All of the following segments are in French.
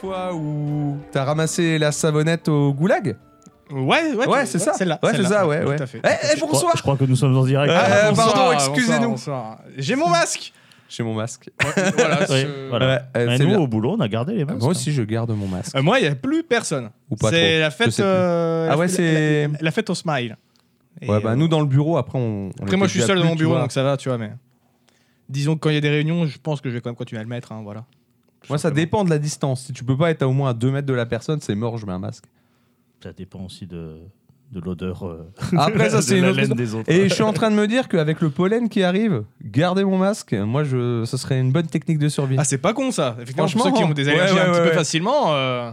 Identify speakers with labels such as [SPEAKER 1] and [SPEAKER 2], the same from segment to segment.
[SPEAKER 1] fois où t'as ramassé la savonnette au goulag
[SPEAKER 2] Ouais, ouais,
[SPEAKER 1] Ouais, c'est ça.
[SPEAKER 2] Celle-là.
[SPEAKER 1] Ouais, c'est
[SPEAKER 2] celle-là.
[SPEAKER 1] ça, ouais.
[SPEAKER 2] Tout
[SPEAKER 1] ouais.
[SPEAKER 2] à fait.
[SPEAKER 1] Eh, eh,
[SPEAKER 3] Je crois,
[SPEAKER 1] bonsoir
[SPEAKER 3] je crois que nous sommes en direct.
[SPEAKER 1] Euh,
[SPEAKER 3] Ouais,
[SPEAKER 1] pardon,
[SPEAKER 2] bonsoir,
[SPEAKER 1] excusez-nous.
[SPEAKER 2] bonsoir, bonsoir. J'ai mon masque.
[SPEAKER 1] J'ai mon masque.
[SPEAKER 2] Voilà,
[SPEAKER 3] Oui,
[SPEAKER 2] ce-
[SPEAKER 3] voilà.
[SPEAKER 1] Ouais, euh,
[SPEAKER 3] Mais
[SPEAKER 1] Ah, c'est
[SPEAKER 3] nous,
[SPEAKER 1] bien.
[SPEAKER 3] au boulot, on a gardé les
[SPEAKER 1] Ah,
[SPEAKER 3] masques. hein.
[SPEAKER 1] Moi aussi, je garde mon masque.
[SPEAKER 2] Euh, moi, il n'y a plus personne.
[SPEAKER 1] Ou pas
[SPEAKER 2] c'est
[SPEAKER 1] trop,
[SPEAKER 2] la
[SPEAKER 1] je
[SPEAKER 2] fête.
[SPEAKER 1] sais plus.
[SPEAKER 2] euh, la
[SPEAKER 1] Ah ouais,
[SPEAKER 2] fête-
[SPEAKER 1] c'est-
[SPEAKER 2] la- La fête au smile. Et,
[SPEAKER 1] Ouais, bah
[SPEAKER 2] euh,
[SPEAKER 1] nous, dans le bureau, après, on. on
[SPEAKER 2] Après,
[SPEAKER 1] était
[SPEAKER 2] moi, je suis
[SPEAKER 1] déjà
[SPEAKER 2] seul dans
[SPEAKER 1] plus,
[SPEAKER 2] mon
[SPEAKER 1] tu
[SPEAKER 2] bureau,
[SPEAKER 1] vois.
[SPEAKER 2] donc ça va, tu vois. Mais disons que quand il y a des réunions, je pense que je vais quand même continuer à le mettre. hein, voilà.
[SPEAKER 1] Moi, ça dépend de la distance. Si tu peux pas être à au moins à 2 mètres de la personne, c'est mort, je mets un masque.
[SPEAKER 3] Ça dépend aussi de, de l'odeur. euh,
[SPEAKER 1] Après, ça,
[SPEAKER 3] de
[SPEAKER 1] c'est une
[SPEAKER 3] la
[SPEAKER 1] autre.
[SPEAKER 3] laine des autres.
[SPEAKER 1] Et je suis en train de me dire qu'avec le pollen qui arrive, garder mon masque, moi, je... ce serait une bonne technique de survie.
[SPEAKER 2] Ah, c'est pas con ça. Effectivement, pour ceux
[SPEAKER 1] Franchement,
[SPEAKER 2] qui ont des
[SPEAKER 1] ouais,
[SPEAKER 2] allergies
[SPEAKER 1] ouais,
[SPEAKER 2] un petit
[SPEAKER 1] ouais,
[SPEAKER 2] peu
[SPEAKER 1] ouais.
[SPEAKER 2] facilement, euh,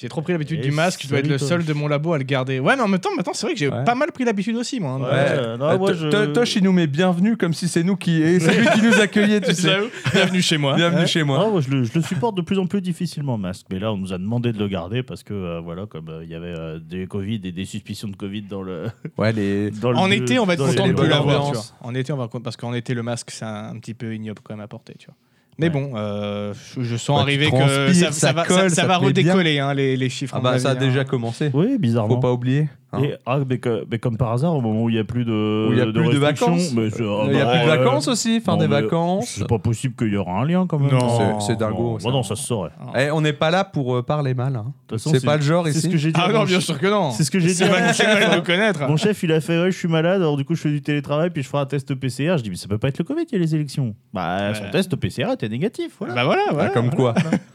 [SPEAKER 2] j'ai trop pris l'habitude
[SPEAKER 3] Et
[SPEAKER 2] du masque. Je dois être
[SPEAKER 3] salut,
[SPEAKER 2] le
[SPEAKER 3] Tosh.
[SPEAKER 2] seul de mon labo à le garder. Ouais, mais en même temps, maintenant, c'est vrai que j'ai
[SPEAKER 1] Ouais.
[SPEAKER 2] pas mal pris l'habitude aussi, moi. hein,
[SPEAKER 3] Ouais,
[SPEAKER 2] de-
[SPEAKER 3] euh, non,
[SPEAKER 1] Euh,
[SPEAKER 3] moi,
[SPEAKER 1] To-
[SPEAKER 3] je-
[SPEAKER 1] To- Tosh, il nous met bienvenue comme si c'est nous qui. et C'est lui qui nous accueillait, tu sais.
[SPEAKER 2] J'avoue. Bienvenue chez moi.
[SPEAKER 1] Bienvenue chez moi.
[SPEAKER 3] Ah, moi, je, le, je le supporte de plus en plus difficilement, masque. Mais là, on nous a demandé de le garder parce que, euh, voilà, comme euh, il y avait euh, des Covid et des suspicions de Covid dans le.
[SPEAKER 1] Ouais, les.
[SPEAKER 3] dans le-
[SPEAKER 2] En été, on va être
[SPEAKER 3] dans les-
[SPEAKER 2] content de
[SPEAKER 3] les
[SPEAKER 2] plus
[SPEAKER 1] bonnes
[SPEAKER 2] l'avoir. tu vois.
[SPEAKER 1] ambiances.
[SPEAKER 2] En été, on va parce qu'en été, le masque, c'est un, un petit peu ignoble quand même à porter, tu vois. Mais
[SPEAKER 3] Ouais.
[SPEAKER 2] bon, euh, je, je sens
[SPEAKER 1] Bah, tu
[SPEAKER 2] arriver que
[SPEAKER 1] transpires,
[SPEAKER 2] ça,
[SPEAKER 1] ça
[SPEAKER 2] va,
[SPEAKER 1] colle,
[SPEAKER 2] ça
[SPEAKER 1] ça
[SPEAKER 2] va
[SPEAKER 1] te met bien.
[SPEAKER 2] redécoller hein, les, les chiffres.
[SPEAKER 1] Ah
[SPEAKER 2] à
[SPEAKER 1] bah,
[SPEAKER 2] mon
[SPEAKER 1] ça a
[SPEAKER 2] avis, hein.
[SPEAKER 1] déjà commencé.
[SPEAKER 3] Oui, bizarrement.
[SPEAKER 1] Faut pas oublier. hein.
[SPEAKER 3] Et- ah, mais, que- mais comme par hasard, au moment où il n'y a plus de,
[SPEAKER 1] Où il n'y a plus de
[SPEAKER 3] restrictions,
[SPEAKER 1] vacances.
[SPEAKER 3] mais c'est- ah,
[SPEAKER 1] Il n'y a
[SPEAKER 3] bah,
[SPEAKER 1] plus de
[SPEAKER 3] euh,
[SPEAKER 1] vacances aussi, fin
[SPEAKER 3] non,
[SPEAKER 1] des
[SPEAKER 3] mais
[SPEAKER 1] vacances.
[SPEAKER 3] C'est pas possible qu'il y aura un lien quand même.
[SPEAKER 2] Non.
[SPEAKER 1] C'est- c'est dingo,
[SPEAKER 3] Non,
[SPEAKER 1] ça.
[SPEAKER 3] bah non, ça se saurait.
[SPEAKER 1] Eh, on n'est pas là pour euh, parler mal. hein.
[SPEAKER 3] De toute façon,
[SPEAKER 1] C'est pas le genre
[SPEAKER 3] C'est
[SPEAKER 1] ici.
[SPEAKER 3] ce que j'ai dit. à
[SPEAKER 2] Ah
[SPEAKER 3] mon
[SPEAKER 2] non, bien
[SPEAKER 3] chef.
[SPEAKER 2] sûr que non.
[SPEAKER 3] C'est ce que j'ai dit.
[SPEAKER 2] C'est
[SPEAKER 3] à
[SPEAKER 2] ma
[SPEAKER 3] mon
[SPEAKER 2] c'est ma- de
[SPEAKER 3] chef.
[SPEAKER 2] le connaître.
[SPEAKER 3] Mon chef, il a fait ouais, je suis malade, alors du coup, je fais du télétravail, puis je ferai un test PCR. Je dis, mais ça peut pas être le Covid, il y a les élections. Bah, son
[SPEAKER 2] Ouais.
[SPEAKER 3] test PCR était négatif, voilà.
[SPEAKER 2] Bah voilà,
[SPEAKER 1] Ah,
[SPEAKER 2] voilà.
[SPEAKER 1] comme quoi.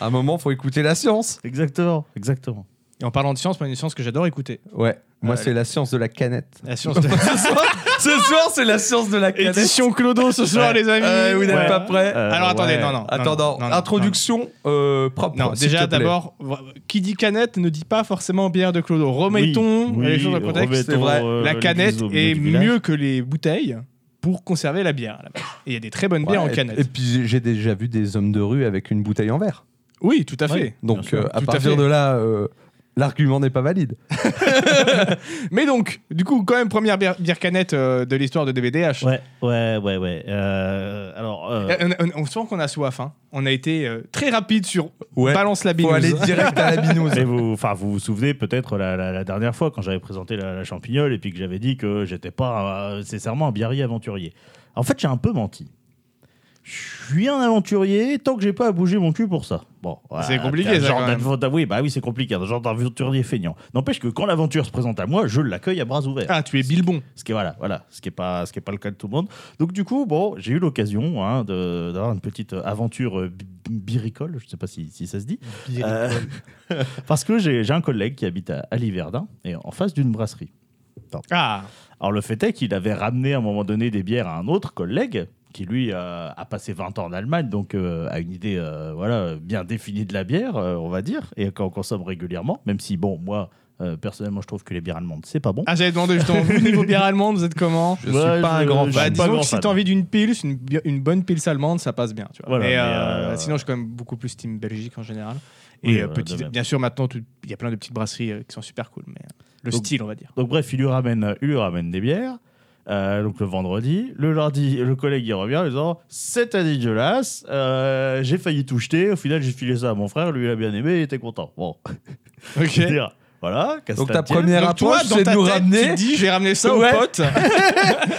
[SPEAKER 1] à un moment, faut écouter la science.
[SPEAKER 3] Exactement, exactement.
[SPEAKER 2] Et en parlant de science, moi, une science que j'adore écouter.
[SPEAKER 1] Ouais, moi,
[SPEAKER 2] Allez.
[SPEAKER 1] c'est la science de la canette.
[SPEAKER 2] La science de
[SPEAKER 1] ce soir, ce soir, c'est la science de la canette.
[SPEAKER 2] Édition Clodo ce soir, les amis.
[SPEAKER 1] Euh, vous n'êtes
[SPEAKER 2] Ouais.
[SPEAKER 1] pas prêts
[SPEAKER 3] Euh,
[SPEAKER 2] Alors attendez,
[SPEAKER 3] ouais.
[SPEAKER 2] non, non.
[SPEAKER 1] Attends, non,
[SPEAKER 2] non, non,
[SPEAKER 1] introduction euh, propre.
[SPEAKER 2] Non,
[SPEAKER 1] s'il
[SPEAKER 2] déjà
[SPEAKER 1] te plaît.
[SPEAKER 2] d'abord, qui dit canette ne dit pas forcément bière de Clodo. Remettons euh,
[SPEAKER 3] Oui,
[SPEAKER 2] les
[SPEAKER 3] oui,
[SPEAKER 2] choses dans le contexte.
[SPEAKER 3] remettons,
[SPEAKER 1] vrai.
[SPEAKER 3] euh,
[SPEAKER 2] la
[SPEAKER 3] l'église
[SPEAKER 2] canette
[SPEAKER 3] au milieu
[SPEAKER 2] est
[SPEAKER 3] du village.
[SPEAKER 2] mieux que les bouteilles pour conserver la bière. à la base. Et il y a des très bonnes
[SPEAKER 1] Ouais,
[SPEAKER 2] bières en
[SPEAKER 1] et-
[SPEAKER 2] canette.
[SPEAKER 1] Et puis j'ai déjà vu des hommes de rue avec une bouteille en verre.
[SPEAKER 2] oui, tout à fait.
[SPEAKER 3] Ouais. Bien
[SPEAKER 1] Donc
[SPEAKER 3] sûr.
[SPEAKER 1] euh, à
[SPEAKER 2] Tout à
[SPEAKER 1] partir
[SPEAKER 2] fait.
[SPEAKER 1] de là, euh, l'argument n'est pas valide.
[SPEAKER 2] Mais donc, du coup, quand même, première bière, bière canette euh, de l'histoire de DBDH.
[SPEAKER 3] Ouais, ouais, ouais, ouais. Euh, alors, euh,
[SPEAKER 2] Euh, On, on- on sent qu'on a soif. hein. On a été euh, très rapide sur
[SPEAKER 1] Ouais.
[SPEAKER 2] balance la
[SPEAKER 1] Faut
[SPEAKER 2] binouse.
[SPEAKER 1] aller direct à la binouse.
[SPEAKER 3] mais vous, enfin, vous vous souvenez peut-être la, la- la dernière fois quand j'avais présenté la, la champignole et puis que j'avais dit que j'étais pas euh, nécessairement un biarrier aventurier. En fait, j'ai un peu menti. Je suis un aventurier tant que j'ai pas à bouger mon cul pour ça. Bon, voilà,
[SPEAKER 2] C'est compliqué,
[SPEAKER 3] t'es un
[SPEAKER 2] ça,
[SPEAKER 3] genre
[SPEAKER 2] quand même.
[SPEAKER 3] d'aventurier- Oui, bah oui, c'est compliqué, un genre d'aventurier feignant. N'empêche que quand l'aventure se présente à moi, je l'accueille à bras ouverts.
[SPEAKER 2] Ah, tu es Bilbon.
[SPEAKER 3] Ce qui est voilà, voilà, ce qui est pas, ce qui est pas le cas de tout le monde. Donc du coup, bon, j'ai eu l'occasion hein, de- d'avoir une petite aventure euh, bi- biricole, je sais pas si, si ça se dit, Euh, parce que j'ai j'ai un collègue qui habite à, à Liverdun et en face d'une brasserie.
[SPEAKER 2] Ah,
[SPEAKER 3] Alors le fait est qu'il avait ramené à un moment donné des bières à un autre collègue qui lui euh, a passé 20 ans en Allemagne, donc euh, a une idée euh, voilà bien définie de la bière, euh, on va dire, et qu'on consomme régulièrement, même si bon, moi euh, personnellement, je trouve que les bières allemandes c'est pas bon.
[SPEAKER 2] ah j'avais demandé justement, vous, niveau bière allemande, vous êtes comment
[SPEAKER 1] Je suis pas un grand fan.
[SPEAKER 2] Bah,
[SPEAKER 3] je- suis pas
[SPEAKER 2] disons
[SPEAKER 3] grand
[SPEAKER 2] que si
[SPEAKER 3] fan.
[SPEAKER 2] t'as envie d'une pils, une, bi- une bonne pils allemande, ça passe bien. Tu vois.
[SPEAKER 3] Voilà,
[SPEAKER 2] mais,
[SPEAKER 3] mais,
[SPEAKER 2] euh,
[SPEAKER 3] euh,
[SPEAKER 2] Sinon, je suis quand même beaucoup plus team Belgique en général. Et
[SPEAKER 3] Oui,
[SPEAKER 2] euh,
[SPEAKER 3] voilà,
[SPEAKER 2] petite-
[SPEAKER 3] de même.
[SPEAKER 2] bien sûr, maintenant, tout- il y a plein de petites brasseries euh, qui sont super cool. Mais euh, le
[SPEAKER 3] Donc-
[SPEAKER 2] style, on va dire.
[SPEAKER 3] Donc bref, il lui ramène, il lui ramène des bières. Euh, donc le vendredi, le lundi, le collègue il revient en disant c'est un dégueulasse, euh, j'ai failli tout jeter, au final j'ai filé ça à mon frère, lui il a bien aimé, il était content. Bon,
[SPEAKER 2] Ok.
[SPEAKER 3] Je veux dire, voilà. casse
[SPEAKER 1] Donc ta
[SPEAKER 3] tienne.
[SPEAKER 1] première
[SPEAKER 2] Donc, toi,
[SPEAKER 1] approche,
[SPEAKER 2] dans
[SPEAKER 1] c'est de
[SPEAKER 2] ta
[SPEAKER 1] nous
[SPEAKER 2] tête,
[SPEAKER 1] ramener.
[SPEAKER 2] Tu te dis, je vais ramener ça
[SPEAKER 1] Ouais.
[SPEAKER 2] aux potes.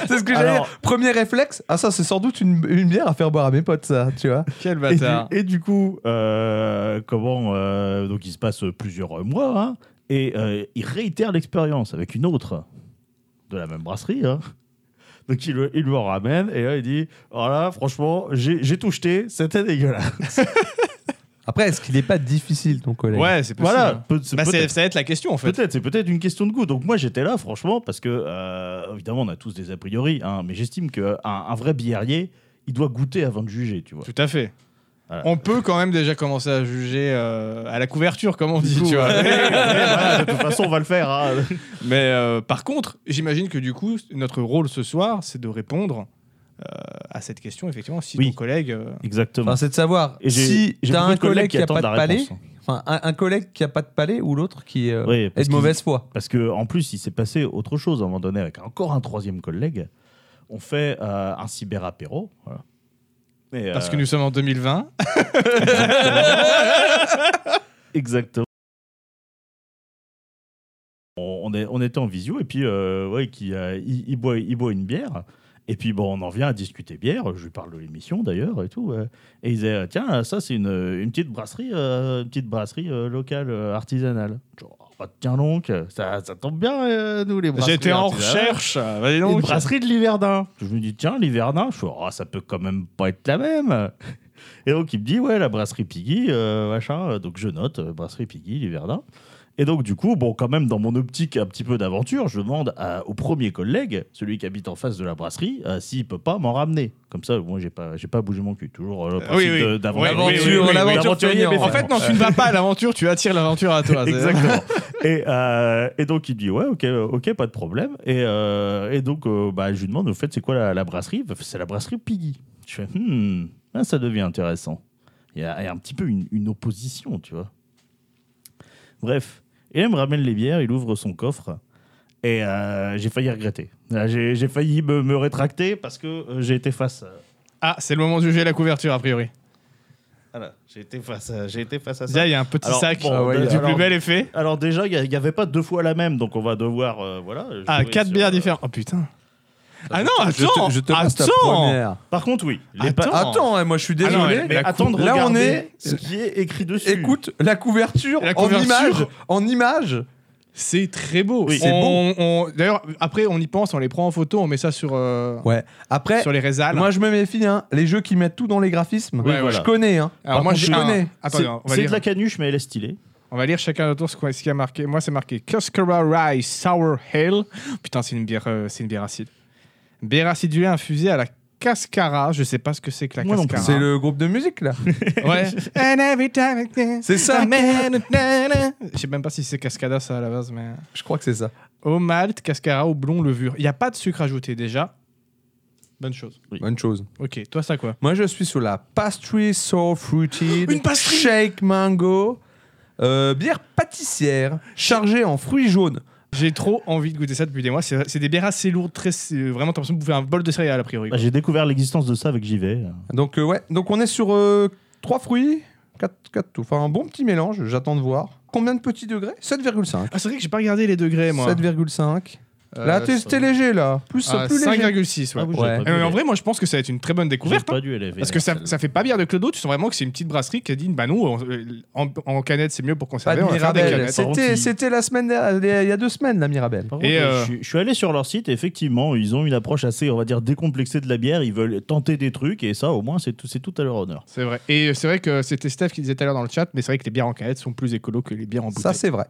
[SPEAKER 1] C'est ce que j'allais
[SPEAKER 3] Alors-
[SPEAKER 1] dire. Premier réflexe, ah ça c'est sans doute une, une bière à faire boire à mes potes ça, tu vois.
[SPEAKER 2] Quel
[SPEAKER 3] Et du,
[SPEAKER 2] bâtard.
[SPEAKER 3] et du coup, euh, comment euh, donc il se passe plusieurs mois hein, et euh, il réitère l'expérience avec une autre de la même brasserie. hein. Donc il, le- il lui en ramène et là il dit voilà franchement j'ai j'ai tout jeté c'était dégueulasse.
[SPEAKER 1] Après, est-ce qu'il n'est pas difficile ton collègue
[SPEAKER 2] Ouais, c'est possible.
[SPEAKER 3] Voilà peut- c'est
[SPEAKER 2] Bah, c'est-
[SPEAKER 3] peut-être-
[SPEAKER 2] ça va être la question en fait.
[SPEAKER 3] Peut-être, c'est peut-être une question de goût. Donc moi j'étais là, franchement, parce que euh, évidemment on a tous des a priori, hein, mais j'estime qu'un un vrai biérier, il doit goûter avant de juger, tu vois.
[SPEAKER 2] Tout à fait.
[SPEAKER 3] Voilà.
[SPEAKER 2] On peut quand même déjà commencer à juger euh, à la couverture, comme on
[SPEAKER 3] Du
[SPEAKER 2] dit,
[SPEAKER 3] coup,
[SPEAKER 2] tu vois.
[SPEAKER 3] euh, voilà, de toute façon on va le faire. hein.
[SPEAKER 2] Mais euh, par contre, j'imagine que du coup, notre rôle ce soir, c'est de répondre euh, à cette question, effectivement, si
[SPEAKER 3] Oui.
[SPEAKER 2] ton collègue. euh,
[SPEAKER 3] Exactement.
[SPEAKER 1] Enfin, c'est de savoir
[SPEAKER 3] Et j'ai-
[SPEAKER 1] si
[SPEAKER 3] j'ai
[SPEAKER 1] t'as
[SPEAKER 3] beaucoup
[SPEAKER 1] un
[SPEAKER 3] de
[SPEAKER 1] collègue
[SPEAKER 3] collègues
[SPEAKER 1] qui a pas
[SPEAKER 3] attendent
[SPEAKER 1] de
[SPEAKER 3] la
[SPEAKER 1] palais,
[SPEAKER 3] réponse, hein.
[SPEAKER 1] enfin un, un collègue qui a pas de palais ou l'autre qui euh,
[SPEAKER 3] Oui,
[SPEAKER 1] est
[SPEAKER 3] parce
[SPEAKER 1] de
[SPEAKER 3] qu'ils-
[SPEAKER 1] mauvaise foi.
[SPEAKER 3] Parce que en plus, il s'est passé autre chose à un moment donné avec encore un troisième collègue. On fait euh, un cyber apéro. voilà. Mais,
[SPEAKER 2] Parce
[SPEAKER 3] euh,
[SPEAKER 2] que nous sommes en 2020.
[SPEAKER 3] Exactement. On, on est, on était en visio et puis euh, ouais, qui, euh, il, il boit, il boit une bière. Et puis bon, on en vient à discuter bière. Je lui parle de l'émission d'ailleurs et tout. ouais. Et il disait tiens, ça c'est une, une petite brasserie, euh, une petite brasserie euh, locale euh, artisanale. Genre, Oh, bah, tiens donc, ça, ça tombe bien euh, nous les brasseries.
[SPEAKER 2] J'étais en
[SPEAKER 3] artisanales.
[SPEAKER 2] recherche. Vas-y
[SPEAKER 3] Une
[SPEAKER 2] donc.
[SPEAKER 3] brasserie de l'Hiverdin. Je me dis, tiens, l'Hiverdin, je fais, oh, ça peut quand même pas être la même. Et donc, il me dit, ouais, la brasserie Piggy, euh, machin. Donc, je note, euh, brasserie Piggy, l'Hiverdin. Et donc, du coup, bon, quand même, dans mon optique un petit peu d'aventure, je demande à- au premier collègue, celui qui habite en face de la brasserie, euh, s'il peut pas m'en ramener. Comme ça, moi, j'ai pas, j'ai pas bougé mon cul. Toujours euh, le principe
[SPEAKER 2] oui.
[SPEAKER 3] de- d'aventure.
[SPEAKER 2] Oui, oui, oui, oui,
[SPEAKER 1] l'aventure
[SPEAKER 3] L'aventurier
[SPEAKER 1] pionnier.
[SPEAKER 3] bénévole.
[SPEAKER 2] En fait, non, tu ne vas pas à l'aventure, tu attires l'aventure à toi. c'est-
[SPEAKER 3] Exactement. et, euh, et donc il dit ouais ok euh, ok pas de problème et, euh, et donc euh, bah, je lui demande au fait c'est quoi la, la brasserie Il fait, c'est la brasserie Piggy je fais hmm là, ça devient intéressant il y a, il y a un petit peu une, une opposition tu vois bref et là, il me ramène les bières il ouvre son coffre et euh, j'ai failli regretter Là, j'ai j'ai failli me, me rétracter parce que euh, j'ai été face à-
[SPEAKER 2] Ah, c'est le moment de juger la couverture, a priori.
[SPEAKER 3] voilà, ah j'ai été face à- j'ai été face à ça
[SPEAKER 2] Déjà, il y a un petit
[SPEAKER 3] Alors,
[SPEAKER 2] sac euh,
[SPEAKER 3] bon,
[SPEAKER 1] ouais,
[SPEAKER 2] du
[SPEAKER 3] alors-
[SPEAKER 2] plus bel effet.
[SPEAKER 3] alors déjà il n'y avait pas deux fois la même donc on va devoir euh, voilà je
[SPEAKER 2] Ah,
[SPEAKER 3] vais
[SPEAKER 2] quatre
[SPEAKER 3] sur,
[SPEAKER 2] bières
[SPEAKER 3] euh,
[SPEAKER 2] différentes. Oh putain. Ah non,
[SPEAKER 1] Je te,
[SPEAKER 2] attends,
[SPEAKER 1] je te passe ta
[SPEAKER 2] attends.
[SPEAKER 1] première.
[SPEAKER 3] Par contre, oui. Les
[SPEAKER 2] Attends.
[SPEAKER 3] pa-
[SPEAKER 1] Attends, hein, moi je suis
[SPEAKER 2] Ah non,
[SPEAKER 1] désolé.
[SPEAKER 2] elle-
[SPEAKER 3] mais
[SPEAKER 2] la
[SPEAKER 3] attends de
[SPEAKER 1] coupe- là, on
[SPEAKER 3] regarder
[SPEAKER 1] est-
[SPEAKER 3] ce qui est écrit dessus.
[SPEAKER 1] Écoute, la couverture,
[SPEAKER 2] La couverture.
[SPEAKER 1] en image, en image.
[SPEAKER 2] C'est très beau.
[SPEAKER 3] Oui,
[SPEAKER 2] On-
[SPEAKER 1] c'est beau.
[SPEAKER 2] on- D'ailleurs, après, on y pense, on les prend en photo, on met ça sur, euh,
[SPEAKER 1] Hein. Ouais. Après,
[SPEAKER 2] sur les résales.
[SPEAKER 1] moi je me méfie. Hein, les jeux qui mettent tout dans les graphismes,
[SPEAKER 2] Ouais,
[SPEAKER 1] je
[SPEAKER 2] voilà.
[SPEAKER 1] connais. Hein.
[SPEAKER 2] Alors,
[SPEAKER 1] Par
[SPEAKER 2] moi,
[SPEAKER 1] contre,
[SPEAKER 2] j'ai
[SPEAKER 1] je
[SPEAKER 2] un-
[SPEAKER 1] connais.
[SPEAKER 2] Attends,
[SPEAKER 3] c'est
[SPEAKER 2] on va
[SPEAKER 3] c'est
[SPEAKER 2] lire.
[SPEAKER 3] de la canuche, mais elle est stylée.
[SPEAKER 2] On va lire chacun notre tour ce qu'on- ce qui a marqué. Moi, c'est marqué Cascara Rye Sour Hale. Putain, c'est une bière, euh, c'est une bière acide. Bière acidulée infusée à la cascara. Je sais pas ce que c'est que la
[SPEAKER 3] Moi non
[SPEAKER 2] cascara.
[SPEAKER 1] C'est le groupe de musique là. Ah,
[SPEAKER 2] Ouais. And every time I dance,
[SPEAKER 1] C'est ça.
[SPEAKER 2] I man- na- na. Je sais même pas si c'est cascada ça à la base, mais
[SPEAKER 1] Je crois que c'est ça.
[SPEAKER 2] au malt, cascara, au blond, levure. Il y a pas de sucre ajouté déjà. Bonne chose.
[SPEAKER 1] Bonne chose.
[SPEAKER 2] Ok, toi ça quoi
[SPEAKER 1] Moi je suis sur la pastry so fruity.
[SPEAKER 2] Une pastry
[SPEAKER 1] Shake mango. euh, bière pâtissière chargée en fruits jaunes.
[SPEAKER 2] J'ai trop envie de goûter ça depuis des mois. C'est c'est des bières assez lourdes, très c'est- euh, vraiment t'as l'impression de bouffer un bol de céréales a priori.
[SPEAKER 3] Bah, J'ai découvert l'existence de ça avec JV.
[SPEAKER 1] Donc euh, ouais, donc on est sur euh, trois fruits, quatre, quatre tout. Enfin un bon petit mélange, j'attends de voir. Combien de petits degrés 7,5.
[SPEAKER 2] Ah c'est vrai que j'ai pas regardé les degrés moi.
[SPEAKER 1] 7,5. là
[SPEAKER 2] Euh,
[SPEAKER 1] t'es-
[SPEAKER 2] ça-
[SPEAKER 1] c'était léger là. Plus,
[SPEAKER 2] Ah,
[SPEAKER 1] plus léger.
[SPEAKER 2] 5,6 ouais.
[SPEAKER 3] Ah oui,
[SPEAKER 1] Ouais.
[SPEAKER 3] j'avais
[SPEAKER 2] Eh,
[SPEAKER 3] pas
[SPEAKER 2] mais en
[SPEAKER 3] vu
[SPEAKER 2] vrai, moi, je pense que ça va être une très bonne
[SPEAKER 3] les- j'avais
[SPEAKER 2] découverte. hein.
[SPEAKER 3] pas dû élever.
[SPEAKER 2] parce que ça, ça fait pas bière de Clodo, tu sens vraiment que c'est une petite brasserie qui a dit bah nous, on- en, en canette c'est mieux pour
[SPEAKER 1] Pas
[SPEAKER 2] conserver,
[SPEAKER 1] de
[SPEAKER 2] on va faire des
[SPEAKER 1] Mirabelle.
[SPEAKER 2] canettes.
[SPEAKER 3] par contre,
[SPEAKER 1] C'était
[SPEAKER 3] il-
[SPEAKER 1] c'était la semaine dernière- il y a deux semaines la Mirabelle.
[SPEAKER 3] Par
[SPEAKER 2] Et,
[SPEAKER 3] contre,
[SPEAKER 2] euh,
[SPEAKER 3] je, suis- je suis allé sur leur site et effectivement, ils ont une approche assez, on va dire, décomplexée de la bière. Ils veulent tenter des trucs et ça, au moins, c'est tout, c'est tout à leur honneur.
[SPEAKER 2] C'est vrai. Et c'est vrai que c'était Steph qui disait tout à l'heure dans le chat, mais c'est vrai que les bières en canette sont plus écolo que les bières en
[SPEAKER 1] Ça
[SPEAKER 2] bouteille.
[SPEAKER 1] c'est vrai.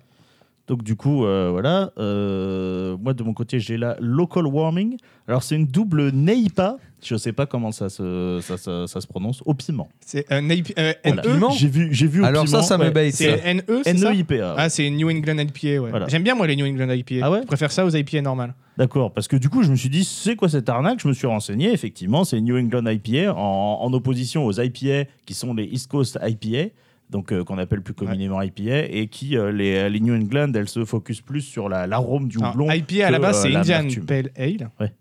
[SPEAKER 3] Donc du coup, euh, voilà. euh, moi de mon côté, j'ai la local warming. Alors c'est une double neipa. Je sais pas comment ça se, ça, se- ça se prononce au piment.
[SPEAKER 2] C'est un IP euh,
[SPEAKER 3] Voilà.
[SPEAKER 2] NE
[SPEAKER 3] J'ai vu, j'ai vu au
[SPEAKER 1] Alors ça
[SPEAKER 3] piment,
[SPEAKER 1] ça me
[SPEAKER 3] ouais.
[SPEAKER 1] bait. ça.
[SPEAKER 2] C'est NE,
[SPEAKER 3] E
[SPEAKER 2] c'est ça
[SPEAKER 3] NEIPA.
[SPEAKER 2] Ah, c'est New England IPA, ouais.
[SPEAKER 3] Voilà.
[SPEAKER 2] J'aime bien, moi, les New England IPA.
[SPEAKER 3] Ah ouais
[SPEAKER 2] Je préfère ça aux IPA normales.
[SPEAKER 3] D'accord, parce que du coup, je me suis dit, c'est quoi cette arnaque Je me suis renseigné, effectivement, c'est New England IPA en, en opposition aux IPA qui sont les East Coast IPA, donc euh, qu'on appelle plus communément IPA, et qui, euh, les, les New England, elles se focus plus sur la- l'arôme du
[SPEAKER 2] Alors,
[SPEAKER 3] houblon.
[SPEAKER 2] IPA, à la
[SPEAKER 3] que,
[SPEAKER 2] base, c'est
[SPEAKER 3] euh,
[SPEAKER 2] Indian
[SPEAKER 3] l'amertume.
[SPEAKER 2] Pale Ale.
[SPEAKER 3] Ouais.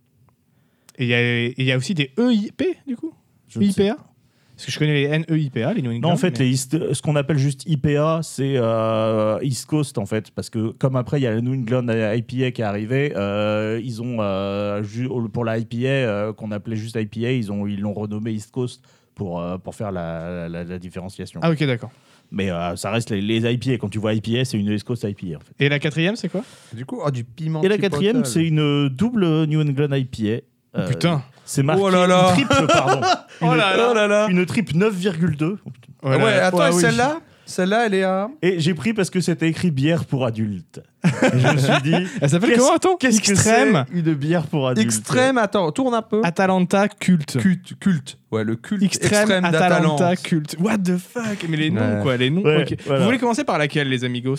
[SPEAKER 2] Et il y a- et il y, a aussi des EIP, du coup
[SPEAKER 3] Je ne sais
[SPEAKER 2] IPA Parce que je connais les E NEIPA, les New England.
[SPEAKER 3] Non, en fait,
[SPEAKER 2] mais-
[SPEAKER 3] les East- ce qu'on appelle juste IPA, c'est euh, East Coast, en fait, parce que comme après, il y a la New England IPA qui est arrivée, euh, ils ont, euh, ju- pour la IPA, euh, qu'on appelait juste IPA, ils ont- ils l'ont renommée East Coast pour, euh, pour faire la, la- la différenciation.
[SPEAKER 2] Ah, ok, d'accord.
[SPEAKER 3] Mais euh, ça reste les, les IPA. Quand tu vois IPA, c'est une East Coast IPA, en fait.
[SPEAKER 2] Et la quatrième, c'est quoi
[SPEAKER 1] Du coup, oh, du piment.
[SPEAKER 3] Et la
[SPEAKER 1] chipotle.
[SPEAKER 3] quatrième, c'est une double New England IPA. Euh,
[SPEAKER 2] Putain.
[SPEAKER 3] C'est marqué
[SPEAKER 1] Oh là là.
[SPEAKER 3] une triple, pardon. Une,
[SPEAKER 1] Oh là là.
[SPEAKER 3] une triple 9,2.
[SPEAKER 1] Ah ouais, attends,
[SPEAKER 2] Ouais,
[SPEAKER 1] et
[SPEAKER 2] oui.
[SPEAKER 1] celle-là Celle-là, elle est à.
[SPEAKER 3] Et j'ai pris parce que c'était écrit bière pour adultes. Et je me suis dit,
[SPEAKER 2] Elle s'appelle
[SPEAKER 3] Qu'est-ce-
[SPEAKER 2] comment, attends
[SPEAKER 3] qu'est-ce que
[SPEAKER 2] Extrême
[SPEAKER 3] c'est une bière pour adultes
[SPEAKER 1] Extrême, attends, tourne un peu.
[SPEAKER 2] Atalanta Culte.
[SPEAKER 1] Culte, culte. Ouais, le culte
[SPEAKER 2] Extrême, Atalanta
[SPEAKER 1] d'Atalante.
[SPEAKER 2] Culte. What the fuck Mais les noms,
[SPEAKER 1] Ouais.
[SPEAKER 2] quoi, les noms.
[SPEAKER 3] Ouais,
[SPEAKER 2] ok.
[SPEAKER 3] voilà.
[SPEAKER 2] Vous voulez commencer par laquelle, les amigos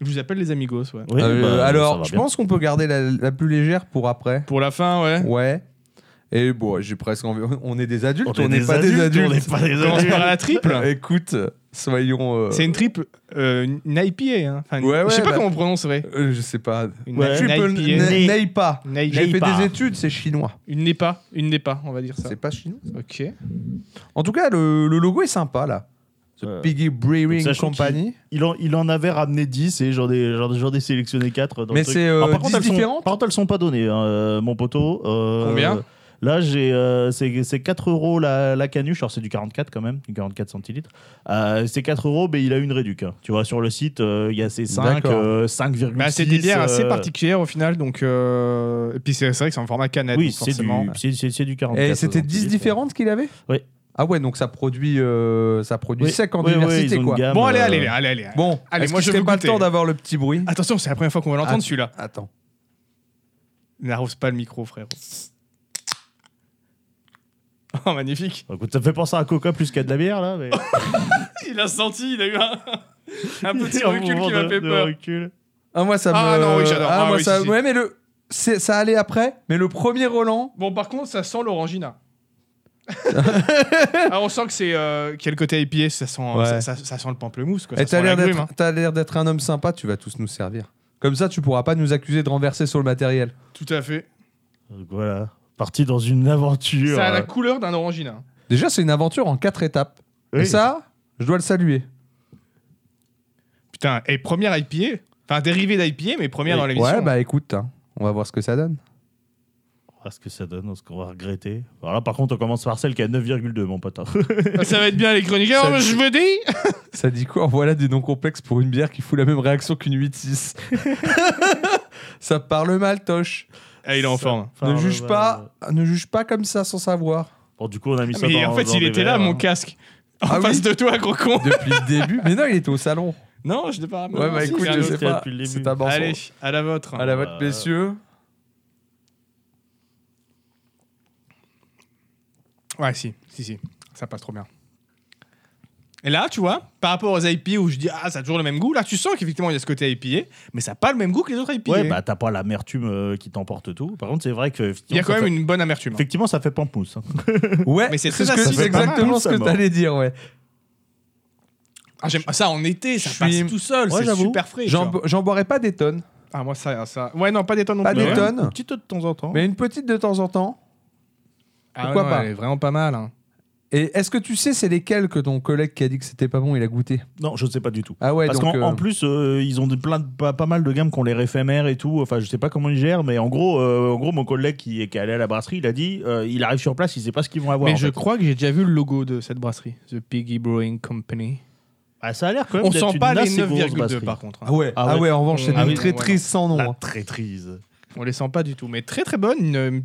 [SPEAKER 2] Je vous appelle les amigos, ouais.
[SPEAKER 3] Oui,
[SPEAKER 1] Euh,
[SPEAKER 3] bah, ça
[SPEAKER 1] alors,
[SPEAKER 3] va
[SPEAKER 1] je
[SPEAKER 3] bien.
[SPEAKER 1] pense qu'on peut garder la, la plus légère pour après.
[SPEAKER 2] Pour la fin, ouais.
[SPEAKER 1] Ouais. Et bon, j'ai presque envie. On est des adultes, on
[SPEAKER 3] est
[SPEAKER 1] n'est pas des adultes.
[SPEAKER 3] On n'est pas des
[SPEAKER 2] On commence
[SPEAKER 3] adultes.
[SPEAKER 2] par la triple.
[SPEAKER 1] Écoute, Soyons. euh,
[SPEAKER 2] C'est une triple, euh, une IPA. Hein. Enfin, une-
[SPEAKER 1] Ouais, ouais,
[SPEAKER 2] je sais pas
[SPEAKER 1] bah-
[SPEAKER 2] comment on prononcerait.
[SPEAKER 1] euh, je sais pas.
[SPEAKER 2] Une,
[SPEAKER 3] Ouais.
[SPEAKER 2] une
[SPEAKER 1] Triple
[SPEAKER 2] IPA.
[SPEAKER 1] N- Neipa.
[SPEAKER 2] Une IPA.
[SPEAKER 1] J'ai fait
[SPEAKER 3] Neipa.
[SPEAKER 1] des études, c'est chinois.
[SPEAKER 2] Une NEPA. Une NEPA, on va dire ça.
[SPEAKER 1] C'est pas chinois.
[SPEAKER 2] Ok.
[SPEAKER 1] En tout cas, le, le logo est sympa là.
[SPEAKER 3] Euh,
[SPEAKER 1] Piggy Brewing
[SPEAKER 3] sachant
[SPEAKER 1] Company.
[SPEAKER 3] il, en, il en avait ramené 10 et j'en ai, j'en- j'en ai sélectionné 4.
[SPEAKER 1] Mais c'est euh,
[SPEAKER 3] par, contre,
[SPEAKER 1] 10
[SPEAKER 3] elles sont,
[SPEAKER 1] différentes.
[SPEAKER 3] par contre, elles sont pas données, hein, euh, mon poteau. Euh,
[SPEAKER 2] Combien
[SPEAKER 3] Là, j'ai, euh, c'est, c'est 4 euros la, la canuche. Alors, c'est du 44 quand même, du 44 centilitres. Euh, c'est 4 euros, mais il a une réduc. hein. Tu vois, sur le site, euh, il y a ces 5,
[SPEAKER 1] D'accord.
[SPEAKER 3] euh, 5,6.
[SPEAKER 2] Bah, c'est des bières assez
[SPEAKER 3] euh,
[SPEAKER 2] particulières au final. Donc, euh, Et puis c'est c'est vrai que c'est en format canette.
[SPEAKER 3] Oui,
[SPEAKER 2] donc
[SPEAKER 3] c'est du,
[SPEAKER 2] forcément.
[SPEAKER 3] c'est, c'est- c'est du 44.
[SPEAKER 1] Et c'était 10
[SPEAKER 3] centilitres.
[SPEAKER 1] différentes qu'il avait
[SPEAKER 3] Oui.
[SPEAKER 1] Ah ouais, donc ça produit, euh, ça produit
[SPEAKER 3] Oui.
[SPEAKER 1] sec en
[SPEAKER 3] Ouais, ouais,
[SPEAKER 1] diversité
[SPEAKER 3] ils ont une
[SPEAKER 1] quoi.
[SPEAKER 3] gamme,
[SPEAKER 2] Bon, allez, allez, allez,
[SPEAKER 3] euh,
[SPEAKER 2] allez. allez.
[SPEAKER 1] Bon,
[SPEAKER 2] Allez,
[SPEAKER 1] est-ce
[SPEAKER 2] moi,
[SPEAKER 1] que
[SPEAKER 2] je
[SPEAKER 1] c'était
[SPEAKER 2] veux
[SPEAKER 1] pas le
[SPEAKER 2] goûter. Ah.
[SPEAKER 1] temps d'avoir le petit bruit.
[SPEAKER 2] Attention, c'est la première fois qu'on va l'entendre
[SPEAKER 1] Ah.
[SPEAKER 2] celui-là.
[SPEAKER 1] Attends.
[SPEAKER 2] N'arrose pas le micro, frérot. Oh, magnifique.
[SPEAKER 3] bah, Écoute, ça me fait penser à un coca plus qu'à de la bière, là. Mais...
[SPEAKER 2] Il a senti, il a eu un, un petit
[SPEAKER 3] Un
[SPEAKER 2] recul
[SPEAKER 3] mouvement
[SPEAKER 2] qui m'a
[SPEAKER 3] de-
[SPEAKER 2] fait
[SPEAKER 3] de
[SPEAKER 2] peur.
[SPEAKER 3] recul.
[SPEAKER 1] Ah moi ça me.
[SPEAKER 2] Ah, non, oui, j'adore.
[SPEAKER 1] Ah,
[SPEAKER 2] Ah,
[SPEAKER 1] moi
[SPEAKER 2] oui,
[SPEAKER 1] ça.
[SPEAKER 2] si, si.
[SPEAKER 1] Ouais mais le, c'est- ça allait après. Mais le premier Roland.
[SPEAKER 2] Bon, par contre, ça sent l'orangina. ah, on sent que c'est euh, qu'il y a le côté IPA, ça sent,
[SPEAKER 1] Ouais.
[SPEAKER 2] ça, ça- ça sent le pamplemousse. Quoi.
[SPEAKER 1] Et
[SPEAKER 2] ça sent
[SPEAKER 1] eh, t'as l'air
[SPEAKER 2] la grume,
[SPEAKER 1] d'être,
[SPEAKER 2] hein.
[SPEAKER 1] t'as l'air d'être un homme sympa. Tu vas tous nous servir. Comme ça, tu pourras pas nous accuser de renverser sur le matériel.
[SPEAKER 2] Tout à fait.
[SPEAKER 3] Donc, voilà. Parti dans une aventure.
[SPEAKER 2] Ça a
[SPEAKER 3] euh,
[SPEAKER 2] la couleur d'un orangina.
[SPEAKER 1] Déjà, c'est une aventure en quatre étapes. Et
[SPEAKER 3] oui.
[SPEAKER 1] ça, je dois le saluer.
[SPEAKER 2] Putain, et première IPA. Enfin, dérivée d'IPA, mais première
[SPEAKER 3] Oui.
[SPEAKER 2] dans l'émission.
[SPEAKER 1] Ouais, bah écoute, hein, on va voir ce que ça donne.
[SPEAKER 3] Ah, ce que ça donne, ce qu'on va regretter. Alors là, par contre, on commence par celle qui a 9,2, mon pote. hein.
[SPEAKER 2] Ça va être bien les chroniqueurs,
[SPEAKER 1] Ça-
[SPEAKER 2] je veux dire.
[SPEAKER 1] Ça dit quoi Voilà des noms complexes pour une bière qui fout la même réaction qu'une 8-6. ça parle mal, Toche.
[SPEAKER 2] Ah, il est en
[SPEAKER 3] Ça-
[SPEAKER 2] forme.
[SPEAKER 3] Enfin,
[SPEAKER 1] ne
[SPEAKER 3] ouais,
[SPEAKER 1] juge
[SPEAKER 3] ouais,
[SPEAKER 1] pas, ne juge pas comme ça sans savoir.
[SPEAKER 3] Bon, du coup, on a mis ça
[SPEAKER 2] Ah, Mais
[SPEAKER 3] dans-
[SPEAKER 2] en fait,
[SPEAKER 3] dans
[SPEAKER 2] il
[SPEAKER 3] des
[SPEAKER 2] était là,
[SPEAKER 3] verres,
[SPEAKER 2] mon
[SPEAKER 3] hein.
[SPEAKER 2] casque. En
[SPEAKER 1] Ah oui.
[SPEAKER 2] face de toi, gros con.
[SPEAKER 1] Depuis le début. Mais non, il était au salon.
[SPEAKER 2] Non, je n'ai pas
[SPEAKER 1] Ouais, bah
[SPEAKER 2] si,
[SPEAKER 1] écoute,
[SPEAKER 2] j'ai un
[SPEAKER 1] je
[SPEAKER 2] autre.
[SPEAKER 1] sais
[SPEAKER 3] c'était
[SPEAKER 1] pas.
[SPEAKER 3] depuis le début.
[SPEAKER 1] C'est un morceau.
[SPEAKER 2] Allez, à la vôtre.
[SPEAKER 1] À la vôtre,
[SPEAKER 3] Euh,
[SPEAKER 1] messieurs.
[SPEAKER 2] Ouais, si, si, si. Ça passe trop bien. Et là, tu vois, par rapport aux IPA où je dis, ah, ça a toujours le même goût, là, tu sens qu'effectivement, il y a ce côté IPA, mais ça n'a pas le même goût que les autres IPA.
[SPEAKER 3] Ouais, bah t'as pas l'amertume euh, qui t'emporte tout. Par contre, c'est vrai que.
[SPEAKER 2] il y a quand
[SPEAKER 3] ça
[SPEAKER 2] même
[SPEAKER 3] fait-
[SPEAKER 2] une bonne amertume. hein.
[SPEAKER 3] Effectivement, ça fait pampousse. hein.
[SPEAKER 1] Ouais,
[SPEAKER 2] Mais c'est
[SPEAKER 1] c'est
[SPEAKER 2] très
[SPEAKER 1] ce que-
[SPEAKER 2] acide,
[SPEAKER 1] c'est
[SPEAKER 3] c'est pas mal. hein,
[SPEAKER 1] exactement ce que
[SPEAKER 3] Ça mord.
[SPEAKER 1] t'allais dire, ouais.
[SPEAKER 2] Ah, j'aime ça en été, ça
[SPEAKER 1] Je
[SPEAKER 2] passe
[SPEAKER 1] suis-
[SPEAKER 2] tout seul,
[SPEAKER 1] Ouais,
[SPEAKER 2] c'est
[SPEAKER 1] j'avoue.
[SPEAKER 2] super frais. tu
[SPEAKER 1] J'en
[SPEAKER 2] vois.
[SPEAKER 1] bo- j'en boirais pas des tonnes,
[SPEAKER 2] Ah, moi, ça, ça. Ouais, non, pas Ah, des tonnes non
[SPEAKER 1] Pas
[SPEAKER 2] plus. hein.
[SPEAKER 1] des
[SPEAKER 2] ouais.
[SPEAKER 1] tonnes.
[SPEAKER 3] Bah Un petit peu de temps en temps.
[SPEAKER 1] mais une petite de temps en temps.
[SPEAKER 2] Ah,
[SPEAKER 1] Pourquoi
[SPEAKER 2] non,
[SPEAKER 1] pas
[SPEAKER 2] Elle est vraiment pas mal. hein.
[SPEAKER 1] Et est-ce que tu sais c'est lesquels que ton collègue qui a dit que c'était pas bon, il a goûté
[SPEAKER 3] Non, je sais pas du tout.
[SPEAKER 1] Ah ouais,
[SPEAKER 3] Parce
[SPEAKER 1] donc
[SPEAKER 3] qu'en en
[SPEAKER 1] euh,
[SPEAKER 3] plus, euh, ils ont de, plein de- pas, pas mal de gammes qu'on les réfémère et tout. Enfin, je sais pas comment ils gèrent, mais en gros, euh, en gros mon collègue qui est, qui est allé à la brasserie, il a dit euh, il arrive sur place, il sait pas ce qu'ils vont avoir.
[SPEAKER 2] mais
[SPEAKER 3] en
[SPEAKER 2] je
[SPEAKER 3] fait.
[SPEAKER 2] crois que j'ai déjà vu le logo de cette brasserie, The Piggy Brewing Company.
[SPEAKER 3] Ah, ça a l'air quand même.
[SPEAKER 2] On
[SPEAKER 3] d'être
[SPEAKER 2] sent
[SPEAKER 3] une
[SPEAKER 2] pas les
[SPEAKER 3] assez grosse
[SPEAKER 2] 9,2
[SPEAKER 3] brasserie.
[SPEAKER 2] par contre. hein.
[SPEAKER 1] Ah ouais,
[SPEAKER 3] Ah
[SPEAKER 1] ah ouais, en revanche, c'est
[SPEAKER 2] Ah
[SPEAKER 1] une
[SPEAKER 2] oui,
[SPEAKER 1] très
[SPEAKER 2] non, ouais,
[SPEAKER 1] triste sans nom.
[SPEAKER 3] La
[SPEAKER 1] hein.
[SPEAKER 3] traîtrise.
[SPEAKER 2] On les sent pas du tout, mais très très bonne. Une-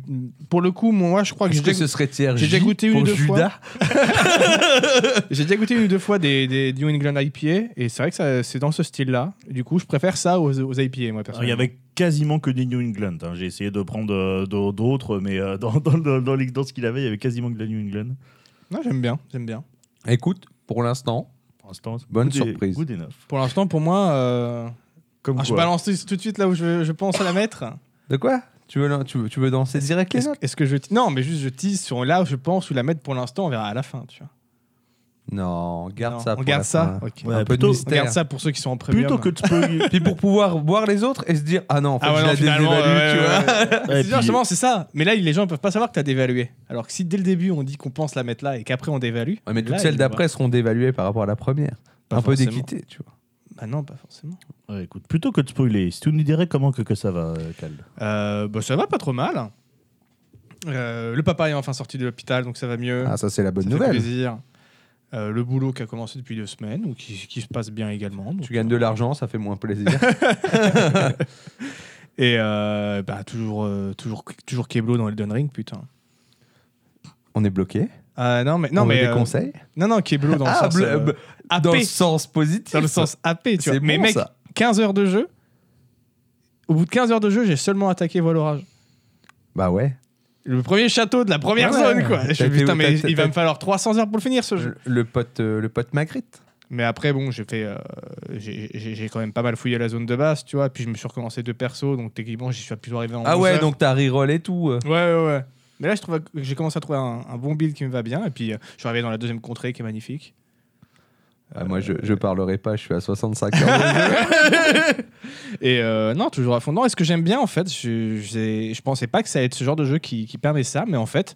[SPEAKER 2] Pour le coup, moi, je crois que j'ai
[SPEAKER 1] Est-ce que
[SPEAKER 2] déjà
[SPEAKER 1] ce serait tiers
[SPEAKER 2] j'ai
[SPEAKER 1] J
[SPEAKER 2] déjà goûté une
[SPEAKER 1] pour
[SPEAKER 2] ou deux fois.
[SPEAKER 1] Judas
[SPEAKER 2] J'ai déjà goûté une ou deux fois des, des New England IPA et c'est vrai que ça- c'est dans ce style-là. Du coup, je préfère ça aux, aux IPA, moi,
[SPEAKER 3] Alors, Ah, Il y
[SPEAKER 2] personnellement.
[SPEAKER 3] avait quasiment que des New England. hein. J'ai essayé de prendre euh, d'au- d'autres, mais euh, dans, dans, dans- dans les- dans ce qu'il avait, il y avait quasiment que de la New England.
[SPEAKER 2] Non, j'aime bien, j'aime bien.
[SPEAKER 1] Écoute, pour l'instant,
[SPEAKER 3] Pour l'instant, c'est
[SPEAKER 1] Bonne
[SPEAKER 3] good
[SPEAKER 1] surprise.
[SPEAKER 3] good enough.
[SPEAKER 2] Pour l'instant, pour moi, euh,
[SPEAKER 3] Comme
[SPEAKER 2] ah, je
[SPEAKER 3] quoi.
[SPEAKER 2] balance tout tout de suite là où je, je pense à la mettre.
[SPEAKER 1] de quoi tu veux, tu, veux, tu veux danser direct les
[SPEAKER 2] Est-ce
[SPEAKER 1] notes
[SPEAKER 2] est-ce que je te- non, mais juste je tease sur là où je pense où la mettre pour l'instant. On verra à la fin, tu vois.
[SPEAKER 1] Non, garde
[SPEAKER 2] Non,
[SPEAKER 1] ça.
[SPEAKER 2] on
[SPEAKER 1] pour
[SPEAKER 2] garde
[SPEAKER 1] la
[SPEAKER 2] ça,
[SPEAKER 1] fin.
[SPEAKER 2] ok.
[SPEAKER 1] un
[SPEAKER 3] Ouais,
[SPEAKER 1] peu
[SPEAKER 3] plutôt,
[SPEAKER 1] de
[SPEAKER 3] on
[SPEAKER 2] On
[SPEAKER 1] mystère.
[SPEAKER 2] garde ça pour ceux qui sont en premium.
[SPEAKER 3] Plutôt que de spoiler.
[SPEAKER 1] Puis pour pouvoir boire les autres et se dire ah non, en fait,
[SPEAKER 2] Ah ouais,
[SPEAKER 1] je
[SPEAKER 2] non,
[SPEAKER 1] la
[SPEAKER 2] finalement,
[SPEAKER 1] désévalue,
[SPEAKER 2] ouais,
[SPEAKER 1] tu
[SPEAKER 2] ouais,
[SPEAKER 1] vois.
[SPEAKER 2] ouais.
[SPEAKER 3] Et
[SPEAKER 2] C'est
[SPEAKER 3] puis-
[SPEAKER 2] justement, c'est ça. Mais là, les gens ne peuvent pas savoir que tu as dévalué. Alors que si dès le début, on dit qu'on pense la mettre là et qu'après on dévalue.
[SPEAKER 1] Ouais, mais toutes
[SPEAKER 2] là,
[SPEAKER 1] celles
[SPEAKER 2] ils voient.
[SPEAKER 1] d'après seront dévaluées par rapport à la première.
[SPEAKER 2] Pas
[SPEAKER 1] un peu
[SPEAKER 2] forcément.
[SPEAKER 1] d'équité, tu vois.
[SPEAKER 2] Bah non, pas forcément.
[SPEAKER 3] Ouais, écoute, plutôt que de spoiler, si tu nous dirais comment que, que ça va, euh, Cal.
[SPEAKER 2] Euh, bah, ça va pas trop mal. Euh, le papa est enfin sorti de l'hôpital, donc ça va mieux.
[SPEAKER 1] Ah, ça, c'est la bonne
[SPEAKER 2] Ça fait
[SPEAKER 1] nouvelle.
[SPEAKER 2] plaisir. Euh, le boulot qui a commencé depuis deux semaines ou qui, qui se passe bien également. donc.
[SPEAKER 1] Tu gagnes de l'argent, ça fait moins plaisir.
[SPEAKER 2] Et euh, bah, toujours, euh, toujours, toujours Keblo dans Elden Ring, putain.
[SPEAKER 1] On est bloqué.
[SPEAKER 2] Ah non, mais non,
[SPEAKER 1] on veut
[SPEAKER 2] mais
[SPEAKER 1] des
[SPEAKER 2] euh,
[SPEAKER 1] conseils.
[SPEAKER 2] non, non, Keblo dans le
[SPEAKER 1] Ah,
[SPEAKER 2] sens
[SPEAKER 1] bleu-
[SPEAKER 2] euh,
[SPEAKER 1] bleu-
[SPEAKER 2] AP,
[SPEAKER 1] dans le sens positif.
[SPEAKER 2] dans le sens AP, tu vois.
[SPEAKER 1] C'est
[SPEAKER 2] mais
[SPEAKER 1] bon,
[SPEAKER 2] mec,
[SPEAKER 1] ça.
[SPEAKER 2] 15 heures de jeu. Au bout de 15 heures de jeu, j'ai seulement attaqué Voile Orage.
[SPEAKER 1] Bah ouais.
[SPEAKER 2] Le premier château de la première
[SPEAKER 1] Ouais,
[SPEAKER 2] zone,
[SPEAKER 1] ouais.
[SPEAKER 2] quoi. Je
[SPEAKER 1] T'as
[SPEAKER 2] suis
[SPEAKER 1] été
[SPEAKER 2] putain,
[SPEAKER 1] où,
[SPEAKER 2] mais
[SPEAKER 1] t'as-
[SPEAKER 2] il va
[SPEAKER 1] t'as-
[SPEAKER 2] me falloir 300 heures pour le finir ce jeu.
[SPEAKER 1] Le, le pote, euh, le pote Magritte.
[SPEAKER 2] Mais après, bon, j'ai fait. euh, j'ai- j'ai j'ai quand même pas mal fouillé la zone de base, tu vois. Puis je me suis recommencé deux persos, donc techniquement, j'y suis plutôt arrivé en.
[SPEAKER 1] Ah
[SPEAKER 2] 11
[SPEAKER 1] ouais,
[SPEAKER 2] heures.
[SPEAKER 1] donc t'as reroll et tout. euh.
[SPEAKER 2] Ouais, ouais, ouais. Mais là, je trouve que j'ai commencé à trouver un, un bon build qui me va bien. Et puis, euh, je suis arrivé dans la deuxième contrée qui est magnifique.
[SPEAKER 1] Ah, moi, je, je parlerai pas, je suis à 65 heures de jeu.
[SPEAKER 2] Et euh, non, toujours à fond. Non, et ce que j'aime bien, en fait, je, j'ai- je pensais pas que ça allait être ce genre de jeu qui, qui permet ça, mais en fait,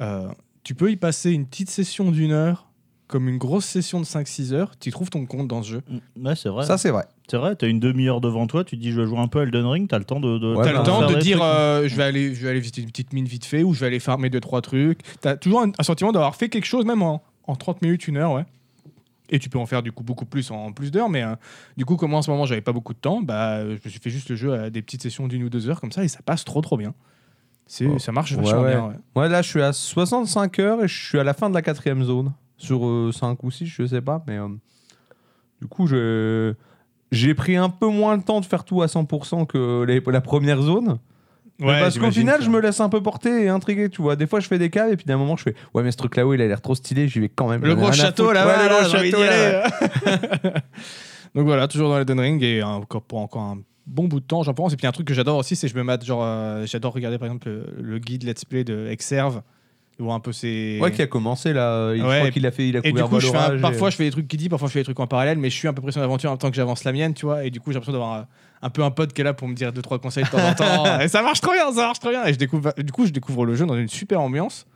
[SPEAKER 2] euh, tu peux y passer une petite session d'une heure, comme une grosse session de 5-6 heures, tu trouves ton compte dans ce jeu.
[SPEAKER 3] Ouais, c'est vrai.
[SPEAKER 1] Ça, c'est vrai.
[SPEAKER 3] C'est vrai, t'as une demi-heure devant toi, tu te dis je vais jouer un peu à Elden Ring, t'as le temps de. de
[SPEAKER 1] Ouais,
[SPEAKER 2] T'as
[SPEAKER 1] bah,
[SPEAKER 2] Ah, le temps
[SPEAKER 3] faire
[SPEAKER 2] de
[SPEAKER 3] des
[SPEAKER 2] dire
[SPEAKER 3] trucs.
[SPEAKER 2] euh, je vais aller je vais aller visiter une petite mine vite fait ou je vais aller farmer deux trois trucs. T'as toujours un, un sentiment d'avoir fait quelque chose même en, en 30 minutes, une heure, ouais. Et tu peux en faire du coup beaucoup plus en, en plus d'heures, mais euh, du coup comme en ce moment j'avais pas beaucoup de temps, bah euh, je me suis fait juste le jeu à des petites sessions d'une ou deux heures comme ça et ça passe trop trop bien. C'est
[SPEAKER 1] Oh.
[SPEAKER 2] ça marche
[SPEAKER 1] Ouais,
[SPEAKER 2] vachement
[SPEAKER 1] ouais.
[SPEAKER 2] bien. ouais.
[SPEAKER 1] Moi, là, je suis à 65 heures et je suis à la fin de la quatrième zone. Sur 5 ou 6, je sais pas. Mais euh, du coup, je- j'ai pris un peu moins le temps de faire tout à 100% que les- la première zone. Mais
[SPEAKER 2] Ouais,
[SPEAKER 1] parce qu'au
[SPEAKER 2] j'imagine
[SPEAKER 1] final,
[SPEAKER 2] que-
[SPEAKER 1] je me laisse un peu porter et intriguer, tu vois. Des fois, je fais des caves et puis d'un moment, je fais Ouais, mais ce truc là-haut, il a l'air trop stylé, j'y vais quand même.
[SPEAKER 2] Le
[SPEAKER 1] J'en ai
[SPEAKER 2] gros
[SPEAKER 1] rien à
[SPEAKER 2] château
[SPEAKER 1] foutre.
[SPEAKER 2] là,
[SPEAKER 1] Ouais,
[SPEAKER 2] voilà,
[SPEAKER 1] le gros
[SPEAKER 2] j'ai envie
[SPEAKER 1] château,
[SPEAKER 2] d'y
[SPEAKER 1] là, ouais.
[SPEAKER 2] aller. Donc voilà, toujours dans Elden Ring et encore pour encore un bon bout de temps, j'en pense. Et puis un truc que j'adore aussi, c'est que je me mate genre, euh, j'adore regarder par exemple le, le guide Let's Play de Exerve, où un peu ses.
[SPEAKER 1] Ouais, qui a commencé là. Il, je
[SPEAKER 2] Ouais,
[SPEAKER 1] crois
[SPEAKER 2] et-
[SPEAKER 1] qu'il a fait, il a
[SPEAKER 2] et du
[SPEAKER 1] couvert
[SPEAKER 2] coup, je fais un-
[SPEAKER 1] Valorage et-
[SPEAKER 2] parfois je fais des trucs qui dit, parfois je fais des trucs en parallèle, mais je suis à peu près sur l'aventure en même temps que j'avance la mienne, tu vois. Et du coup, j'ai l'impression d'avoir un, un peu un pote qui est là pour me dire deux trois conseils de temps en temps. et ça marche trop bien, ça marche trop bien. Et je découvre, du coup, je découvre le jeu dans une super ambiance.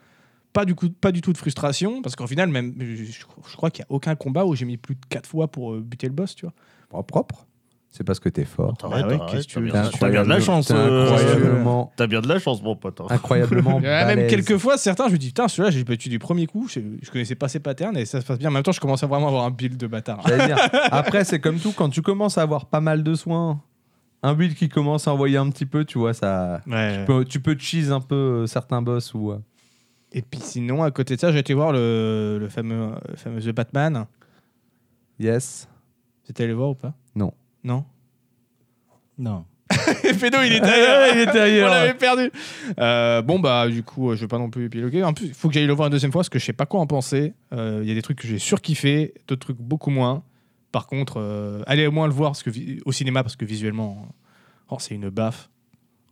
[SPEAKER 2] Pas du, coup, pas du tout de frustration, parce qu'en final, même, je, je- je crois qu'il n'y a aucun combat où j'ai mis plus de 4 fois pour euh, buter le boss, tu vois.
[SPEAKER 1] Propre, Oh, propre. C'est parce que t'es fort.
[SPEAKER 3] T'arrêtes,
[SPEAKER 2] Bah ouais,
[SPEAKER 3] t'arrêtes,
[SPEAKER 2] qu'est-ce que tu
[SPEAKER 3] t'as
[SPEAKER 2] veux
[SPEAKER 3] bien-
[SPEAKER 2] dire
[SPEAKER 3] T'as bien de la
[SPEAKER 1] Incroyable-
[SPEAKER 3] chance.
[SPEAKER 1] t'es
[SPEAKER 3] euh,
[SPEAKER 1] Incroyablement,
[SPEAKER 3] T'as bien de la chance, mon pote.
[SPEAKER 2] Ah.
[SPEAKER 3] hein.
[SPEAKER 1] incroyablement.
[SPEAKER 2] Ouais, même
[SPEAKER 1] balèze.
[SPEAKER 2] quelques fois, certains, je me dis putain, celui-là, j'ai pas tué du premier coup, je, je connaissais pas ses patterns et ça se passe bien. En même temps, je commence à vraiment avoir un build de bâtard.
[SPEAKER 1] J'allais dire. Après, c'est comme tout, quand tu commences à avoir pas mal de soins, un build qui commence à envoyer un petit peu, tu vois, ça.
[SPEAKER 2] Ouais.
[SPEAKER 1] Tu peux, tu peux cheese un peu euh, certains boss ou. euh,
[SPEAKER 2] Et puis sinon, à côté de ça, j'ai été voir le, le fameux, le fameux The Batman.
[SPEAKER 1] Yes.
[SPEAKER 2] Vous êtes allé le voir ou pas
[SPEAKER 1] Non.
[SPEAKER 2] Non
[SPEAKER 3] Non.
[SPEAKER 2] Pédo, il était ailleurs, il était
[SPEAKER 1] ailleurs.
[SPEAKER 2] On l'avait perdu. Euh, bon, bah, du coup, euh, je vais pas non plus épiloguer. En plus, il faut que j'aille le voir une deuxième fois parce que je sais pas quoi en penser. Euh, Il y a des trucs que j'ai surkiffé, d'autres trucs beaucoup moins. Par contre, euh, allez au moins le voir parce que, vi- au cinéma parce que visuellement, oh, c'est une baffe.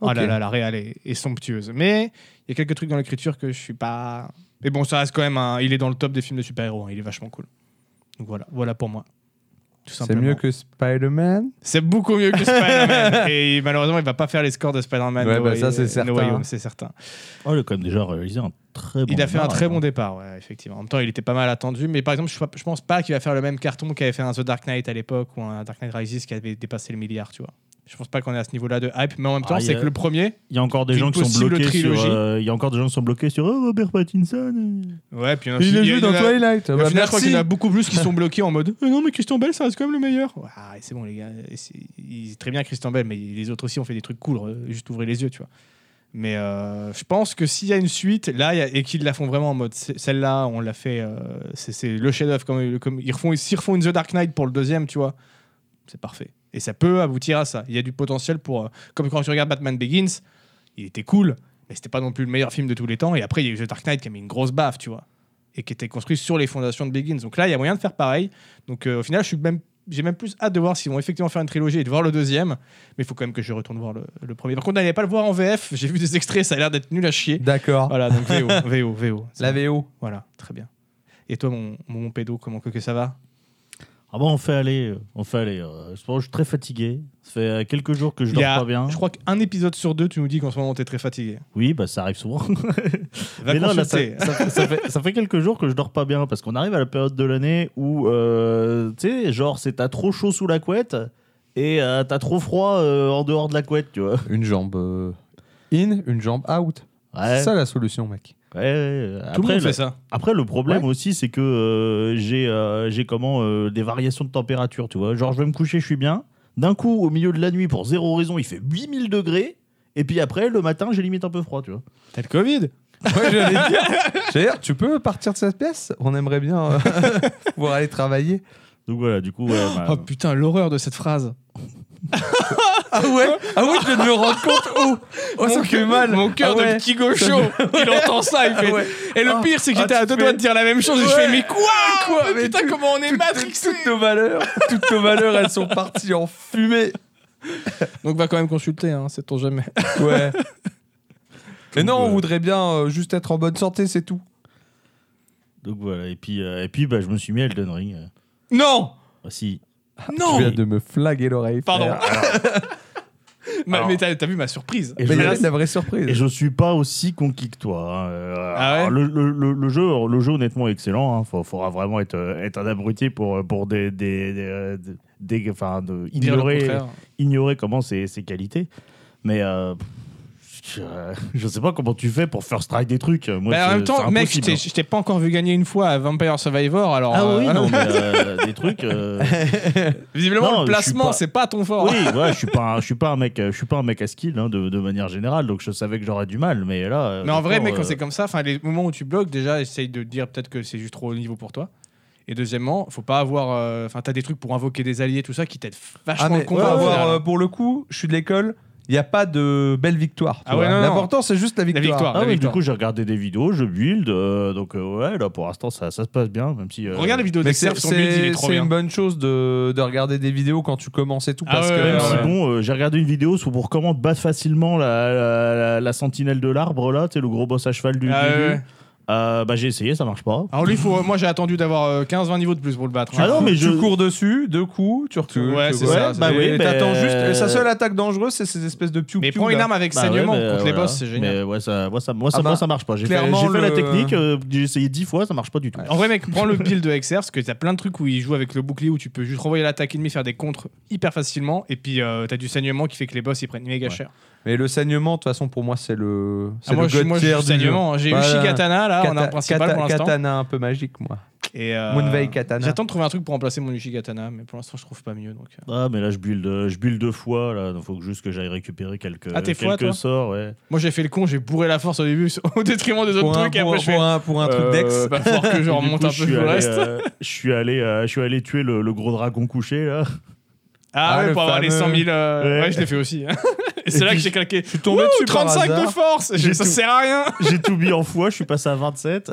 [SPEAKER 2] Oh
[SPEAKER 1] Ok.
[SPEAKER 2] là là, la réal est, est somptueuse. Mais il y a quelques trucs dans l'écriture que je suis pas. Mais bon, ça reste quand même un. Il est dans le top des films de super-héros. hein. Il est vachement cool. Donc voilà, voilà pour moi. Tout
[SPEAKER 1] C'est
[SPEAKER 2] simplement.
[SPEAKER 1] mieux que Spider-Man.
[SPEAKER 2] C'est beaucoup mieux que Spider-Man. et malheureusement, il va pas faire les scores de Spider-Man.
[SPEAKER 1] Ouais,
[SPEAKER 2] No
[SPEAKER 1] bah,
[SPEAKER 2] Way-
[SPEAKER 1] ça, c'est
[SPEAKER 2] No
[SPEAKER 1] certain.
[SPEAKER 2] Way Home, c'est certain.
[SPEAKER 3] Oh, il a quand même déjà réalisé un très bon.
[SPEAKER 2] il a fait un
[SPEAKER 3] démarrage,
[SPEAKER 2] très bon
[SPEAKER 3] hein.
[SPEAKER 2] départ, ouais, effectivement. En même temps, il était pas mal attendu. Mais par exemple, je, je pense pas qu'il va faire le même carton qu'avait fait un The Dark Knight à l'époque ou un Dark Knight Rises qui avait dépassé le milliard, tu vois. Je pense pas qu'on est à ce niveau-là de hype, mais en même
[SPEAKER 3] Ah,
[SPEAKER 2] temps,
[SPEAKER 3] il y
[SPEAKER 2] c'est
[SPEAKER 3] a-
[SPEAKER 2] que le premier.
[SPEAKER 3] Il y a encore des
[SPEAKER 2] d'une
[SPEAKER 3] gens qui sont
[SPEAKER 2] possible
[SPEAKER 3] bloqués sur.
[SPEAKER 2] trilogie.
[SPEAKER 3] euh, Il y a encore des gens qui sont bloqués sur oh, Robert Pattinson.
[SPEAKER 2] Ouais, puis il y en a-
[SPEAKER 1] Il a
[SPEAKER 2] il y
[SPEAKER 1] joué
[SPEAKER 2] en
[SPEAKER 1] dans
[SPEAKER 2] a-
[SPEAKER 1] Twilight. Ah
[SPEAKER 2] Au
[SPEAKER 1] bah,
[SPEAKER 2] final, je crois qu'il y en a
[SPEAKER 1] merci.
[SPEAKER 2] beaucoup plus qui sont bloqués en mode Euh, Non, mais Christian Bell, ça reste quand même le meilleur. Ouais, ah, c'est bon, les gars. c'est- il- Très bien, Christian Bell, mais les autres aussi ont fait des trucs cool. euh, Juste ouvrez les yeux, tu vois. Mais euh, je pense que s'il y a une suite, là, il y a- et qu'ils la font vraiment en mode c'est- celle-là, on l'a fait, euh, c'est c'est le chef-d'œuvre. Comme, comme, ils refont, s'ils refont une The Dark Knight pour le deuxième, tu vois, c'est parfait. Et ça peut aboutir à ça. Il y a du potentiel pour. euh, comme quand tu regardes Batman Begins, il était cool, mais c'était pas non plus le meilleur film de tous les temps. Et après, il y a eu The Dark Knight qui a mis une grosse baffe, tu vois, et qui était construit sur les fondations de Begins. Donc là, il y a moyen de faire pareil. Donc euh, au final, je suis même. J'ai même plus hâte de voir s'ils vont effectivement faire une trilogie et de voir le deuxième, mais il faut quand même que je retourne voir le, le premier. Par contre, n'allez pas le voir en VF, j'ai vu des extraits, ça a l'air d'être nul à chier.
[SPEAKER 1] D'accord.
[SPEAKER 2] Voilà, donc VO, VO, VO.
[SPEAKER 1] La VO.
[SPEAKER 2] Voilà, très bien. Et toi, mon, mon, mon pédo, comment que, que ça va
[SPEAKER 3] Ah bon, on fait aller, euh, on fait aller. euh, Je pense que je suis très fatigué. Ça fait euh, quelques jours que je
[SPEAKER 2] Il y
[SPEAKER 3] dors
[SPEAKER 2] a-
[SPEAKER 3] pas bien.
[SPEAKER 2] Je crois qu'un épisode sur deux, tu nous dis qu'en ce moment, t'es très fatigué.
[SPEAKER 3] Oui, bah ça arrive souvent.
[SPEAKER 2] Va
[SPEAKER 3] là, là, ça,
[SPEAKER 2] consulter.
[SPEAKER 3] ça- ça fait, ça fait quelques jours que je dors pas bien parce qu'on arrive à la période de l'année où, euh, tu sais, genre, c'est t'as trop chaud sous la couette et euh, t'as trop froid euh, en dehors de la couette, tu vois.
[SPEAKER 1] Une jambe euh, in, une jambe out.
[SPEAKER 3] Ouais,
[SPEAKER 1] C'est ça la solution, mec.
[SPEAKER 3] ouais, ouais.
[SPEAKER 2] Tout le
[SPEAKER 3] Après,
[SPEAKER 2] monde fait
[SPEAKER 3] le,
[SPEAKER 2] ça.
[SPEAKER 3] après, le problème aussi, c'est que euh, j'ai euh, j'ai comment euh, des variations de température, tu vois. Genre, je vais me coucher, je suis bien. D'un coup, au milieu de la nuit, pour zéro raison, il fait 8000 degrés. Et puis après, le matin, j'ai limite un peu froid, tu vois.
[SPEAKER 2] T'as le Covid
[SPEAKER 1] Ouais, j'allais dire. J'allais dire, tu peux partir de cette pièce On aimerait bien euh, pouvoir aller travailler.
[SPEAKER 3] Donc voilà, du coup, ouais, bah,
[SPEAKER 2] Oh putain, l'horreur de cette phrase.
[SPEAKER 1] Ah ouais Ah ouais, je viens de me rendre compte. Oh, oh ça fait mal.
[SPEAKER 2] Mon cœur
[SPEAKER 1] Ah ouais.
[SPEAKER 2] de petit gaucho, il entend ça. Il
[SPEAKER 1] Ah
[SPEAKER 2] fait...
[SPEAKER 1] ouais.
[SPEAKER 2] Et le
[SPEAKER 1] Ah,
[SPEAKER 2] pire, c'est que
[SPEAKER 1] ah,
[SPEAKER 2] j'étais
[SPEAKER 1] tu
[SPEAKER 2] à deux
[SPEAKER 1] fais-
[SPEAKER 2] doigts de dire la même chose. Et je
[SPEAKER 1] Ouais. Ah,
[SPEAKER 2] fais, mais quoi,
[SPEAKER 1] Quoi,
[SPEAKER 2] Mais
[SPEAKER 1] mais
[SPEAKER 2] Putain,
[SPEAKER 1] tu-
[SPEAKER 2] comment on est
[SPEAKER 1] Toutes-
[SPEAKER 2] matrixé
[SPEAKER 1] toutes nos valeurs, toutes nos valeurs, elles sont parties en fumée.
[SPEAKER 2] Donc va quand même consulter, hein, c'est ton jamais.
[SPEAKER 1] Ouais. Mais non,
[SPEAKER 3] Donc,
[SPEAKER 1] on
[SPEAKER 3] euh,
[SPEAKER 1] voudrait bien euh, juste être en bonne santé, c'est tout.
[SPEAKER 3] Donc voilà, et puis, euh, et puis bah, je me suis mis à Elden Ring. euh.
[SPEAKER 2] Non
[SPEAKER 3] Ah, si.
[SPEAKER 1] Tu
[SPEAKER 2] Non
[SPEAKER 1] viens de me flaguer l'oreille.
[SPEAKER 2] Pardon.
[SPEAKER 1] frère.
[SPEAKER 2] Ma-
[SPEAKER 3] Eh, Alors-
[SPEAKER 2] Mais t'as t'as vu ma surprise
[SPEAKER 3] Et
[SPEAKER 1] Mais
[SPEAKER 3] je-
[SPEAKER 1] là, c'est la vraie surprise.
[SPEAKER 3] Et je suis pas aussi conquis que toi. hein. Euh,
[SPEAKER 2] Ah
[SPEAKER 3] alors,
[SPEAKER 2] ouais
[SPEAKER 3] le, le- le- le jeu, le jeu honnêtement est excellent. hein. Faut- faudra vraiment être, euh, être un abruti pour euh, pour des des, des- des- des- enfin de
[SPEAKER 2] Dire le
[SPEAKER 3] ignorer
[SPEAKER 2] contraire.
[SPEAKER 3] ignorer comment c'est ses qualités. Mais euh, pff, je, je sais pas comment tu fais pour faire strike des trucs. Moi,
[SPEAKER 2] Bah, en
[SPEAKER 3] c'est-
[SPEAKER 2] même
[SPEAKER 3] c'est
[SPEAKER 2] temps, mec, je
[SPEAKER 3] impossible,
[SPEAKER 2] t'ai-
[SPEAKER 3] hein.
[SPEAKER 2] je t'ai pas encore vu gagner une fois à Vampire Survivor, alors.
[SPEAKER 3] Ah oui,
[SPEAKER 2] euh,
[SPEAKER 3] non, mais, euh, des trucs. euh,
[SPEAKER 2] Visiblement,
[SPEAKER 3] Non,
[SPEAKER 2] le
[SPEAKER 3] je suis
[SPEAKER 2] placement,
[SPEAKER 3] pas-
[SPEAKER 2] c'est pas ton fort.
[SPEAKER 3] Oui, ouais, je suis pas, un- je suis pas un mec, euh, je suis pas un mec à skill hein, de, de manière générale, donc je savais que j'aurais du mal, mais là. euh,
[SPEAKER 2] Mais en vrai,
[SPEAKER 3] d'accord,
[SPEAKER 2] mec, quand
[SPEAKER 3] euh,
[SPEAKER 2] c'est comme ça, enfin, les moments où tu bloques, déjà, essaye de dire peut-être que c'est juste trop haut niveau pour toi. Et deuxièmement, faut pas avoir. euh, Enfin, t'as des trucs pour invoquer des alliés, tout ça, qui t'aident vachement
[SPEAKER 1] Ah, mais
[SPEAKER 2] le combat.
[SPEAKER 1] faut
[SPEAKER 2] au
[SPEAKER 1] avoir,
[SPEAKER 2] final.
[SPEAKER 1] euh, pour le coup, je suis de l'école, il n'y a pas de belle victoire. tu
[SPEAKER 2] Ah ouais,
[SPEAKER 1] vois.
[SPEAKER 2] non, non.
[SPEAKER 1] L'important, c'est juste la victoire.
[SPEAKER 2] victoire.
[SPEAKER 3] Ah
[SPEAKER 2] la
[SPEAKER 3] oui, du coup, j'ai regardé des vidéos, je build, euh, donc euh, ouais, là pour l'instant ça, ça se passe bien, même si. euh,
[SPEAKER 2] Regarde les vidéos
[SPEAKER 1] Mais
[SPEAKER 2] d'Exerve,
[SPEAKER 1] c'est
[SPEAKER 2] son build, il est
[SPEAKER 1] c'est-
[SPEAKER 2] trop
[SPEAKER 1] c'est
[SPEAKER 2] bien.
[SPEAKER 1] une bonne chose de, de regarder des vidéos quand tu commences et tout.
[SPEAKER 2] Ah
[SPEAKER 1] parce
[SPEAKER 2] ouais,
[SPEAKER 1] que,
[SPEAKER 2] ouais,
[SPEAKER 3] Même si
[SPEAKER 2] ouais.
[SPEAKER 3] bon, euh, j'ai regardé une vidéo sur pour comment battre facilement la, la, la- la sentinelle de l'arbre là, tu sais, le gros boss à cheval du
[SPEAKER 2] Ah,
[SPEAKER 3] début.
[SPEAKER 2] ouais, ouais.
[SPEAKER 3] Euh, bah j'ai essayé, ça marche pas.
[SPEAKER 2] Alors lui, faut, moi j'ai attendu d'avoir euh, 15-20 niveaux de plus pour le battre.
[SPEAKER 3] Ah
[SPEAKER 2] hein.
[SPEAKER 3] non, mais je-
[SPEAKER 1] Tu cours dessus, deux coups, tu recules.
[SPEAKER 2] Ouais,
[SPEAKER 1] tu
[SPEAKER 2] c'est
[SPEAKER 1] vois.
[SPEAKER 2] ça, c'est
[SPEAKER 3] bah
[SPEAKER 1] Et
[SPEAKER 3] oui, mais-
[SPEAKER 1] t'attends
[SPEAKER 2] euh,
[SPEAKER 1] juste. Sa seule attaque dangereuse, c'est ces espèces de piou
[SPEAKER 2] mais prends une arme avec
[SPEAKER 3] Bah ouais,
[SPEAKER 2] saignement
[SPEAKER 3] mais, euh,
[SPEAKER 2] contre les
[SPEAKER 3] voilà.
[SPEAKER 2] boss, c'est génial.
[SPEAKER 3] Mais ouais, ça, moi, ça, moi, ça,
[SPEAKER 1] Ah bah,
[SPEAKER 3] moi, ça marche pas. J'ai fait,
[SPEAKER 1] clairement,
[SPEAKER 3] j'ai fait la
[SPEAKER 1] le-
[SPEAKER 3] technique, euh, j'ai essayé dix fois, ça marche pas du tout.
[SPEAKER 2] En vrai, mec, prends le build de XR parce que t'as plein de trucs où il joue avec le bouclier où tu peux juste renvoyer l'attaque ennemie, faire des contres hyper facilement. Et puis euh, t'as du saignement qui fait que les boss ils prennent méga
[SPEAKER 3] Ouais.
[SPEAKER 2] cher.
[SPEAKER 1] Mais le saignement, de toute façon, pour moi, c'est le.
[SPEAKER 2] Ah,
[SPEAKER 1] C'est
[SPEAKER 2] moi,
[SPEAKER 1] le
[SPEAKER 2] je,
[SPEAKER 1] god
[SPEAKER 2] moi, je
[SPEAKER 1] tier
[SPEAKER 2] suis
[SPEAKER 1] du jeu.
[SPEAKER 2] saignement. J'ai eu
[SPEAKER 1] Voilà.
[SPEAKER 2] Shikatana là, on a un
[SPEAKER 1] Kata-
[SPEAKER 2] principal
[SPEAKER 1] kata-
[SPEAKER 2] pour l'instant.
[SPEAKER 1] katana un peu magique, moi.
[SPEAKER 2] Et, euh,
[SPEAKER 1] Moonveil Katana.
[SPEAKER 2] J'attends de trouver un truc pour remplacer mon Ushikatana, mais pour l'instant je trouve pas mieux. Donc, euh.
[SPEAKER 3] Ah, mais là, je build, euh, je build deux fois, là, donc faut que- juste que j'aille récupérer quelques,
[SPEAKER 2] Ah, t'es
[SPEAKER 3] quelques
[SPEAKER 2] fois, toi
[SPEAKER 3] sorts, ouais.
[SPEAKER 2] Moi j'ai fait le con, j'ai bourré la force au début au détriment des autres
[SPEAKER 1] Pour un,
[SPEAKER 2] trucs. et
[SPEAKER 1] pour,
[SPEAKER 2] après je fais.
[SPEAKER 1] pour un, pour un truc
[SPEAKER 2] euh,
[SPEAKER 1] d'ex.
[SPEAKER 2] bah, faut que je
[SPEAKER 3] Et du
[SPEAKER 2] remonte
[SPEAKER 3] coup,
[SPEAKER 2] un
[SPEAKER 3] je
[SPEAKER 2] peu
[SPEAKER 3] suis
[SPEAKER 2] le
[SPEAKER 3] allé,
[SPEAKER 2] reste.
[SPEAKER 3] euh, je suis allé, euh, je suis allé tuer le, le gros dragon couché là.
[SPEAKER 2] Ah,
[SPEAKER 1] Ah,
[SPEAKER 2] ouais,
[SPEAKER 1] le
[SPEAKER 2] pour avoir les 100
[SPEAKER 1] fameux.
[SPEAKER 2] 000. euh,
[SPEAKER 3] Ouais.
[SPEAKER 2] Ouais, je l'ai fait aussi. hein. Et c'est
[SPEAKER 3] Et
[SPEAKER 2] là que
[SPEAKER 3] puis,
[SPEAKER 2] j'ai claqué.
[SPEAKER 1] Je suis tombé
[SPEAKER 2] Ouh,
[SPEAKER 1] dessus par
[SPEAKER 2] 35 de
[SPEAKER 1] hasard.
[SPEAKER 2] force J'ai-
[SPEAKER 3] J'ai
[SPEAKER 2] Ça
[SPEAKER 3] tout-
[SPEAKER 2] sert à rien
[SPEAKER 3] J'ai tout mis en fois, je suis passé à 27.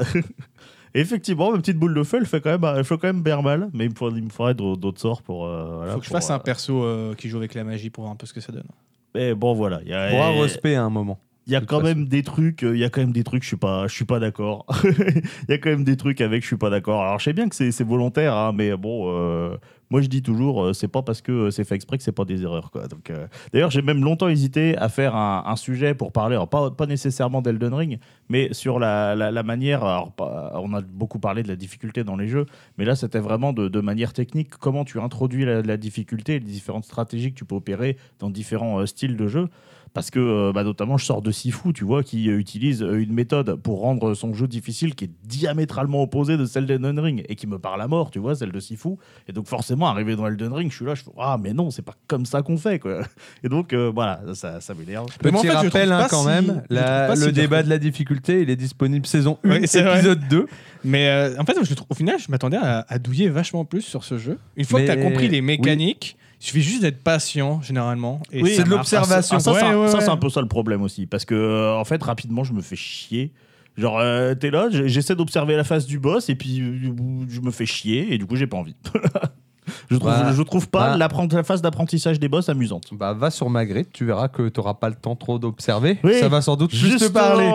[SPEAKER 3] Et Effectivement, ma petite boule de feu, elle fait quand même, elle fait quand même bien mal, mais il me faudrait, il me faudrait d'au- d'autres sorts pour. euh, voilà,
[SPEAKER 2] Faut que je
[SPEAKER 3] pour,
[SPEAKER 2] fasse
[SPEAKER 3] euh,
[SPEAKER 2] un perso euh, qui joue avec la magie pour voir un peu ce que ça donne.
[SPEAKER 3] Mais bon, voilà. Il y a,
[SPEAKER 1] Pour un respect à un moment.
[SPEAKER 3] il y a
[SPEAKER 1] de toute
[SPEAKER 3] quand
[SPEAKER 1] façon.
[SPEAKER 3] même des trucs, euh, il y a quand même des trucs, je suis pas, je suis pas d'accord. Il y a quand même des trucs avec, je suis pas d'accord. Alors je sais bien que c'est c'est volontaire, hein, mais bon, euh, moi je dis toujours, euh, c'est pas parce que euh, c'est fait exprès que c'est pas des erreurs, quoi. Donc euh, d'ailleurs, j'ai même longtemps hésité à faire un, un sujet pour parler, alors pas, pas nécessairement d'Elden Ring, mais sur la, la, la manière. Alors, pas- on a beaucoup parlé de la difficulté dans les jeux, mais là c'était vraiment de, de manière technique, comment tu introduis la, la difficulté, et les différentes stratégies que tu peux opérer dans différents euh, styles de jeu parce que euh, bah, notamment je sors de Sifu, tu vois, qui euh, utilise euh, une méthode pour rendre son jeu difficile qui est diamétralement opposée de celle d'Elden Ring et qui me parle à mort, tu vois, celle de Sifu. Et donc forcément, arrivé dans Elden Ring, je suis là, je fais ah mais non, c'est pas comme ça qu'on fait quoi. Et donc euh, voilà, ça, ça m'énerve.
[SPEAKER 1] Petit
[SPEAKER 2] Mais moi, en fait, je
[SPEAKER 1] rappel
[SPEAKER 2] trouve
[SPEAKER 1] hein,
[SPEAKER 2] pas
[SPEAKER 1] quand
[SPEAKER 2] si- je
[SPEAKER 1] même,
[SPEAKER 2] trouve
[SPEAKER 1] la-
[SPEAKER 2] pas si
[SPEAKER 1] le
[SPEAKER 2] dur
[SPEAKER 1] débat
[SPEAKER 2] que-
[SPEAKER 1] de la difficulté, il est disponible saison 1,
[SPEAKER 2] Oui, c'est vrai.
[SPEAKER 1] épisode 2.
[SPEAKER 2] Mais euh, en fait, je trouve- au final, je m'attendais à, à douiller vachement plus sur ce jeu. Une fois que
[SPEAKER 1] Mais-
[SPEAKER 2] t'as compris les
[SPEAKER 1] oui.
[SPEAKER 2] mécaniques, il suffit juste d'être patient, généralement. et
[SPEAKER 1] Oui,
[SPEAKER 2] ça
[SPEAKER 1] c'est de
[SPEAKER 2] marche.
[SPEAKER 1] l'observation.
[SPEAKER 3] Ah, ça,
[SPEAKER 2] Ouais,
[SPEAKER 3] c'est un-
[SPEAKER 2] ouais,
[SPEAKER 3] ça,
[SPEAKER 2] ouais.
[SPEAKER 3] c'est un peu ça le problème aussi. Parce que, euh, en fait, rapidement, je me fais chier. Genre, euh, t'es là, j- j'essaie d'observer la face du boss, et puis euh, je me fais chier, et du coup, j'ai pas envie. je, trouve,
[SPEAKER 1] Bah,
[SPEAKER 3] je trouve pas
[SPEAKER 1] bah.
[SPEAKER 3] l'apprenti- la phase d'apprentissage des boss amusante.
[SPEAKER 1] Bah, va sur Magritte, tu verras que t'auras pas le temps trop d'observer.
[SPEAKER 3] Oui,
[SPEAKER 1] ça va sans doute juste te
[SPEAKER 3] justement,
[SPEAKER 1] parler.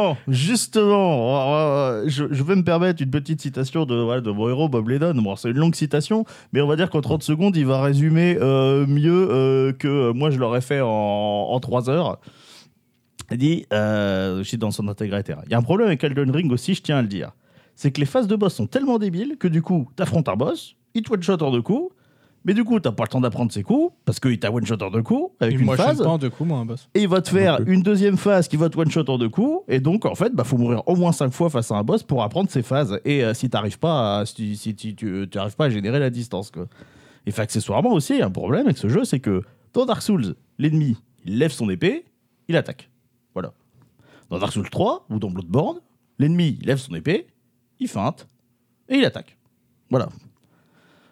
[SPEAKER 3] Justement, euh, euh, je, je vais me permettre une petite citation de, voilà, de mon héros Bob Ledon. Bon, c'est une longue citation, mais on va dire qu'en 30 secondes, il va résumer euh, mieux euh, que euh, moi je l'aurais fait en, en 3 heures. Il dit, euh, je suis dans son intégrité. hein. Il y a un problème avec Elden Ring aussi, je tiens à le dire. C'est que les phases de boss sont tellement débiles que du coup, t'affrontes un boss, il te one-shot en deux coups, mais du coup, t'as pas le temps d'apprendre ses coups, parce qu'il t'a one-shot en deux coups, avec
[SPEAKER 2] Et
[SPEAKER 3] une
[SPEAKER 2] moi, je
[SPEAKER 3] phase.
[SPEAKER 2] suis pas en deux coups, moi, un boss.
[SPEAKER 3] Et il va te faire une deuxième phase qui va te one-shot en deux coups. Et donc, en fait, bah, faut mourir au moins cinq fois face à un boss pour apprendre ses phases. Et euh, si t'arrives pas, à, si, tu- si tu- tu tu arrives pas à générer la distance, quoi. Et fait, accessoirement aussi, il y a un problème avec ce jeu, c'est que dans Dark Souls, l'ennemi, il lève son épée, il attaque. Voilà. Dans Dark Souls 3 ou dans Bloodborne, l'ennemi, il lève son épée, il feinte et il attaque. Voilà.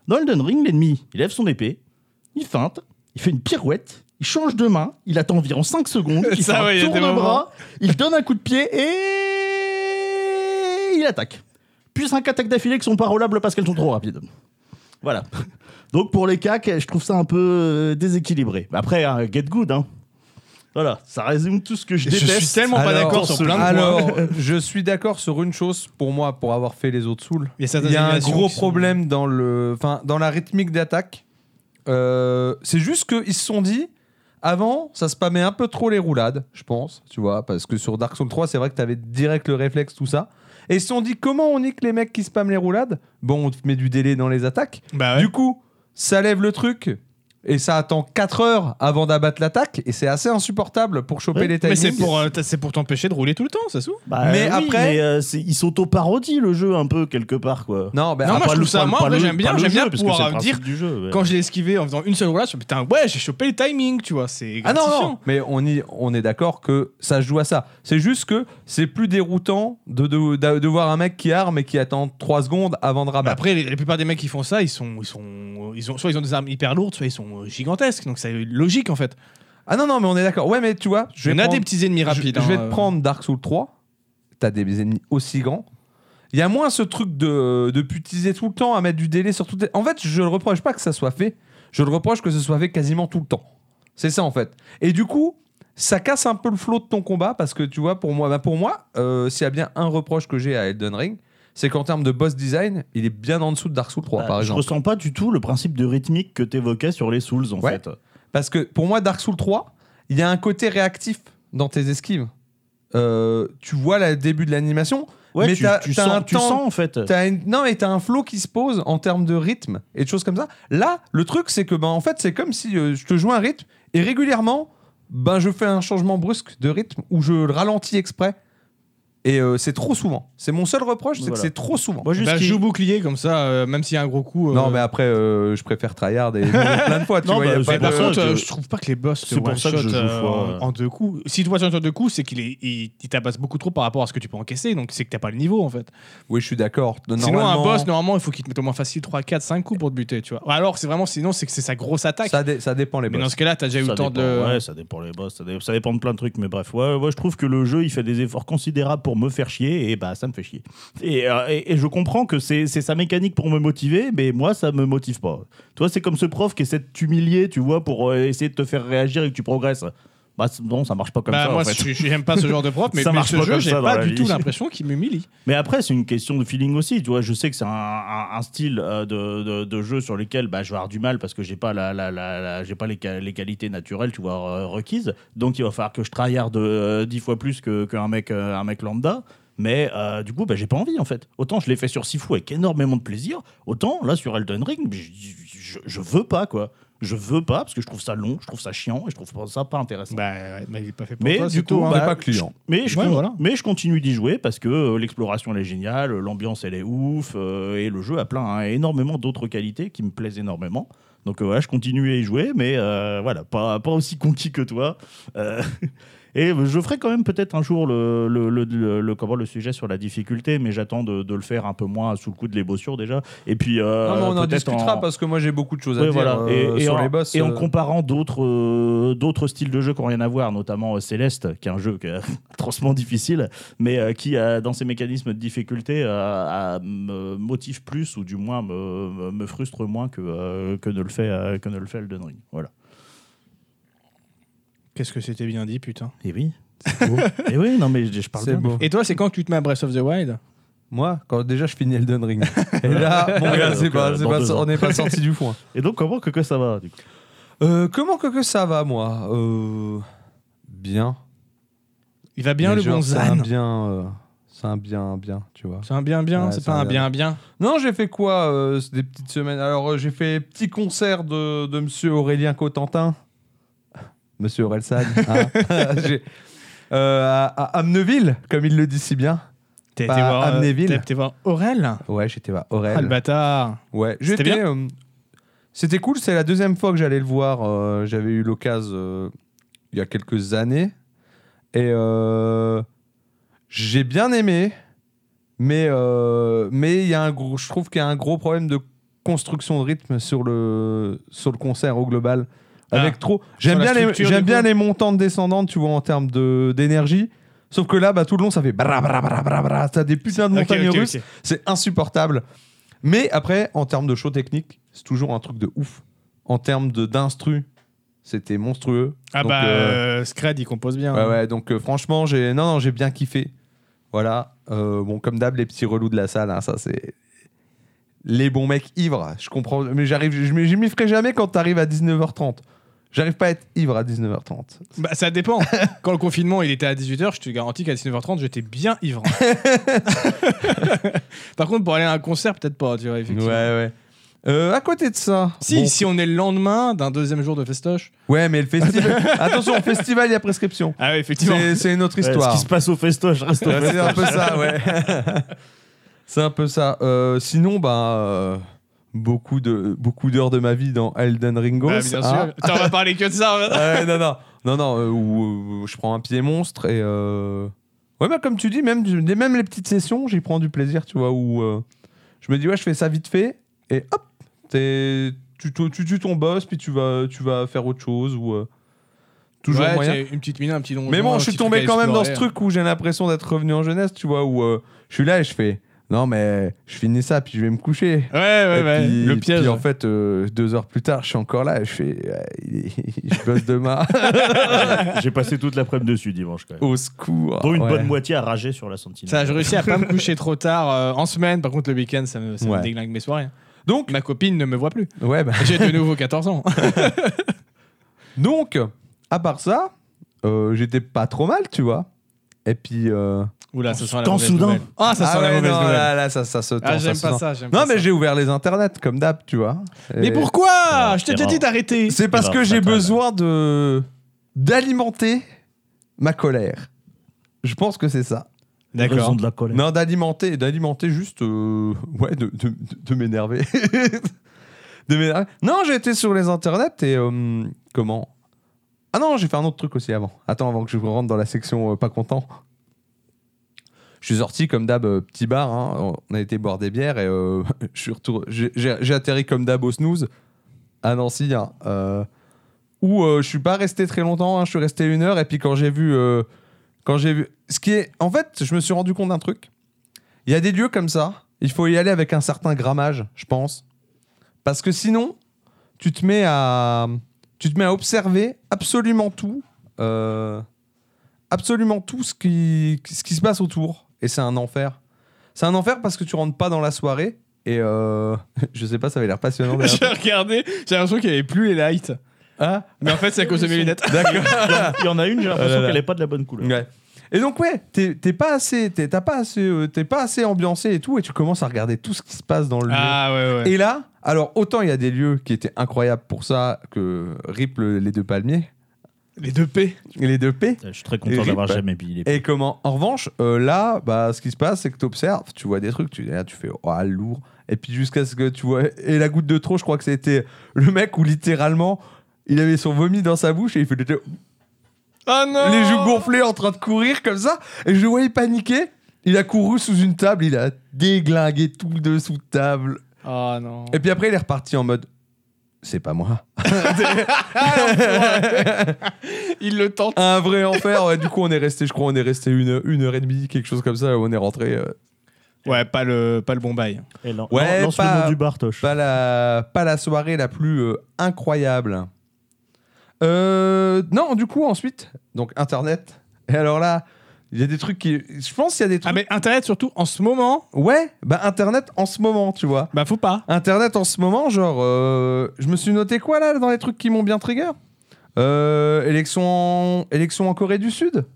[SPEAKER 3] Dans Elden Ring, l'ennemi, il lève son épée, il feinte, il fait une pirouette, il change de main, il attend environ 5 secondes, il
[SPEAKER 2] Ça,
[SPEAKER 3] fait un
[SPEAKER 2] ouais, il y a
[SPEAKER 3] tour
[SPEAKER 2] des
[SPEAKER 3] de
[SPEAKER 2] moments.
[SPEAKER 3] bras, il donne un coup de pied et il attaque. Puis 5 attaques d'affilée qui sont pas roulables parce qu'elles sont trop rapides. Voilà. Donc pour les CAC, je trouve ça un peu euh, déséquilibré. Après, hein, get good, hein. Voilà, ça résume tout ce que je
[SPEAKER 2] Je suis
[SPEAKER 3] déteste.
[SPEAKER 2] tellement pas
[SPEAKER 1] Alors,
[SPEAKER 2] d'accord sur
[SPEAKER 3] ce
[SPEAKER 2] plein de points.
[SPEAKER 1] Alors, euh, je suis d'accord sur une chose pour moi, pour avoir fait les autres souls.
[SPEAKER 2] Il y a, certaines
[SPEAKER 1] Il y a un
[SPEAKER 2] animations
[SPEAKER 1] gros
[SPEAKER 2] qui sont-
[SPEAKER 1] problème dans, le, enfin, dans la rythmique d'attaque. Euh, c'est juste qu'ils se sont dit, avant, ça spammait un peu trop les roulades, je pense, tu vois, parce que sur Dark Souls 3, c'est vrai que t'avais direct le réflexe, tout ça. Et ils se sont dit, comment on nique les mecs qui spamment les roulades Bon, on te met du délai dans les attaques.
[SPEAKER 2] Bah ouais.
[SPEAKER 1] Du coup, ça lève le truc. Et ça attend 4 heures avant d'abattre l'attaque, et c'est assez insupportable pour choper
[SPEAKER 3] Ouais,
[SPEAKER 1] les
[SPEAKER 2] Mais
[SPEAKER 1] timings.
[SPEAKER 2] c'est pour, euh, t'as- c'est pour t'empêcher de rouler tout le temps, ça sous
[SPEAKER 3] Bah,
[SPEAKER 1] Mais
[SPEAKER 3] oui,
[SPEAKER 1] après-
[SPEAKER 3] mais, euh, c'est- il s'auto-parodie le jeu un peu quelque part quoi. Ah,
[SPEAKER 1] Non, ben,
[SPEAKER 2] Non, moi,
[SPEAKER 3] pas
[SPEAKER 2] je
[SPEAKER 3] le-
[SPEAKER 2] trouve ça-
[SPEAKER 3] pas le-
[SPEAKER 2] moi,
[SPEAKER 3] pas
[SPEAKER 2] en vrai,
[SPEAKER 3] le-
[SPEAKER 2] j'aime bien-
[SPEAKER 3] pas le
[SPEAKER 2] j'aime
[SPEAKER 3] jeu,
[SPEAKER 2] bien
[SPEAKER 3] parce que
[SPEAKER 2] pouvoir
[SPEAKER 3] c'est le
[SPEAKER 2] me dire
[SPEAKER 3] principe du jeu, ouais.
[SPEAKER 2] Quand je l'ai esquivé en faisant une seule roulade, je me suis dit, putain, ouais, j'ai chopé les timings, tu vois, c'est
[SPEAKER 1] Ah non,
[SPEAKER 2] gratifiant.
[SPEAKER 1] non, mais on, y, on est d'accord que ça se joue à ça. C'est juste que c'est plus déroutant de, de, d'a- de voir un mec qui arme et qui attend 3 secondes avant de
[SPEAKER 2] Bah
[SPEAKER 1] rabattre.
[SPEAKER 2] après, les- la plupart des mecs qui font ça, ils sont, ils sont, ils ont, soit ils ont des armes hyper lourdes, soit ils sont euh, gigantesques. Donc c'est logique en fait.
[SPEAKER 1] Ah non, non, mais on est d'accord. Ouais, mais tu vois, je
[SPEAKER 2] On
[SPEAKER 1] vais,
[SPEAKER 2] a
[SPEAKER 1] prendre,
[SPEAKER 2] des petits ennemis
[SPEAKER 1] je-
[SPEAKER 2] rapides.
[SPEAKER 1] je, vais
[SPEAKER 2] hein,
[SPEAKER 1] te
[SPEAKER 2] euh.
[SPEAKER 1] prendre Dark Souls 3. T'as des ennemis aussi grands. Il y a moins ce truc de, de putiser tout le temps, à mettre du délai sur tout. les- En fait, je le reproche pas que ça soit fait. Je le reproche que ce soit fait quasiment tout le temps. C'est ça en fait. Et du coup, ça casse un peu le flot de ton combat parce que tu vois, pour moi, bah pour moi, euh, s'il y a bien un reproche que j'ai à Elden Ring, c'est qu'en termes de boss design, il est bien en dessous de Dark Souls 3
[SPEAKER 3] Bah,
[SPEAKER 1] par
[SPEAKER 3] je
[SPEAKER 1] exemple.
[SPEAKER 3] ressens pas du tout le principe de rythmique que t'évoquais sur les Souls en
[SPEAKER 1] Ouais.
[SPEAKER 3] fait.
[SPEAKER 1] Parce que pour moi, Dark Souls 3, il y a un côté réactif dans tes esquives. Euh, tu vois le début de l'animation,
[SPEAKER 3] Ouais,
[SPEAKER 1] Mais
[SPEAKER 3] tu,
[SPEAKER 1] t'as-
[SPEAKER 3] tu
[SPEAKER 1] t'as
[SPEAKER 3] sens,
[SPEAKER 1] un
[SPEAKER 3] tu
[SPEAKER 1] temps-
[SPEAKER 3] sens, en fait.
[SPEAKER 1] T'as une- Non, mais t'as un flow qui se pose en termes de rythme et de choses comme ça. Là, le truc, c'est que ben, en fait, c'est comme si euh, je te joue un rythme et régulièrement, ben, je fais un changement brusque de rythme ou je le ralentis exprès. Et euh, c'est trop souvent. C'est mon seul reproche, c'est
[SPEAKER 3] Voilà.
[SPEAKER 1] que c'est trop souvent.
[SPEAKER 3] Moi, juste
[SPEAKER 2] Bah,
[SPEAKER 3] qu'il-
[SPEAKER 2] je joue bouclier comme ça, euh, même s'il y a un gros coup. euh,
[SPEAKER 1] Non, mais après, euh, je préfère tryhard et mourir plein de fois. Tu
[SPEAKER 3] Non,
[SPEAKER 1] vois, y a pas
[SPEAKER 3] bah, c'est
[SPEAKER 1] de-
[SPEAKER 2] Par
[SPEAKER 3] Euh,
[SPEAKER 2] contre,
[SPEAKER 3] que-
[SPEAKER 2] euh, je trouve pas que les boss euh,
[SPEAKER 3] C'est pour ça que je joue fois, ouais.
[SPEAKER 2] en, en deux coups. Si tu vois sur deux coups, c'est qu'il est, il, il tabasse beaucoup trop par rapport à ce que tu peux encaisser. Donc c'est que t'as pas le niveau en fait.
[SPEAKER 1] Oui, je suis d'accord.
[SPEAKER 2] Sinon, un
[SPEAKER 1] Normalement,
[SPEAKER 2] boss, normalement, il faut qu'il te mette au moins facile 3, 4, 5 coups pour te buter, tu vois. Ou Alors, c'est vraiment, sinon, c'est que c'est sa grosse attaque.
[SPEAKER 1] ça, dé- ça dépend les
[SPEAKER 2] mais
[SPEAKER 1] boss.
[SPEAKER 2] dans ce cas-là, t'as déjà eu
[SPEAKER 3] ça
[SPEAKER 2] le temps
[SPEAKER 3] dépend,
[SPEAKER 2] de.
[SPEAKER 3] ouais, ça dépend les boss, ça, dé- ça dépend de plein de trucs, mais bref, ouais, ouais, je trouve que le jeu il fait des efforts considérables pour me faire chier et bah ça me fait chier. Et, euh, et- et je comprends que c'est c'est sa mécanique pour me motiver, mais moi ça me motive pas. Toi, c'est comme ce prof qui essaie de t'humilier, tu vois, pour euh, essayer de te faire réagir et que tu progresses. Bah c'est- non, ça marche pas comme
[SPEAKER 2] bah,
[SPEAKER 3] ça
[SPEAKER 2] moi,
[SPEAKER 3] en fait.
[SPEAKER 2] je- j'aime pas ce genre de prof, mais,
[SPEAKER 3] Ça
[SPEAKER 2] mais
[SPEAKER 3] marche
[SPEAKER 2] ce
[SPEAKER 3] pas
[SPEAKER 2] jeu,
[SPEAKER 3] comme
[SPEAKER 2] j'ai
[SPEAKER 3] ça dans
[SPEAKER 2] pas
[SPEAKER 3] la
[SPEAKER 2] du tout
[SPEAKER 3] vie.
[SPEAKER 2] l'impression qu'il m'humilie.
[SPEAKER 3] Mais après, c'est une question de feeling aussi. Tu vois, je sais que c'est un, un- un style euh, de, de- de jeu sur lequel bah, je vais avoir du mal parce que j'ai pas la, la- la- la- j'ai pas les, qua- les qualités naturelles, tu vois, euh, requises. Donc il va falloir que je tryhard euh, dix fois plus que- qu'un mec, euh, un mec lambda. Mais euh, du coup, bah, j'ai pas envie en fait. Autant je l'ai fait sur Sifu avec énormément de plaisir, autant là sur Elden Ring, je, je, je veux pas quoi. Je veux pas parce que je trouve ça long, je trouve ça chiant et je trouve pas ça pas intéressant.
[SPEAKER 2] Bah, ouais, mais il est pas fait pour
[SPEAKER 3] Mais
[SPEAKER 2] toi,
[SPEAKER 3] du
[SPEAKER 2] c'est
[SPEAKER 3] coup,
[SPEAKER 2] tout, hein.
[SPEAKER 1] on n'est pas client.
[SPEAKER 3] je- mais, je
[SPEAKER 2] Ouais,
[SPEAKER 3] con-
[SPEAKER 2] voilà.
[SPEAKER 3] mais je continue d'y jouer parce que euh, l'exploration elle est géniale, euh, l'ambiance elle est ouf euh, et le jeu a plein hein, énormément d'autres qualités qui me plaisent énormément. Donc euh, voilà, je continue à y jouer, mais euh, voilà, pas, pas aussi conquis que toi. Euh, et je ferai quand même peut-être un jour le, le, le, le- le- comment, le sujet sur la difficulté, mais j'attends de, de le faire un peu moins sous le coup de l'ébossure déjà. Et puis euh,
[SPEAKER 1] Non, mais on en
[SPEAKER 3] peut-être
[SPEAKER 1] discutera
[SPEAKER 3] en-
[SPEAKER 1] parce que moi, j'ai beaucoup de choses à
[SPEAKER 3] Ouais,
[SPEAKER 1] dire
[SPEAKER 3] voilà.
[SPEAKER 1] euh,
[SPEAKER 3] et, et
[SPEAKER 1] sur
[SPEAKER 3] en,
[SPEAKER 1] les boss.
[SPEAKER 3] et en
[SPEAKER 1] euh,
[SPEAKER 3] comparant d'autres euh, d'autres styles de jeux qui n'ont rien à voir, notamment euh, Céleste, qui est un jeu qui est atrocement difficile, mais euh, qui, euh, dans ses mécanismes de difficulté, euh, a- me motive plus ou du moins me, me- me frustre moins que, euh, que, ne le fait, euh, que ne le fait Elden Ring. Voilà.
[SPEAKER 2] Qu'est-ce que c'était bien dit, putain.
[SPEAKER 1] Eh
[SPEAKER 3] Et oui. et Eh oui, non, mais je, je parle
[SPEAKER 1] c'est
[SPEAKER 3] bien.
[SPEAKER 1] beau.
[SPEAKER 2] Et toi, c'est quand que tu te mets à Breath of the Wild
[SPEAKER 1] Moi, quand déjà je finis Elden Ring. Et là, mon
[SPEAKER 3] Ouais,
[SPEAKER 1] gars,
[SPEAKER 3] donc,
[SPEAKER 1] c'est pas,
[SPEAKER 3] euh,
[SPEAKER 1] c'est
[SPEAKER 3] dans
[SPEAKER 1] pas-
[SPEAKER 3] deux ans.
[SPEAKER 1] on n'est pas sorti du foin.
[SPEAKER 3] Et donc, comment que, que ça va du coup
[SPEAKER 1] Euh, comment que, que ça va, moi Euh, Bien.
[SPEAKER 2] Il va bien
[SPEAKER 1] Mais
[SPEAKER 2] le
[SPEAKER 1] genre,
[SPEAKER 2] bon
[SPEAKER 1] C'est un
[SPEAKER 2] Zan.
[SPEAKER 1] bien, euh, c'est un bien, bien, tu vois.
[SPEAKER 2] C'est un bien bien,
[SPEAKER 1] Ouais,
[SPEAKER 2] c'est
[SPEAKER 1] c'est
[SPEAKER 2] pas
[SPEAKER 1] un
[SPEAKER 2] un bien bien.
[SPEAKER 1] Non, j'ai fait quoi euh, c'est Des petites semaines. Alors, euh, j'ai fait petit concert de, de monsieur Aurélien Cotentin. Monsieur Orelsan. hein. J'ai- euh, à, à Amneville, comme il le dit si bien.
[SPEAKER 2] T'as été
[SPEAKER 1] Pas
[SPEAKER 2] voir, euh,
[SPEAKER 1] Amnéville.
[SPEAKER 2] t'as été voir Aurel
[SPEAKER 1] Ouais, j'étais à
[SPEAKER 2] Ah, le
[SPEAKER 1] Aurel.
[SPEAKER 2] bâtard.
[SPEAKER 1] Ouais,
[SPEAKER 2] C'était
[SPEAKER 1] j'étais. euh, C'était cool, c'est la deuxième fois que j'allais le voir. euh, J'avais eu l'occasion euh, il y a quelques années. Et euh, j'ai bien aimé, mais euh, mais il y a un gros, je trouve qu'il y a un gros problème de construction de rythme sur le, sur le concert au global.
[SPEAKER 2] Ah.
[SPEAKER 1] Avec trop. J'aime
[SPEAKER 2] la
[SPEAKER 1] bien, les,
[SPEAKER 2] structure,
[SPEAKER 1] j'aime
[SPEAKER 2] du
[SPEAKER 1] bien
[SPEAKER 2] coup.
[SPEAKER 1] les montantes descendantes, tu vois, en termes de- d'énergie. Sauf que là, bah, tout le long, ça fait bra bra bra bra bra. T'as des putains de
[SPEAKER 2] Ok,
[SPEAKER 1] montagnes
[SPEAKER 2] ok,
[SPEAKER 1] russes.
[SPEAKER 2] ok.
[SPEAKER 1] C'est insupportable. Mais après, en termes de show technique, c'est toujours un truc de ouf. En termes de- d'instru, C'était monstrueux.
[SPEAKER 2] Ah
[SPEAKER 1] Donc,
[SPEAKER 2] bah,
[SPEAKER 1] euh,
[SPEAKER 2] euh, Scred, il compose bien.
[SPEAKER 1] ouais, ouais, donc euh, franchement, j'ai non, non, j'ai bien kiffé. Voilà. Euh, bon, comme d'hab, les petits relous de la salle, hein, ça c'est. Les bons mecs ivres, je comprends. Mais j'arrive, je m'y je m'y ferai jamais quand t'arrives à 19h30. J'arrive pas à être ivre à 19h30.
[SPEAKER 2] Bah, ça dépend. Quand le confinement il était à 18h, je te garantis qu'à 19h30, j'étais bien ivre. Par contre, pour aller à un concert, peut-être pas, tu vois,
[SPEAKER 1] Ouais,
[SPEAKER 2] effectivement.
[SPEAKER 1] ouais. Euh, à côté de ça.
[SPEAKER 2] Si,
[SPEAKER 1] bon,
[SPEAKER 2] si on est le lendemain d'un deuxième jour de festoche.
[SPEAKER 1] Ouais, mais le festival. Attention, au festival, il y a prescription.
[SPEAKER 2] Ah oui, effectivement.
[SPEAKER 1] C'est c'est une autre
[SPEAKER 3] Ouais,
[SPEAKER 1] histoire.
[SPEAKER 3] ce qui se passe au festoche reste au
[SPEAKER 1] Ouais,
[SPEAKER 3] festoche.
[SPEAKER 1] c'est un peu ça, ouais. c'est un peu ça. Euh, sinon, bah, euh, beaucoup de beaucoup d'heures de ma vie dans Elden Ring. Ah.
[SPEAKER 2] Bah, bien sûr. T'en vas parler que de ça. maintenant.
[SPEAKER 1] non, non, non, non. euh, où, euh, je prends un pied monstre et euh, ouais, bah, comme tu dis, même du- des- même les petites sessions, j'y prends du plaisir, tu vois. Où euh, je me dis ouais, je fais ça vite fait et hop, t'es- tu tu tu tues ton boss puis tu vas tu vas faire autre chose ou euh, toujours
[SPEAKER 2] Ouais,
[SPEAKER 1] moyen.
[SPEAKER 2] t'as Une petite mine, un petit donjon.
[SPEAKER 1] Mais bon,
[SPEAKER 2] un
[SPEAKER 1] je suis
[SPEAKER 2] petit truc
[SPEAKER 1] tombé
[SPEAKER 2] à
[SPEAKER 1] quand même dans ce
[SPEAKER 2] explorer.
[SPEAKER 1] truc où j'ai l'impression d'être revenu en jeunesse, tu vois, où euh, je suis là et je fais non, mais je finis ça, puis je vais me coucher.
[SPEAKER 2] Ouais, ouais,
[SPEAKER 1] Et
[SPEAKER 2] ouais.
[SPEAKER 1] puis-
[SPEAKER 2] le piège.
[SPEAKER 1] Puis en fait, euh, deux heures plus tard, je suis encore là et je fais euh, il est- je bosse demain.
[SPEAKER 3] J'ai passé toute l'après-midi dessus dimanche quand même.
[SPEAKER 1] Au secours.
[SPEAKER 3] Dont une
[SPEAKER 1] Ouais.
[SPEAKER 3] bonne moitié à rager sur la sentinelle.
[SPEAKER 2] Ça, je réussis à pas me coucher trop tard euh, en semaine. Par contre, le week-end, ça me, ça me
[SPEAKER 1] Ouais.
[SPEAKER 2] déglingue mes soirées. hein.
[SPEAKER 1] Donc,
[SPEAKER 2] Ma copine ne me voit plus.
[SPEAKER 1] ouais, bah,
[SPEAKER 2] J'ai de nouveau 14 ans.
[SPEAKER 1] donc, à part ça, euh, j'étais pas trop mal, tu vois. Et puis. euh,
[SPEAKER 2] Oula, ça sent la
[SPEAKER 3] Temps
[SPEAKER 2] mauvaise
[SPEAKER 3] soudain.
[SPEAKER 2] nouvelle. Ah, ça sent
[SPEAKER 1] ah
[SPEAKER 2] la
[SPEAKER 1] ouais,
[SPEAKER 2] mauvaise
[SPEAKER 1] non,
[SPEAKER 2] nouvelle.
[SPEAKER 1] Là, là, ça, ça se tend,
[SPEAKER 2] Ah,
[SPEAKER 1] ça
[SPEAKER 2] j'aime
[SPEAKER 1] se
[SPEAKER 2] pas
[SPEAKER 1] tend.
[SPEAKER 2] ça, j'aime
[SPEAKER 1] Non,
[SPEAKER 2] pas
[SPEAKER 1] mais
[SPEAKER 2] ça.
[SPEAKER 1] j'ai ouvert les internets comme d'hab, tu vois.
[SPEAKER 2] Mais
[SPEAKER 1] Et-
[SPEAKER 2] pourquoi
[SPEAKER 3] Ouais,
[SPEAKER 2] Je t'ai
[SPEAKER 3] c'est
[SPEAKER 2] déjà
[SPEAKER 3] rare.
[SPEAKER 2] dit d'arrêter.
[SPEAKER 1] C'est parce
[SPEAKER 3] erreur
[SPEAKER 1] que j'ai
[SPEAKER 3] fatale.
[SPEAKER 1] besoin de d'alimenter ma colère. Je pense que c'est ça.
[SPEAKER 3] Raison de la colère.
[SPEAKER 1] Non, d'alimenter, d'alimenter juste, euh, ouais, de, de- de- de m'énerver. de m'énerver. Non, j'ai été sur les internets et euh, comment Ah non, j'ai fait un autre truc aussi avant. Attends, avant que je rentre dans la section euh, pas content. Je suis sorti comme d'hab, euh, petit bar. hein. On a été boire des bières et euh, je suis retour- j'ai- J'ai j'ai atterri comme d'hab au snooze à Nancy. hein, euh, où euh, je suis pas resté très longtemps. hein. Je suis resté une heure et puis quand j'ai vu euh, quand j'ai vu. Ce qui est. En fait, je me suis rendu compte d'un truc. Il y a des lieux comme ça. Il faut y aller avec un certain grammage, je pense. Parce que sinon, tu te mets à. Tu te mets à observer absolument tout. euh, absolument tout ce qui, ce qui se passe autour. Et c'est un enfer. C'est un enfer parce que tu rentres pas dans la soirée. Et euh, je sais pas, ça avait l'air passionnant. mais-
[SPEAKER 2] J'ai regardé, j'ai l'impression qu'il n'y avait plus les lights.
[SPEAKER 1] Ah,
[SPEAKER 2] Mais en fait, c'est à cause de mes lunettes.
[SPEAKER 1] d'accord.
[SPEAKER 3] Il y en a une, j'ai
[SPEAKER 1] Ah là
[SPEAKER 3] l'impression
[SPEAKER 1] là.
[SPEAKER 3] qu'elle est pas de la bonne couleur.
[SPEAKER 1] Ouais. Et donc ouais, t'es t'es pas assez, t'es t'as pas assez, euh, t'es pas assez ambiancé et tout, et tu commences à regarder tout ce qui se passe dans le
[SPEAKER 2] Ah ouais, ouais.
[SPEAKER 1] lieu. Et là, alors autant il y a des lieux qui étaient incroyables pour ça que rip le- les deux palmiers,
[SPEAKER 2] Les deux P.
[SPEAKER 1] et les deux P.
[SPEAKER 3] Euh, Je suis très
[SPEAKER 1] Et
[SPEAKER 3] content d'avoir
[SPEAKER 1] rip.
[SPEAKER 3] jamais pillé.
[SPEAKER 1] Et comment En revanche, euh, là, bah, ce qui se passe, c'est que tu observes, tu vois des trucs, tu, là, tu fais oh, lourd. Et puis jusqu'à ce que tu vois. Et la goutte de trop, je crois que c'était le mec où littéralement, il avait son vomi dans sa bouche et il faisait
[SPEAKER 2] Ah non
[SPEAKER 1] les joues gonflées en train de courir comme ça. Et je le voyais paniquer. Il a couru sous une table, il a déglingué tout le dessous de table.
[SPEAKER 2] Ah non.
[SPEAKER 1] Et puis après, il est reparti en mode C'est pas moi.
[SPEAKER 2] Il le tente.
[SPEAKER 1] Un vrai enfer. Ouais, du coup, on est resté, je crois, on est resté une, heure- une heure et demie, quelque chose comme ça. On est rentré. euh,
[SPEAKER 2] Ouais, pas le, pas le bon bail.
[SPEAKER 3] Et lan-
[SPEAKER 1] Ouais,
[SPEAKER 3] lan- lance
[SPEAKER 1] pas-
[SPEAKER 3] le nom du Bartoche.
[SPEAKER 1] pas, la, pas la soirée la plus euh, incroyable. Euh, non, du coup, ensuite, donc Internet. Et alors là, il y a des trucs qui. Je pense qu'il y a des
[SPEAKER 2] Ah
[SPEAKER 1] trucs.
[SPEAKER 2] mais Internet surtout, en ce moment,
[SPEAKER 1] Ouais, bah Internet en ce moment, tu vois.
[SPEAKER 2] bah faut pas.
[SPEAKER 1] Internet en ce moment, genre, euh, je me suis noté quoi là dans les trucs qui m'ont bien trigger Euh, élection, en... élection en Corée du Sud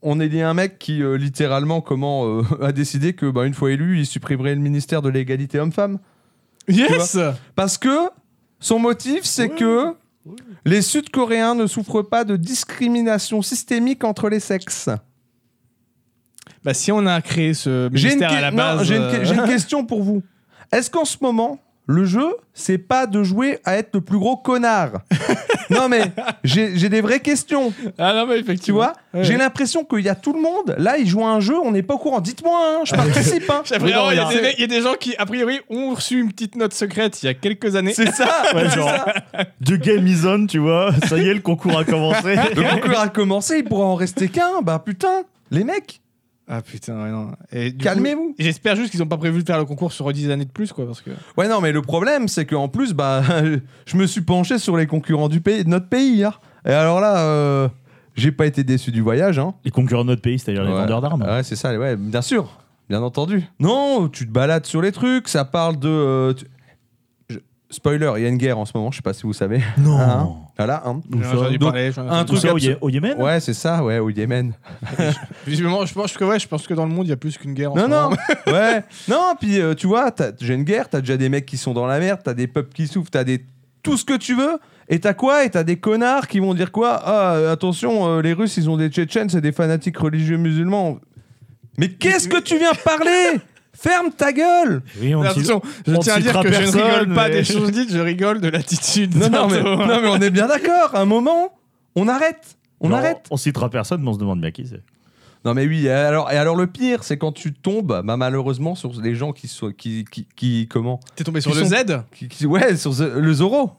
[SPEAKER 1] On est lié à un mec qui euh, littéralement comment euh, a décidé que bah, une fois élu, il supprimerait le ministère de l'égalité homme-femme
[SPEAKER 2] Yes
[SPEAKER 1] parce que son motif c'est
[SPEAKER 3] Ouais.
[SPEAKER 1] que
[SPEAKER 3] Ouais.
[SPEAKER 1] les Sud-Coréens ne souffrent pas de discrimination systémique entre les sexes.
[SPEAKER 2] Bah si on a créé ce
[SPEAKER 1] J'ai une,
[SPEAKER 2] ministère à
[SPEAKER 1] que-
[SPEAKER 2] la
[SPEAKER 1] non,
[SPEAKER 2] base...
[SPEAKER 1] j'ai une que-
[SPEAKER 2] euh,
[SPEAKER 1] j'ai une question pour vous. Est-ce qu'en ce moment, le jeu, c'est pas de jouer à être le plus gros connard Non, mais j'ai j'ai des vraies questions,
[SPEAKER 2] Ah non mais
[SPEAKER 1] tu
[SPEAKER 2] effectivement.
[SPEAKER 1] vois
[SPEAKER 2] Ouais,
[SPEAKER 1] J'ai
[SPEAKER 2] ouais.
[SPEAKER 1] l'impression qu'il y a tout le monde. Là, ils jouent à un jeu, on n'est pas au courant. Dites-moi, hein, je participe. hein.
[SPEAKER 2] J'ai
[SPEAKER 1] Oui, non,
[SPEAKER 2] vraiment- Il y, a
[SPEAKER 1] regarde.
[SPEAKER 2] des mecs- il y a des gens qui, a priori, ont reçu une petite note secrète il y a quelques années.
[SPEAKER 1] C'est ça
[SPEAKER 3] Ouais,
[SPEAKER 1] c'est
[SPEAKER 3] genre,
[SPEAKER 1] ça.
[SPEAKER 3] du game is on, tu vois. Ça y est, le concours a commencé.
[SPEAKER 1] Le concours a commencé, il pourra en rester qu'un. Bah putain, les mecs
[SPEAKER 2] Ah putain, ouais, non. Et du coup,
[SPEAKER 1] Calmez-vous.
[SPEAKER 2] J'espère juste qu'ils n'ont pas prévu de faire le concours sur 10 années de plus, quoi, parce que.
[SPEAKER 1] Ouais, non, mais le problème, c'est qu'en plus, bah, je me suis penché sur les concurrents du pays, de notre pays hier. Et alors là, euh, j'ai pas été déçu du voyage. Hein.
[SPEAKER 3] Les concurrents de notre pays, c'est-à-dire les
[SPEAKER 1] Ouais.
[SPEAKER 3] vendeurs d'armes.
[SPEAKER 1] Ouais, c'est ça, ouais, bien sûr, bien entendu. Ah, bah. Non, tu te balades sur les trucs, ça parle de. euh, tu- je- Spoiler, il y a une guerre en ce moment, je sais pas si vous savez.
[SPEAKER 3] Non.
[SPEAKER 1] Hein, Voilà, hein.
[SPEAKER 3] Où
[SPEAKER 2] J'en ai
[SPEAKER 3] ça
[SPEAKER 2] entendu
[SPEAKER 1] donc,
[SPEAKER 2] parler, j'en ai
[SPEAKER 1] un
[SPEAKER 2] entendu
[SPEAKER 3] Où
[SPEAKER 1] truc
[SPEAKER 3] ça, au,
[SPEAKER 1] abs-
[SPEAKER 3] Yé- au Yémen
[SPEAKER 1] Ouais, c'est ça, ouais, au Yémen.
[SPEAKER 2] parler. Visiblement, je pense que ouais, je pense que dans le monde, il y a plus qu'une guerre. en
[SPEAKER 1] Non,
[SPEAKER 2] ce
[SPEAKER 1] non,
[SPEAKER 2] moment.
[SPEAKER 1] ouais. Non, puis euh, tu vois, t'as- j'ai une guerre, t'as déjà des mecs qui sont dans la merde, t'as des peuples qui souffrent, t'as des. tout ce que tu veux, et t'as quoi Et t'as des connards qui vont dire quoi Ah, euh, attention, euh, les Russes, ils ont des Tchétchènes, c'est des fanatiques religieux musulmans. Mais qu'est-ce que tu viens parler Ferme ta gueule
[SPEAKER 3] Oui, on
[SPEAKER 2] Mais
[SPEAKER 3] ne cite-
[SPEAKER 2] Attention, je
[SPEAKER 3] on
[SPEAKER 2] tiens à
[SPEAKER 3] ne
[SPEAKER 2] dire
[SPEAKER 3] citera
[SPEAKER 2] que je ne rigole
[SPEAKER 3] personne,
[SPEAKER 2] pas
[SPEAKER 3] mais-
[SPEAKER 2] des choses dites, je rigole de l'attitude.
[SPEAKER 1] non, non, mais,
[SPEAKER 2] d'Antoine.
[SPEAKER 1] non, mais on est bien d'accord, un moment, on arrête on
[SPEAKER 3] Non,
[SPEAKER 1] arrête
[SPEAKER 3] On citera personne, mais on se demande bien qui c'est.
[SPEAKER 1] Non mais oui, et alors, et alors le pire, c'est quand tu tombes, bah, malheureusement, sur les gens qui, sont, qui, qui, qui comment
[SPEAKER 2] T'es tombé sur
[SPEAKER 1] Ils
[SPEAKER 2] le
[SPEAKER 1] sont-
[SPEAKER 2] Z
[SPEAKER 1] Qui- qui- ouais, sur ce- le Zoro.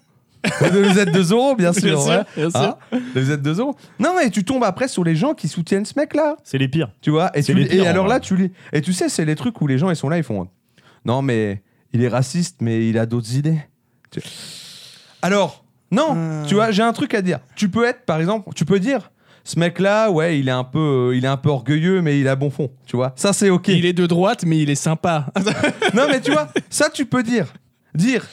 [SPEAKER 1] le Z de Zoro, bien sûr.
[SPEAKER 2] Bien sûr,
[SPEAKER 1] ouais.
[SPEAKER 2] bien sûr.
[SPEAKER 1] Hein le Z de Zoro. Non, mais tu tombes après sur les gens qui soutiennent ce mec-là.
[SPEAKER 3] C'est les pires.
[SPEAKER 1] Tu vois et,
[SPEAKER 3] C'est
[SPEAKER 1] tu-
[SPEAKER 3] les pires, hein.
[SPEAKER 1] et alors
[SPEAKER 3] en
[SPEAKER 1] là,
[SPEAKER 3] vrai.
[SPEAKER 1] tu lis. Et tu sais, c'est les trucs où les gens, ils sont là, ils font. euh, Non, mais il est raciste, mais il a d'autres idées. Tu- Alors, non,
[SPEAKER 2] Euh.
[SPEAKER 1] tu vois, j'ai un truc à dire. Tu peux être, par exemple, tu peux dire. Ce mec-là, ouais, il est un peu, euh, il est un peu orgueilleux, mais il a bon fond, tu vois. Ça, c'est ok.
[SPEAKER 2] Il est de droite, mais il est sympa.
[SPEAKER 1] Non, mais tu vois, ça, tu peux dire, dire,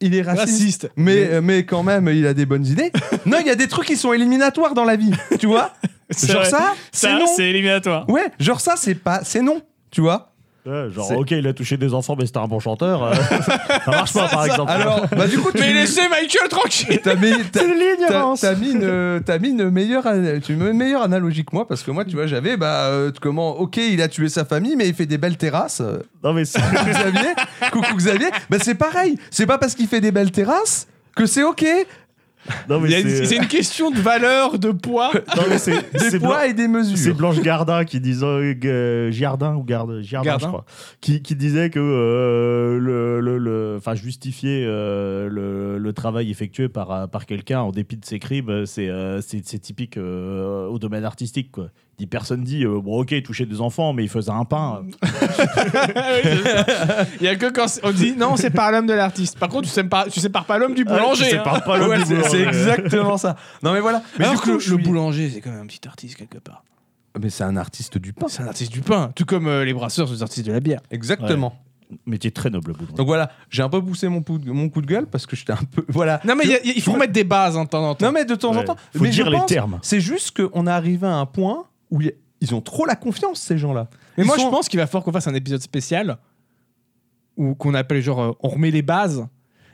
[SPEAKER 1] il est raciste,
[SPEAKER 2] Raciste.
[SPEAKER 1] mais, euh, mais quand même, il a des bonnes idées. non, il y a des trucs qui sont éliminatoires dans la vie, tu vois.
[SPEAKER 2] C'est
[SPEAKER 1] Genre
[SPEAKER 2] vrai.
[SPEAKER 1] ça, c'est
[SPEAKER 2] Ça,
[SPEAKER 1] non.
[SPEAKER 2] c'est éliminatoire.
[SPEAKER 1] Ouais, genre ça, c'est pas, c'est non, tu vois.
[SPEAKER 3] genre,
[SPEAKER 1] C'est-
[SPEAKER 3] ok, il a touché des enfants, mais c'était un bon chanteur. euh, ça marche pas, par exemple.
[SPEAKER 1] Alors, bah du coup, tu
[SPEAKER 2] Mais laissez Michael tranquille
[SPEAKER 1] t'as mis, t'as- t'as-
[SPEAKER 3] l'ignorance.
[SPEAKER 1] t'as mis une, euh, t'as mis une meilleure, an- tu me- une meilleure analogie que moi parce que moi, tu vois, j'avais, bah, euh, comment, ok, il a tué sa famille, mais il fait des belles terrasses. euh,
[SPEAKER 3] Non, mais c'est-
[SPEAKER 1] Coucou Xavier, coucou Xavier. Bah c'est pareil, c'est pas parce qu'il fait des belles terrasses que c'est ok.
[SPEAKER 3] non, mais
[SPEAKER 2] Il y a une-
[SPEAKER 3] c'est-
[SPEAKER 2] C'est une question de valeur, de poids.
[SPEAKER 3] non, mais c'est-
[SPEAKER 1] Des
[SPEAKER 3] c'est
[SPEAKER 1] poids
[SPEAKER 3] Blan-
[SPEAKER 1] et des
[SPEAKER 3] C'est
[SPEAKER 1] mesures.
[SPEAKER 3] Blanche Gardin qui disait euh, Giardin ou Garde Giardin,
[SPEAKER 2] Gardin.
[SPEAKER 3] je crois, qui, qui disait que euh, le, le- le- enfin justifier euh, le, le travail effectué par euh, par quelqu'un en dépit de ses crimes, euh, c'est euh, c'est c'est typique euh, au domaine artistique quoi. Dit personne dit euh, bon ok toucher des enfants mais il faisait un pain.
[SPEAKER 1] Mmh.
[SPEAKER 2] Il y a que quand c'est- on dit non, c'est par l'homme de l'artiste. Par contre, tu sépares, tu sépares pas l'homme du boulanger.
[SPEAKER 3] Je
[SPEAKER 2] hein.
[SPEAKER 3] parle Ah, pas le euh,
[SPEAKER 1] Ouais,
[SPEAKER 3] du
[SPEAKER 1] c'est-
[SPEAKER 3] boulanger.
[SPEAKER 1] c'est exactement ça. Non mais voilà.
[SPEAKER 2] Mais
[SPEAKER 1] Alors
[SPEAKER 2] du
[SPEAKER 1] que
[SPEAKER 2] coup,
[SPEAKER 1] je
[SPEAKER 2] le
[SPEAKER 1] suis-
[SPEAKER 2] boulanger, c'est quand même un petit artiste quelque part.
[SPEAKER 1] Mais c'est un artiste du pain.
[SPEAKER 2] C'est un artiste du pain, tout comme euh, les brasseurs sont des artistes de la bière.
[SPEAKER 1] Exactement.
[SPEAKER 3] Métier très noble boulanger.
[SPEAKER 1] Donc voilà, j'ai un peu poussé mon, pou- mon coup de gueule parce que j'étais un peu voilà.
[SPEAKER 2] Non, mais
[SPEAKER 1] Je-
[SPEAKER 2] il y a- il faut mettre des bases en temps en temps.
[SPEAKER 1] non mais de temps en
[SPEAKER 3] Ouais.
[SPEAKER 1] temps.
[SPEAKER 3] Faut
[SPEAKER 1] mais je
[SPEAKER 3] dire les
[SPEAKER 1] pense,
[SPEAKER 3] termes.
[SPEAKER 1] C'est juste qu'on est arrivé à un point où il- ils ont trop la confiance ces gens-là.
[SPEAKER 2] Mais
[SPEAKER 1] Ils
[SPEAKER 2] moi,
[SPEAKER 1] sont-
[SPEAKER 2] je pense qu'il va falloir qu'on fasse un épisode spécial ou qu'on appelle genre euh, on remet les bases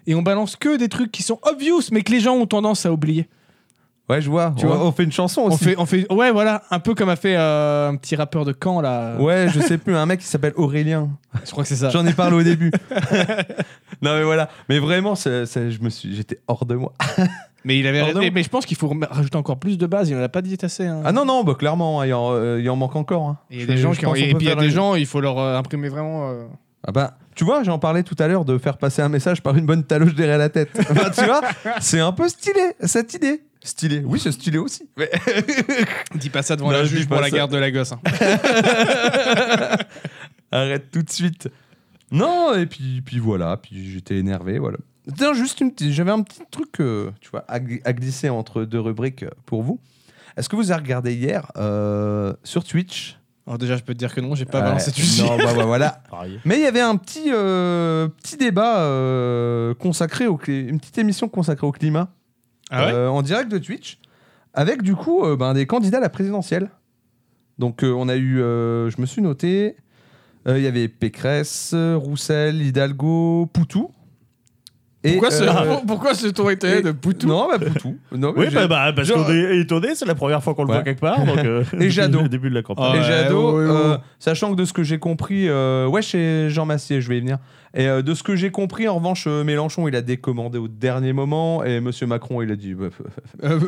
[SPEAKER 2] et on balance que des trucs qui sont obvious mais que les gens ont tendance à oublier.
[SPEAKER 1] Ouais, je vois.
[SPEAKER 2] Tu
[SPEAKER 1] on,
[SPEAKER 2] vois.
[SPEAKER 1] on fait une chanson
[SPEAKER 2] On
[SPEAKER 1] aussi.
[SPEAKER 2] fait, on fait, ouais, voilà, un peu comme a fait euh, un petit rappeur de Caen là.
[SPEAKER 1] Ouais, je sais plus un mec qui s'appelle Aurélien.
[SPEAKER 2] Je crois que c'est ça.
[SPEAKER 1] J'en ai parlé au début. non mais voilà. Mais vraiment, c'est- c'est- je me suis, j'étais hors de moi.
[SPEAKER 2] Mais il avait,
[SPEAKER 1] Pardon
[SPEAKER 2] mais, mais je pense qu'il faut rem- rajouter encore plus de bases. Il en a pas dit assez. hein.
[SPEAKER 1] Ah non non, bah clairement, hein, il en, euh, il en manque encore. hein.
[SPEAKER 2] Il y a
[SPEAKER 1] Je-
[SPEAKER 2] des gens
[SPEAKER 1] je
[SPEAKER 2] qui ont,
[SPEAKER 1] pense qu'on
[SPEAKER 2] et
[SPEAKER 1] peut
[SPEAKER 2] puis il y a
[SPEAKER 1] faire
[SPEAKER 2] des
[SPEAKER 1] une-
[SPEAKER 2] gens, il faut leur euh, imprimer vraiment. euh,
[SPEAKER 1] Ah bah, tu vois, j'en parlais tout à l'heure de faire passer un message par une bonne taloche derrière la tête. Bah, tu vois, c'est un peu stylé cette idée. Stylé, oui, c'est stylé aussi. Mais-
[SPEAKER 2] Bah, Dis pas ça devant
[SPEAKER 1] Non,
[SPEAKER 2] la
[SPEAKER 1] je dis
[SPEAKER 2] juge pour
[SPEAKER 1] pas
[SPEAKER 2] la
[SPEAKER 1] ça.
[SPEAKER 2] garde de la gosse. hein.
[SPEAKER 1] Arrête tout de suite. Non, et puis, puis voilà, puis j'étais énervé, voilà. Tiens, juste une petite, j'avais un petit truc, euh, tu vois, à, gl- à glisser entre deux rubriques euh, pour vous. Est-ce que vous avez regardé hier euh, sur Twitch
[SPEAKER 2] Alors déjà, je peux te dire que non, j'ai pas
[SPEAKER 1] Ouais.
[SPEAKER 2] balancé du shit.
[SPEAKER 1] Non, bah, bah, voilà,
[SPEAKER 3] Pareil.
[SPEAKER 1] Mais il y avait un petit, euh, petit débat euh, consacré au cli- une petite émission consacrée au climat
[SPEAKER 2] Ah ouais
[SPEAKER 1] euh, en direct de Twitch, avec du coup euh, ben, des candidats à la présidentielle. Donc euh, on a eu, euh, je me suis noté, euh, il y avait Pécresse, Roussel, Hidalgo, Poutou. Et,
[SPEAKER 2] Pourquoi, ce,
[SPEAKER 1] euh,
[SPEAKER 2] pourquoi ce tour était
[SPEAKER 1] et-
[SPEAKER 2] de Poutou
[SPEAKER 1] Non, bah, Poutou. Non, mais
[SPEAKER 3] Oui,
[SPEAKER 1] j'ai-
[SPEAKER 3] bah, bah, parce
[SPEAKER 1] genre-
[SPEAKER 3] qu'on est étonné, c'est la première fois qu'on le
[SPEAKER 1] Ouais.
[SPEAKER 3] voit quelque part. Donc, euh,
[SPEAKER 1] Et Jadot.
[SPEAKER 3] Le début de la campagne.
[SPEAKER 2] Ah
[SPEAKER 1] Et
[SPEAKER 2] ouais,
[SPEAKER 1] Jadot,
[SPEAKER 2] ouais, ouais, ouais.
[SPEAKER 1] euh, sachant que de ce que j'ai compris, euh, ouais, chez Jean Massier, je vais y venir. Et euh, de ce que j'ai compris, en revanche, euh, Mélenchon, il a décommandé au dernier moment et Monsieur Macron, il a dit. bah,
[SPEAKER 2] Euh,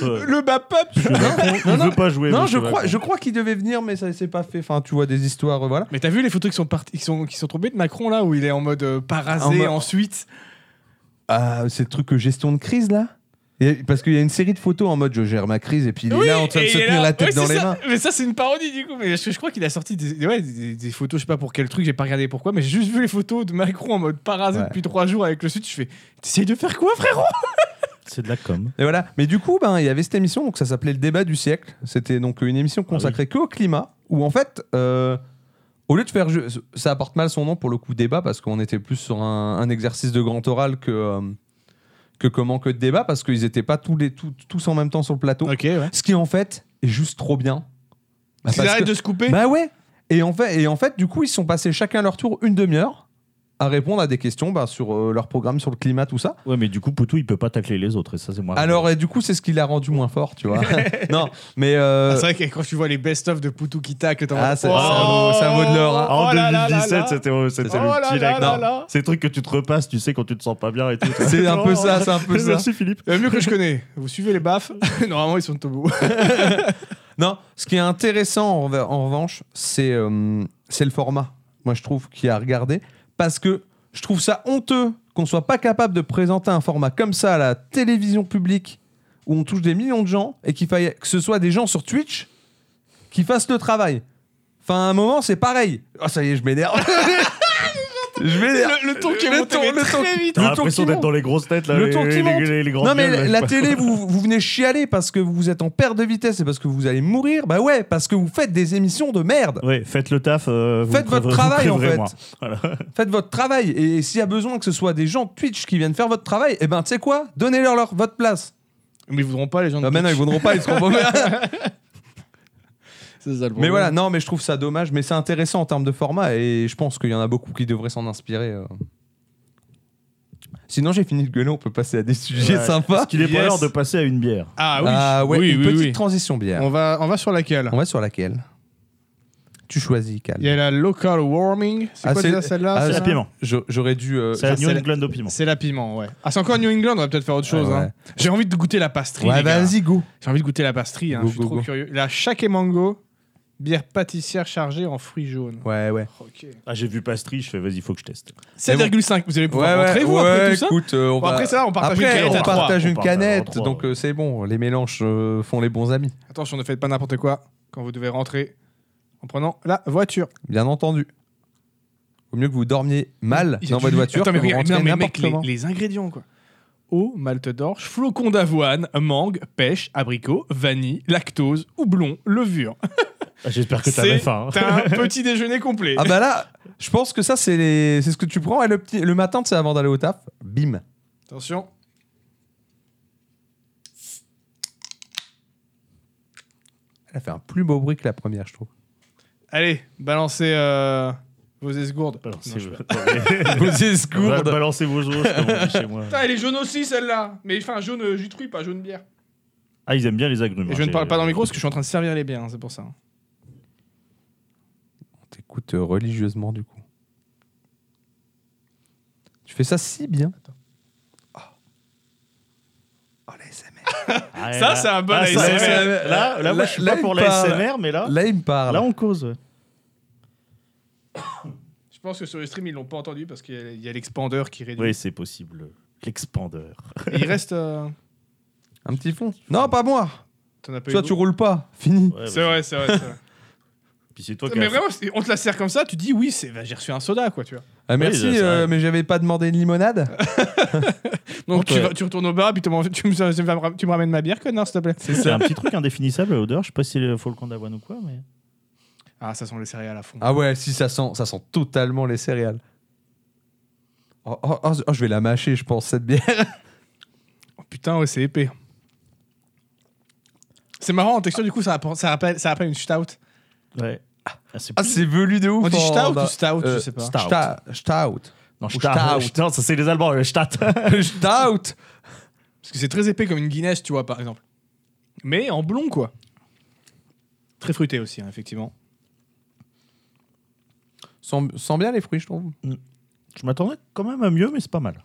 [SPEAKER 3] Euh,
[SPEAKER 2] Le BAPAP
[SPEAKER 3] Monsieur Macron, il
[SPEAKER 1] non, non.
[SPEAKER 3] veut pas jouer.
[SPEAKER 1] non, je
[SPEAKER 3] Monsieur
[SPEAKER 1] crois,
[SPEAKER 3] Macron.
[SPEAKER 1] je crois qu'il devait venir, mais ça s'est pas fait. Enfin, tu vois des histoires, euh, voilà.
[SPEAKER 2] Mais t'as vu les photos qui sont, parti- qui sont, qui sont tombées de Macron là où il est en mode euh, pas rasé
[SPEAKER 1] En mode-
[SPEAKER 2] ensuite
[SPEAKER 1] Ah, c'est le truc euh, gestion de crise là. Et- parce qu'il y a une série de photos en mode je gère ma crise et puis il est là en train de
[SPEAKER 2] et
[SPEAKER 1] se
[SPEAKER 2] il est
[SPEAKER 1] tenir
[SPEAKER 2] là.
[SPEAKER 1] la tête
[SPEAKER 2] Ouais,
[SPEAKER 1] dans
[SPEAKER 2] c'est
[SPEAKER 1] les
[SPEAKER 2] ça.
[SPEAKER 1] mains.
[SPEAKER 2] Mais ça, c'est une parodie du coup. Mais je, je crois qu'il a sorti des, ouais, des, des photos, je sais pas pour quel truc, j'ai pas regardé pourquoi, mais j'ai juste vu les photos de Macron en mode parasite
[SPEAKER 1] Ouais.
[SPEAKER 2] depuis trois jours avec le Sud. Je fais, t'essayes de faire quoi, frérot
[SPEAKER 3] C'est de la com.
[SPEAKER 1] Et voilà. Mais du coup, ben, il y avait cette émission, donc ça s'appelait Le débat du siècle. C'était donc une émission
[SPEAKER 2] Ah
[SPEAKER 1] consacrée que au climat, où en fait, euh, au lieu de faire. jeu- Ça apporte mal son nom pour le coup débat, parce qu'on était plus sur un, un exercice de grand oral que. euh, que comment que de débat, parce qu'ils étaient pas tous, les, tous, tous en même temps sur le plateau.
[SPEAKER 2] Ok, ouais.
[SPEAKER 1] Ce qui en fait est juste trop bien. Bah,
[SPEAKER 2] S'il
[SPEAKER 1] parce
[SPEAKER 2] arrête
[SPEAKER 1] que-
[SPEAKER 2] de se couper.
[SPEAKER 1] Bah ouais. Et en fait, et en fait, du coup, ils sont passés chacun leur tour une demi-heure à répondre à des questions bah, sur euh, leur programme, sur le climat, tout ça.
[SPEAKER 3] Ouais, mais du coup, Poutou, il peut pas tacler les autres, et ça, c'est moi.
[SPEAKER 1] Alors, et du coup, c'est ce qui l'a rendu moins fort, tu vois. non, mais euh,
[SPEAKER 2] Ah, c'est vrai que quand tu vois les best-of de Poutou qui tacle, t'en
[SPEAKER 1] Ah,
[SPEAKER 2] vas-
[SPEAKER 1] ça- ça vaut- ça vaut de l'or, hein.
[SPEAKER 3] en
[SPEAKER 2] Oh là là là
[SPEAKER 3] 2017,
[SPEAKER 2] là.
[SPEAKER 3] c'était oh, c'était
[SPEAKER 2] Oh
[SPEAKER 3] le
[SPEAKER 2] là
[SPEAKER 3] petit
[SPEAKER 2] là
[SPEAKER 3] like,
[SPEAKER 2] là
[SPEAKER 3] non.
[SPEAKER 2] là.
[SPEAKER 3] C'est des trucs que tu te repasses, tu sais, quand tu te sens pas bien et tout.
[SPEAKER 1] c'est un peu ça, c'est un peu ça.
[SPEAKER 3] Merci Philippe.
[SPEAKER 2] Euh, mieux que je connais. Vous suivez les baffes Normalement, ils sont au bout.
[SPEAKER 1] Non, ce qui est intéressant en, reva- en revanche, c'est euh, c'est le format. Moi, je trouve qu'il y a à regarder parce que je trouve ça honteux qu'on soit pas capable de présenter un format comme ça à la télévision publique où on touche des millions de gens et qu'il faille que ce soit des gens sur Twitch qui fassent le travail. Enfin, à un moment, c'est pareil. Ah, ça y est, je m'énerve. je m'énerve.
[SPEAKER 2] Le, le ton qui est
[SPEAKER 1] Le
[SPEAKER 2] monté
[SPEAKER 1] ton-
[SPEAKER 2] mais
[SPEAKER 1] le ton-
[SPEAKER 2] très vite.
[SPEAKER 1] Le
[SPEAKER 3] T'as
[SPEAKER 1] ton
[SPEAKER 3] l'impression
[SPEAKER 1] qui
[SPEAKER 3] d'être
[SPEAKER 1] monte.
[SPEAKER 3] dans les grosses têtes, là.
[SPEAKER 1] Le
[SPEAKER 3] les,
[SPEAKER 1] ton qui
[SPEAKER 3] les-
[SPEAKER 1] monte.
[SPEAKER 3] les- les grandes
[SPEAKER 1] Non mais
[SPEAKER 3] gueules,
[SPEAKER 1] la,
[SPEAKER 3] là, je
[SPEAKER 1] la
[SPEAKER 3] sais pas.
[SPEAKER 1] télé, vous, vous venez chialer parce que vous êtes en perte de vitesse et parce que vous allez mourir. Bah ouais, parce que vous faites des émissions de merde.
[SPEAKER 3] Ouais, faites le taf. euh, vous
[SPEAKER 1] Faites
[SPEAKER 3] me
[SPEAKER 1] votre
[SPEAKER 3] prévenez-
[SPEAKER 1] travail,
[SPEAKER 3] vous
[SPEAKER 1] en
[SPEAKER 3] prévenez,
[SPEAKER 1] fait.
[SPEAKER 3] moi. Voilà.
[SPEAKER 1] Faites votre travail. Et s'il y a besoin que ce soit des gens de Twitch qui viennent faire votre travail, eh ben tu sais quoi Donnez-leur leur, votre place.
[SPEAKER 2] Mais ils voudront pas les gens de
[SPEAKER 1] Ah, mais non, ils
[SPEAKER 2] Twitch.
[SPEAKER 1] voudront pas, ils seront pas.
[SPEAKER 2] C'est ça, le
[SPEAKER 1] mais
[SPEAKER 2] problème.
[SPEAKER 1] voilà, non, mais je trouve ça dommage. Mais c'est intéressant en termes de format et je pense qu'il y en a beaucoup qui devraient s'en inspirer. euh. Sinon, j'ai fini de gueuler, on peut passer à des sujets
[SPEAKER 3] Ouais.
[SPEAKER 1] sympas.
[SPEAKER 3] Est-ce qu'il est pas
[SPEAKER 2] Yes.
[SPEAKER 3] l'heure de passer à une bière
[SPEAKER 2] Ah oui.
[SPEAKER 1] Ah ouais,
[SPEAKER 2] oui,
[SPEAKER 1] une
[SPEAKER 2] oui,
[SPEAKER 1] petite
[SPEAKER 2] oui.
[SPEAKER 1] transition bière.
[SPEAKER 2] On va, on va sur laquelle
[SPEAKER 1] On va sur laquelle Tu choisis, Cal.
[SPEAKER 2] Il y a la local warming. C'est
[SPEAKER 1] Ah,
[SPEAKER 2] quoi
[SPEAKER 1] c'est-
[SPEAKER 2] déjà celle-là
[SPEAKER 1] ah,
[SPEAKER 3] C'est
[SPEAKER 2] celle-là
[SPEAKER 3] la piment.
[SPEAKER 1] Je- J'aurais dû. euh,
[SPEAKER 3] C'est la
[SPEAKER 2] c'est
[SPEAKER 3] New
[SPEAKER 2] la-
[SPEAKER 3] England au piment.
[SPEAKER 2] C'est la piment, ouais. Ah, c'est encore New England, on va peut-être faire autre chose.
[SPEAKER 1] Ouais,
[SPEAKER 2] hein.
[SPEAKER 1] ouais.
[SPEAKER 2] J'ai envie de goûter la pastry.
[SPEAKER 1] Ouais,
[SPEAKER 2] les gars.
[SPEAKER 1] vas-y, go.
[SPEAKER 2] J'ai envie de goûter la pastry, hein,
[SPEAKER 1] Go,
[SPEAKER 2] je suis
[SPEAKER 1] go,
[SPEAKER 2] trop
[SPEAKER 1] go.
[SPEAKER 2] curieux. La chaque et mango, bière pâtissière chargée en fruits jaunes.
[SPEAKER 1] Ouais, ouais.
[SPEAKER 2] Ok.
[SPEAKER 3] Ah, j'ai vu Pastry, je fais vas-y, faut que je teste.
[SPEAKER 2] 7,5, vous allez pouvoir rentrer, vous, après tout ça
[SPEAKER 1] écoute, euh, on
[SPEAKER 2] Bon,
[SPEAKER 1] va-
[SPEAKER 2] Après ça, on partage
[SPEAKER 1] Après,
[SPEAKER 2] une
[SPEAKER 1] on
[SPEAKER 2] canette à trois.
[SPEAKER 1] partage
[SPEAKER 3] On
[SPEAKER 1] une
[SPEAKER 3] partage en
[SPEAKER 1] canette,
[SPEAKER 3] trois,
[SPEAKER 1] donc
[SPEAKER 3] ouais.
[SPEAKER 1] euh, c'est bon, les mélanges euh, font les bons amis,
[SPEAKER 2] Attention, ne faites pas n'importe quoi quand vous devez rentrer en prenant la voiture.
[SPEAKER 1] bien entendu. Au mieux que vous dormiez mal
[SPEAKER 2] Il y
[SPEAKER 1] dans
[SPEAKER 2] a du
[SPEAKER 1] votre
[SPEAKER 2] jus.
[SPEAKER 1] voiture,
[SPEAKER 2] Attends, mais
[SPEAKER 1] que vous
[SPEAKER 2] regarde,
[SPEAKER 1] rentriez
[SPEAKER 2] non, mais
[SPEAKER 1] n'importe
[SPEAKER 2] mec, les,
[SPEAKER 1] comment.
[SPEAKER 2] les ingrédients, quoi. Eau, malte d'orge, flocons d'avoine, mangue, pêche, abricot, vanille, lactose, houblon, levure.
[SPEAKER 3] Ah, J'espère que
[SPEAKER 2] C'est
[SPEAKER 3] t'avais faim. hein.
[SPEAKER 2] un petit déjeuner complet.
[SPEAKER 1] Ah bah là, je pense que ça, c'est les- c'est ce que tu prends et le, petit... le matin, tu sais, avant d'aller au taf, bim.
[SPEAKER 2] Attention.
[SPEAKER 1] Elle a fait un plus beau bruit que la première, je trouve.
[SPEAKER 2] Allez, balancez euh, vos esgourdes.
[SPEAKER 3] Balancez
[SPEAKER 2] Non, je-
[SPEAKER 3] vos- Ouais.
[SPEAKER 1] Posez
[SPEAKER 3] Ba-
[SPEAKER 2] bah,
[SPEAKER 1] secourde.
[SPEAKER 3] Balancez vos os, comme on dit chez moi.
[SPEAKER 2] Putain, elle est jaune aussi celle-là. Mais enfin, jaune euh, jus de fruits, pas jaune bière.
[SPEAKER 3] Ah, ils aiment bien les agrumes.
[SPEAKER 2] Et
[SPEAKER 3] hein,
[SPEAKER 2] je ne
[SPEAKER 3] j'ai-
[SPEAKER 2] parle pas dans le micro parce que je suis en train de servir les bières, hein, c'est pour ça.
[SPEAKER 1] On t'écoute euh, religieusement, du coup. Tu fais ça si bien. Oh. Oh, la SMR.
[SPEAKER 3] Ah,
[SPEAKER 2] Ça,
[SPEAKER 3] là-
[SPEAKER 2] c'est un bon
[SPEAKER 3] ah, ça,
[SPEAKER 2] ASMR.
[SPEAKER 3] c'est- Là, là, moi, je suis
[SPEAKER 1] Là,
[SPEAKER 3] pas
[SPEAKER 1] il
[SPEAKER 3] pour
[SPEAKER 1] parle.
[SPEAKER 3] l'ASMR, mais
[SPEAKER 2] Ah.
[SPEAKER 3] là,
[SPEAKER 1] Là, il me parle.
[SPEAKER 3] là, on cause. ouais.
[SPEAKER 2] Je pense que sur le stream, ils l'ont pas entendu parce qu'il y a- il y a, l'expandeur qui réduit.
[SPEAKER 3] Oui, c'est possible. L'expandeur.
[SPEAKER 2] Et il reste. euh,
[SPEAKER 1] Un petit fond. Non, pas moi.
[SPEAKER 2] T'en as pas eu
[SPEAKER 1] Toi,
[SPEAKER 2] goût
[SPEAKER 1] tu roules pas. Fini.
[SPEAKER 3] Ouais,
[SPEAKER 2] C'est
[SPEAKER 3] bah,
[SPEAKER 2] vrai, c'est vrai. c'est vrai.
[SPEAKER 3] Puis c'est toi qui
[SPEAKER 2] mais
[SPEAKER 3] as-
[SPEAKER 2] vraiment, c'est- on te la sert comme ça, tu dis oui, c'est, bah, j'ai reçu un soda, quoi, tu vois.
[SPEAKER 1] Ah, merci,
[SPEAKER 3] ça, c'est
[SPEAKER 1] euh,
[SPEAKER 3] vrai.
[SPEAKER 1] mais j'avais pas demandé une limonade.
[SPEAKER 2] Donc
[SPEAKER 1] Ok.
[SPEAKER 2] tu, vas- tu retournes au bar, puis tu, m'en- tu me, tu me- tu me ramènes ma bière, connard, s'il te plaît.
[SPEAKER 3] C'est un petit truc indéfinissable, l'odeur. Je sais pas si c'est faut le camp d'avoine ou quoi, mais.
[SPEAKER 2] Ah, ça sent les céréales à fond.
[SPEAKER 1] ah ouais, si ça sent, ça sent totalement les céréales. Oh, oh, oh, oh, je vais la mâcher, je pense, cette bière.
[SPEAKER 2] Oh, putain, ouais, c'est épais. C'est marrant, en texture, du coup, ça rappelle, ça rappelle, ça rappelle une stout.
[SPEAKER 3] Ouais. Ah, c'est
[SPEAKER 1] Ah,
[SPEAKER 3] plus-
[SPEAKER 1] c'est velu de ouf.
[SPEAKER 2] On dit
[SPEAKER 1] en-
[SPEAKER 2] stout
[SPEAKER 1] en-
[SPEAKER 2] ou stout,
[SPEAKER 1] euh,
[SPEAKER 2] je sais pas.
[SPEAKER 3] stout.
[SPEAKER 1] Sta- Stout.
[SPEAKER 3] Non,
[SPEAKER 1] Ou
[SPEAKER 3] Stadt.
[SPEAKER 1] Stadt.
[SPEAKER 3] Non, ça, c'est les Allemands, le Stadt.
[SPEAKER 1] Stout.
[SPEAKER 2] Parce que c'est très épais comme une Guinness, tu vois, par exemple. Mais en blond, quoi. Très fruité aussi, hein, effectivement.
[SPEAKER 1] Sent, sent bien les fruits, je trouve.
[SPEAKER 3] Je m'attendais quand même à mieux, mais c'est pas mal.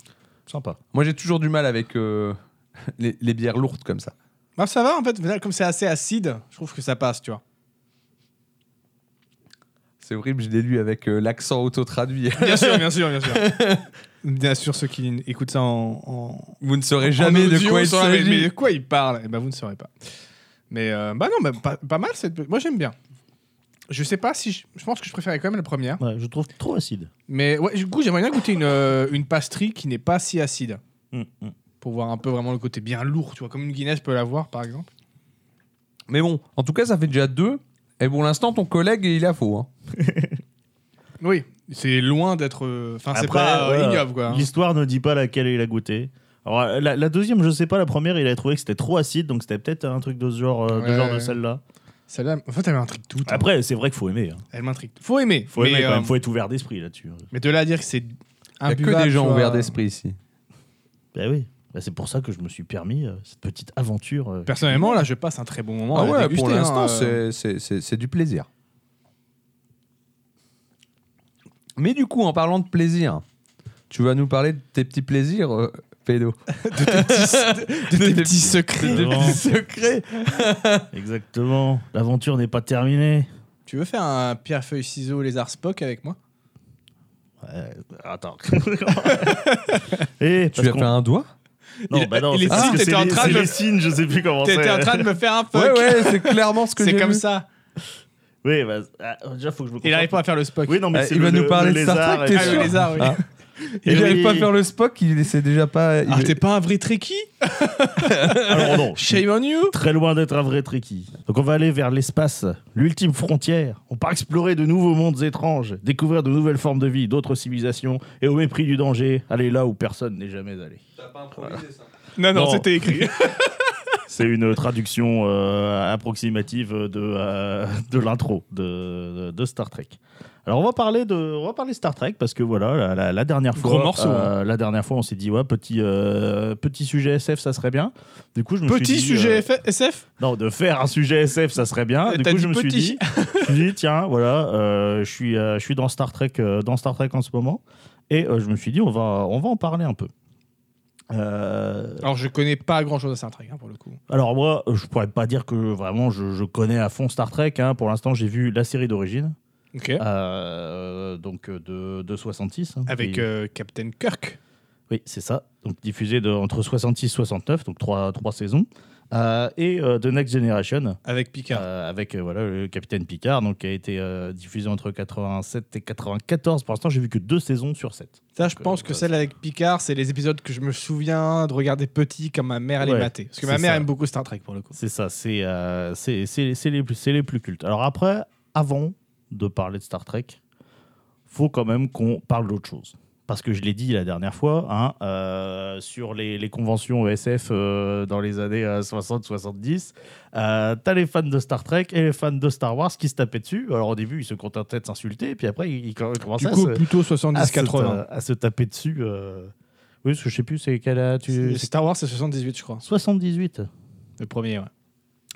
[SPEAKER 3] Sympa.
[SPEAKER 1] Moi, j'ai toujours du mal avec euh, les, les bières lourdes comme ça.
[SPEAKER 2] Bah, ça va, en fait, au final, comme c'est assez acide, je trouve que ça passe, tu vois.
[SPEAKER 1] C'est horrible, je l'ai lu avec euh, l'accent auto-traduit.
[SPEAKER 2] Bien sûr, bien sûr, bien sûr. bien sûr, ceux qui écoutent ça en, en-
[SPEAKER 1] Vous ne saurez
[SPEAKER 2] en
[SPEAKER 1] jamais de
[SPEAKER 2] audio
[SPEAKER 1] quoi il
[SPEAKER 2] sauraient- Mais
[SPEAKER 1] s'agit.
[SPEAKER 2] de quoi il parle Eh ben, vous ne saurez pas. Mais euh, bah non, bah, pas, pas mal cette. Moi, j'aime bien. Je sais pas si. Je, je pense que je préférais quand même la première.
[SPEAKER 3] Ouais, je trouve trop acide.
[SPEAKER 2] Mais ouais, du coup, j'aimerais bien goûter une, euh, une pastry qui n'est pas si acide.
[SPEAKER 3] Mm, mm.
[SPEAKER 2] Pour voir un peu vraiment le côté bien lourd, tu vois, comme une Guinness peut l'avoir, par exemple.
[SPEAKER 1] Mais bon, en tout cas, ça fait déjà deux. Et pour l'instant, ton collègue, il est à faux. hein.
[SPEAKER 2] Oui, c'est loin d'être. euh, Enfin, c'est
[SPEAKER 3] Après,
[SPEAKER 2] pas euh,
[SPEAKER 3] voilà,
[SPEAKER 2] ignoble, quoi. hein.
[SPEAKER 3] L'histoire ne dit pas laquelle il a goûté. Alors, euh, la, la deuxième, je sais pas, la première, il a trouvé que c'était trop acide, donc c'était peut-être un truc de ce genre, euh, de,
[SPEAKER 2] Ouais,
[SPEAKER 3] genre de
[SPEAKER 2] ouais.
[SPEAKER 3] celle-là.
[SPEAKER 2] Celle-là, en fait, elle m'intrigue tout.
[SPEAKER 3] Après, c'est vrai qu'il faut aimer. hein.
[SPEAKER 2] Elle m'intrigue. Faut aimer.
[SPEAKER 3] Faut
[SPEAKER 2] mais,
[SPEAKER 3] aimer quand
[SPEAKER 2] euh,
[SPEAKER 3] même, faut être ouvert d'esprit là-dessus. hein.
[SPEAKER 2] mais de là à dire que c'est.
[SPEAKER 1] Il n'y a
[SPEAKER 2] imbuvable,
[SPEAKER 1] que des gens
[SPEAKER 2] tu vois,
[SPEAKER 1] ouverts d'esprit ici.
[SPEAKER 3] Bah oui. Bah, c'est pour ça que je me suis permis euh, cette petite aventure. euh.
[SPEAKER 2] Personnellement, là, je passe un très bon moment. à la
[SPEAKER 1] Ah
[SPEAKER 2] déguster,
[SPEAKER 1] pour
[SPEAKER 2] hein,
[SPEAKER 1] l'instant, c'est-
[SPEAKER 2] euh.
[SPEAKER 1] c'est- c'est c'est du plaisir. Mais du coup, en parlant de plaisir, tu vas nous parler de tes petits plaisirs, euh, Pédo.
[SPEAKER 2] de tes
[SPEAKER 1] tes
[SPEAKER 2] petits
[SPEAKER 1] petits-
[SPEAKER 2] secrets.
[SPEAKER 3] de-
[SPEAKER 1] Des secrets
[SPEAKER 3] Exactement. L'aventure n'est pas terminée.
[SPEAKER 2] Tu veux faire un pierre feuille ciseaux lézard Spock avec moi
[SPEAKER 3] Ouais, attends. Eh, Et
[SPEAKER 1] Tu lui as fait un doigt
[SPEAKER 3] Non,
[SPEAKER 2] Il-
[SPEAKER 3] bah non,
[SPEAKER 2] il est-
[SPEAKER 3] c'est parce
[SPEAKER 2] ah,
[SPEAKER 3] que
[SPEAKER 2] t'étais
[SPEAKER 3] c'est
[SPEAKER 2] en
[SPEAKER 3] les-
[SPEAKER 2] train
[SPEAKER 3] c'est
[SPEAKER 2] de-
[SPEAKER 3] les signes, je sais plus comment c'est.
[SPEAKER 2] T'étais en train de me faire un fuck.
[SPEAKER 1] Ouais, ouais, c'est clairement ce que j'ai
[SPEAKER 2] c'est comme
[SPEAKER 1] vu.
[SPEAKER 2] ça.
[SPEAKER 3] Oui, bah, ah, déjà, faut que je me
[SPEAKER 2] Il
[SPEAKER 3] concentre.
[SPEAKER 2] arrive pas à faire le Spock.
[SPEAKER 3] Oui, non, mais
[SPEAKER 1] Euh,
[SPEAKER 3] c'est
[SPEAKER 1] il
[SPEAKER 3] le-
[SPEAKER 1] va nous
[SPEAKER 3] le-
[SPEAKER 1] parler
[SPEAKER 3] le
[SPEAKER 1] de Star
[SPEAKER 3] lézard
[SPEAKER 1] Trek,
[SPEAKER 3] et-
[SPEAKER 1] t'es
[SPEAKER 2] ah, le
[SPEAKER 1] sûr
[SPEAKER 2] lézard, oui.
[SPEAKER 1] Ah. Il
[SPEAKER 3] Oui.
[SPEAKER 1] n'arrive pas à faire le Spock, il sait déjà pas. il-
[SPEAKER 2] Ah, t'es pas un vrai Trekkie
[SPEAKER 3] Alors non, je suis
[SPEAKER 2] Shame on you
[SPEAKER 3] très loin d'être un vrai Trekkie. Donc on va aller vers l'espace, l'ultime frontière. On part explorer de nouveaux mondes étranges, découvrir de nouvelles formes de vie, d'autres civilisations, et au mépris du danger, aller là où personne n'est jamais allé.
[SPEAKER 2] Non, non,
[SPEAKER 3] Non.
[SPEAKER 2] c'était écrit.
[SPEAKER 3] C'est une traduction euh, approximative de, euh, de l'intro de, de- de Star Trek. Alors on va parler de on va parler Star Trek parce que voilà la, la- la dernière fois
[SPEAKER 2] Gros morceau, hein.
[SPEAKER 3] euh, la dernière fois on s'est dit ouais petit euh, petit sujet SF ça serait bien. Du coup je me suis
[SPEAKER 2] Petit
[SPEAKER 3] dit,
[SPEAKER 2] sujet
[SPEAKER 3] euh,
[SPEAKER 2] F- SF
[SPEAKER 3] non de faire un sujet SF ça serait bien.
[SPEAKER 2] Euh,
[SPEAKER 3] Du
[SPEAKER 2] t'as
[SPEAKER 3] coup
[SPEAKER 2] dit
[SPEAKER 3] je me suis
[SPEAKER 2] petit.
[SPEAKER 3] dit je me suis dit, tiens voilà euh, je suis euh, je suis dans Star Trek euh, dans Star Trek en ce moment et euh, je me suis dit on va on va en parler un peu. Euh,
[SPEAKER 2] Alors, je connais pas grand chose à Star Trek hein, pour le coup.
[SPEAKER 3] alors moi, euh, je pourrais pas dire que vraiment je, je connais à fond Star Trek. hein. Pour l'instant, j'ai vu la série d'origine,
[SPEAKER 2] Ok.
[SPEAKER 3] euh, donc euh, de, de 66. hein,
[SPEAKER 2] Avec
[SPEAKER 3] qui-
[SPEAKER 2] euh, Captain Kirk.
[SPEAKER 3] Oui, c'est ça. Donc diffusée de, entre 66 et 69, donc trois, trois saisons. Euh, et euh, The Next Generation,
[SPEAKER 2] Avec Picard.
[SPEAKER 3] euh, avec euh, voilà, le capitaine Picard, donc, qui a été euh, diffusé entre 87 et 94. Pour l'instant, j'ai vu que deux saisons sur sept.
[SPEAKER 2] Ça, je
[SPEAKER 3] Donc,
[SPEAKER 2] pense
[SPEAKER 3] euh,
[SPEAKER 2] que
[SPEAKER 3] ça,
[SPEAKER 2] celle avec Picard, c'est les épisodes que je me souviens de regarder petit quand ma mère allait
[SPEAKER 3] Ouais,
[SPEAKER 2] mater. Parce que ma
[SPEAKER 3] c'est
[SPEAKER 2] mère
[SPEAKER 3] ça.
[SPEAKER 2] aime beaucoup Star Trek pour le coup.
[SPEAKER 3] C'est ça, c'est euh, c'est- c'est- c'est les, plus- c'est les plus cultes. Alors après, avant de parler de Star Trek, faut quand même qu'on parle d'autre chose. Parce que je l'ai dit la dernière fois, hein, euh, sur les, les conventions SF euh, dans les années 60-70, t'as les fans de Star Trek et les fans de Star Wars qui se tapaient dessus. Alors au début, ils se contentaient de s'insulter, et puis après, ils, ils commençaient
[SPEAKER 2] Du
[SPEAKER 3] à
[SPEAKER 2] coup,
[SPEAKER 3] se-
[SPEAKER 2] plutôt
[SPEAKER 3] à se,
[SPEAKER 2] 70-80.
[SPEAKER 3] Ah, à se taper dessus. euh. Oui, parce que je sais plus, c'est quelle a- tu...
[SPEAKER 2] Star Wars, c'est 78, je crois.
[SPEAKER 3] 78
[SPEAKER 2] Le premier, ouais.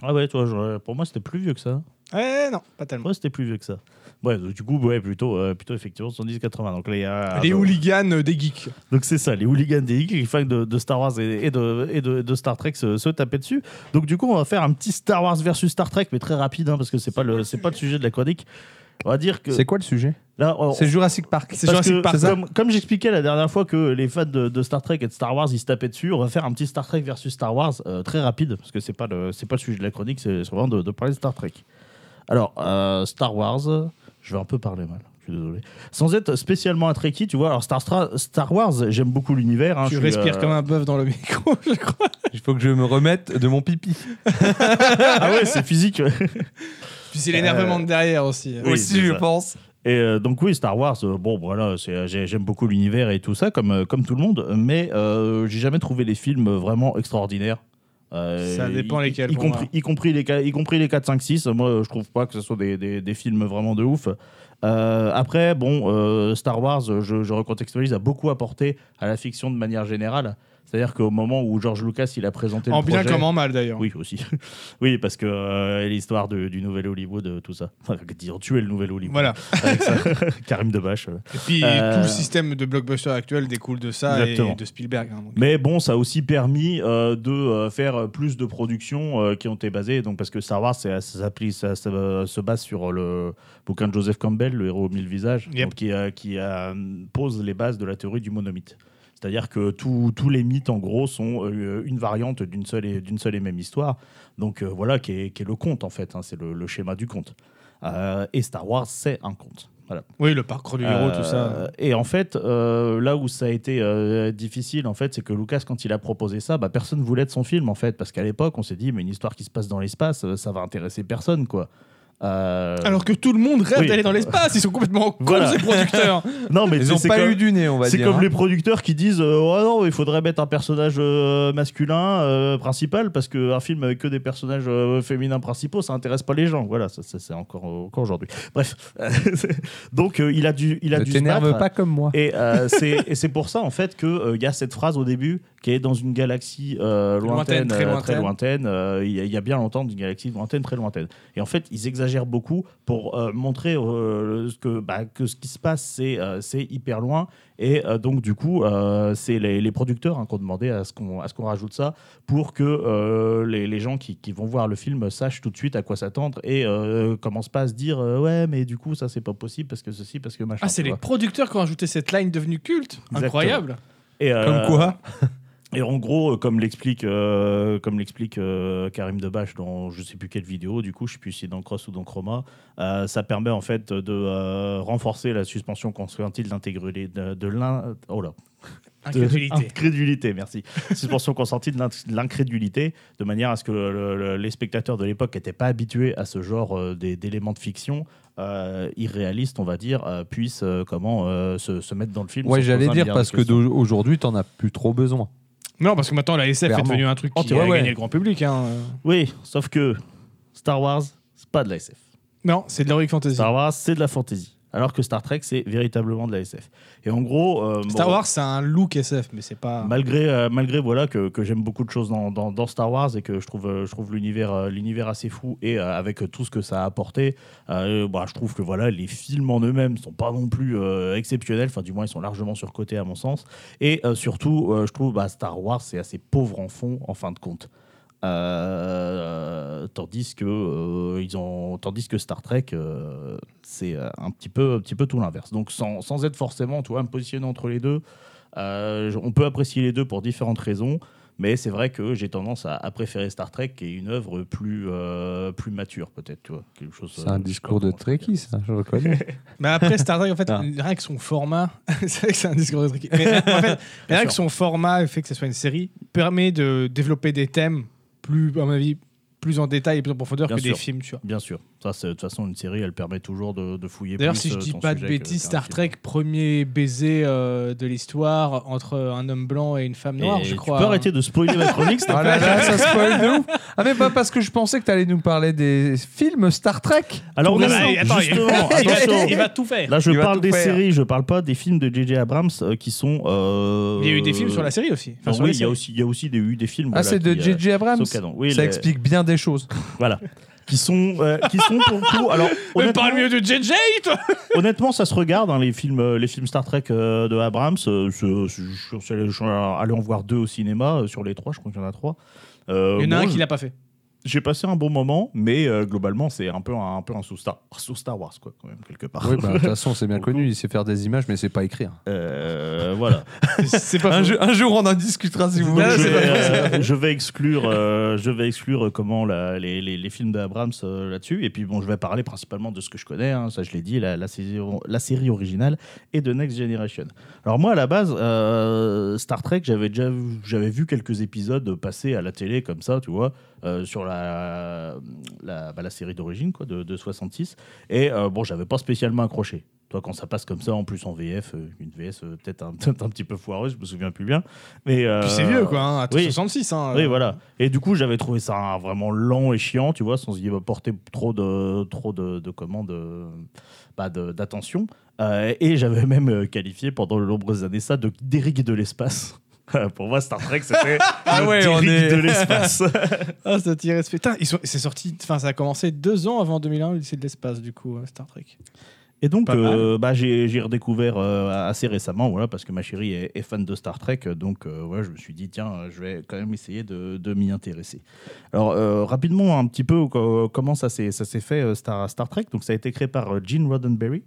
[SPEAKER 3] Ah ouais, toi, je- pour moi, c'était plus vieux que ça.
[SPEAKER 2] Eh non, pas tellement.
[SPEAKER 3] Moi, c'était plus vieux que ça. Bref, donc, du coup, ouais, plutôt, euh, plutôt effectivement 70-80. Donc, les, euh,
[SPEAKER 2] les
[SPEAKER 3] donc-
[SPEAKER 2] hooligans euh, des geeks.
[SPEAKER 3] donc, c'est ça, les hooligans des geeks, les fans de, de Star Wars et, et de, et de, de Star Trek se, se tapaient dessus. Donc, du coup, on va faire un petit Star Wars versus Star Trek, mais très rapide, hein, parce que c'est pas, le- c'est pas le sujet de la chronique. On va dire que.
[SPEAKER 1] C'est quoi le sujet
[SPEAKER 3] Là, on-
[SPEAKER 1] C'est Jurassic Park.
[SPEAKER 2] C'est
[SPEAKER 3] parce
[SPEAKER 2] Jurassic
[SPEAKER 3] que,
[SPEAKER 2] Park, ça
[SPEAKER 3] comme, comme j'expliquais la dernière fois que les fans de, de Star Trek et de Star Wars ils se tapaient dessus, on va faire un petit Star Trek versus Star Wars euh, très rapide parce que c'est pas le c'est pas le sujet de la chronique, c'est c'est vraiment de, de parler de Star Trek. Alors euh, Star Wars, euh, je vais un peu parler mal. Je suis désolé. Sans être spécialement un Trekkie, tu vois. Alors Star, Stra- Star Wars, j'aime beaucoup l'univers. hein,
[SPEAKER 2] tu
[SPEAKER 3] je suis,
[SPEAKER 2] respires
[SPEAKER 3] euh,
[SPEAKER 2] comme un bœuf dans le micro, je crois.
[SPEAKER 1] Il faut que je me remette de mon pipi.
[SPEAKER 3] Ah ouais, c'est physique.
[SPEAKER 2] Puis
[SPEAKER 3] Euh,
[SPEAKER 2] c'est l'énervement de derrière aussi.
[SPEAKER 3] Oui,
[SPEAKER 1] Aussi,
[SPEAKER 3] c'est
[SPEAKER 1] je
[SPEAKER 3] ça.
[SPEAKER 1] pense.
[SPEAKER 3] Et euh, donc oui, Star Wars, euh, bon voilà, c'est- j'ai- j'aime beaucoup l'univers et tout ça, comme, euh, comme tout le monde, mais euh, j'ai jamais trouvé les films vraiment extraordinaires. Euh,
[SPEAKER 2] Ça dépend
[SPEAKER 3] y-
[SPEAKER 2] lesquels,
[SPEAKER 3] Y,
[SPEAKER 2] pour
[SPEAKER 3] compris,
[SPEAKER 2] moi.
[SPEAKER 3] y, compris les, qua- y compris les 4, 5, 6, moi euh, je trouve pas que ce soit des, des, des films vraiment de ouf. Euh, après, bon, euh, Star Wars, euh, je, je recontextualise, a beaucoup apporté à la fiction de manière générale. C'est-à-dire qu'au moment où George Lucas il a présenté
[SPEAKER 2] En
[SPEAKER 3] le
[SPEAKER 2] bien
[SPEAKER 3] projet,
[SPEAKER 2] comme en mal d'ailleurs.
[SPEAKER 3] Oui, aussi. oui, parce que euh, l'histoire de- du nouvel Hollywood, euh, tout ça. Enfin, Ils ont tué le nouvel Hollywood.
[SPEAKER 2] Voilà.
[SPEAKER 3] Avec ça. Karim Debache. euh.
[SPEAKER 2] Et puis
[SPEAKER 3] Euh,
[SPEAKER 2] tout le système de blockbuster actuel découle de ça
[SPEAKER 3] Exactement.
[SPEAKER 2] et de Spielberg. hein, donc.
[SPEAKER 3] Mais bon, ça a aussi permis euh, de euh, faire plus de productions euh, qui ont été basées. Donc, parce que Star Wars, c'est- ça, s'appuie- ça- ça, euh, se base sur le bouquin de Joseph Campbell, Le héros aux mille visages,
[SPEAKER 2] Yep.
[SPEAKER 3] donc qui, euh, qui, euh, pose les bases de la théorie du monomythe. C'est-à-dire que tous- tous les mythes, en gros, sont euh, une variante d'une seule, et- d'une seule et même histoire. Donc euh, voilà, qui est, qui est le conte, en fait. hein. c'est le, le schéma du conte. Euh, et Star Wars, c'est un conte. Voilà.
[SPEAKER 2] Oui, le parcours du héros, tout
[SPEAKER 3] Euh,
[SPEAKER 2] ça.
[SPEAKER 3] Et en fait, euh, là où ça a été euh, difficile, en fait, c'est que Lucas, quand il a proposé ça, bah, personne voulait de son film, en fait, parce qu'à l'époque, on s'est dit, mais une histoire qui se passe dans l'espace, euh, ça va intéresser personne, quoi. Euh,
[SPEAKER 2] Alors que tout le monde rêve
[SPEAKER 3] oui.
[SPEAKER 2] d'aller dans l'espace, ils sont complètement cons
[SPEAKER 3] Voilà.
[SPEAKER 2] ces producteurs.
[SPEAKER 3] non, mais
[SPEAKER 1] Ils
[SPEAKER 3] c'est-
[SPEAKER 1] ont
[SPEAKER 3] c'est
[SPEAKER 1] pas
[SPEAKER 3] comme-
[SPEAKER 1] eu du nez, on va
[SPEAKER 3] C'est
[SPEAKER 1] dire.
[SPEAKER 3] comme
[SPEAKER 1] hein.
[SPEAKER 3] les producteurs qui disent euh, Oh non, il faudrait mettre un personnage euh, masculin euh, principal parce qu'un film avec que des personnages euh, féminins principaux, ça intéresse pas les gens. Voilà, ça, ça, c'est encore, encore aujourd'hui. Bref, donc euh, il a dû, il a
[SPEAKER 1] Ne
[SPEAKER 3] dû se battre.
[SPEAKER 1] t'énerve pas comme moi.
[SPEAKER 3] Et euh, c'est et c'est pour ça, en fait, qu'il y a cette phrase au début qui est dans une galaxie euh,
[SPEAKER 2] Lointaine,
[SPEAKER 3] lointaine,
[SPEAKER 2] très
[SPEAKER 3] euh, très lointaine. euh, Il y, a- il y a bien longtemps, d'une galaxie lointaine, très lointaine. Et en fait, ils exagèrent beaucoup pour euh, montrer euh, ce que, bah, que ce qui se passe, c'est euh, c'est hyper loin. Et euh, donc, du coup, euh, c'est les, les producteurs hein, qui ont demandé à ce qu'on à ce qu'on rajoute ça pour que euh, les, les gens qui, qui vont voir le film sachent tout de suite à quoi s'attendre et euh, commencent pas à se dire euh, ouais, mais du coup, ça, c'est pas possible parce que ceci, parce que machin.
[SPEAKER 2] Ah, c'est
[SPEAKER 3] tu
[SPEAKER 2] les
[SPEAKER 3] vois.
[SPEAKER 2] producteurs qui ont ajouté cette line devenue culte.
[SPEAKER 3] Exactement.
[SPEAKER 2] Incroyable.
[SPEAKER 3] Et, euh,
[SPEAKER 1] Comme quoi
[SPEAKER 3] Et en gros, euh, comme l'explique euh, comme l'explique euh, Karim Debache dans je sais plus quelle vidéo, du coup, je sais plus si c'est dans Cross ou dans Chroma, euh, ça permet en fait de euh, renforcer la suspension consentante d'intégrité de, de l'in- oh là, de-
[SPEAKER 2] Incrédulité.
[SPEAKER 3] incrédulité, merci. suspension consentie de l'in- de l'incrédulité, de manière à ce que le- le- les spectateurs de l'époque n'étaient pas habitués à ce genre euh, des- d'éléments de fiction. euh, irréalistes on va dire, euh, puissent euh, comment euh, se, se mettre dans le film. hein,
[SPEAKER 1] Ouais,
[SPEAKER 3] sans
[SPEAKER 1] j'allais
[SPEAKER 3] poser
[SPEAKER 1] dire
[SPEAKER 3] un milliard de
[SPEAKER 1] parce que
[SPEAKER 3] questions.
[SPEAKER 1] d'au- aujourd'hui, t'en as plus trop besoin.
[SPEAKER 2] Non, parce que maintenant la SF est
[SPEAKER 1] Clairement.
[SPEAKER 2] devenue un truc
[SPEAKER 1] Oh,
[SPEAKER 2] qui
[SPEAKER 1] t'es- ouais,
[SPEAKER 2] a
[SPEAKER 1] ouais.
[SPEAKER 2] gagné le grand public. hein.
[SPEAKER 3] Oui, sauf que Star Wars, c'est pas de la SF.
[SPEAKER 2] Non, c'est de l'heroic fantasy.
[SPEAKER 3] Star Wars, c'est de la fantasy. Alors que Star Trek, c'est véritablement de la SF. Et en gros, euh,
[SPEAKER 2] Star
[SPEAKER 3] bon,
[SPEAKER 2] Wars, hein. c'est un look SF, mais c'est pas.
[SPEAKER 3] malgré, euh, malgré voilà, que, que j'aime beaucoup de choses dans, dans- dans Star Wars et que je trouve, euh, je trouve l'univers, euh, l'univers assez fou et euh, avec tout ce que ça a apporté, euh, bah, je trouve que voilà, les films en eux-mêmes sont pas non plus euh, exceptionnels. Enfin, du moins, ils sont largement surcotés à mon sens. Et euh, surtout, euh, je trouve bah, Star Wars, c'est assez pauvre en fond, en fin de compte. Euh, tandis que euh, ils ont tandis que Star Trek euh, c'est euh, un petit peu un petit peu tout l'inverse donc sans, sans être forcément tu vois, me positionner entre les deux euh, on peut apprécier les deux pour différentes raisons mais c'est vrai que j'ai tendance à, à préférer Star Trek qui est une œuvre plus euh, plus mature peut-être tu vois quelque chose
[SPEAKER 1] C'est un
[SPEAKER 3] je sais
[SPEAKER 1] discours
[SPEAKER 3] pas
[SPEAKER 1] de
[SPEAKER 3] comment dire.
[SPEAKER 1] Trekkie, ça, je reconnais.
[SPEAKER 2] Mais après, Star Trek, en fait,
[SPEAKER 1] Ah.
[SPEAKER 2] rien que son format, c'est vrai que c'est un discours de truc. Mais en fait, rien que son format fait que ce soit une série permet de développer des thèmes plus, à mon avis, plus en détail et plus en profondeur
[SPEAKER 3] Bien
[SPEAKER 2] que des
[SPEAKER 3] sûr.
[SPEAKER 2] films, tu vois.
[SPEAKER 3] bien sûr ça c'est- de toute façon une série elle permet toujours de, de fouiller
[SPEAKER 2] D'ailleurs,
[SPEAKER 3] plus,
[SPEAKER 2] si je
[SPEAKER 3] euh,
[SPEAKER 2] dis
[SPEAKER 3] ton
[SPEAKER 2] pas de
[SPEAKER 3] sujet que-
[SPEAKER 2] bêtises,
[SPEAKER 3] qu'un
[SPEAKER 2] Star
[SPEAKER 3] film.
[SPEAKER 2] Trek, premier baiser euh, de l'histoire entre un homme blanc et une femme noire,
[SPEAKER 3] Et
[SPEAKER 2] je crois.
[SPEAKER 3] tu peux
[SPEAKER 2] hein.
[SPEAKER 3] arrêter de spoiler ma chronique s'il te
[SPEAKER 1] Ah là là, ça spoil de ouf. Ah, mais pas parce que je pensais que t'allais nous parler des films Star Trek. Ah,
[SPEAKER 3] Alors,
[SPEAKER 1] Pour
[SPEAKER 3] non,
[SPEAKER 1] l'instant.
[SPEAKER 3] mais attends, justement,
[SPEAKER 1] il-
[SPEAKER 3] attention.
[SPEAKER 1] il va
[SPEAKER 2] tout faire.
[SPEAKER 3] Là, je
[SPEAKER 1] Il va
[SPEAKER 3] parle
[SPEAKER 1] tout
[SPEAKER 3] des
[SPEAKER 1] faire.
[SPEAKER 3] séries, je parle pas des films de J.J. Abrams euh, qui sont. euh,
[SPEAKER 2] Il y a eu des films sur la série aussi. Enfin,
[SPEAKER 3] Non,
[SPEAKER 2] sur
[SPEAKER 3] oui,
[SPEAKER 2] les
[SPEAKER 3] il y a
[SPEAKER 2] séries.
[SPEAKER 3] aussi, il y a aussi des, eu des films.
[SPEAKER 1] Ah,
[SPEAKER 3] voilà,
[SPEAKER 1] c'est de
[SPEAKER 3] qui, euh,
[SPEAKER 1] J.J. Abrams.
[SPEAKER 3] sont canons. Oui,
[SPEAKER 1] Ça
[SPEAKER 3] les-
[SPEAKER 1] explique bien des choses.
[SPEAKER 3] Voilà. Qui sont, euh, qui sont pour le coup. Alors,
[SPEAKER 2] Mais
[SPEAKER 3] honnêtement,
[SPEAKER 2] parle mieux de JJ, toi
[SPEAKER 3] Euh, honnêtement, ça se regarde, hein, les, films, euh, les films Star Trek euh, de Abrams. Euh, je, je- je- je- je suis allé en voir deux au cinéma, euh, sur les trois, je crois qu'il y en a trois. Euh,
[SPEAKER 2] Il y en a
[SPEAKER 3] bon,
[SPEAKER 2] un
[SPEAKER 3] je-
[SPEAKER 2] qui l'a pas fait.
[SPEAKER 3] J'ai passé un bon moment, mais euh, globalement, c'est un peu un, un peu un sous-Star sous Star Wars, quoi, quand même, quelque part.
[SPEAKER 1] Oui, bah, de toute façon, c'est bien
[SPEAKER 3] Beaucoup.
[SPEAKER 1] connu, il sait faire des images, mais c'est pas hein. écrire.
[SPEAKER 3] Euh, voilà.
[SPEAKER 2] C'est pas
[SPEAKER 1] Un,
[SPEAKER 2] faux.
[SPEAKER 1] jour- un jour, on en discutera si vous
[SPEAKER 2] Ah,
[SPEAKER 1] voulez.
[SPEAKER 2] Là,
[SPEAKER 3] je,
[SPEAKER 2] c'est
[SPEAKER 3] vais,
[SPEAKER 2] pas
[SPEAKER 3] euh, je vais exclure, euh, je vais exclure euh, comment la- les, les- les films d'Abrams euh, là-dessus. Et puis bon, je vais parler principalement de ce que je connais. hein, ça, je l'ai dit, la, la série, la série originale et de Next Generation. Alors moi, à la base, euh, Star Trek, j'avais déjà, vu- j'avais vu quelques épisodes passer à la télé comme ça, tu vois, euh, sur la la, bah, la série d'origine quoi, de, de 66. Et euh, bon, j'avais pas spécialement accroché. Toi, quand ça passe comme ça, en plus en VF, euh, une VS euh, peut-être un, peut-être un petit peu foireuse, je me souviens plus bien. Mais euh,
[SPEAKER 2] Puis c'est vieux, quoi, hein, à
[SPEAKER 3] oui.
[SPEAKER 2] 66. Hein,
[SPEAKER 3] oui, voilà. Et du coup, j'avais trouvé ça hein, vraiment lent et chiant, tu vois, sans y porter trop de trop de, de comment, de- bah, de- d'attention. Euh, et j'avais même euh, qualifié pendant de nombreuses années ça de dérigue de l'espace. Pour moi, Star Trek, c'était
[SPEAKER 1] Ah
[SPEAKER 3] le
[SPEAKER 1] ouais, on
[SPEAKER 3] Derrick
[SPEAKER 1] est-
[SPEAKER 3] de l'espace.
[SPEAKER 2] Ah, ça t'y reste. Putain, ils sont- c'est sorti. Enfin, ça a commencé deux ans avant 2001, le lycée de l'espace, du coup, euh, Star Trek.
[SPEAKER 3] Et donc,
[SPEAKER 2] Pas mal.
[SPEAKER 3] euh, bah, j'ai j'ai redécouvert euh, assez récemment, voilà, parce que ma chérie est, est fan de Star Trek, donc euh, ouais, je me suis dit, tiens, euh, je vais quand même essayer de, de m'y intéresser. Alors, euh, rapidement, un petit peu co- comment ça s'est ça s'est fait, euh, Star, Star Trek. Donc, ça a été créé par euh, Gene Roddenberry.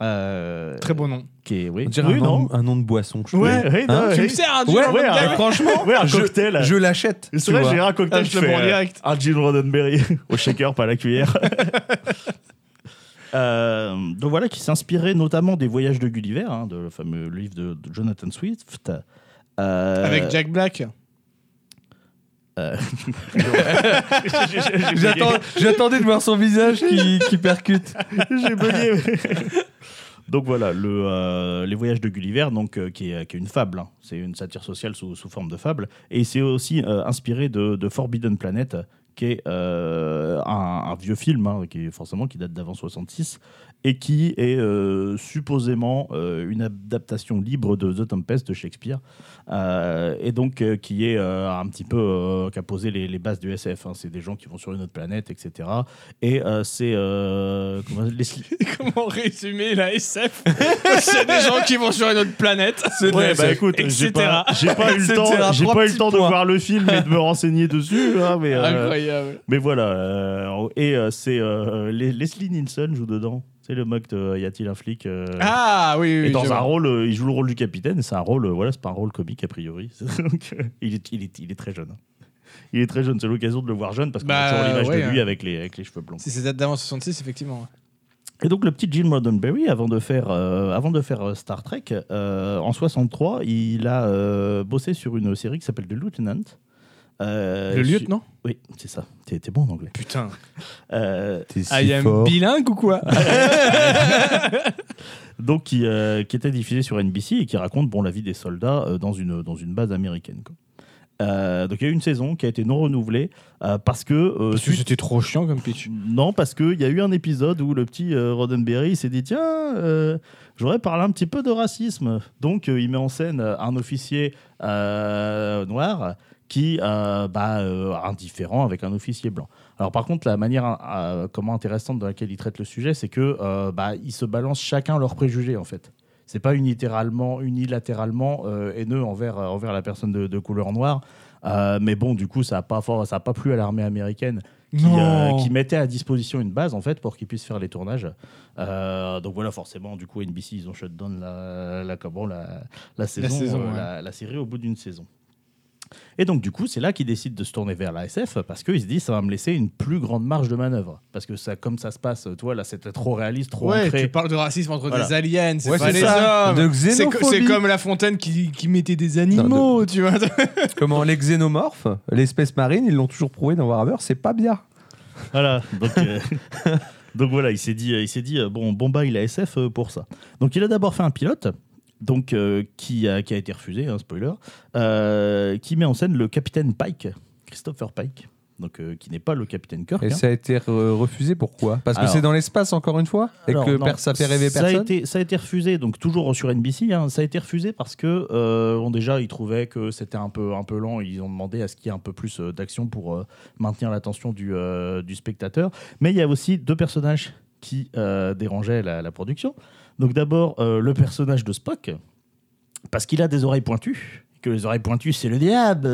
[SPEAKER 3] Euh,
[SPEAKER 2] Très beau nom.
[SPEAKER 3] Qui est, oui.
[SPEAKER 1] On dirait
[SPEAKER 3] Oui,
[SPEAKER 1] un,
[SPEAKER 3] non
[SPEAKER 1] nom, un nom de boisson. je
[SPEAKER 3] Ouais,
[SPEAKER 1] trouve.
[SPEAKER 3] ouais,
[SPEAKER 1] Hein
[SPEAKER 2] Tu
[SPEAKER 3] non, Ah, ouais.
[SPEAKER 2] me sers un
[SPEAKER 1] Ouais,
[SPEAKER 2] Gene
[SPEAKER 1] ouais,
[SPEAKER 2] Roddenberry
[SPEAKER 1] mais franchement,
[SPEAKER 3] Ouais, un
[SPEAKER 1] je-
[SPEAKER 3] cocktail.
[SPEAKER 1] je l'achète.
[SPEAKER 3] C'est
[SPEAKER 1] tu
[SPEAKER 3] vrai,
[SPEAKER 1] vois.
[SPEAKER 3] j'ai un cocktail,
[SPEAKER 2] Ah,
[SPEAKER 3] je
[SPEAKER 2] je le
[SPEAKER 3] fais,
[SPEAKER 2] prends
[SPEAKER 3] euh,
[SPEAKER 2] direct.
[SPEAKER 3] Un Gene Roddenberry au shaker, pas à la cuillère. Euh, donc voilà, qui s'inspirait notamment des voyages de Gulliver, hein, de le fameux livre de, de Jonathan Swift. Euh,
[SPEAKER 2] Avec Jack Black.
[SPEAKER 3] euh, j'ai- j'ai- j'ai
[SPEAKER 1] J'attends- J'attendais de voir son visage qui, qui percute.
[SPEAKER 3] J'ai bugué. Donc voilà, le, euh, les voyages de Gulliver, donc, euh, qui, est, qui est une fable, hein. c'est une satire sociale sous, sous forme de fable, et c'est aussi euh, inspiré de, de Forbidden Planet, qui est euh, un, un vieux film, hein, qui est forcément qui date d'avant 66, et qui est euh, supposément euh, une adaptation libre de The Tempest de Shakespeare, euh, et donc euh, qui est euh, un petit peu euh, qui a posé les, les bases du SF. hein. C'est des gens qui vont sur une autre planète, etc. Et euh, c'est euh, comment- Leslie-
[SPEAKER 2] Comment résumer la SF C'est des gens qui vont sur une autre planète.
[SPEAKER 1] C'est de
[SPEAKER 3] Ouais,
[SPEAKER 1] la
[SPEAKER 3] bah
[SPEAKER 1] SF.
[SPEAKER 3] écoute, j'ai
[SPEAKER 2] etc..
[SPEAKER 3] pas, j'ai pas eu le
[SPEAKER 1] Etc..
[SPEAKER 3] temps, j'ai
[SPEAKER 1] Trois
[SPEAKER 3] pas eu le
[SPEAKER 1] petits
[SPEAKER 3] temps de
[SPEAKER 1] points.
[SPEAKER 3] voir le film et de me renseigner dessus, hein, mais, euh,
[SPEAKER 2] Incroyable.
[SPEAKER 3] mais voilà. euh, et euh, c'est euh, Les- Leslie Nielsen joue dedans. C'est le mock de euh, Y a-t-il un flic euh,
[SPEAKER 2] Ah oui, oui.
[SPEAKER 3] Et
[SPEAKER 2] oui, je
[SPEAKER 3] dans un
[SPEAKER 2] vois.
[SPEAKER 3] rôle, euh, il joue le rôle du capitaine. et C'est un rôle, euh, voilà, c'est pas un rôle comique a priori. Donc, euh, il, est, il, est, il est très jeune. hein. Il est très jeune. C'est l'occasion de le voir jeune parce qu'on
[SPEAKER 2] Bah,
[SPEAKER 3] a toujours l'image
[SPEAKER 2] ouais,
[SPEAKER 3] de lui
[SPEAKER 2] hein.
[SPEAKER 3] avec les, avec les cheveux blonds.
[SPEAKER 2] Si c'est date d'avant 66, effectivement.
[SPEAKER 3] Et donc le petit Gene Roddenberry, avant de faire, euh, avant de faire euh, Star Trek, euh, en 63, il a euh, bossé sur une série qui s'appelle The Lieutenant. Euh,
[SPEAKER 2] le
[SPEAKER 3] su-
[SPEAKER 2] lieutenant
[SPEAKER 3] Oui, c'est ça. T'es t'es bon en anglais.
[SPEAKER 2] Putain. Ah,
[SPEAKER 3] Euh,
[SPEAKER 1] T'es si
[SPEAKER 2] I am
[SPEAKER 1] fort.
[SPEAKER 2] bilingue ou quoi
[SPEAKER 3] donc qui, euh, qui était diffusé sur NBC et qui raconte bon, la vie des soldats euh, dans, une, dans une base américaine. quoi. Euh, donc il y a eu une saison qui a été non renouvelée euh, parce que... euh, suite-
[SPEAKER 2] C'était trop chiant comme pitch.
[SPEAKER 3] Non, parce qu'il y a eu un épisode où le petit euh, Roddenberry s'est dit Tiens, euh, j'aurais parlé un petit peu de racisme. Donc, euh, il met en scène euh, un officier euh, noir qui euh, bah, euh, indifférent avec un officier blanc. Alors, par contre, la manière euh, comment intéressante dans laquelle il traite le sujet, c'est que euh, bah, ils se balancent chacun leurs préjugés, en fait. C'est pas unilatéralement, unilatéralement euh, haineux envers, euh, envers la personne de, de couleur noire. Euh, mais bon, du coup, ça n'a pas, fort- ça a pas plu à l'armée américaine qui, euh, qui mettait à disposition une base en fait pour qu'ils puissent faire les tournages. Euh, donc voilà, forcément, du coup, NBC ils ont shut down la, la, comment, la, la saison,
[SPEAKER 2] saison,
[SPEAKER 3] euh,
[SPEAKER 2] ouais.
[SPEAKER 3] la- la série au bout d'une saison. Et donc du coup, c'est là qu'ils décident de se tourner vers la SF parce qu'ils se disent ça va me laisser une plus grande marge de manœuvre parce que ça, comme ça se passe, toi là, c'était trop réaliste, trop
[SPEAKER 2] Ouais,
[SPEAKER 3] ancré.
[SPEAKER 2] tu parles de racisme entre
[SPEAKER 3] Voilà.
[SPEAKER 2] des aliens, c'est
[SPEAKER 1] Ouais,
[SPEAKER 2] pas
[SPEAKER 1] c'est
[SPEAKER 2] les
[SPEAKER 1] ça.
[SPEAKER 2] hommes.
[SPEAKER 1] De
[SPEAKER 2] C'est co-
[SPEAKER 1] xénophobie.
[SPEAKER 2] C'est comme La Fontaine qui, qui mettait des animaux, tu vois.
[SPEAKER 1] Comment les xénomorphes, l'espèce marine, ils l'ont toujours prouvé dans Warhammer, c'est pas bien.
[SPEAKER 3] Voilà. Donc, euh, donc voilà, il s'est dit, il s'est dit, euh, bon, Bomba, il a SF euh, pour ça. Donc il a d'abord fait un pilote, donc euh, qui, a, qui a été refusé, hein, spoiler, euh, qui met en scène le capitaine Pike, Christopher Pike, donc euh, qui n'est pas le capitaine Kirk.
[SPEAKER 1] Et
[SPEAKER 3] hein.
[SPEAKER 1] ça a été re- refusé, pourquoi Parce que
[SPEAKER 3] Alors.
[SPEAKER 1] c'est dans l'espace, encore une fois Et
[SPEAKER 3] Alors,
[SPEAKER 1] que
[SPEAKER 3] non,
[SPEAKER 1] per- ça fait rêver
[SPEAKER 3] a
[SPEAKER 1] personne
[SPEAKER 3] été, ça a été refusé, donc toujours sur NBC, hein, ça a été refusé parce que, euh, bon, déjà, ils trouvaient que c'était un peu, un peu lent, ils ont demandé à ce qu'il y ait un peu plus euh, d'action pour euh, maintenir l'attention du, euh, du spectateur. Mais il y a aussi deux personnages qui euh, dérangeaient la, la production. Donc d'abord, euh, le personnage de Spock, parce qu'il a des oreilles pointues, que les oreilles pointues, c'est le diable.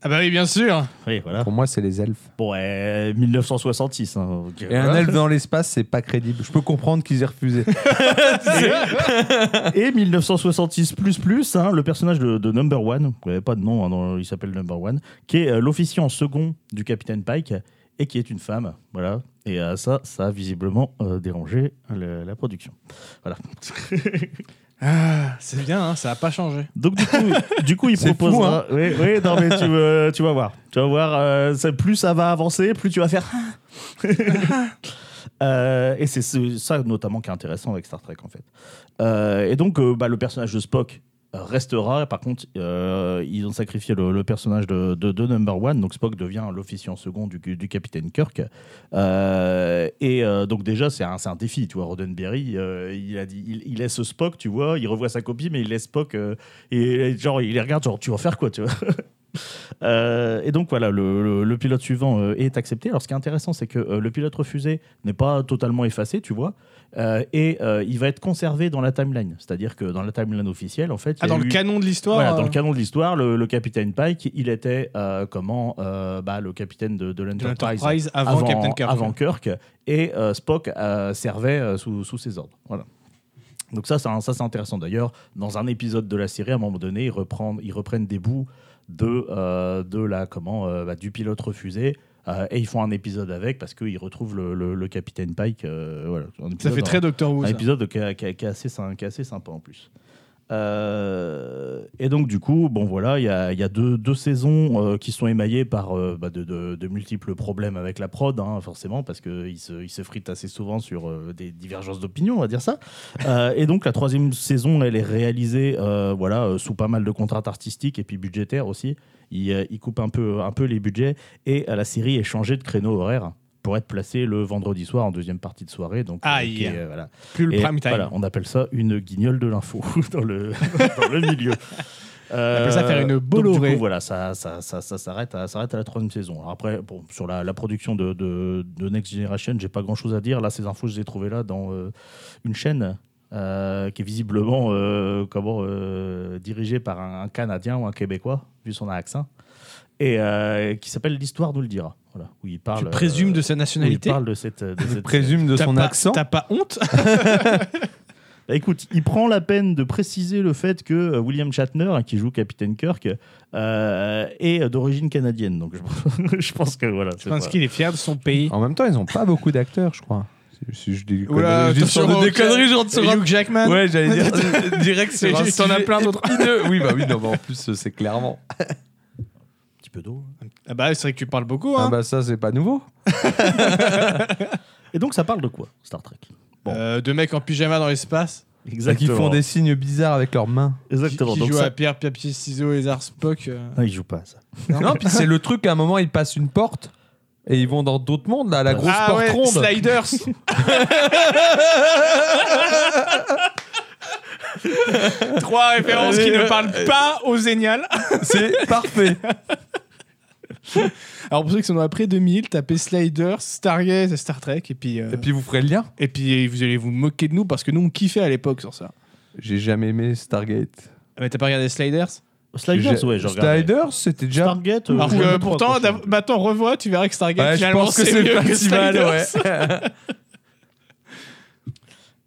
[SPEAKER 2] Ah bah oui, bien sûr.
[SPEAKER 3] Oui, voilà.
[SPEAKER 1] Pour moi, c'est les elfes.
[SPEAKER 3] Bon, euh, 1966. hein, donc,
[SPEAKER 1] Et un
[SPEAKER 3] voilà.
[SPEAKER 1] elfe dans l'espace, c'est pas crédible. Je peux comprendre qu'ils aient refusé.
[SPEAKER 3] Et 1966 plus plus, hein, le personnage de, de Number One, il avait pas de nom, hein, dans- il s'appelle Number One, qui est euh, l'officier en second du capitaine Pike et qui est une femme, voilà. Et euh, ça, ça a visiblement euh, dérangé le- la production. Voilà.
[SPEAKER 2] Ah, c'est bien, hein, ça a pas changé.
[SPEAKER 3] Donc du coup, du coup il
[SPEAKER 1] C'est fou, hein.
[SPEAKER 3] proposera. Oui, oui, non mais tu, euh, veux- tu vas voir. Tu vas voir. euh, ça- plus ça va avancer, plus tu vas faire. Euh, et c'est ce- ça notamment qui est intéressant avec Star Trek en fait. Euh, et donc euh, bah, le personnage de Spock restera. Par contre, euh, ils ont sacrifié le, le personnage de, de, de Number One. Donc Spock devient l'officier en second du, du capitaine Kirk. Euh, et euh, euh, donc déjà, c'est un, c'est un défi, tu vois. Roddenberry, euh, il a dit, il, il laisse Spock, tu vois, il revoit sa copie, mais il laisse Spock euh, et genre il les regarde, genre tu vas faire quoi, tu vois. Euh, et donc voilà, le, le- le pilote suivant euh, est accepté. Alors ce qui est intéressant, c'est que euh, le pilote refusé n'est pas totalement effacé, tu vois, euh, et euh, il va être conservé dans la timeline. C'est-à-dire que dans la timeline officielle, en fait, il
[SPEAKER 2] Ah,
[SPEAKER 3] y a
[SPEAKER 2] dans le
[SPEAKER 3] eu-
[SPEAKER 2] canon de l'histoire.
[SPEAKER 3] voilà, dans
[SPEAKER 2] euh,
[SPEAKER 3] le canon de l'histoire, le, le capitaine Pike, il était euh, comment euh, bah, le capitaine de, de
[SPEAKER 2] de
[SPEAKER 3] l'Enterprise
[SPEAKER 2] l'Enterprise avant, Captain Kirk.
[SPEAKER 3] avant Kirk, et euh, Spock euh, servait euh, sous, sous ses ordres. Voilà. Donc ça, c'est un- ça c'est intéressant. D'ailleurs, dans un épisode de la série, à un moment donné, ils reprennent, ils reprennent des bouts de, euh, de la, comment, euh, bah, du pilote refusé. euh, et ils font un épisode avec parce qu'ils retrouvent le, le- le capitaine Pike. euh, voilà, Un
[SPEAKER 2] Ça
[SPEAKER 3] épisode
[SPEAKER 2] fait
[SPEAKER 3] en-
[SPEAKER 2] très Doctor Who.
[SPEAKER 3] un
[SPEAKER 1] Ah,
[SPEAKER 2] ça.
[SPEAKER 3] épisode qui est, qui est- qui est assez, sy- qui est assez sympa en plus. Euh, et donc du coup, bon voilà, il y a, il y a deux, deux saisons euh, qui sont émaillées par euh, bah, de, de- de multiples problèmes avec la prod, hein, forcément, parce qu'ils se, ils se fritent assez souvent sur euh, des divergences d'opinion, on va dire ça. Euh, et donc la troisième saison, elle est réalisée euh, voilà, euh, sous pas mal de contraintes artistiques et puis budgétaires aussi. Ils, euh, ils coupent un peu, un peu les budgets et euh, la série est changée de créneau horaire pour être placée le vendredi soir en deuxième partie de soirée. Donc, euh,
[SPEAKER 2] Aïe.
[SPEAKER 3] qui est, euh, voilà.
[SPEAKER 2] Plus le
[SPEAKER 3] Et
[SPEAKER 2] prime time.
[SPEAKER 3] voilà, on appelle ça une guignole de l'info dans le, dans le milieu. Euh,
[SPEAKER 2] appelle ça faire une
[SPEAKER 3] donc, du
[SPEAKER 2] Bolloré.
[SPEAKER 3] coup, voilà, ça, ça, ça, ça s'arrête à, ça s'arrête à la troisième saison. Alors après, bon, sur la, la production de, de, de Next Generation, j'ai pas grand chose à dire. Là, ces infos, je les ai trouvées là dans euh, une chaîne euh, qui est visiblement euh, comment, euh, dirigée par un, un Canadien ou un Québécois, vu son accent, et euh, qui s'appelle L'Histoire nous le dira. Voilà, où il parle,
[SPEAKER 2] Tu présumes
[SPEAKER 3] euh,
[SPEAKER 2] de sa
[SPEAKER 3] où il
[SPEAKER 2] nationalité
[SPEAKER 3] parle de cette. De
[SPEAKER 1] Je
[SPEAKER 3] cette euh,
[SPEAKER 1] présume de
[SPEAKER 2] T'as
[SPEAKER 1] son
[SPEAKER 2] pas-
[SPEAKER 1] accent.
[SPEAKER 2] T'as pas honte
[SPEAKER 3] Bah, écoute, il prend la peine de préciser le fait que euh, William Shatner, hein, qui joue Capitaine Kirk, euh, est d'origine canadienne. Donc je, je pense que voilà.
[SPEAKER 2] Je
[SPEAKER 3] c'est
[SPEAKER 2] pense
[SPEAKER 3] pas-
[SPEAKER 2] qu'il est fier de son pays.
[SPEAKER 1] En même temps, ils ont pas beaucoup d'acteurs, je crois. Si- si je dis des conneries-
[SPEAKER 2] Oula,
[SPEAKER 1] je dis
[SPEAKER 2] attention,
[SPEAKER 1] sans- des
[SPEAKER 2] Hugh
[SPEAKER 1] conneries, genre sur un-
[SPEAKER 2] Hugh Jackman
[SPEAKER 1] Ouais, j'allais dire direct sur un
[SPEAKER 2] Et t'en as
[SPEAKER 1] sujet
[SPEAKER 2] plein d'autres.
[SPEAKER 1] épineux. Oui, bah oui, non, mais en plus, euh, c'est clairement.
[SPEAKER 3] Un petit peu d'eau. hein.
[SPEAKER 2] Ah bah c'est vrai que tu parles beaucoup.
[SPEAKER 1] Ah
[SPEAKER 2] Hein.
[SPEAKER 1] bah ça, c'est pas nouveau.
[SPEAKER 3] Et donc ça parle de quoi, Star Trek bon.
[SPEAKER 2] Euh, deux mecs en pyjama dans l'espace.
[SPEAKER 1] Qui font des signes bizarres avec leurs mains.
[SPEAKER 3] Exactement.
[SPEAKER 2] Qui, qui
[SPEAKER 3] donc
[SPEAKER 2] jouent
[SPEAKER 3] ça-
[SPEAKER 2] à pierre, papier, ciseaux, lézard, Spock. euh.
[SPEAKER 3] Non, ils jouent pas à ça.
[SPEAKER 1] Non, puis c'est le truc, à un moment, ils passent une porte et ils vont dans d'autres mondes, là, la grosse
[SPEAKER 2] ah
[SPEAKER 1] porte
[SPEAKER 2] ouais,
[SPEAKER 1] ronde.
[SPEAKER 2] Sliders. Trois références qui
[SPEAKER 1] Euh,
[SPEAKER 2] ne parlent pas au Zénial.
[SPEAKER 1] C'est parfait.
[SPEAKER 2] Alors pour ceux qui sont après 2000, tapez Sliders, Stargate, Star Trek et puis, euh,
[SPEAKER 1] Et puis vous ferez le lien.
[SPEAKER 2] et puis vous allez vous moquer de nous parce que nous on kiffait à l'époque sur ça.
[SPEAKER 1] J'ai jamais aimé Stargate.
[SPEAKER 2] Ah, Mais t'as pas regardé Sliders
[SPEAKER 3] Sliders,
[SPEAKER 1] J'ai-
[SPEAKER 3] ouais, je regarde.
[SPEAKER 1] Sliders, c'était déjà.
[SPEAKER 3] Stargate. euh,
[SPEAKER 2] Alors
[SPEAKER 3] j'ai
[SPEAKER 2] que,
[SPEAKER 3] même pas
[SPEAKER 2] pourtant,
[SPEAKER 3] accroché.
[SPEAKER 2] d'av- bah attends, revois, tu verras que Stargate,
[SPEAKER 1] Ouais, je
[SPEAKER 2] finalement,
[SPEAKER 1] pense que c'est
[SPEAKER 2] mieux
[SPEAKER 1] le festival,
[SPEAKER 2] Sliders.
[SPEAKER 1] ouais.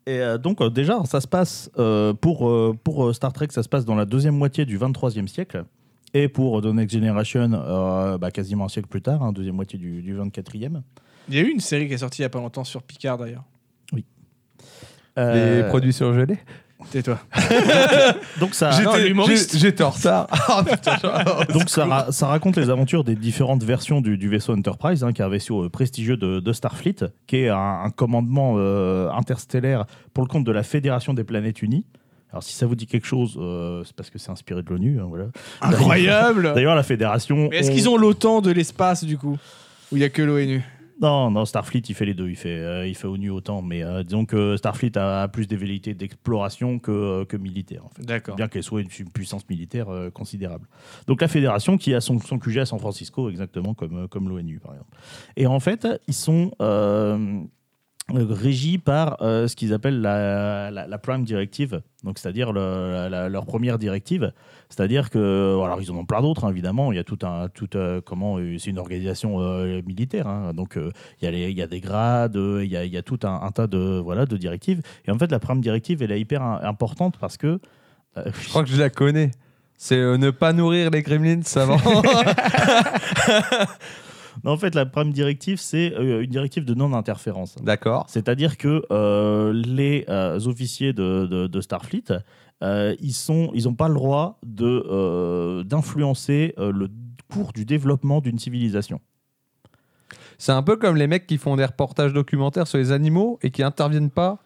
[SPEAKER 3] Et euh, donc euh, déjà, ça se passe euh, pour, euh, pour euh, Star Trek, ça se passe dans la deuxième moitié du 23e siècle. Et pour euh, The Next Generation, euh, bah, quasiment un siècle plus tard, hein, deuxième moitié du, du 24e.
[SPEAKER 2] Il y a eu une série qui est sortie il y a pas longtemps sur Picard, d'ailleurs.
[SPEAKER 3] Euh,
[SPEAKER 1] Les produits surgelés.
[SPEAKER 2] Tais-toi.
[SPEAKER 3] donc ça,
[SPEAKER 2] J'ai- Ah, non,
[SPEAKER 1] J'étais-
[SPEAKER 2] l'humoriste.
[SPEAKER 1] j'ai- J'étais en retard. Ah, putain, je-
[SPEAKER 3] donc ça, ra- ça raconte les aventures des différentes versions du, du vaisseau Enterprise, hein, qui est un vaisseau euh, prestigieux de, de Starfleet, qui est un, un commandement euh, interstellaire pour le compte de la Fédération des Planètes Unies. Alors si ça vous dit quelque chose, euh, c'est parce que c'est inspiré de l'ONU. hein, voilà.
[SPEAKER 2] Incroyable
[SPEAKER 3] D'ailleurs, la Fédération.
[SPEAKER 2] Euh, Mais est-ce
[SPEAKER 3] on-
[SPEAKER 2] qu'ils ont l'OTAN de l'espace, du coup Où il y a que l'ONU
[SPEAKER 3] Non, non, Starfleet, il fait les deux. Il fait, euh, il fait ONU autant, mais euh, disons que Starfleet a plus des velléités d'exploration que, euh, que militaire, en fait.
[SPEAKER 2] D'accord.
[SPEAKER 3] Bien qu'elle soit une une puissance militaire euh, considérable. Donc la fédération qui a son, son QG à San Francisco, exactement comme, euh, comme l'ONU, par exemple. Et en fait, ils sont euh, régis par euh, ce qu'ils appellent la, la, la Prime Directive, donc c'est-à-dire le- la- la- leur première directive. C'est-à-dire que, alors ils en ont plein d'autres, hein, évidemment. Il y a tout un. Tout, euh, comment, euh, c'est une organisation euh, militaire, hein. donc euh, il y, a les- il y a des grades, euh, il y a, il y a tout un, un tas de, voilà, de directives. Et en fait, la Prime Directive, elle est hyper im- importante parce que. euh,
[SPEAKER 1] Je crois que je la connais. C'est euh, ne pas nourrir les gremlins avant.
[SPEAKER 3] Non, en fait, la Prime Directive, c'est euh, une directive de non-interférence.
[SPEAKER 1] D'accord.
[SPEAKER 3] C'est-à-dire que euh, les euh, officiers de, de- de Starfleet, euh, ils n'ont ils ont pas le droit de, euh, d'influencer euh, le cours du développement d'une civilisation.
[SPEAKER 1] C'est un peu comme les mecs qui font des reportages documentaires sur les animaux et qui interviennent pas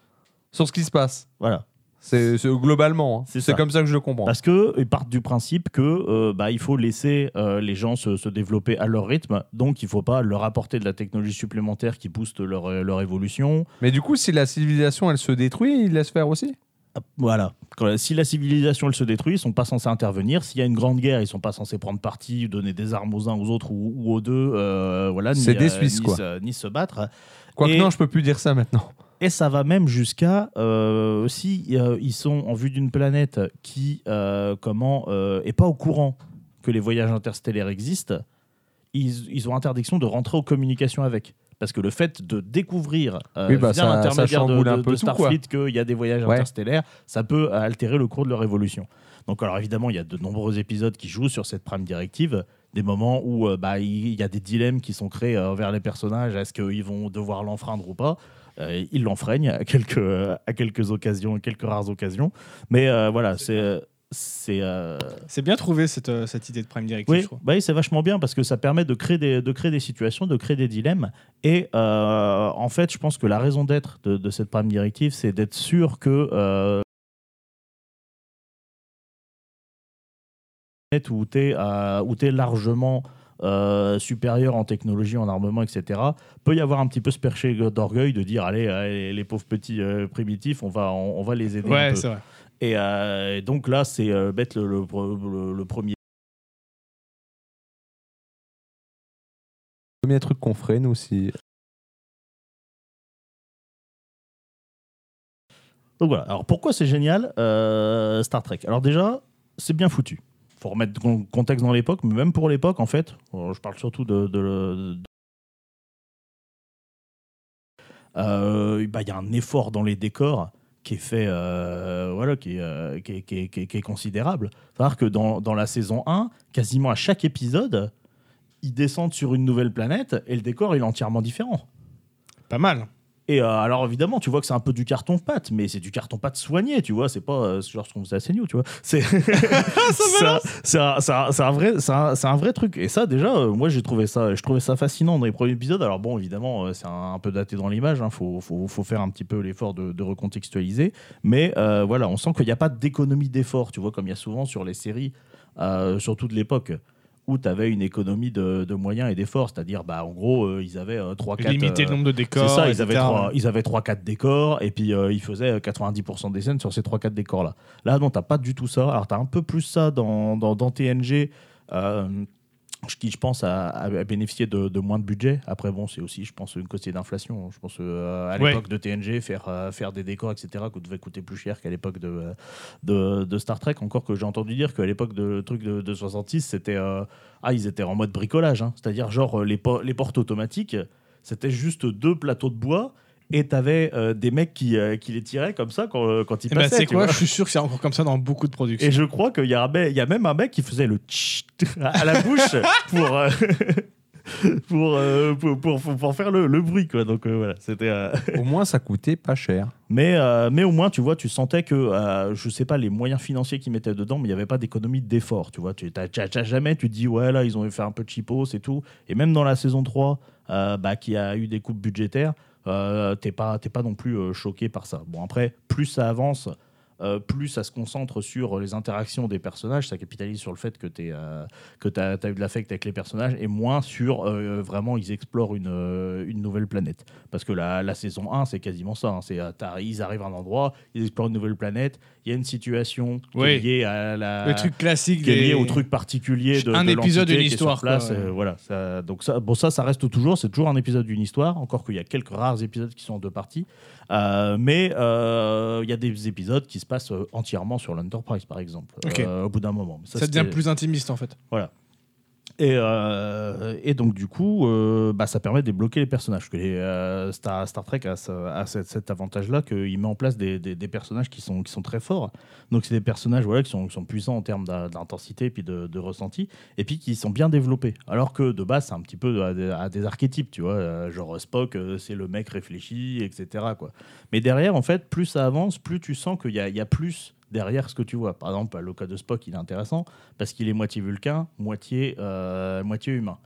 [SPEAKER 1] sur ce qui se passe.
[SPEAKER 3] Voilà.
[SPEAKER 1] C'est c'est- globalement. hein.
[SPEAKER 3] C'est
[SPEAKER 1] C'est
[SPEAKER 3] ça.
[SPEAKER 1] comme ça que je le comprends.
[SPEAKER 3] Parce qu'ils partent du principe que euh, bah, il faut laisser euh, les gens se, se développer à leur rythme, donc il ne faut pas leur apporter de la technologie supplémentaire qui booste leur, euh, leur évolution.
[SPEAKER 1] Mais du coup, si la civilisation elle se détruit, ils laissent faire aussi.
[SPEAKER 3] Hop, Voilà. Quand- si la civilisation elle se détruit, ils sont pas censés intervenir. S'il y a une grande guerre, ils sont pas censés prendre parti, donner des armes aux uns aux autres ou, ou aux deux. euh, voilà, ni,
[SPEAKER 1] C'est des
[SPEAKER 3] euh,
[SPEAKER 1] Suisses,
[SPEAKER 3] ni
[SPEAKER 1] quoi.
[SPEAKER 3] se- ni se battre.
[SPEAKER 1] Quoique
[SPEAKER 3] Et-
[SPEAKER 1] non, je peux plus dire ça maintenant.
[SPEAKER 3] Et ça va même jusqu'à euh, si euh, ils sont en vue d'une planète qui euh, comment euh, est pas au courant que les voyages interstellaires existent, ils, ils ont interdiction de rentrer en communication avec. Parce que le fait de découvrir euh,
[SPEAKER 1] Oui, bah,
[SPEAKER 3] via
[SPEAKER 1] ça-
[SPEAKER 3] l'intermédiaire
[SPEAKER 1] ça
[SPEAKER 3] de,
[SPEAKER 1] chamboule un
[SPEAKER 3] de-
[SPEAKER 1] peu
[SPEAKER 3] de
[SPEAKER 1] tout, quoi.
[SPEAKER 3] Starfleet qu'il y a des voyages
[SPEAKER 1] Ouais.
[SPEAKER 3] interstellaires, ça peut altérer le cours de leur évolution. Donc alors évidemment, il y a de nombreux épisodes qui jouent sur cette prime directive, des moments où euh, bah, il y a des dilemmes qui sont créés euh, vers les personnages, est-ce qu'ils vont devoir l'enfreindre ou pas Euh, Ils l'enfreignent à quelques, euh, à quelques occasions, quelques rares occasions. Mais euh, voilà, c'est... euh, c'est euh,
[SPEAKER 2] C'est bien trouvé cette, euh, cette idée de Prime Directive,
[SPEAKER 3] oui,
[SPEAKER 2] je trouve.
[SPEAKER 3] bah oui, c'est vachement bien parce que ça permet de créer des, de créer des situations, de créer des dilemmes. Et euh, en fait, je pense que la raison d'être de, de cette prime directive, c'est d'être sûr que. euh, où tu es, largement euh, supérieur en technologie, en armement, etc., peut y avoir un petit peu ce perché d'orgueil de dire allez, allez, les pauvres petits euh, primitifs, on va, on, on va les aider. un
[SPEAKER 2] Ouais,
[SPEAKER 3] peu.
[SPEAKER 2] c'est vrai.
[SPEAKER 3] Et, euh, et donc là, c'est euh, bête le, le, le- le premier.
[SPEAKER 1] Premier truc qu'on ferait nous aussi.
[SPEAKER 3] Donc voilà. Alors pourquoi c'est génial euh, Star Trek Alors déjà, c'est bien foutu. Faut remettre con- contexte dans l'époque, mais même pour l'époque, en fait, euh, je parle surtout de. de- de- Euh, bah, il y a un effort dans les décors qui est fait, euh, voilà, qui est, euh, qui, est, qui est- qui est- qui est considérable. C'est-à-dire que dans, dans la saison 1, quasiment à chaque épisode, ils descendent sur une nouvelle planète et le décor il est entièrement différent.
[SPEAKER 2] Pas mal. hein.
[SPEAKER 3] Et euh, alors évidemment, tu vois que c'est un peu du carton pâte, mais c'est du carton pâte soigné, tu vois. C'est pas euh, genre ce qu'on faisait à CNU, tu vois. C'est c'est un- c'est un, c'est un- c'est un vrai, c'est un, c'est un vrai truc. Et ça, déjà, euh, moi j'ai trouvé ça, je trouvais ça fascinant dans les premiers épisodes. Alors bon, évidemment, euh, c'est un, un peu daté dans l'image. hein. faut, faut, faut faire un petit peu l'effort de, de recontextualiser. Mais euh, voilà, on sent qu'il n'y a pas d'économie d'effort, tu vois, comme il y a souvent sur les séries, euh, surtout de l'époque où tu avais une économie de, de moyens et d'efforts, c'est-à-dire, bah, en gros, euh, ils avaient 3-4...
[SPEAKER 2] Limiter le nombre de décors.
[SPEAKER 3] C'est ça, ils
[SPEAKER 2] etc.
[SPEAKER 3] avaient, trois, ils avaient 3-4 décors et puis euh, ils faisaient 90% des scènes sur ces 3-4 décors-là. Là, non, t'as pas du tout ça. Alors, t'as un peu plus ça dans, dans, dans TNG, euh, qui, je pense, a, a bénéficié de, de moins de budget. Après, bon, c'est aussi, je pense, une côté d'inflation. Je pense euh, à
[SPEAKER 2] Ouais.
[SPEAKER 3] l'époque de TNG, faire, euh, faire des décors, etc., qui devait coûter plus cher qu'à l'époque de, euh, de, de Star Trek. Encore que j'ai entendu dire qu'à l'époque de le truc de, de 66, c'était. euh, ah, ils étaient en mode bricolage. hein. C'est-à-dire, genre, euh, les, po- les portes automatiques, c'était juste deux plateaux de bois. Et t'avais euh, des mecs qui, euh, qui les tiraient comme ça quand, euh, quand ils
[SPEAKER 2] Eh ben,
[SPEAKER 3] passaient.
[SPEAKER 2] c'est
[SPEAKER 3] tu
[SPEAKER 2] quoi
[SPEAKER 3] vois.
[SPEAKER 2] Je suis sûr que c'est encore comme ça dans beaucoup de productions.
[SPEAKER 3] Et je crois qu'il y, a un mec- il y a même un mec qui faisait le tchit à la bouche pour, euh, pour, euh, pour, pour, pour- pour faire le, le bruit. Quoi. Donc euh, voilà, c'était. euh,
[SPEAKER 1] Au moins, ça coûtait pas cher.
[SPEAKER 3] Mais, euh, mais au moins, tu vois, tu sentais que, euh, je sais pas, les moyens financiers qu'ils mettaient dedans, mais il n'y avait pas d'économie d'effort. Tu vois, tu t'as- t'as- t'as jamais, tu te dis, ouais, là, ils ont fait un peu de cheapo, c'est tout. Et même dans la saison 3, euh, bah, qui a eu des coupes budgétaires, euh, t'es pas, t'es pas non plus euh, choqué par ça. Bon, après, plus ça avance, euh, plus ça se concentre sur les interactions des personnages, ça capitalise sur le fait que tu que t'as as eu de l'affect avec les personnages, et moins sur euh, vraiment ils explorent une, euh, une nouvelle planète. Parce que la, la saison 1, c'est quasiment ça. hein. C'est, euh, t'as- ils arrivent à un endroit, ils explorent une nouvelle planète, il y a une situation qui
[SPEAKER 2] Oui.
[SPEAKER 3] est liée à la.
[SPEAKER 2] le truc classique
[SPEAKER 3] qui est
[SPEAKER 2] des...
[SPEAKER 3] liée au truc particulier de
[SPEAKER 2] Un
[SPEAKER 3] de
[SPEAKER 2] épisode,
[SPEAKER 3] l'entité
[SPEAKER 2] une
[SPEAKER 3] qui est sur
[SPEAKER 2] histoire,
[SPEAKER 3] place,
[SPEAKER 2] quoi, ouais.
[SPEAKER 3] euh, voilà ça, donc ça bon ça ça reste toujours c'est toujours un épisode d'une histoire encore qu'il y a quelques rares épisodes qui sont en deux parties Euh, mais euh, il y a des épisodes qui se passent euh, entièrement sur l'Enterprise par exemple
[SPEAKER 2] Ok.
[SPEAKER 3] euh, au bout d'un moment Mais
[SPEAKER 2] Ça,
[SPEAKER 3] c'était-
[SPEAKER 2] devient plus intimiste en fait.
[SPEAKER 3] et, euh, et donc, du coup, euh, bah, ça permet de débloquer les personnages. Parce Que les, euh, Star, Star Trek a, ce- a cet, cet avantage-là qu'il met en place des, des- des personnages qui sont, qui sont très forts. Donc, c'est des personnages voilà, qui, sont, qui sont puissants en termes d'in- d'intensité et puis de, de ressenti, et puis qui sont bien développés. Alors que de base, c'est un petit peu à des, à des archétypes, tu vois. euh, Genre Spock, euh, c'est le mec réfléchi, etc. Quoi. Mais derrière, en fait, plus ça avance, plus tu sens qu'il y a, il y a plus derrière ce que tu vois. Par exemple, le cas de Spock, il est intéressant parce qu'il est moitié vulcain, moitié, euh, moitié humain.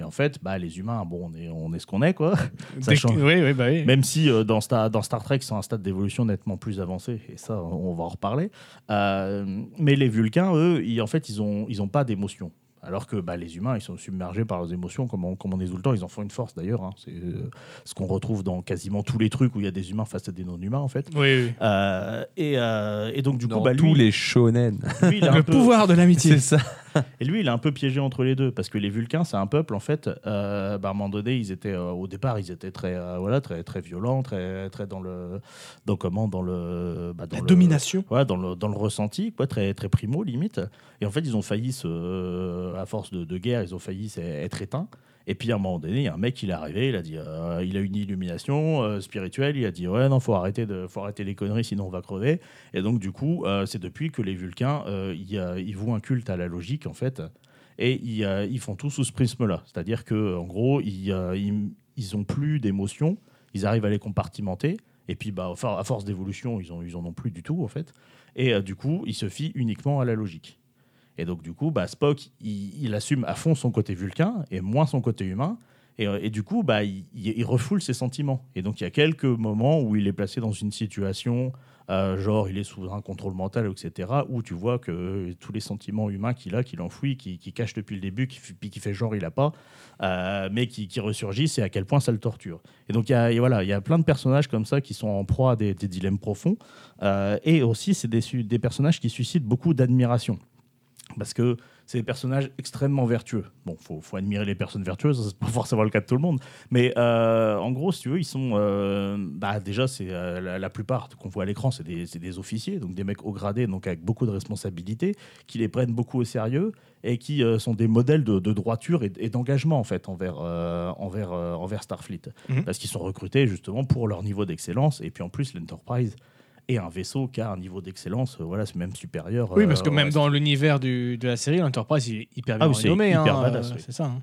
[SPEAKER 3] Et en fait, bah, les humains, bon, on est, on est ce qu'on est, quoi. Ça
[SPEAKER 2] Dès-
[SPEAKER 3] change.
[SPEAKER 2] Oui, oui, bah oui.
[SPEAKER 3] Même si euh, dans, Star, dans Star Trek, c'est un stade d'évolution nettement plus avancé, et ça, on va en reparler. Euh, mais les Vulcains, eux, ils- en fait, ils n'ont ils ont pas d'émotion. Alors que bah, les humains, ils sont submergés par leurs émotions, comme on, comme on est tout le temps. Ils en font une force, d'ailleurs. hein. C'est euh, ce qu'on retrouve dans quasiment tous les trucs où il y a des humains face à des non-humains, en fait.
[SPEAKER 2] Oui, oui.
[SPEAKER 3] Euh, et, euh, et donc, du coup,
[SPEAKER 1] Dans
[SPEAKER 3] bah, lui,
[SPEAKER 1] tous les shonen.
[SPEAKER 3] lui, il a un
[SPEAKER 2] Le
[SPEAKER 3] peu-
[SPEAKER 2] pouvoir de l'amitié.
[SPEAKER 1] C'est ça.
[SPEAKER 3] et lui, il est un peu piégé entre les deux, parce que les Vulcains, c'est un peuple, en fait, euh, bah, à un moment donné, ils étaient, euh, au départ, ils étaient très, euh, voilà, très, très violents, très, très dans le... Dans comment Dans le... bah, dans
[SPEAKER 2] La
[SPEAKER 3] le-
[SPEAKER 2] domination.
[SPEAKER 3] voilà, dans, le, dans le ressenti, quoi, très, très primo, limite. Et en fait, ils ont failli, se, euh, à force de, de guerre, ils ont failli s'e- être éteints. Et puis, à un moment donné, il y a un mec, il est arrivé, il a dit, euh, il a une illumination euh, spirituelle, il a dit, ouais, non, faut arrêter, de, faut arrêter les conneries, sinon on va crever. Et donc, du coup, euh, c'est depuis que les Vulcains, euh, ils, euh, ils vouent un culte à la logique, en fait. Et ils, euh, ils font tout sous ce prisme-là. C'est-à-dire que en gros, ils, euh, ils, ils ont plus d'émotions, ils arrivent à les compartimenter. Et puis, bah, à for- à force d'évolution, ils, ont, ils en ont plus du tout, en fait. Et euh, du coup, il se fie uniquement à la logique. Et donc, du coup, bah, Spock, il, il assume à fond son côté vulcain et moins son côté humain. Et, euh, et du coup, bah, il, il- il refoule ses sentiments. Et donc, il y a quelques moments où il est placé dans une situation, euh, genre, il est sous un contrôle mental, etc., où tu vois que euh, tous les sentiments humains qu'il a, qu'il enfouit, qu'il qu'il cache depuis le début, qu'il f- puis qu'il fait genre, il a pas, euh, mais qui, qui ressurgissent et à quel point ça le torture. Et donc, il y a, et voilà, il y a plein de personnages comme ça qui sont en proie à des- des dilemmes profonds. Euh, et aussi, c'est des, su- des personnages qui suscitent beaucoup d'admiration. Parce que c'est des personnages extrêmement vertueux. Bon, faut, faut admirer les personnes vertueuses, hein, c'est pas forcément le cas de tout le monde. Mais euh, en gros, si tu veux, ils sont. euh, bah, déjà, c'est euh, la, la plupart qu'on voit à l'écran, c'est des, c'est des officiers, donc des mecs haut gradés, donc avec beaucoup de responsabilités, qui les prennent beaucoup au sérieux et qui euh, sont des modèles de, de droiture et, d- et d'engagement, en fait, envers, euh, envers, euh, envers Starfleet.
[SPEAKER 2] Mhm.
[SPEAKER 3] Parce qu'ils sont recrutés justement pour leur niveau d'excellence. Et puis en plus, l'Enterprise est un vaisseau qui a un niveau d'excellence, euh, voilà, c'est même supérieur.
[SPEAKER 2] Oui, parce
[SPEAKER 3] euh,
[SPEAKER 2] que même
[SPEAKER 3] ouais,
[SPEAKER 2] dans l'univers du- de la série, l'Enterprise, il est hyper bien
[SPEAKER 3] Ah oui, c'est
[SPEAKER 2] renommé.
[SPEAKER 3] hyper
[SPEAKER 2] hein,
[SPEAKER 3] badass,
[SPEAKER 2] euh,
[SPEAKER 3] oui.
[SPEAKER 2] C'est ça. hein.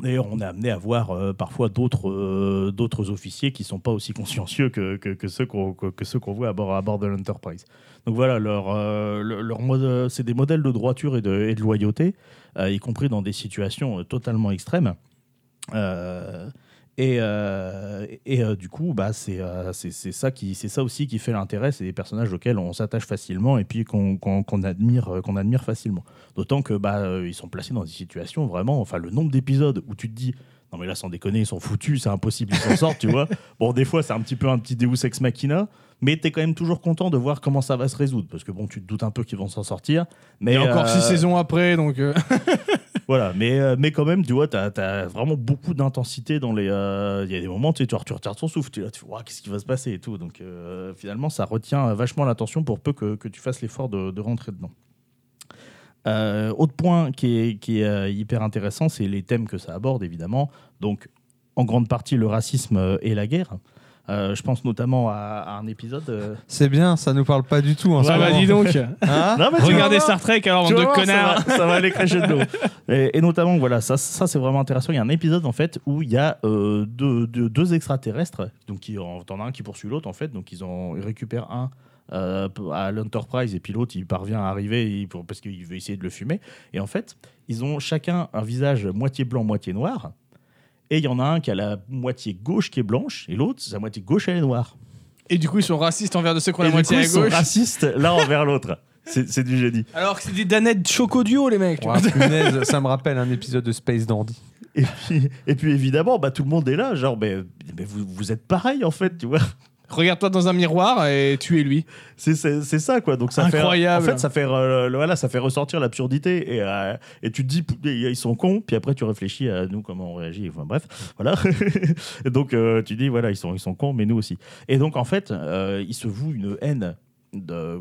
[SPEAKER 3] D'ailleurs, on est amené à voir euh, parfois d'autres euh, d'autres officiers qui sont pas aussi consciencieux que, que, que ceux qu'on que, que ceux qu'on voit à bord, à bord de l'Enterprise. Donc voilà, leur, euh, le- leur mode- euh, c'est des modèles de droiture et de, et de loyauté, euh, y compris dans des situations euh, totalement extrêmes. Euh, et euh, et euh, du coup, bah, c'est euh, c'est- c'est ça, qui- c'est ça aussi qui fait l'intérêt. C'est des personnages auxquels on s'attache facilement et puis qu'on qu'on- qu'on admire, euh, qu'on admire facilement. D'autant que bah, euh, ils sont placés dans des situations vraiment. Enfin, le nombre d'épisodes où tu te dis. Non mais là sans déconner ils sont foutus c'est impossible ils s'en sortent tu vois bon des fois c'est un petit peu un petit Deus ex machina mais t'es quand même toujours content de voir comment ça va se résoudre parce que bon tu te doutes un peu qu'ils vont s'en sortir mais
[SPEAKER 2] Et encore
[SPEAKER 3] euh,
[SPEAKER 2] six saisons après, donc. euh,
[SPEAKER 3] voilà, mais, euh, mais quand même, tu vois, t'as as vraiment beaucoup d'intensité dans les. euh, Il y a des moments, tu sais, tu re- tu retires ton souffle, tu es là, tu fais, Ouah, qu'est-ce qui va se passer et tout. Donc euh, finalement, ça retient vachement l'attention pour peu que, que tu fasses l'effort de, de rentrer dedans. Euh, autre point qui est, qui est, euh, hyper intéressant, c'est les thèmes que ça aborde, évidemment. Donc, en grande partie, le racisme euh, et la guerre. Euh, je pense notamment à, à un épisode. euh,
[SPEAKER 1] C'est bien, ça nous parle pas du tout. en
[SPEAKER 2] ça
[SPEAKER 1] ce
[SPEAKER 3] bah,
[SPEAKER 2] va,
[SPEAKER 1] moment.
[SPEAKER 2] dis donc.
[SPEAKER 1] Hein
[SPEAKER 3] Non, mais tu vas
[SPEAKER 2] Regardez
[SPEAKER 3] voir.
[SPEAKER 2] Star Trek, alors,
[SPEAKER 3] Tu
[SPEAKER 2] bande de
[SPEAKER 3] vas voir, ça
[SPEAKER 2] connards.
[SPEAKER 3] va- Ça va aller crescendo. et, et notamment, voilà, ça, ça c'est vraiment intéressant. Il y a un épisode en fait où il y a euh, deux, deux- deux extraterrestres, donc qui en t'en as un qui poursuit l'autre en fait, donc ils en ils récupèrent un. euh, à l'Enterprise et puis l'autre il parvient à arriver il- pour- parce qu'il veut essayer de le fumer et en fait ils ont chacun un visage moitié blanc moitié noir et il y en a un qui a la moitié gauche qui est blanche et l'autre sa moitié gauche elle est noire
[SPEAKER 2] Et du coup, ils sont racistes envers de ceux qui ont
[SPEAKER 3] et
[SPEAKER 2] la
[SPEAKER 3] du
[SPEAKER 2] moitié
[SPEAKER 3] coup,
[SPEAKER 2] à
[SPEAKER 3] ils sont
[SPEAKER 2] gauche.
[SPEAKER 3] racistes l'un envers l'autre c'est c'est du génie
[SPEAKER 2] Alors que c'est des danettes choco duo, les mecs. tu vois.
[SPEAKER 1] Ouah, punaise, ça me rappelle un épisode de Space Dandy.
[SPEAKER 3] Et puis, et puis évidemment, bah, tout le monde est là, genre, mais, mais vous, vous êtes pareil en fait, tu vois.
[SPEAKER 2] Regarde-toi dans un miroir et tuez-lui.
[SPEAKER 3] C'est, c'est, c'est ça, quoi. Donc, ça
[SPEAKER 2] Incroyable.
[SPEAKER 3] Fait, en fait, ça fait, euh, le- voilà, ça fait ressortir l'absurdité. Et, euh, et tu te dis, pouh, ils sont cons. Puis après, tu réfléchis à nous, comment on réagit. Enfin, bref, voilà. Et donc, euh, tu dis, voilà, ils sont, ils sont cons, mais nous aussi. Et donc, en fait, euh, ils se vouent une haine de-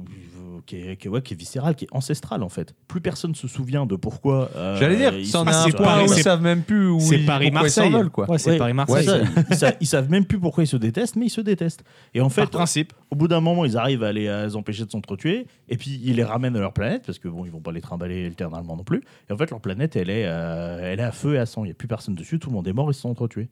[SPEAKER 3] qui, est, qui est- ouais, qui est viscérale, qui est ancestrale, en fait. Plus personne se souvient de pourquoi. euh,
[SPEAKER 1] J'allais dire,
[SPEAKER 3] ils
[SPEAKER 1] ça en
[SPEAKER 3] sont-
[SPEAKER 1] a un
[SPEAKER 2] c'est
[SPEAKER 1] point
[SPEAKER 2] Paris,
[SPEAKER 1] où ils
[SPEAKER 2] c'est-
[SPEAKER 1] savent même plus où
[SPEAKER 2] c'est
[SPEAKER 1] ils- pourquoi ils
[SPEAKER 2] Paris-Marseille.
[SPEAKER 1] s'envolent, quoi.
[SPEAKER 2] Ouais, c'est
[SPEAKER 3] Ouais,
[SPEAKER 2] Paris-Marseille.
[SPEAKER 3] ouais, ça, ils, sa- ils savent même plus pourquoi ils se détestent, mais ils se détestent. Et en
[SPEAKER 2] Par
[SPEAKER 3] fait,
[SPEAKER 2] principe.
[SPEAKER 3] au bout d'un moment, ils arrivent à les, à les empêcher de s'entretuer, et puis ils les ramènent à leur planète, parce que bon, ils vont pas les trimballer éternellement non plus. Et en fait, leur planète, elle est, euh, elle est à feu et à sang. Il n'y a plus personne dessus, tout le monde est mort, ils se sont entretués.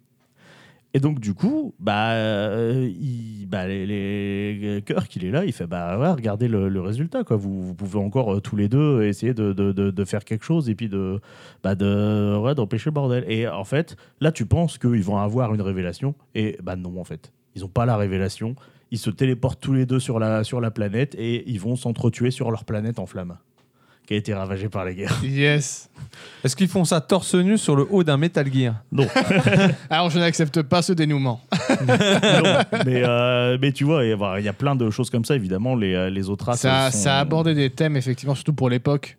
[SPEAKER 3] Et donc, du coup, bah, euh, il, bah, les, les Kirk, il est là, il fait bah, ouais, regardez le, le résultat. Quoi. Vous, vous pouvez encore euh, tous les deux essayer de, de- de- de faire quelque chose et puis de, bah, de, ouais, d'empêcher le bordel. Et en fait, là, tu penses qu'ils vont avoir une révélation. Et bah, non, en fait. Ils n'ont pas la révélation. Ils se téléportent tous les deux sur la, sur la planète et ils vont s'entretuer sur leur planète en flamme, qui a été ravagée par la guerre.
[SPEAKER 2] Yes.
[SPEAKER 1] Est-ce qu'ils font ça torse nu sur le haut d'un Metal Gear
[SPEAKER 3] Non.
[SPEAKER 2] Alors je n'accepte pas ce dénouement.
[SPEAKER 3] Non, mais, euh, mais tu vois, il y a- il y a plein de choses comme ça, évidemment, les, euh, les autres races.
[SPEAKER 2] ça,
[SPEAKER 3] elles sont-
[SPEAKER 2] ça a abordé des thèmes effectivement, surtout pour l'époque.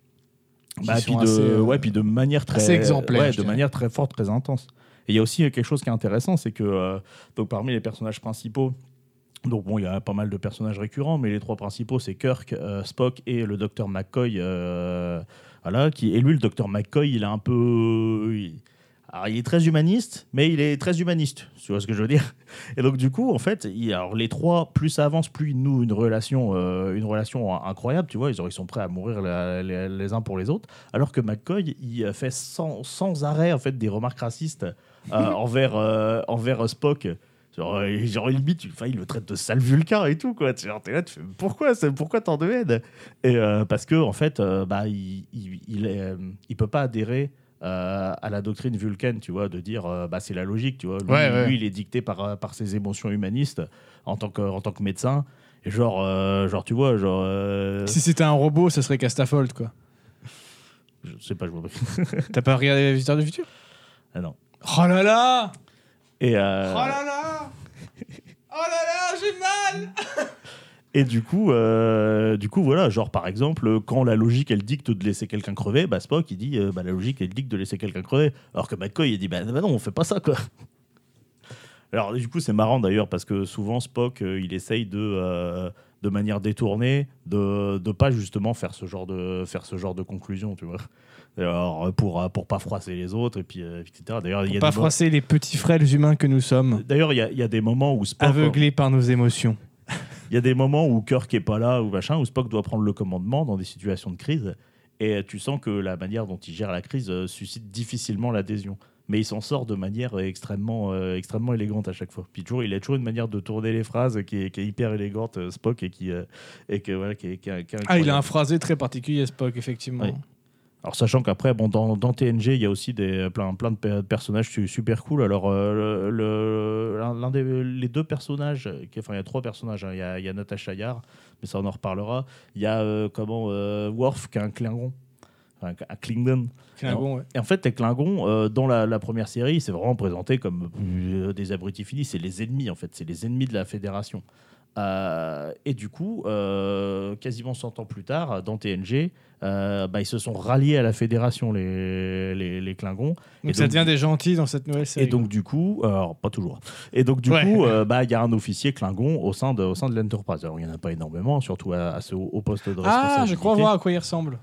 [SPEAKER 3] Bah,
[SPEAKER 2] qui
[SPEAKER 3] puis,
[SPEAKER 2] sont
[SPEAKER 3] de,
[SPEAKER 2] assez, euh,
[SPEAKER 3] ouais, puis de manière très.
[SPEAKER 2] assez exemplaire,
[SPEAKER 3] ouais,
[SPEAKER 2] je
[SPEAKER 3] de
[SPEAKER 2] dirais.
[SPEAKER 3] manière très forte, très intense. Et il y a aussi euh, quelque chose qui est intéressant, c'est que euh, donc, parmi les personnages principaux, donc bon, il y a pas mal de personnages récurrents, mais les trois principaux, c'est Kirk, euh, Spock et le docteur McCoy. euh, voilà, qui, et lui, le docteur McCoy, il a un peu. il- alors, il est très humaniste, mais il est très humaniste, tu vois ce que je veux dire. Et donc, du coup, en fait, il- alors, les trois, plus ça avance, plus ils nouent une relation, euh, une relation in- incroyable, tu vois. Ils, ont- ils sont prêts à mourir la- les- les uns pour les autres. Alors que McCoy, il euh, fait sans, sans arrêt en fait des remarques racistes euh, envers, euh, envers euh, Spock. Genre, euh, genre limite, il, enfin, il le traite de sale vulcain et tout, quoi. Genre, t'es là, tu fais pourquoi, c'est- pourquoi tant de haine Et euh, parce que, en fait, euh, bah, il, il, il, est, euh, il peut pas adhérer euh, à la doctrine vulcaine, tu vois, de dire euh, bah, c'est la logique, tu vois. Lui,
[SPEAKER 2] Ouais, ouais.
[SPEAKER 3] lui, il est dicté par, euh, par ses émotions humanistes en tant que, en tant que médecin. Et genre, euh, genre, tu vois, genre. euh,
[SPEAKER 2] Si c'était un robot, ça serait Castafold quoi.
[SPEAKER 3] je sais pas, je vois pas.
[SPEAKER 2] T'as pas regardé Visiteur du futur
[SPEAKER 3] Ah non.
[SPEAKER 2] Oh là là
[SPEAKER 3] Et, euh,
[SPEAKER 2] Oh là Oh là là, j'ai mal
[SPEAKER 3] Et du coup, euh, du coup, voilà, genre par exemple, quand la logique elle dicte de laisser quelqu'un crever, bah Spock il dit, euh, bah la logique elle dicte de laisser quelqu'un crever, alors que McCoy il dit, bah, bah non, on fait pas ça quoi. Alors du coup, c'est marrant d'ailleurs parce que souvent Spock euh, il essaye de, euh, de manière détournée, de, de pas justement faire ce genre de faire ce genre de conclusion, tu vois. Alors pour euh, pour pas froisser les autres et puis euh, etc. D'ailleurs, il y a
[SPEAKER 2] Pas
[SPEAKER 3] des mo-
[SPEAKER 2] froisser les petits frêles humains que nous sommes,
[SPEAKER 3] D'ailleurs, il y a- il y a des moments où Spock
[SPEAKER 2] aveuglés par nos émotions.
[SPEAKER 3] il y a des moments où Kirk est pas là ou machin, où Spock doit prendre le commandement dans des situations de crise, et tu sens que la manière dont il gère la crise euh, suscite difficilement l'adhésion. Mais il s'en sort de manière extrêmement, euh, extrêmement élégante à chaque fois. Puis toujours, il a toujours une manière de tourner les phrases qui est, qui est hyper élégante, euh, Spock, et qui, euh, et que voilà, qui, est- qui est- qui est
[SPEAKER 2] Ah, il a un
[SPEAKER 3] incroyable.
[SPEAKER 2] phrasé très particulier, Spock, effectivement.
[SPEAKER 3] Oui. Alors sachant qu'après, bon, dans, dans TNG, il y a aussi des, plein, plein de pe- personnages su- super cool. Alors euh, le- le- l'un l'un des les deux personnages, qui- enfin il y a trois personnages. hein. Il y a, il y a Natasha Yar, mais ça on en reparlera. Il y a euh, comment euh, Worf qui est un Klingon, Enfin, un Klingon.
[SPEAKER 2] Klingon, ouais.
[SPEAKER 3] Et en fait, les Klingons, euh, dans la, la première série, ils s'est vraiment présenté comme euh, des abrutis finis. C'est les ennemis, en fait. C'est les ennemis de la Fédération. Euh, et du coup, euh, quasiment 100 ans plus tard, dans TNG, euh, bah, ils se sont ralliés à la Fédération, les, les, les Klingons.
[SPEAKER 2] Donc
[SPEAKER 3] Et
[SPEAKER 2] ça
[SPEAKER 3] donc-
[SPEAKER 2] devient des gentils dans cette nouvelle série.
[SPEAKER 3] Et donc, du coup, euh, alors, pas toujours. Et donc, du
[SPEAKER 2] Ouais.
[SPEAKER 3] coup, euh, bah, il y a un officier Klingon au sein de, au sein de l'Enterprise. Alors, il n'y en a pas énormément, surtout à, à ce haut haut poste de responsabilité.
[SPEAKER 2] ah, je crois voir à quoi il ressemble.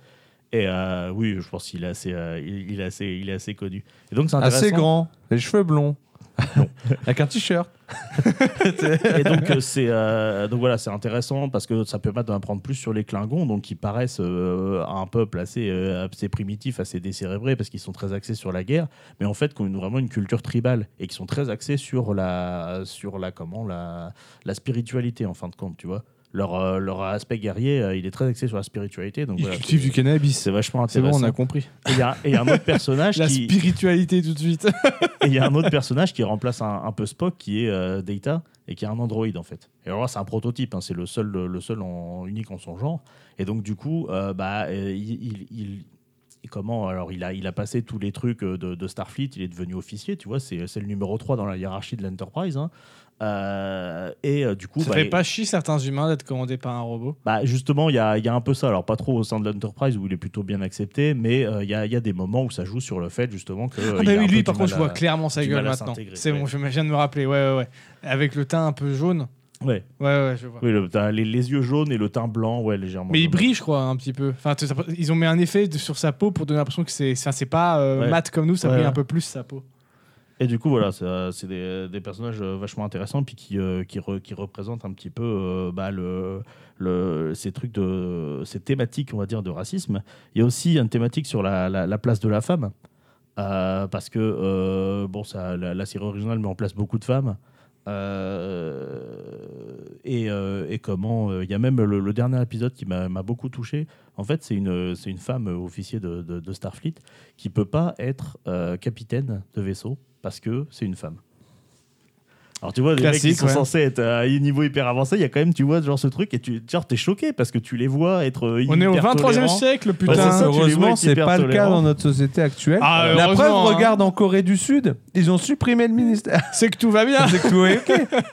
[SPEAKER 3] Et euh, oui, je pense qu'il est assez, euh, il, il est assez, il est assez connu. Et donc, c'est
[SPEAKER 1] Assez
[SPEAKER 3] intéressant.
[SPEAKER 1] grand, les cheveux blonds, avec un t-shirt.
[SPEAKER 3] et donc euh, c'est euh, donc voilà c'est intéressant parce que ça peut permettre d'en apprendre plus sur les Klingons donc qui paraissent euh, un peuple assez euh, assez primitif assez décérébré parce qu'ils sont très axés sur la guerre mais en fait qui ont une- vraiment une culture tribale et qui sont très axés sur la sur la comment la la spiritualité en fin de compte tu vois leur euh, leur aspect guerrier euh, il est très axé sur la spiritualité donc
[SPEAKER 2] Il
[SPEAKER 3] voilà,
[SPEAKER 2] cultive
[SPEAKER 3] c'est-
[SPEAKER 2] du cannabis.
[SPEAKER 3] c'est vachement
[SPEAKER 2] C'est bon,
[SPEAKER 3] intéressant
[SPEAKER 2] on a compris.
[SPEAKER 3] Et il y a- et il y, a un autre personnage
[SPEAKER 2] La
[SPEAKER 3] qui
[SPEAKER 2] spiritualité tout de suite.
[SPEAKER 3] et il y a un autre personnage qui remplace un, un peu Spock, qui est euh, Data, et qui est un androïde en fait. Et alors là, c'est un prototype, hein, c'est le seul, le seul en, unique en son genre. Et donc du coup, euh, bah, euh, il, il- il- et comment Alors il a, il a passé tous les trucs euh, de, de Starfleet, il est devenu officier, tu vois, c'est c'est le numéro 3 dans la hiérarchie de l'Enterprise. hein. Euh, et euh, du coup,
[SPEAKER 2] Ça
[SPEAKER 3] bah,
[SPEAKER 2] fait pas chier certains humains d'être commandés par un robot. Ah,
[SPEAKER 3] bah, justement, il y a, il y a un peu ça. Alors, pas trop au sein de l'Enterprise où il est plutôt bien accepté, mais euh, il y, a, il y a des moments où ça joue sur le fait, justement, que. euh,
[SPEAKER 2] Ah
[SPEAKER 3] il
[SPEAKER 2] bah
[SPEAKER 3] a un
[SPEAKER 2] oui,
[SPEAKER 3] peu
[SPEAKER 2] lui
[SPEAKER 3] du
[SPEAKER 2] par contre je
[SPEAKER 3] mal à-
[SPEAKER 2] vois clairement sa
[SPEAKER 3] du
[SPEAKER 2] gueule
[SPEAKER 3] mal à
[SPEAKER 2] maintenant.
[SPEAKER 3] s'intégrer,
[SPEAKER 2] C'est bon,
[SPEAKER 3] ouais.
[SPEAKER 2] je me- je viens de me rappeler. Ouais, ouais, ouais. Avec le teint un peu jaune.
[SPEAKER 3] Ouais.
[SPEAKER 2] Ouais, ouais, je vois.
[SPEAKER 3] Oui, le- t'as les, les yeux jaunes et le teint blanc, ouais, légèrement.
[SPEAKER 2] Mais il
[SPEAKER 3] jaune.
[SPEAKER 2] brille, je crois, un petit peu. Enfin, tu- ça- ils ont mis un effet de- sur sa peau pour donner l'impression que c'est, ça, c'est pas euh,
[SPEAKER 3] Ouais.
[SPEAKER 2] mat comme nous, ça
[SPEAKER 3] Ouais,
[SPEAKER 2] brille
[SPEAKER 3] ouais.
[SPEAKER 2] un peu plus sa peau.
[SPEAKER 3] Et du coup, voilà, ça- c'est des, des personnages euh, vachement intéressants, puis qui, euh, qui, re- qui représentent un petit peu euh, bah, le, le, ces trucs de. ces thématiques, on va dire, de racisme. Il y a aussi une thématique sur la, la- la place de la femme. euh, parce que euh, bon, ça, la, la série originale met en place beaucoup de femmes. Euh, et, euh, et comment euh, Il y a même le, le dernier épisode qui m'a m'a beaucoup touché. En fait, c'est une, c'est une femme euh, officier de, de- de Starfleet qui peut pas être euh, capitaine de vaisseau parce que c'est une femme. Alors tu vois, les mecs qui
[SPEAKER 2] Classique,
[SPEAKER 3] sont
[SPEAKER 2] ouais.
[SPEAKER 3] censés être à un niveau hyper avancé, il y a quand même, tu vois, genre ce truc, et tu genre, t'es choqué parce que tu les vois être euh,
[SPEAKER 2] On est au
[SPEAKER 3] hyper
[SPEAKER 2] 23e
[SPEAKER 3] tolérants.
[SPEAKER 2] siècle,
[SPEAKER 3] Bah,
[SPEAKER 2] putain.
[SPEAKER 3] c'est ça, tu les vois
[SPEAKER 1] heureusement,
[SPEAKER 3] être
[SPEAKER 1] c'est
[SPEAKER 3] hyper
[SPEAKER 1] pas le cas
[SPEAKER 3] tolérants.
[SPEAKER 1] dans notre société actuelle.
[SPEAKER 2] Ah,
[SPEAKER 1] la
[SPEAKER 2] heureusement,
[SPEAKER 1] preuve,
[SPEAKER 2] hein.
[SPEAKER 1] regarde en Corée du Sud, ils ont supprimé le ministère.
[SPEAKER 2] C'est que tout va bien.
[SPEAKER 1] c'est que tout est ok.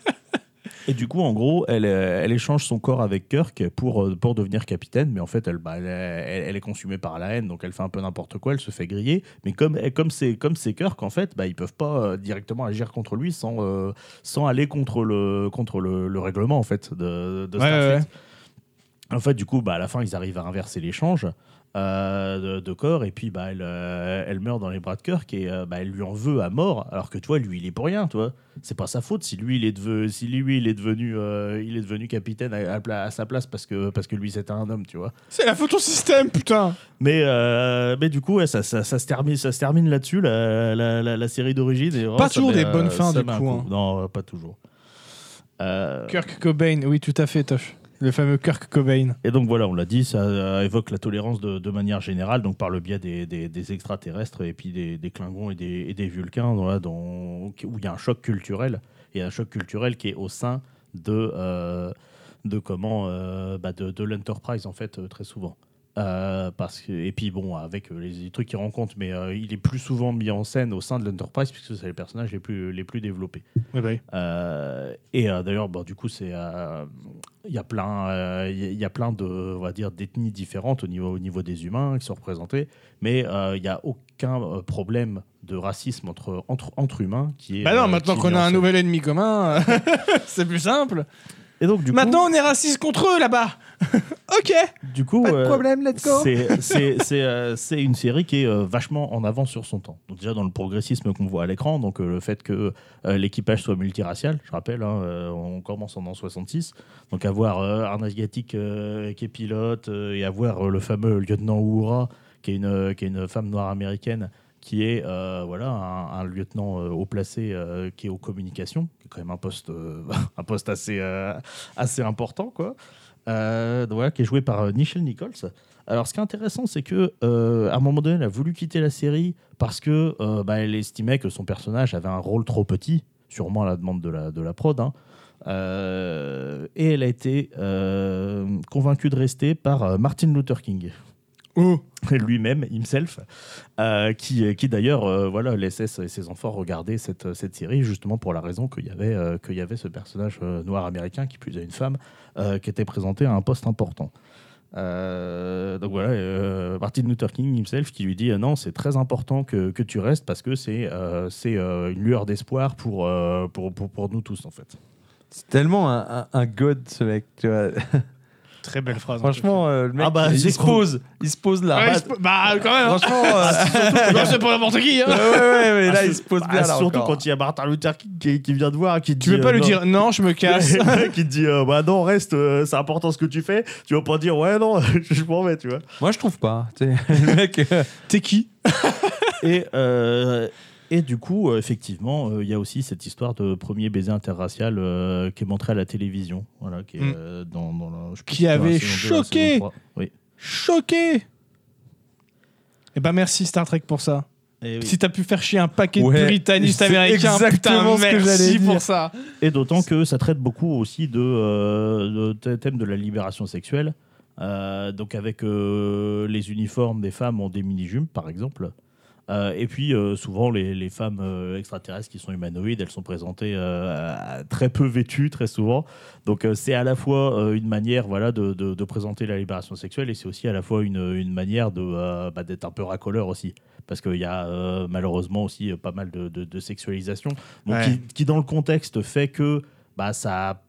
[SPEAKER 3] Et du coup, en gros, elle, euh, elle échange son corps avec Kirk pour, euh, pour devenir capitaine, mais en fait, elle, bah, elle, elle- elle est consumée par la haine, donc elle fait un peu n'importe quoi, elle se fait griller. Mais comme elle- comme c'est comme c'est Kirk, en fait, bah, ils peuvent pas euh, directement agir contre lui sans, euh, sans aller contre le, contre le, le règlement en fait, de, de
[SPEAKER 2] Ouais,
[SPEAKER 3] Starfleet.
[SPEAKER 2] ouais, ouais.
[SPEAKER 3] En fait, du coup, bah, à la fin, ils arrivent à inverser l'échange euh, de, de corps, et puis bah, elle, euh, elle meurt dans les bras de Kirk, et euh, bah, elle lui en veut à mort, alors que toi, lui, il est pour rien, toi. C'est pas sa faute si lui, il est, deve- si lui, il est devenu, euh, il est devenu capitaine à, à pla- à sa place parce que, parce que lui, c'était un homme, tu vois.
[SPEAKER 2] C'est la photo système, putain.
[SPEAKER 3] Mais, euh, mais du coup, ouais, ça, ça, ça se termine, ça se termine là-dessus, la, la, la, la série d'origine. et vraiment,
[SPEAKER 2] Pas
[SPEAKER 3] ça
[SPEAKER 2] toujours des
[SPEAKER 3] met,
[SPEAKER 2] bonnes fins,
[SPEAKER 3] ça
[SPEAKER 2] du
[SPEAKER 3] met un
[SPEAKER 2] coup, hein.
[SPEAKER 3] Non, euh, pas toujours. Euh,
[SPEAKER 2] Kirk Cobain, oui, tout à fait, Tosh. Le fameux Kirk Cobain.
[SPEAKER 3] et donc voilà, on l'a dit, ça euh, évoque la tolérance de, de manière générale, donc par le biais des, des, des extraterrestres et puis des, des Klingons et des, et des Vulcains, dont là, dont- où il y a un choc culturel, et un choc culturel qui est au sein de, euh, de comment euh, bah, de, de l'Enterprise en fait euh, très souvent. Euh, parce que, et puis bon, avec euh, les, les trucs qu'il rencontre, mais euh, il est plus souvent mis en scène au sein de l'Enterprise puisque c'est les personnages les plus, les plus développés.
[SPEAKER 2] Oui, bah oui.
[SPEAKER 3] Euh, et euh, d'ailleurs, bon, du coup, c'est euh, il y a plein, euh, il y a- il y a plein de, on va dire, d'ethnies différentes au niveau, au niveau des humains qui sont représentés, mais euh, il n'y a aucun euh, problème de racisme entre, entre, entre humains qui est.
[SPEAKER 2] Bah non,
[SPEAKER 3] euh,
[SPEAKER 2] maintenant
[SPEAKER 3] qui est
[SPEAKER 2] qu'on
[SPEAKER 3] mis
[SPEAKER 2] a
[SPEAKER 3] en
[SPEAKER 2] un
[SPEAKER 3] scène.
[SPEAKER 2] nouvel ennemi commun, euh, c'est plus simple.
[SPEAKER 3] Et donc du
[SPEAKER 2] Maintenant, on est raciste contre eux là-bas. ok.
[SPEAKER 3] coup, du coup,
[SPEAKER 1] Pas de
[SPEAKER 3] euh,
[SPEAKER 1] problème, let's go.
[SPEAKER 3] C'est- C'est c'est, euh, c'est une série qui est euh, vachement en avance sur son temps. Donc déjà dans le progressisme qu'on voit à l'écran, donc euh, le fait que euh, l'équipage soit multiracial, je rappelle, hein, euh, on commence en an 66, donc avoir euh, un asiatique euh, qui est pilote euh, et avoir euh, le fameux lieutenant Uhura, qui est une, euh, qui est une femme noire américaine, qui est euh, voilà un, un lieutenant euh, haut placé euh, qui est aux communications, qui est quand même un poste, euh, un poste assez, euh, assez important quoi. Euh, donc voilà, qui est joué par euh, Nichelle Nichols. Alors, ce qui est intéressant, c'est que euh, à un moment donné, elle a voulu quitter la série parce que euh, bah, elle estimait que son personnage avait un rôle trop petit, sûrement à la demande de la, de la prod. hein. Euh, et elle a été euh, convaincue de rester par euh, Martin Luther King
[SPEAKER 2] Oh.
[SPEAKER 3] lui-même, himself, euh, qui, qui d'ailleurs euh, voilà, laissait ses, ses enfants regarder cette, cette série justement pour la raison qu'il y avait, euh, qu'il y avait ce personnage euh, noir américain, qui plus est une femme, euh, qui était présenté à un poste important. Euh, donc voilà, euh, Martin Luther King himself qui lui dit euh, non, c'est très important que, que tu restes parce que c'est euh, c'est, euh, une lueur d'espoir pour, euh, pour, pour, pour nous tous en fait.
[SPEAKER 1] C'est tellement un, un, un god, ce mec. tu vois.
[SPEAKER 2] Très belle phrase.
[SPEAKER 1] Franchement, euh, le mec,
[SPEAKER 3] Ah bah,
[SPEAKER 1] il,
[SPEAKER 3] j'ai
[SPEAKER 1] se pose, il se pose la
[SPEAKER 2] Ouais,
[SPEAKER 1] rate.
[SPEAKER 2] je peux- bah quand même. hein.
[SPEAKER 1] Franchement, euh,
[SPEAKER 2] Non, c'est pour n'importe qui. hein.
[SPEAKER 1] ouais, ouais, ouais, mais
[SPEAKER 3] Ah,
[SPEAKER 1] là,
[SPEAKER 3] sur-
[SPEAKER 1] il se pose
[SPEAKER 3] bah,
[SPEAKER 1] bien. là,
[SPEAKER 3] surtout
[SPEAKER 1] encore.
[SPEAKER 3] quand il y a Martin Luther King qui, qui vient de voir, qui te
[SPEAKER 2] Tu
[SPEAKER 3] dit,
[SPEAKER 2] veux pas
[SPEAKER 3] euh,
[SPEAKER 2] lui
[SPEAKER 3] non.
[SPEAKER 2] dire non, je me casse.
[SPEAKER 3] qui te dit euh, bah non reste euh, c'est important ce que tu fais tu vas pas dire ouais non je m'en vais tu vois
[SPEAKER 1] Moi, je trouve pas. tu sais. le mec, euh,
[SPEAKER 2] T'es qui
[SPEAKER 3] et euh, et du coup euh, effectivement euh, il y a aussi cette histoire de premier baiser interracial euh, qui est montré à la télévision voilà qui est,
[SPEAKER 2] Mm.
[SPEAKER 3] euh, dans, dans la- je sais
[SPEAKER 2] Qui
[SPEAKER 3] plus si c'était dans la
[SPEAKER 2] avait
[SPEAKER 3] saison deux, la
[SPEAKER 2] choqué.
[SPEAKER 3] saison trois. oui
[SPEAKER 2] Choqué. Eh ben merci Star Trek pour ça.
[SPEAKER 3] et, oui.
[SPEAKER 2] Si t'as pu faire chier un paquet
[SPEAKER 1] Ouais,
[SPEAKER 2] de puritanistes
[SPEAKER 1] c'est
[SPEAKER 2] américains,
[SPEAKER 1] exactement
[SPEAKER 2] putain,
[SPEAKER 1] ce que
[SPEAKER 2] merci
[SPEAKER 1] j'allais dire.
[SPEAKER 2] pour ça.
[SPEAKER 3] Et d'autant que ça traite beaucoup aussi de, euh, de th- thème de la libération sexuelle Euh, donc avec euh, les uniformes des femmes en des mini-jupes par exemple Euh, et puis euh, souvent les, les femmes euh, extraterrestres qui sont humanoïdes, elles sont présentées euh, à- très peu vêtues très souvent. Donc euh, c'est à la fois euh, une manière voilà de, de- de présenter la libération sexuelle et c'est aussi à la fois une, une manière de euh, bah, d'être un peu racoleur aussi parce qu'il y a euh, malheureusement aussi euh, pas mal de, de- de sexualisation Donc,
[SPEAKER 2] Ouais.
[SPEAKER 3] qui, qui, dans le contexte fait que bah, ça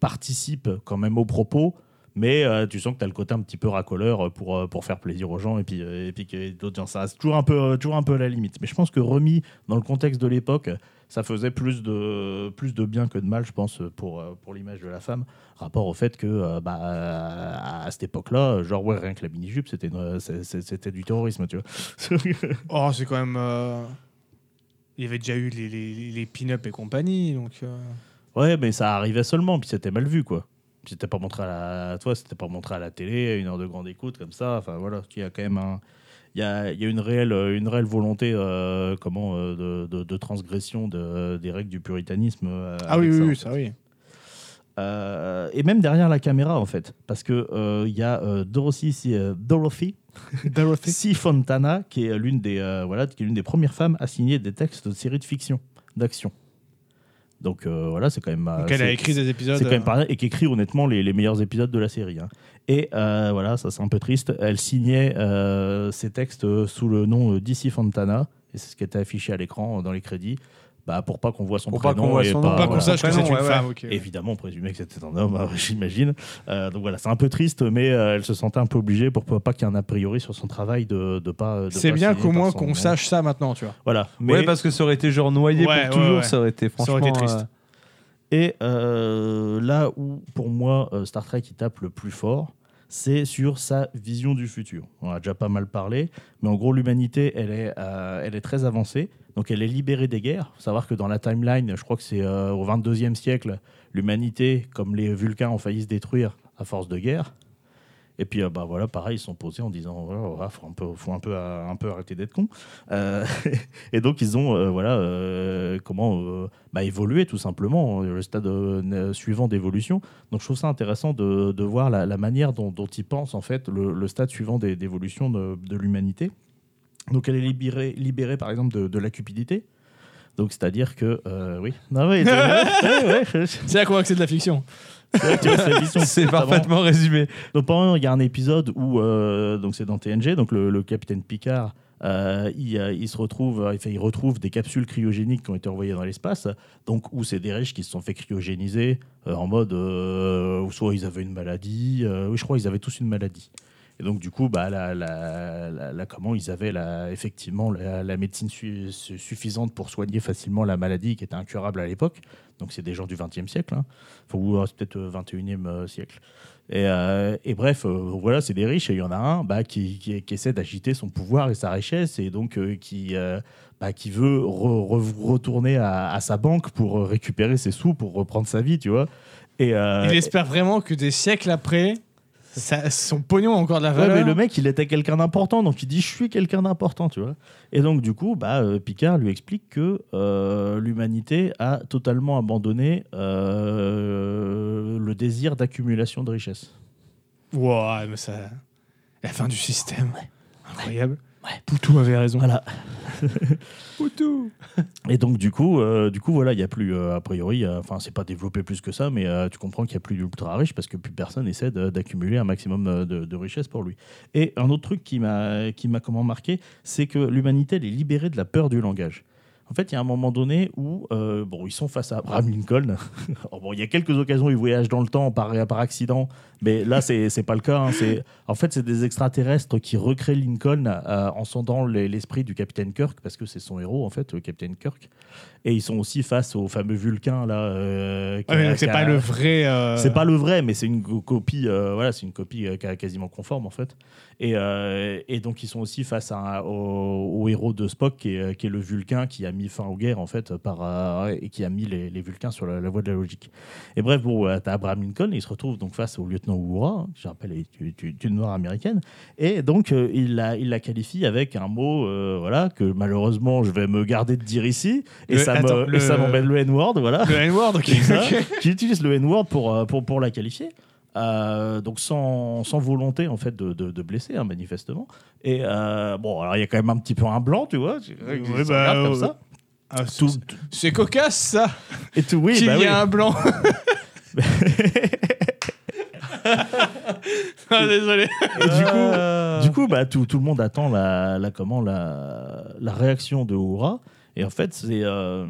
[SPEAKER 3] participe quand même au propos. Mais euh, tu sens que tu as le côté un petit peu racoleur euh, pour, euh, pour faire plaisir aux gens et puis, euh, et puis que l'audience, ça reste toujours un, peu, euh, toujours un peu à la limite. Mais je pense que remis dans le contexte de l'époque, ça faisait plus de, plus de bien que de mal, je pense, pour, euh, pour l'image de la femme, rapport au fait que euh, bah, à, à cette époque-là, genre, ouais, rien que la mini-jupe, c'était une- c'est- c'est- c'était du terrorisme, tu vois.
[SPEAKER 2] Oh, c'est quand même. euh, Il y avait déjà eu les, les, les pin-up et compagnie, donc. euh,
[SPEAKER 3] ouais, mais ça arrivait seulement, puis c'était mal vu, quoi. Puis C'était pas montré à la, toi, c'était pas montré à la télé, à une heure de grande écoute comme ça. Enfin voilà, il y a quand même un, il y a, il y a une réelle, euh, une réelle volonté, euh, comment, euh, de, de- de transgression de- des règles du puritanisme. euh,
[SPEAKER 2] Ah oui,
[SPEAKER 3] avec
[SPEAKER 2] oui,
[SPEAKER 3] ça, en
[SPEAKER 2] oui,
[SPEAKER 3] fait.
[SPEAKER 2] ça, oui.
[SPEAKER 3] Euh, et même derrière la caméra, en fait. Parce que euh, il y a euh, Dorothy, C- euh, Dorothy
[SPEAKER 2] Dorothy.
[SPEAKER 3] C. Fontana, qui est l'une des, euh, voilà, qui est l'une des premières femmes à signer des textes de séries de fiction, d'action. Donc euh, voilà, c'est quand même. euh,
[SPEAKER 2] Donc elle a
[SPEAKER 3] c'est-
[SPEAKER 2] écrit des épisodes.
[SPEAKER 3] c'est quand même
[SPEAKER 2] euh,
[SPEAKER 3] pas mal, et qui écrit honnêtement les, les meilleurs épisodes de la série. hein. Et euh, voilà, ça c'est un peu triste. Elle signait euh, ses textes euh, sous le nom euh, DC Fontana, et c'est ce qui était affiché à l'écran euh, dans les crédits, bah, pour pas qu'on voit son
[SPEAKER 1] Pour pas
[SPEAKER 3] prénom.
[SPEAKER 1] qu'on voit
[SPEAKER 3] et
[SPEAKER 1] son nom,
[SPEAKER 2] euh, Pas qu'on
[SPEAKER 1] voilà.
[SPEAKER 2] sache que
[SPEAKER 1] Prénom,
[SPEAKER 2] c'est une
[SPEAKER 1] ouais, ouais.
[SPEAKER 2] femme, ok.
[SPEAKER 3] Évidemment, on présumait que c'était un homme, hein, j'imagine. Euh, donc voilà, c'est un peu triste, mais euh, elle se sentait un peu obligée pour pas qu'il y ait un a priori sur son travail de, de pas. euh, de
[SPEAKER 2] C'est
[SPEAKER 3] pas
[SPEAKER 2] bien
[SPEAKER 3] signer
[SPEAKER 2] qu'au
[SPEAKER 3] par
[SPEAKER 2] moins
[SPEAKER 3] son
[SPEAKER 2] qu'on
[SPEAKER 3] nom.
[SPEAKER 2] sache ça maintenant, tu vois.
[SPEAKER 3] Voilà. Mais,
[SPEAKER 1] Ouais, parce que ça aurait été genre noyé
[SPEAKER 2] Ouais, ouais,
[SPEAKER 1] pour toujours,
[SPEAKER 2] ouais.
[SPEAKER 1] ça aurait été franchement.
[SPEAKER 2] aurait été triste.
[SPEAKER 1] euh,
[SPEAKER 3] Et euh, là où, pour moi, euh, Star Trek il tape le plus fort, c'est sur sa vision du futur. On en a déjà pas mal parlé, mais en gros, l'humanité, elle, est, euh, elle est très avancée. Donc, elle est libérée des guerres. Faut savoir que dans la timeline, je crois que c'est euh, au 22e siècle, l'humanité, comme les Vulcains, ont failli se détruire à force de guerre. Et puis, euh, bah, voilà, pareil, ils se sont posés en disant oh, ah, faut un peu, faut un peu, euh, un peu arrêter d'être con. Euh, et donc, ils ont euh, voilà, euh, comment euh, bah, évolué tout simplement, euh, le stade euh, suivant d'évolution. Donc, je trouve ça intéressant de, de voir la, la manière dont, dont ils pensent en fait le, le stade suivant des- d'évolution de, de l'humanité. Donc, elle est libérée, libérée par exemple de, de la cupidité. Donc, c'est-à-dire que. euh, oui. Non, mais. ouais, ouais,
[SPEAKER 2] C'est à quoi que c'est de la fiction
[SPEAKER 3] Ouais, tu vois, c'est la vision,
[SPEAKER 1] C'est
[SPEAKER 3] notamment.
[SPEAKER 1] parfaitement résumé.
[SPEAKER 3] Donc pendant il y a un épisode où euh, donc c'est dans TNG, donc le, le capitaine Picard. euh, il, euh, il se retrouve, euh, enfin, il retrouve des capsules cryogéniques qui ont été envoyées dans l'espace, donc où c'est des riches qui se sont fait cryogéniser euh, en mode, euh, ou soit ils avaient une maladie, euh, oui, je crois ils avaient tous une maladie. Et donc du coup, bah, la, la- la- la- comment ils avaient la, effectivement la, la médecine su- su- suffisante pour soigner facilement la maladie qui était incurable à l'époque. Donc c'est des gens du XXe siècle, hein. Enfin, ou euh, c'est peut-être euh, XXIe euh, siècle. Et, euh, et bref, euh, voilà, c'est des riches et il y en a un bah, qui, qui- qui essaie d'agiter son pouvoir et sa richesse et donc euh, qui, euh, bah, qui veut re- re- retourner à, à sa banque pour euh, récupérer ses sous, pour reprendre sa vie, tu vois. Et, euh,
[SPEAKER 2] Il espère vraiment que des siècles après, ça- son pognon a encore de la
[SPEAKER 3] Ouais,
[SPEAKER 2] valeur.
[SPEAKER 3] mais le mec, il était quelqu'un d'important, donc il dit je suis quelqu'un d'important, tu vois. Et donc du coup, bah, euh, Picard lui explique que euh, l'humanité a totalement abandonné euh, le désir d'accumulation de richesses.
[SPEAKER 2] Ouah, mais ça. La fin du système. Incroyable. Poutou avait raison.
[SPEAKER 3] Voilà.
[SPEAKER 1] Poutou.
[SPEAKER 3] Et donc du coup, euh, du coup voilà, il y a plus euh, a priori, euh, enfin c'est pas développé plus que ça, mais euh, tu comprends qu'il y a plus d'ultra riches parce que plus personne essaie de- d'accumuler un maximum euh, de, de richesses pour lui. Et un autre truc qui m'a qui m'a comment marqué, c'est que l'humanité elle est libérée de la peur du langage. En fait, il y a un moment donné où euh, bon, ils sont face à Abraham Lincoln. Alors, bon, il y a quelques occasions où ils voyagent dans le temps par, par accident, mais là, c'est c'est pas le cas. hein. C'est- En fait, c'est des extraterrestres qui recréent Lincoln euh, en sondant les- l'esprit du capitaine Kirk, parce que c'est son héros, en fait, le capitaine Kirk. Et ils sont aussi face au fameux Vulcain, là. euh, qui
[SPEAKER 2] Ah, mais
[SPEAKER 3] a-
[SPEAKER 2] donc c'est
[SPEAKER 3] qui a-
[SPEAKER 2] pas le vrai. euh,
[SPEAKER 3] c'est pas le vrai, mais c'est une go- copie, euh, voilà, c'est une copie euh, ca- quasiment conforme en fait. Et, euh, et donc ils sont aussi face à un- au, au héros de Spock qui est, euh, qui est le Vulcain qui a mis fin aux guerres en fait par euh, et qui a mis les, les Vulcains sur la, la voie de la logique. Et bref, bon, euh, t'as Abraham Lincoln, il se retrouve donc face au lieutenant Uhura, hein, qui, je rappelle, est une- une une noire américaine, et donc euh, il la il la qualifie avec un mot, euh, voilà, que malheureusement je vais me garder de dire ici, et
[SPEAKER 2] Le-
[SPEAKER 3] ça me-
[SPEAKER 2] attends,
[SPEAKER 3] et
[SPEAKER 2] le-
[SPEAKER 3] ça m'emmène le N-word, voilà
[SPEAKER 2] Le N-word, ok.
[SPEAKER 3] ça,
[SPEAKER 2] ok.
[SPEAKER 3] qui utilise le N-word pour, euh, pour, pour la qualifier. Euh, donc sans, sans volonté en fait de, de, de blesser hein, manifestement et euh, bon alors il y a quand même un petit peu un blanc tu vois tu-
[SPEAKER 2] Ouais,
[SPEAKER 3] ils se
[SPEAKER 2] bah,
[SPEAKER 3] regardent
[SPEAKER 2] ouais.
[SPEAKER 3] comme ça.
[SPEAKER 2] Ah, c'est-
[SPEAKER 3] euh, Tout-
[SPEAKER 2] C'est cocasse ça
[SPEAKER 3] et tout oui
[SPEAKER 2] Qu'il
[SPEAKER 3] bah
[SPEAKER 2] y
[SPEAKER 3] oui.
[SPEAKER 2] ait un blanc. Ah, désolé.
[SPEAKER 3] Et du coup, du coup bah, tout, tout le monde attend la, la, comment, la, la réaction de Oura. Et en fait, c'est euh,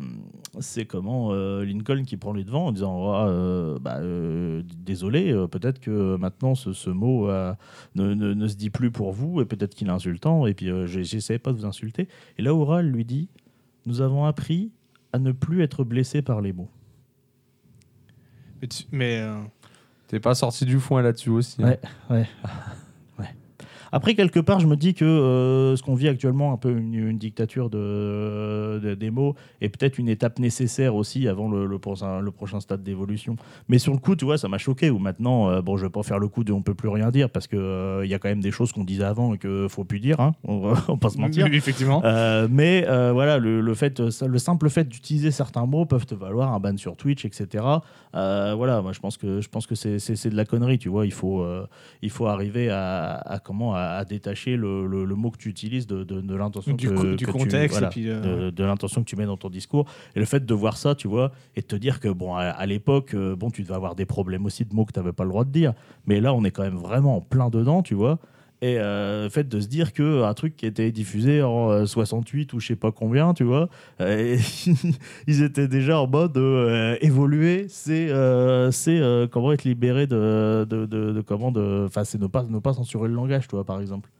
[SPEAKER 3] c'est comment euh, Lincoln qui prend les devants en disant Ah, euh, bah, euh, d- Désolé, euh, peut-être que maintenant ce, ce mot euh, ne, ne- ne se dit plus pour vous et peut-être qu'il est insultant. Et puis, euh, j'ai- j'essaie pas de vous insulter. Et là, Oura elle lui dit Nous avons appris à ne plus être blessé par les mots.
[SPEAKER 2] Mais, tu- mais, euh,
[SPEAKER 1] T'es pas sorti du foin là-dessus aussi. hein.
[SPEAKER 3] Ouais. Après, quelque part, je me dis que euh, ce qu'on vit actuellement, un peu une, une dictature de, de- des mots, est peut-être une étape nécessaire aussi avant le, le, prochain, le prochain stade d'évolution. Mais sur le coup, tu vois, ça m'a choqué. Ou maintenant, euh, bon, je vais pas faire le coup de on peut plus rien dire parce qu'il y a quand même des choses qu'on disait avant et que faut plus dire. hein. On, va, on va pas se mentir.
[SPEAKER 2] effectivement.
[SPEAKER 3] Euh, mais euh, voilà, le, le fait, ça- le simple fait d'utiliser certains mots peuvent te valoir un ban sur Twitch, etc. Euh, voilà, moi je pense que je pense que c'est- c'est c'est de la connerie, tu vois. Il faut euh, il faut arriver à, à comment à, à détacher le, le- le mot que tu utilises de, de, de l'intention
[SPEAKER 2] du,
[SPEAKER 3] que-
[SPEAKER 2] co- du
[SPEAKER 3] que tu-
[SPEAKER 2] contexte
[SPEAKER 3] voilà,
[SPEAKER 2] et puis euh,
[SPEAKER 3] de, de l'intention que tu mets dans ton discours et le fait de voir ça tu vois et de te dire que bon à, à l'époque euh, bon tu devais avoir des problèmes aussi de mots que tu n'avais pas le droit de dire mais là on est quand même vraiment en plein dedans tu vois et euh, le fait de se dire que un truc qui était diffusé en euh, 68 ou je sais pas combien tu vois euh, ils étaient déjà en mode euh, évoluer c'est euh, c'est euh, comment être libéré de de, de- de comment de enfin c'est ne pas ne pas censurer le langage tu vois par exemple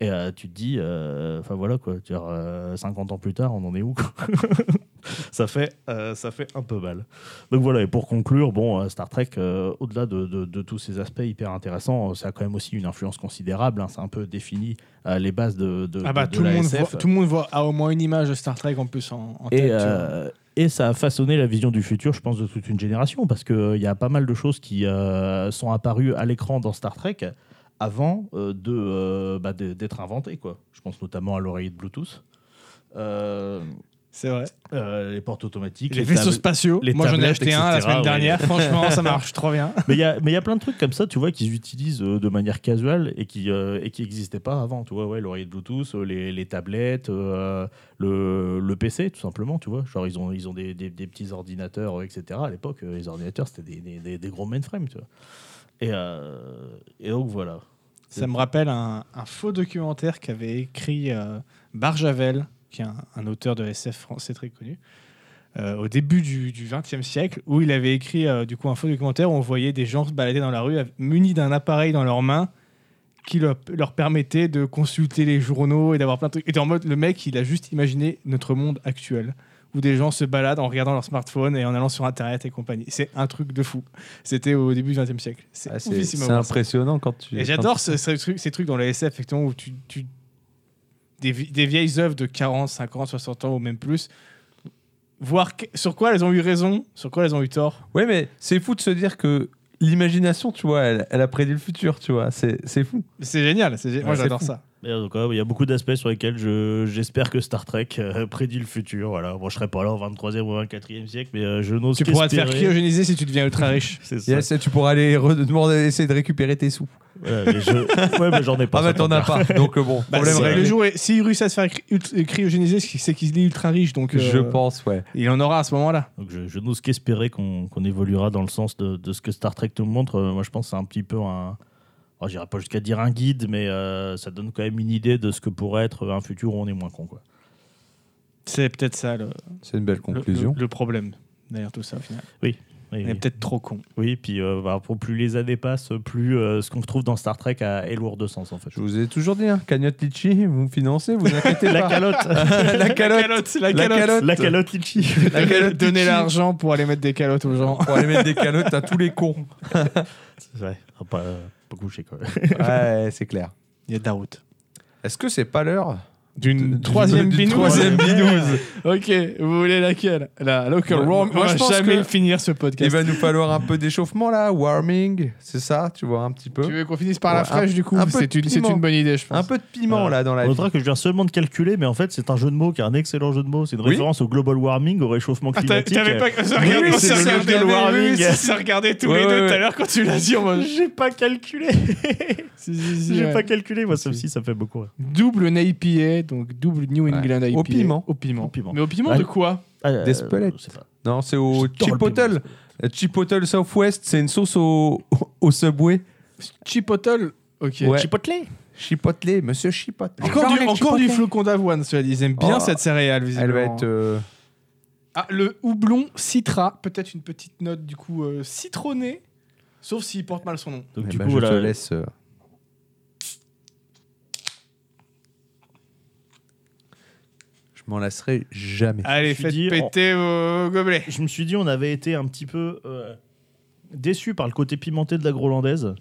[SPEAKER 3] et euh, tu te dis, euh, enfin voilà quoi, tu vois, euh, 50 ans plus tard, on en est où quoi ça, fait, euh, ça fait un peu mal. Donc voilà, et pour conclure, bon, euh, Star Trek, euh, au-delà de, de- de tous ces aspects hyper intéressants, euh, ça a quand même aussi une influence considérable, hein, ça a un peu défini euh, les bases de, de,
[SPEAKER 2] ah bah,
[SPEAKER 3] de- de
[SPEAKER 2] tout, le
[SPEAKER 3] la
[SPEAKER 2] monde
[SPEAKER 3] SF.
[SPEAKER 2] voit, tout le monde voit à au moins une image de Star Trek en plus en, en tête.
[SPEAKER 3] Et,
[SPEAKER 2] tu vois.
[SPEAKER 3] euh, et ça a façonné la vision du futur, je pense, de toute une génération, parce qu'il il y a pas mal de choses qui euh, sont apparues à l'écran dans Star Trek avant euh, de, euh, bah, de- d'être inventées. Quoi. Je pense notamment à l'oreiller de Bluetooth, euh,
[SPEAKER 2] C'est vrai.
[SPEAKER 3] euh, les portes automatiques,
[SPEAKER 2] Les,
[SPEAKER 3] les
[SPEAKER 2] vaisseaux
[SPEAKER 3] tab-
[SPEAKER 2] spatiaux.
[SPEAKER 3] les
[SPEAKER 2] Moi j'en ai
[SPEAKER 3] tablettes,
[SPEAKER 2] acheté un la
[SPEAKER 3] etc.,
[SPEAKER 2] semaine
[SPEAKER 3] ouais.
[SPEAKER 2] dernière. Franchement, ça marche trop bien.
[SPEAKER 3] mais il y a mais il y a plein de trucs comme ça, tu vois, qu'ils utilisent euh, de manière casual et qui euh, et qui n'existaient pas avant, tu vois, ouais, l'oreiller de Bluetooth, euh, les, les tablettes, euh, le, le PC tout simplement, tu vois, genre ils ont ils ont des, des- des petits ordinateurs, euh, etc. À l'époque, euh, les ordinateurs c'était des, des, des- des gros mainframes, tu vois. Et, euh, et donc voilà.
[SPEAKER 2] Ça me rappelle un, un faux documentaire qu'avait écrit euh, Barjavel, qui est un, un auteur de SF français très connu, euh, au début du XXe siècle, où il avait écrit euh, du coup un faux documentaire où on voyait des gens se balader dans la rue av- munis d'un appareil dans leurs mains qui leur, leur permettait de consulter les journaux et d'avoir plein de trucs. Et en mode, le mec, il a juste imaginé notre monde actuel, où des gens se baladent en regardant leur smartphone et en allant sur Internet et compagnie. C'est un truc de fou. C'était au début du XXe siècle. C'est
[SPEAKER 1] Ah, c'est
[SPEAKER 2] oufissime à
[SPEAKER 1] c'est
[SPEAKER 2] voir ça.
[SPEAKER 1] impressionnant quand tu.
[SPEAKER 2] Et j'adore ce- ce truc- ces trucs dans le SF, effectivement, où tu. tu- des, vi- des vieilles œuvres de 40, 50, 60 ans ou même plus, voir que- sur quoi elles ont eu raison, sur quoi elles ont eu tort.
[SPEAKER 1] Ouais, mais c'est fou de se dire que l'imagination, tu vois, elle, elle a prédit le futur, tu vois. C'est c'est fou.
[SPEAKER 2] C'est génial, c'est gé- moi
[SPEAKER 1] Ouais, c'est
[SPEAKER 2] j'adore
[SPEAKER 1] fou.
[SPEAKER 2] ça.
[SPEAKER 3] Mais en tout cas, il y a beaucoup d'aspects sur lesquels je- j'espère que Star Trek euh, prédit le futur. Voilà, moi je serai pas là au 23e ou 24e siècle, mais euh, je n'ose
[SPEAKER 2] Tu pourras te faire
[SPEAKER 3] qu'espérer.
[SPEAKER 2] cryogéniser si tu deviens ultra riche.
[SPEAKER 3] C'est ça.
[SPEAKER 1] Yes, et tu pourras aller re- demander, essayer de récupérer tes sous.
[SPEAKER 3] Voilà, mais je- Ouais, mais j'en ai pas.
[SPEAKER 1] Ah, mais t'en as pas. Donc, euh, bon,
[SPEAKER 2] Bah,
[SPEAKER 1] problème
[SPEAKER 2] si-
[SPEAKER 1] réglé.
[SPEAKER 2] le jour, où- s'il réussit à se faire cry- ult- cryogéniser, c'est c'est qu'il est ultra riche, donc euh,
[SPEAKER 1] Je pense, ouais.
[SPEAKER 2] il en aura à ce moment-là.
[SPEAKER 3] Donc je, je n'ose qu'espérer qu'on qu'on évoluera dans le sens de, de ce que Star Trek nous montre. Euh, Moi, je pense que c'est un petit peu un. Alors, j'irai pas jusqu'à dire un guide, mais euh, ça donne quand même une idée de ce que pourrait être un futur où on est moins con. Quoi.
[SPEAKER 2] C'est peut-être ça le,
[SPEAKER 1] C'est une belle
[SPEAKER 2] le-
[SPEAKER 1] conclusion.
[SPEAKER 2] le- le problème derrière tout ça au final.
[SPEAKER 3] Oui,
[SPEAKER 2] On est
[SPEAKER 3] oui.
[SPEAKER 2] peut-être trop con.
[SPEAKER 3] Oui, puis euh, bah, pour plus les années passent, plus euh, ce qu'on retrouve dans Star Trek a- est lourd de sens en fait.
[SPEAKER 1] Je vous ai toujours dit, hein, cagnotte Litchi, vous me financez, vous inquiétez
[SPEAKER 3] La
[SPEAKER 1] pas.
[SPEAKER 3] calotte
[SPEAKER 1] la calotte.
[SPEAKER 2] la
[SPEAKER 1] La
[SPEAKER 2] calotte.
[SPEAKER 1] calotte.
[SPEAKER 3] La calotte Litchi
[SPEAKER 1] La calotte
[SPEAKER 2] Donner
[SPEAKER 1] Litchi.
[SPEAKER 2] l'argent pour aller mettre des calottes aux gens.
[SPEAKER 1] Pour aller mettre des calottes à tous les cons.
[SPEAKER 3] Ouais, ah, pas, pas couché quoi.
[SPEAKER 1] Ouais, c'est clair.
[SPEAKER 2] Il y a de la route.
[SPEAKER 1] Est-ce que c'est pas l'heure
[SPEAKER 2] D'une
[SPEAKER 1] D'une-
[SPEAKER 2] troisième
[SPEAKER 1] d'une
[SPEAKER 2] binouze.
[SPEAKER 1] troisième binouze.
[SPEAKER 2] ok, vous voulez laquelle La local
[SPEAKER 1] Moi-
[SPEAKER 2] room.
[SPEAKER 1] moi,
[SPEAKER 2] On
[SPEAKER 1] je
[SPEAKER 2] va
[SPEAKER 1] pense
[SPEAKER 2] jamais
[SPEAKER 1] que-
[SPEAKER 2] finir ce
[SPEAKER 1] Il
[SPEAKER 2] podcast.
[SPEAKER 1] va nous falloir un peu d'échauffement là, warming, c'est ça, tu vois, un petit
[SPEAKER 2] Tu
[SPEAKER 1] peu.
[SPEAKER 2] veux qu'on finisse par la
[SPEAKER 1] Ouais,
[SPEAKER 2] fraîche
[SPEAKER 1] un-
[SPEAKER 2] du coup
[SPEAKER 1] un peu
[SPEAKER 2] C'est
[SPEAKER 1] de
[SPEAKER 2] une, c'est
[SPEAKER 1] piment.
[SPEAKER 2] une bonne idée, je pense.
[SPEAKER 1] Un peu de piment là dans la
[SPEAKER 3] On
[SPEAKER 1] vie.
[SPEAKER 3] notera que je viens seulement de calculer, mais en fait, c'est un jeu de mots qui est un excellent jeu de mots. C'est une
[SPEAKER 1] Oui.
[SPEAKER 3] référence au global warming, au réchauffement
[SPEAKER 2] Ah, t'a-
[SPEAKER 3] climatique.
[SPEAKER 2] T'avais pas. ça,
[SPEAKER 3] Oui,
[SPEAKER 2] regardez,
[SPEAKER 3] oui,
[SPEAKER 2] on
[SPEAKER 3] c'est
[SPEAKER 2] s'est
[SPEAKER 3] le
[SPEAKER 2] regardé,
[SPEAKER 3] local
[SPEAKER 2] oui,
[SPEAKER 3] warning.
[SPEAKER 2] oui, ça s'est regardé tous
[SPEAKER 1] Ouais,
[SPEAKER 2] les deux
[SPEAKER 1] ouais,
[SPEAKER 2] tout à
[SPEAKER 1] ouais.
[SPEAKER 2] l'heure quand tu l'as dit. on m'a-
[SPEAKER 3] J'ai pas calculé.
[SPEAKER 2] Si, si, si,
[SPEAKER 3] J'ai
[SPEAKER 2] ouais.
[SPEAKER 3] pas calculé, moi, celle-ci, ça me fait beaucoup. hein. rire.
[SPEAKER 2] Double IPA, donc double New
[SPEAKER 1] Ouais.
[SPEAKER 2] England IPA.
[SPEAKER 1] Au piment.
[SPEAKER 2] Au piment.
[SPEAKER 3] Au piment.
[SPEAKER 2] Mais au piment
[SPEAKER 3] Ouais.
[SPEAKER 2] de quoi
[SPEAKER 1] Des spelettes.
[SPEAKER 3] je sais Ah, euh, pas.
[SPEAKER 1] Non, c'est au
[SPEAKER 3] J'adore le
[SPEAKER 1] Chipotle.
[SPEAKER 3] piment.
[SPEAKER 1] Chipotle Southwest, c'est une sauce au, au- au Subway.
[SPEAKER 2] Chipotle. Ok.
[SPEAKER 1] Ouais.
[SPEAKER 3] Chipotle
[SPEAKER 1] Chipotle, monsieur Chipotle.
[SPEAKER 2] Encore, du,
[SPEAKER 1] les
[SPEAKER 2] encore du
[SPEAKER 1] Chipotle.
[SPEAKER 2] flocon d'avoine, cela dit. Ils aiment bien
[SPEAKER 1] Oh,
[SPEAKER 2] cette céréale,
[SPEAKER 1] Elle
[SPEAKER 2] visiblement.
[SPEAKER 1] va être. euh,
[SPEAKER 2] Ah, le houblon citra, peut-être une petite note du coup euh, citronnée, sauf s'il porte mal son nom.
[SPEAKER 3] Donc,
[SPEAKER 1] eh
[SPEAKER 3] du
[SPEAKER 1] ben,
[SPEAKER 3] coup,
[SPEAKER 1] je te
[SPEAKER 3] voilà,
[SPEAKER 1] laisse. euh, Je m'en lasserai jamais.
[SPEAKER 2] Allez,
[SPEAKER 3] me suis
[SPEAKER 2] faites
[SPEAKER 3] dit, on-
[SPEAKER 2] péter vos gobelets.
[SPEAKER 3] Je me suis dit, on avait été un petit peu euh, déçus par le côté pimenté de la Grolandaise.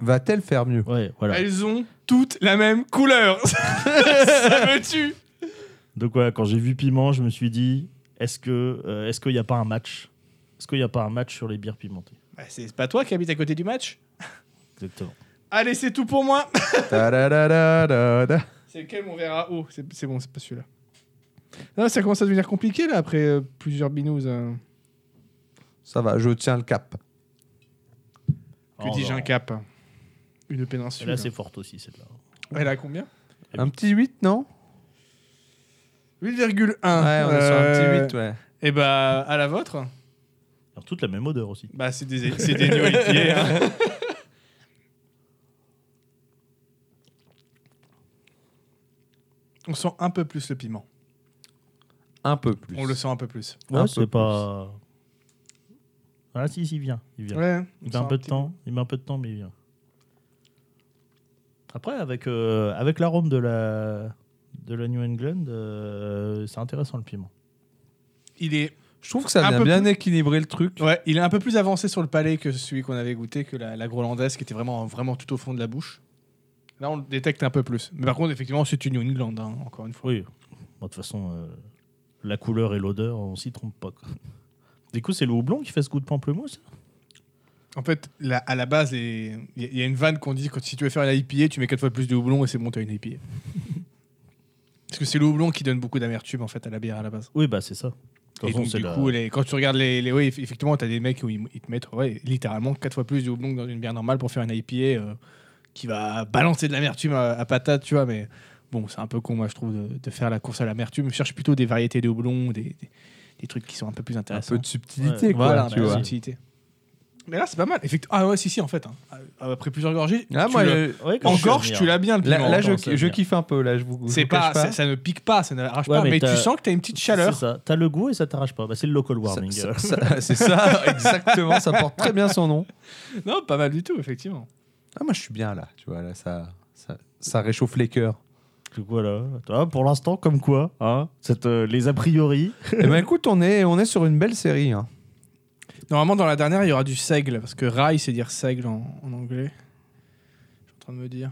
[SPEAKER 1] Va-t-elle faire mieux
[SPEAKER 3] Ouais, voilà.
[SPEAKER 2] Elles ont toutes la même couleur. ça me tue.
[SPEAKER 3] Donc voilà, quand j'ai vu piment, je me suis dit, est-ce que euh, est-ce qu'il n'y a pas un match Est-ce qu'il n'y a pas un match sur les bières pimentées
[SPEAKER 2] Bah, c'est pas toi qui habites à côté du match.
[SPEAKER 3] Exactement.
[SPEAKER 2] Allez, c'est tout pour moi.
[SPEAKER 1] Ta-da-da-da-da-da.
[SPEAKER 2] C'est lequel on verra haut c'est, c'est bon, c'est pas celui-là. Non, Ah, ça commence à devenir compliqué là après euh, plusieurs binous. hein.
[SPEAKER 1] Ça va, je tiens le cap.
[SPEAKER 2] Que
[SPEAKER 3] Oh,
[SPEAKER 2] dis-je
[SPEAKER 3] non.
[SPEAKER 2] un cap Une péninsule.
[SPEAKER 3] Là, c'est forte aussi celle-là.
[SPEAKER 2] Elle a combien Eh
[SPEAKER 1] Un petit 8, non
[SPEAKER 2] 8,1. Ouais,
[SPEAKER 1] Ouais, on est sur un petit 8, ouais.
[SPEAKER 2] Et Euh, bah, à la vôtre,
[SPEAKER 3] Alors, toute la même odeur aussi.
[SPEAKER 2] bah, c'est des, c'est des New IPA, hein. On sent un peu plus le piment.
[SPEAKER 1] Un peu plus.
[SPEAKER 2] On le sent un peu plus.
[SPEAKER 1] Ouais,
[SPEAKER 3] Ouais,
[SPEAKER 1] peu
[SPEAKER 3] c'est pas. Ah si, si, il vient. Il vient.
[SPEAKER 2] Ouais,
[SPEAKER 3] il met un, peu de temps. Il met un peu de temps, mais il vient. Après, avec, euh, avec l'arôme de la, de la New England, euh, c'est intéressant le piment.
[SPEAKER 2] Il est,
[SPEAKER 1] Je trouve que ça
[SPEAKER 2] Un
[SPEAKER 1] vient
[SPEAKER 2] peu
[SPEAKER 1] bien équilibrer le truc.
[SPEAKER 2] ouais, il est un peu plus avancé sur le palais que celui qu'on avait goûté, que la, la grolandaise qui était vraiment, vraiment tout au fond de la bouche. Là, on le détecte un peu plus. Mais par contre, effectivement, c'est une New England, hein, encore une fois.
[SPEAKER 3] Oui. Bon, De toute façon, euh, la couleur et l'odeur, on s'y trompe pas. quoi. Du coup, c'est le houblon qui fait ce goût de pamplemousse
[SPEAKER 2] En fait, la- à la base, les- il y, a- il y a une vanne qu'on dit quand si tu veux faire une IPA, tu mets 4 fois plus de houblon et c'est bon, t'as une IPA. Parce que c'est le houblon qui donne beaucoup d'amertume en fait à la bière à la base.
[SPEAKER 3] Oui, bah c'est ça. De toute
[SPEAKER 2] Et
[SPEAKER 3] façon,
[SPEAKER 2] donc,
[SPEAKER 3] c'est
[SPEAKER 2] du
[SPEAKER 3] la-
[SPEAKER 2] coup, les- quand tu regardes les, les ouais, eff- effectivement, t'as des mecs où ils, ils te mettent ouais, littéralement 4 fois plus de houblon que dans une bière normale pour faire une IPA euh, qui va balancer de l'amertume à, à patate, tu vois. Mais bon, c'est un peu con, moi, je trouve, de, de faire la course à l'amertume. Je cherche plutôt des variétés de houblon, des, des- des trucs qui sont un peu plus
[SPEAKER 1] Un
[SPEAKER 2] intéressants.
[SPEAKER 1] peu de subtilité,
[SPEAKER 3] Ouais,
[SPEAKER 1] quoi.
[SPEAKER 2] Voilà,
[SPEAKER 1] tu
[SPEAKER 2] bah,
[SPEAKER 1] vois.
[SPEAKER 2] c'est utilité. Mais là, c'est pas mal. Effectivement. Ah ouais, si, si, en fait. hein. Ah, Après plusieurs gorgées,
[SPEAKER 1] Ah,
[SPEAKER 2] tu
[SPEAKER 1] moi,
[SPEAKER 2] le-
[SPEAKER 1] je-
[SPEAKER 3] Ouais, quand
[SPEAKER 2] en
[SPEAKER 3] je suis
[SPEAKER 2] gorge,
[SPEAKER 3] venu,
[SPEAKER 2] tu l'as bien le
[SPEAKER 1] là,
[SPEAKER 2] piment.
[SPEAKER 1] là,
[SPEAKER 3] Attends,
[SPEAKER 1] je,
[SPEAKER 3] ça
[SPEAKER 1] je
[SPEAKER 3] vient.
[SPEAKER 1] kiffe un peu. Là, je vous. je
[SPEAKER 2] c'est
[SPEAKER 1] vous
[SPEAKER 2] pas,
[SPEAKER 1] cache
[SPEAKER 2] ça, ça ne pique pas, ça ne arrache
[SPEAKER 3] Ouais,
[SPEAKER 2] pas, mais,
[SPEAKER 3] mais
[SPEAKER 2] tu
[SPEAKER 3] t'as-
[SPEAKER 2] sens que t'as une petite
[SPEAKER 3] C'est
[SPEAKER 2] chaleur.
[SPEAKER 3] ça. T'as le goût et ça t'arrache pas. Bah, c'est le local
[SPEAKER 1] Ça-
[SPEAKER 3] warming.
[SPEAKER 1] ça- ça- C'est ça, exactement. Ça porte très bien son nom.
[SPEAKER 2] Non, pas mal du tout, effectivement.
[SPEAKER 1] Ah, moi, je suis bien là. Tu vois, là, ça, ça, ça réchauffe les cœurs.
[SPEAKER 3] Donc voilà. Toi, pour l'instant, comme quoi, hein, cette, euh, les a priori.
[SPEAKER 1] Eh ben, écoute, on est, on est sur une belle série. hein.
[SPEAKER 2] Normalement, dans la dernière, il y aura du seigle, parce que rail, c'est dire seigle en, en anglais. Je suis en train de me dire.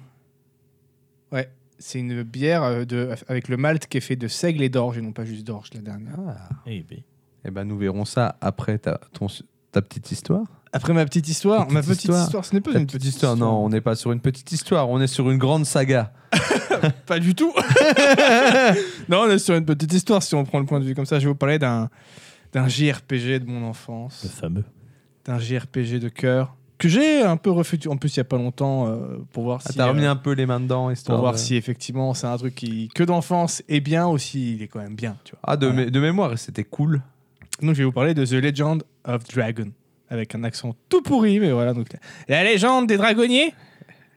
[SPEAKER 2] Ouais, c'est une bière euh, de, avec le malt qui est fait de seigle et d'orge, et non pas juste d'orge, la dernière.
[SPEAKER 1] Ah.
[SPEAKER 3] Eh ben.
[SPEAKER 1] Eh ben, nous verrons ça après ta, ton, ta petite histoire.
[SPEAKER 2] Après ma petite histoire,
[SPEAKER 1] Petite
[SPEAKER 2] ma petite
[SPEAKER 1] histoire.
[SPEAKER 2] histoire, ce n'est pas
[SPEAKER 1] Ta
[SPEAKER 2] une
[SPEAKER 1] petite histoire. Non, on n'est pas sur une petite histoire. On est sur une grande saga.
[SPEAKER 2] Pas du tout. non, on est sur une petite histoire si on prend le point de vue comme ça. Je vais vous parler d'un d'un JRPG de mon
[SPEAKER 3] Le
[SPEAKER 2] enfance,
[SPEAKER 3] fameux.
[SPEAKER 2] d'un JRPG de cœur que j'ai un peu refuté en plus il y a pas longtemps euh, pour voir
[SPEAKER 1] Ah,
[SPEAKER 2] si
[SPEAKER 1] T'as
[SPEAKER 2] euh,
[SPEAKER 1] remis un peu les mains dedans, histoire.
[SPEAKER 2] pour voir
[SPEAKER 1] de-
[SPEAKER 2] si effectivement c'est un truc qui que d'enfance est bien aussi il est quand même bien, tu vois.
[SPEAKER 1] Ah, de,
[SPEAKER 2] Voilà.
[SPEAKER 1] mé- de mémoire, c'était cool.
[SPEAKER 2] Donc je vais vous parler de The Legend of Dragon avec un accent tout pourri mais voilà donc la légende des dragonniers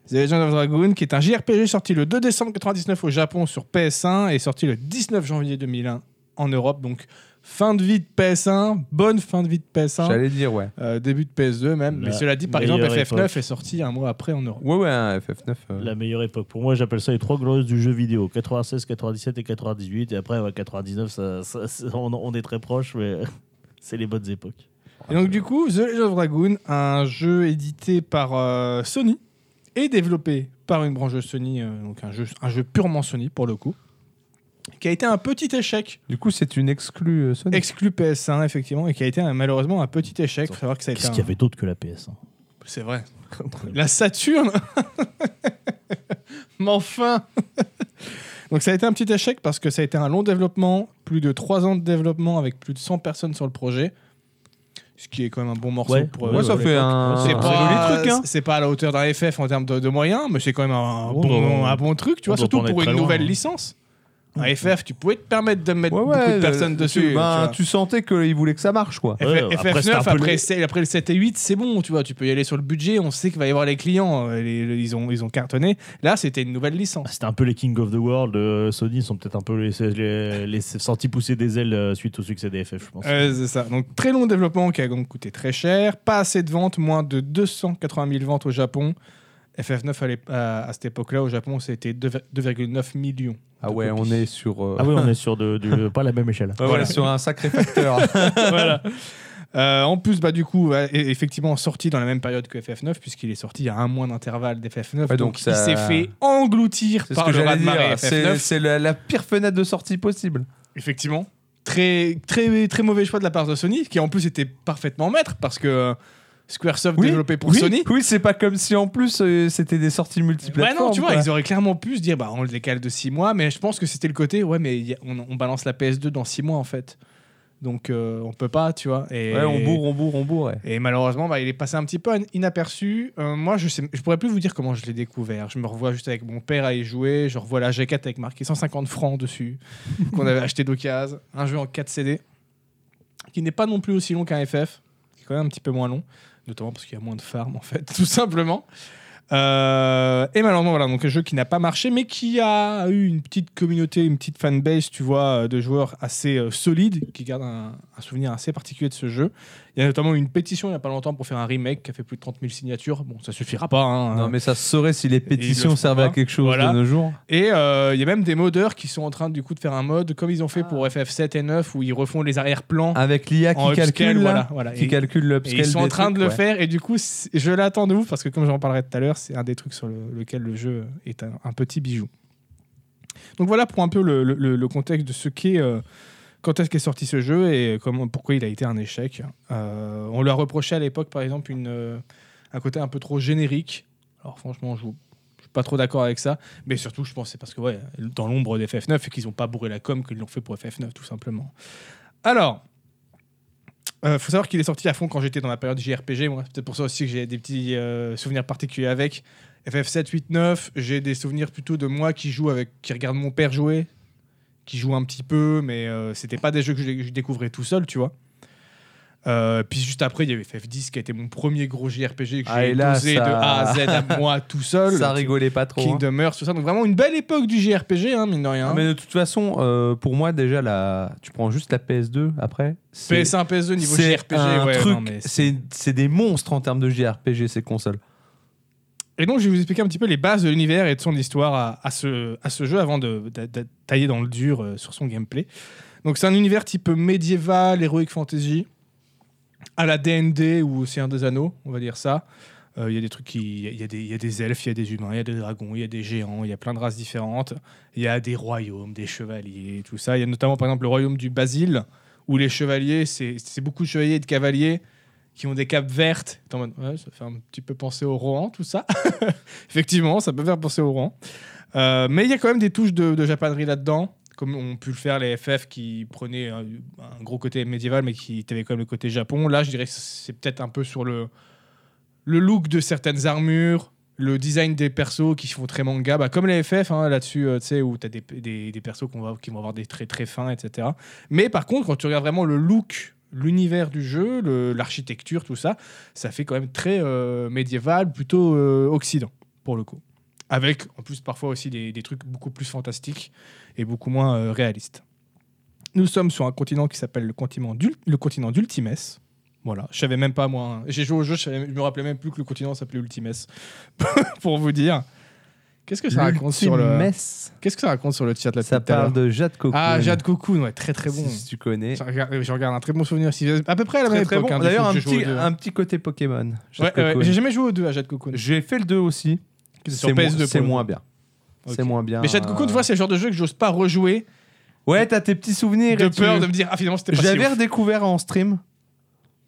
[SPEAKER 2] The Legend of Dragon qui est un JRPG sorti le 2 décembre 99 au Japon sur PS1 et sorti le 19 janvier 2001 en Europe donc fin de vie de PS1 bonne fin de vie de PS1
[SPEAKER 1] J'allais dire, ouais.
[SPEAKER 2] euh, début de PS2 même
[SPEAKER 3] La
[SPEAKER 2] mais cela dit par
[SPEAKER 3] meilleure
[SPEAKER 2] exemple FF9
[SPEAKER 3] époque.
[SPEAKER 2] est sorti un mois après en Europe
[SPEAKER 1] Ouais, ouais, un FF9. euh.
[SPEAKER 3] La meilleure époque. Pour moi, j'appelle ça les trois glorieuses du jeu vidéo 96, 97 et 98. Et après, ouais, 99, ça, ça- ça- on, on est très proche, mais c'est les bonnes époques.
[SPEAKER 2] Et donc du coup, The Legend of Dragoon, un jeu édité par euh, Sony et développé par une branche de Sony, euh, donc un jeu, un jeu purement Sony pour le coup, qui a été un petit échec,
[SPEAKER 1] Du coup, c'est une exclue euh, Sony.
[SPEAKER 2] exclu PS1 effectivement, et qui a été un- malheureusement un petit échec. Faut savoir que ça a été
[SPEAKER 3] Qu'est-ce
[SPEAKER 2] un-
[SPEAKER 3] qu'il y avait d'autre que la hein PS1
[SPEAKER 2] C'est vrai. La Saturne Mais enfin Donc ça a été un petit échec parce que ça a été un long développement, plus de 3 ans de développement avec plus de 100 personnes sur le projet. Ce qui est quand même un bon morceau
[SPEAKER 3] Ouais.
[SPEAKER 2] pour euh,
[SPEAKER 1] Ouais, ça
[SPEAKER 2] pour
[SPEAKER 1] fait
[SPEAKER 2] l'époque.
[SPEAKER 1] un.
[SPEAKER 2] C'est
[SPEAKER 1] un
[SPEAKER 2] pas,
[SPEAKER 1] joli truc, hein.
[SPEAKER 2] c'est pas à la hauteur d'un FF en termes de, de moyens, mais c'est quand même un,
[SPEAKER 3] Ouais,
[SPEAKER 2] bon,
[SPEAKER 3] ouais.
[SPEAKER 2] un bon truc, tu
[SPEAKER 3] Oh. On
[SPEAKER 2] vois,
[SPEAKER 3] doit
[SPEAKER 2] surtout
[SPEAKER 3] pas en être
[SPEAKER 2] pour une
[SPEAKER 3] très loin,
[SPEAKER 2] nouvelle
[SPEAKER 3] hein.
[SPEAKER 2] licence. Un FF, tu pouvais te permettre de mettre
[SPEAKER 1] Ouais, ouais,
[SPEAKER 2] beaucoup de
[SPEAKER 1] le-
[SPEAKER 2] personnes dessus.
[SPEAKER 1] Tu,
[SPEAKER 2] tu
[SPEAKER 1] ben,
[SPEAKER 2] vois.
[SPEAKER 1] tu sentais qu'ils voulaient que ça marche, quoi.
[SPEAKER 3] Ouais,
[SPEAKER 2] FF9, après,
[SPEAKER 3] après, c'était un peu le-
[SPEAKER 2] c'est- après le 7 et 8, c'est bon, tu vois, tu peux y aller sur le budget, on sait qu'il va y avoir les clients, euh, les- les- ils, ont, ils ont cartonné. Là, c'était une nouvelle licence.
[SPEAKER 3] Ah, C'était un peu les King of the World. euh, Sony ils sont peut-être un peu les, les, les sentis pousser des ailes euh, suite au succès des FF, je pense.
[SPEAKER 2] Euh, c'est ça. Donc, très long développement qui a donc coûté très cher, pas assez de ventes, moins de 280 000 ventes au Japon, FF9 à l'ép- à, à cette époque-là au Japon, c'était 2,9 2,9 millions.
[SPEAKER 1] Ah ouais, on est sur. euh,
[SPEAKER 3] Ah oui, on est sur de, du- pas la même échelle.
[SPEAKER 1] ouais,
[SPEAKER 2] voilà.
[SPEAKER 1] sur un sacré facteur.
[SPEAKER 2] Voilà. Euh, en plus, bah, du coup, ouais, et- effectivement, sorti dans la même période que FF9, puisqu'il est sorti à un mois d'intervalle d'FF9.
[SPEAKER 1] Ouais,
[SPEAKER 2] donc,
[SPEAKER 1] donc
[SPEAKER 2] il
[SPEAKER 1] ça-
[SPEAKER 2] s'est fait engloutir
[SPEAKER 1] C'est ce
[SPEAKER 2] par
[SPEAKER 1] que
[SPEAKER 2] le
[SPEAKER 1] j'allais
[SPEAKER 2] raz-de-marée
[SPEAKER 1] dire. C'est
[SPEAKER 2] FF9.
[SPEAKER 1] c'est la, la pire fenêtre de sortie possible.
[SPEAKER 2] Effectivement. Très, très, très mauvais choix de la part de Sony, qui en plus était parfaitement maître, parce que euh, Squaresoft développé pour
[SPEAKER 1] oui,
[SPEAKER 2] Sony.
[SPEAKER 1] Oui, c'est pas comme si en plus euh, c'était des sorties
[SPEAKER 2] Ouais,
[SPEAKER 1] multiplateformes.
[SPEAKER 2] Bah non, tu vois,
[SPEAKER 1] quoi.
[SPEAKER 2] ils auraient clairement pu se dire, bah, on le décale de 6 mois, mais je pense que c'était le côté, ouais, mais y a- on, on balance la PS2 dans 6 mois, en fait. Donc, euh, on peut pas, tu vois. Et...
[SPEAKER 1] Ouais, on bourre, on bourre, on bourre. ouais.
[SPEAKER 2] Et malheureusement, bah, il est passé un petit peu in- inaperçu. Euh, moi, je sais, je pourrais plus vous dire comment je l'ai découvert. Je me revois juste avec mon père à y jouer. Je revois la G4 avec marqué 150 francs dessus, qu'on avait acheté d'occasion. Un jeu en 4 CD, qui n'est pas non plus aussi long qu'un FF, qui est quand même un petit peu moins long, notamment parce qu'il y a moins de farm, en fait, tout simplement. Euh, et malheureusement, voilà, donc un jeu qui n'a pas marché, mais qui a eu une petite communauté, une petite fanbase, tu vois, euh, de joueurs assez euh, solides, qui gardent un- un souvenir assez particulier de ce jeu. Il y a notamment une pétition il n'y a pas longtemps pour faire un remake qui a fait plus de 30 000 signatures. Bon, ça suffira pas. hein.
[SPEAKER 1] Non, mais ça se saurait si les
[SPEAKER 2] le
[SPEAKER 1] pétitions
[SPEAKER 2] font
[SPEAKER 1] servaient à
[SPEAKER 2] pas.
[SPEAKER 1] quelque chose
[SPEAKER 2] Voilà.
[SPEAKER 1] de nos jours.
[SPEAKER 2] Et euh, il y a même des modeurs qui sont en train du coup de faire un mode comme ils ont fait pour FF7 et 9 où ils refont les arrière-plans
[SPEAKER 1] Avec l'IA Ah, qui
[SPEAKER 2] en upscale.
[SPEAKER 1] calcule, là,
[SPEAKER 2] voilà, voilà.
[SPEAKER 1] qui
[SPEAKER 2] Et-
[SPEAKER 1] calcule
[SPEAKER 2] et
[SPEAKER 1] l'upscale.
[SPEAKER 2] ils sont en
[SPEAKER 1] des
[SPEAKER 2] train de
[SPEAKER 1] trucs,
[SPEAKER 2] le
[SPEAKER 1] ouais.
[SPEAKER 2] faire et du coup c'est- je l'attends de vous parce que comme j'en parlerai tout à l'heure c'est un des trucs sur le- lequel le jeu est un, un petit bijou. Donc voilà pour un peu le, le- le- le contexte de ce qu'est euh, quand est-ce qu'est sorti ce jeu et comment, pourquoi il a été un échec. Euh, on leur reprochait à l'époque par exemple une, euh, un côté un peu trop générique. Alors franchement je vous- je suis pas trop d'accord avec ça, mais surtout je pense que c'est parce que ouais, dans l'ombre des FF9 et qu'ils ont pas bourré la com qu'ils l'ont fait pour FF9 tout simplement. Alors, euh, faut savoir qu'il est sorti à fond quand j'étais dans ma période JRPG, moi. C'est peut-être pour ça aussi que j'ai des petits euh, souvenirs particuliers avec. FF7, 8, 9, j'ai des souvenirs plutôt de moi qui joue avec, qui regarde mon père jouer, qui joue un petit peu, mais euh, c'était pas des jeux que je, que je découvrais tout seul, tu vois. Euh, puis juste après, il y avait FF10 qui a été mon premier gros JRPG que
[SPEAKER 1] Ah,
[SPEAKER 2] j'ai
[SPEAKER 1] et là,
[SPEAKER 2] posé
[SPEAKER 1] ça-
[SPEAKER 2] de A à Z à moi tout seul.
[SPEAKER 1] Ça
[SPEAKER 2] Tu-
[SPEAKER 1] rigolait pas trop. hein.
[SPEAKER 2] Kingdom Hearts, tout ça. Donc vraiment une belle époque du JRPG, hein, mine de rien.
[SPEAKER 1] Non, mais de toute façon, euh, pour moi, déjà, la... tu prends juste la PS2 après. c'est-
[SPEAKER 2] PS1, PS2 niveau
[SPEAKER 1] c'est
[SPEAKER 2] JRPG,
[SPEAKER 1] un
[SPEAKER 2] ouais,
[SPEAKER 1] truc,
[SPEAKER 2] non, mais c'est-
[SPEAKER 1] c'est c'est des monstres en termes de JRPG, ces consoles.
[SPEAKER 2] Et donc, je vais vous expliquer un petit peu les bases de l'univers et de son histoire à, à ce, à ce jeu avant de, de- de tailler dans le dur euh, sur son gameplay. Donc, c'est un univers type médiéval, heroic fantasy, à la DND ou Océan des Anneaux, on va dire ça. Euh, Il y a des trucs qui. Il y a- il y, a des- il y a des elfes, il y a des humains, il y a des dragons, il y a des géants, il y a plein de races différentes. Il y a des royaumes, des chevaliers, tout ça. Il y a notamment, par exemple, le royaume du Basile, où les chevaliers, c'est c'est beaucoup de chevaliers et de cavaliers qui ont des capes vertes. T'es en mode, ouais, ça fait un petit peu penser au Rohan, tout ça. Effectivement, ça peut faire penser au Rouen. Euh, mais il y a quand même des touches de, de japanerie là-dedans, comme ont pu le faire les FF qui prenaient un, un gros côté médiéval, mais qui avaient quand même le côté Japon. Là, je dirais que c'est peut-être un peu sur le, le look de certaines armures, le design des persos qui font très manga, bah, comme les FF hein, là-dessus, euh, tu sais, où tu as des, des, des persos qu'on va, qui vont avoir des traits très fins, etc. Mais par contre, quand tu regardes vraiment le look, l'univers du jeu, le- l'architecture, tout ça, ça fait quand même très euh, médiéval, plutôt euh, occident, pour le coup. Avec, en plus, parfois aussi des, des trucs beaucoup plus fantastiques et beaucoup moins euh, réalistes. Nous sommes sur un continent qui s'appelle le continent d'Ul- le continent d'Ultimes. Voilà, je savais même pas moi. hein. J'ai joué au jeu, je, savais- je me rappelais même plus que le continent s'appelait Ultimes. pour vous dire. Qu'est-ce que ça raconte sur le
[SPEAKER 1] L'Ultimes,
[SPEAKER 2] Qu'est-ce que ça raconte sur le chat là
[SPEAKER 1] ça
[SPEAKER 2] depuis tout à l'heure
[SPEAKER 1] parle de Jade Cocoon.
[SPEAKER 2] Ah, Jade Cocoon, ouais, très très bon.
[SPEAKER 1] Si tu connais.
[SPEAKER 2] Je regarde, je regarde un très bon souvenir. Si- À peu près à la
[SPEAKER 1] Très,
[SPEAKER 2] même
[SPEAKER 1] très
[SPEAKER 2] époque.
[SPEAKER 1] bon.
[SPEAKER 2] hein, du
[SPEAKER 1] D'ailleurs,
[SPEAKER 2] coup,
[SPEAKER 1] un
[SPEAKER 2] j'ai joué aux
[SPEAKER 1] petit,
[SPEAKER 2] deux.
[SPEAKER 1] un petit côté Pokémon. Jade
[SPEAKER 2] Ouais, ouais,
[SPEAKER 1] Cocoon.
[SPEAKER 2] J'ai jamais joué aux deux à Jade Cocoon.
[SPEAKER 1] J'ai fait le 2 aussi.
[SPEAKER 2] C'est sur
[SPEAKER 1] C'est moins-
[SPEAKER 2] PS2 pour
[SPEAKER 1] c'est
[SPEAKER 2] le coup.
[SPEAKER 1] moins bien.
[SPEAKER 2] Ok.
[SPEAKER 1] C'est moins bien.
[SPEAKER 2] Mais Jade Cocoon, tu vois, c'est le genre de jeu que j'ose pas rejouer
[SPEAKER 1] Ouais, t'as tes petits souvenirs.
[SPEAKER 2] de
[SPEAKER 1] et tu-
[SPEAKER 2] peur de me dire, ah finalement c'était pas si
[SPEAKER 1] J'avais
[SPEAKER 2] ouf.
[SPEAKER 1] redécouvert en stream.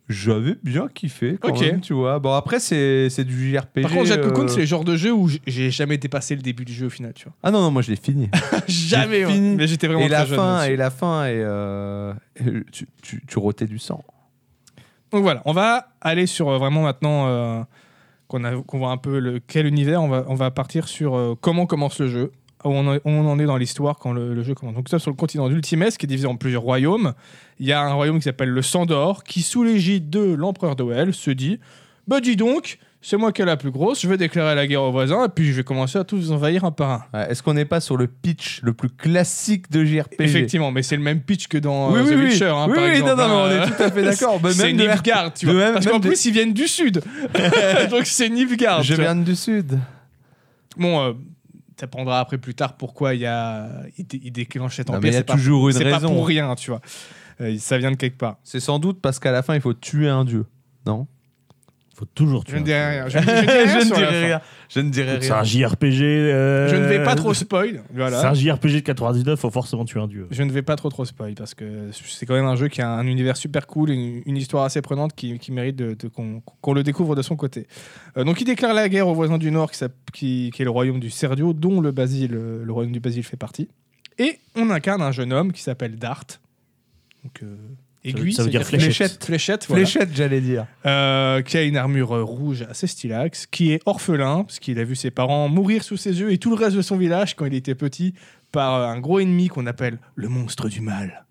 [SPEAKER 1] J'avais bien kiffé quand
[SPEAKER 2] Ok.
[SPEAKER 1] même, tu vois. Bon, après, c'est c'est du JRPG.
[SPEAKER 2] Par contre, Jade Cocoon,
[SPEAKER 1] euh,
[SPEAKER 2] c'est le genre de jeu où j- j'ai jamais dépassé le début du jeu au final, tu vois.
[SPEAKER 1] Ah non, non, moi je l'ai fini.
[SPEAKER 2] jamais, ouais.
[SPEAKER 1] fini.
[SPEAKER 2] Mais j'étais vraiment
[SPEAKER 1] et, la
[SPEAKER 2] très jeune.
[SPEAKER 1] fin,
[SPEAKER 2] là-dessus.
[SPEAKER 1] et la fin, et euh, et tu, tu, tu rotais du sang.
[SPEAKER 2] Donc voilà, on va aller sur euh, vraiment maintenant euh, qu'on a- qu'on voit un peu le, quel univers, on va, on va partir sur euh, comment commence le jeu, où on, en- on en est dans l'histoire quand le, le jeu commence. Donc ça, sur le continent d'Ultimes, qui est divisé en plusieurs royaumes, il y a un royaume qui s'appelle le Sandor, qui sous l'égide de l'empereur d'Oel se dit, bah dis donc, c'est moi qui ai la plus grosse, je vais déclarer la guerre aux voisins, et puis je vais commencer à tous envahir un par un.
[SPEAKER 1] Ouais, Est-ce qu'on n'est pas sur le pitch le plus classique de JRPG
[SPEAKER 2] Effectivement, mais c'est le même pitch que dans
[SPEAKER 1] Oui,
[SPEAKER 2] euh,
[SPEAKER 1] oui,
[SPEAKER 2] The
[SPEAKER 1] oui.
[SPEAKER 2] Witcher, hein,
[SPEAKER 1] oui,
[SPEAKER 2] par
[SPEAKER 1] oui,
[SPEAKER 2] exemple,
[SPEAKER 1] non, non,
[SPEAKER 2] hein.
[SPEAKER 1] mais on est tout à fait d'accord. Bah,
[SPEAKER 2] c'est
[SPEAKER 1] même de
[SPEAKER 2] Nivgard, tu
[SPEAKER 1] de
[SPEAKER 2] vois.
[SPEAKER 1] même-
[SPEAKER 2] Parce qu'en
[SPEAKER 1] même de-
[SPEAKER 2] plus, ils viennent du sud. Donc c'est Nivgard.
[SPEAKER 1] Je
[SPEAKER 2] tu vois.
[SPEAKER 1] viens du sud.
[SPEAKER 2] Bon, euh, t'apprendras après plus tard pourquoi il y a, il, dé- il déclenche cet
[SPEAKER 1] Non,
[SPEAKER 2] empire.
[SPEAKER 1] mais il y a
[SPEAKER 2] c'est pas-
[SPEAKER 1] toujours une
[SPEAKER 2] c'est pas
[SPEAKER 1] raison.
[SPEAKER 2] pour rien, tu vois. Euh, ça vient de quelque part.
[SPEAKER 1] C'est sans doute parce qu'à la fin, il faut tuer un dieu. Non
[SPEAKER 3] Faut toujours
[SPEAKER 2] Je
[SPEAKER 3] tuer.
[SPEAKER 2] ne dirai
[SPEAKER 3] un truc.
[SPEAKER 2] rien. Je, je ne dirai rien sur la fin.
[SPEAKER 1] Je ne dirai
[SPEAKER 3] C'est un JRPG. euh,
[SPEAKER 2] Je ne vais pas trop spoil. Voilà.
[SPEAKER 3] C'est un JRPG de 99, faut forcément tuer un dieu.
[SPEAKER 2] Je ne vais pas trop trop spoil parce que c'est quand même un jeu qui a un univers super cool, une, une histoire assez prenante qui, qui mérite de- de- qu'on qu'on le découvre de son côté. Euh, donc il déclare la guerre aux voisins du Nord qui, s'app- qui- qui est le royaume du Serdio dont le, Basile, euh, le royaume du Basile fait partie. Et on incarne un jeune homme qui s'appelle Dart. Donc, euh,
[SPEAKER 3] veut-
[SPEAKER 2] aiguille,
[SPEAKER 3] ça veut dire
[SPEAKER 2] c'est-à-dire
[SPEAKER 3] fléchette.
[SPEAKER 2] Fléchette, voilà.
[SPEAKER 1] Fléchette, j'allais dire.
[SPEAKER 2] Euh, qui a une armure euh, rouge assez stylax, qui est orphelin, parce qu'il a vu ses parents mourir sous ses yeux et tout le reste de son village quand il était petit par euh, un gros ennemi qu'on appelle le monstre du mal.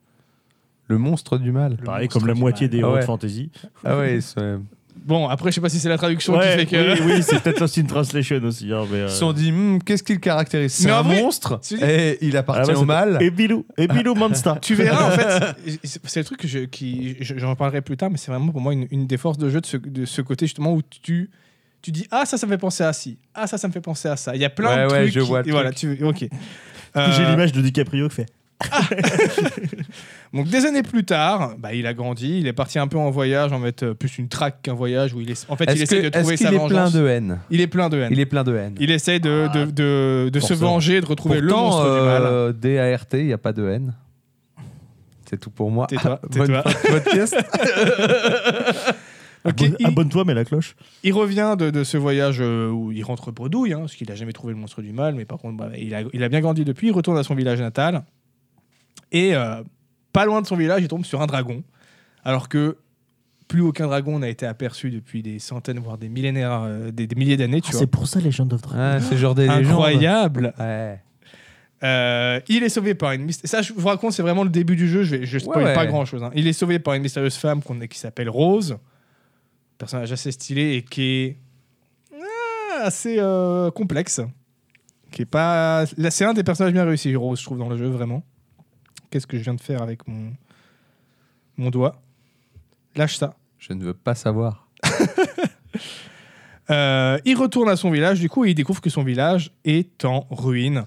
[SPEAKER 1] Le monstre du mal.
[SPEAKER 2] Le
[SPEAKER 3] Pareil,
[SPEAKER 2] monstre Euh,
[SPEAKER 3] comme la
[SPEAKER 2] du
[SPEAKER 3] moitié
[SPEAKER 2] mal.
[SPEAKER 3] des héros
[SPEAKER 1] Ouais.
[SPEAKER 3] de fantasy.
[SPEAKER 1] Ah ouais, c'est-
[SPEAKER 2] Bon, après, je sais pas si c'est la traduction qui fait que.
[SPEAKER 3] oui, oui, c'est peut-être aussi une translation aussi. hein, mais, euh,
[SPEAKER 1] Ils se sont dit, Hmm, qu'est-ce qu'il caractérise C'est
[SPEAKER 2] Mais en
[SPEAKER 1] un
[SPEAKER 2] vrai,
[SPEAKER 1] monstre
[SPEAKER 2] tu dis- bah,
[SPEAKER 1] et il
[SPEAKER 3] ah
[SPEAKER 1] appartient
[SPEAKER 3] ouais,
[SPEAKER 1] au
[SPEAKER 3] c'est-
[SPEAKER 1] mal.
[SPEAKER 3] Et Bilou, et Bilou Monster.
[SPEAKER 2] Ah. Tu verras, en fait, c'est- c'est le truc que je- qui. je- J'en parlerai plus tard, mais c'est vraiment pour moi une, une des forces de jeu de ce, de ce côté justement où tu. Tu dis, ah, ça, ça me fait penser à ci. Ah, ça, ça me fait penser à ça. Il y a plein
[SPEAKER 1] Ouais,
[SPEAKER 2] de
[SPEAKER 1] ouais,
[SPEAKER 2] trucs.
[SPEAKER 1] je
[SPEAKER 2] qui-
[SPEAKER 1] vois le
[SPEAKER 2] et voilà, tu. Ok.
[SPEAKER 3] J'ai
[SPEAKER 2] Euh,
[SPEAKER 3] l'image de DiCaprio qui fait.
[SPEAKER 2] Donc des années plus tard, bah, il a grandi, il est parti un peu en voyage, en fait euh, plus une traque qu'un voyage où il est, en fait il
[SPEAKER 1] Est-ce
[SPEAKER 2] essaie
[SPEAKER 1] que-
[SPEAKER 2] de trouver
[SPEAKER 1] est-ce qu'il
[SPEAKER 2] sa
[SPEAKER 1] est plein
[SPEAKER 2] vengeance.
[SPEAKER 1] de haine
[SPEAKER 2] Il est plein de haine. Il,
[SPEAKER 1] Il est plein de haine.
[SPEAKER 2] essaie de, de, de- de se
[SPEAKER 3] forcément.
[SPEAKER 2] venger, de retrouver le
[SPEAKER 1] Pourtant,
[SPEAKER 2] monstre du mal.
[SPEAKER 1] euh, DART, il n'y a pas de haine. C'est tout pour moi.
[SPEAKER 2] Tais-toi,
[SPEAKER 1] Ah,
[SPEAKER 2] tais-toi.
[SPEAKER 1] bonne fin de podcast.
[SPEAKER 2] Ok,
[SPEAKER 3] Abonne-
[SPEAKER 2] il-
[SPEAKER 3] Abonne-toi, mais la cloche.
[SPEAKER 2] Il revient de, de ce voyage euh, où il rentre bredouille, hein, parce qu'il n'a jamais trouvé le monstre du mal, mais par contre, bah, il, a, il a bien grandi depuis, il retourne à son village natal, et euh, pas loin de son village, il tombe sur un dragon, alors que plus aucun dragon n'a été aperçu depuis des centaines, voire des millénaires, euh, des, des milliers d'années, tu vois.
[SPEAKER 3] pour ça Legend of Dragon.
[SPEAKER 1] Ah, c'est genre Ah, des légendes.
[SPEAKER 2] Incroyable
[SPEAKER 1] Ouais.
[SPEAKER 2] Euh, Il est sauvé par une mystérieuse... Ça, je vous raconte, c'est vraiment le début du jeu, je vais je spoil
[SPEAKER 1] Ouais, ouais.
[SPEAKER 2] pas grand-chose. hein. Il est sauvé par une mystérieuse femme qu'on qui s'appelle Rose, personnage assez stylé et qui est ah, assez euh, complexe. Qui est pas... là, C'est un des personnages bien réussis, Rose, je trouve, dans le jeu, vraiment. Qu'est-ce que je viens de faire avec mon, mon doigt Lâche ça.
[SPEAKER 1] Je ne veux pas savoir.
[SPEAKER 2] Euh, il retourne à son village, du coup, et il découvre que son village est en ruine.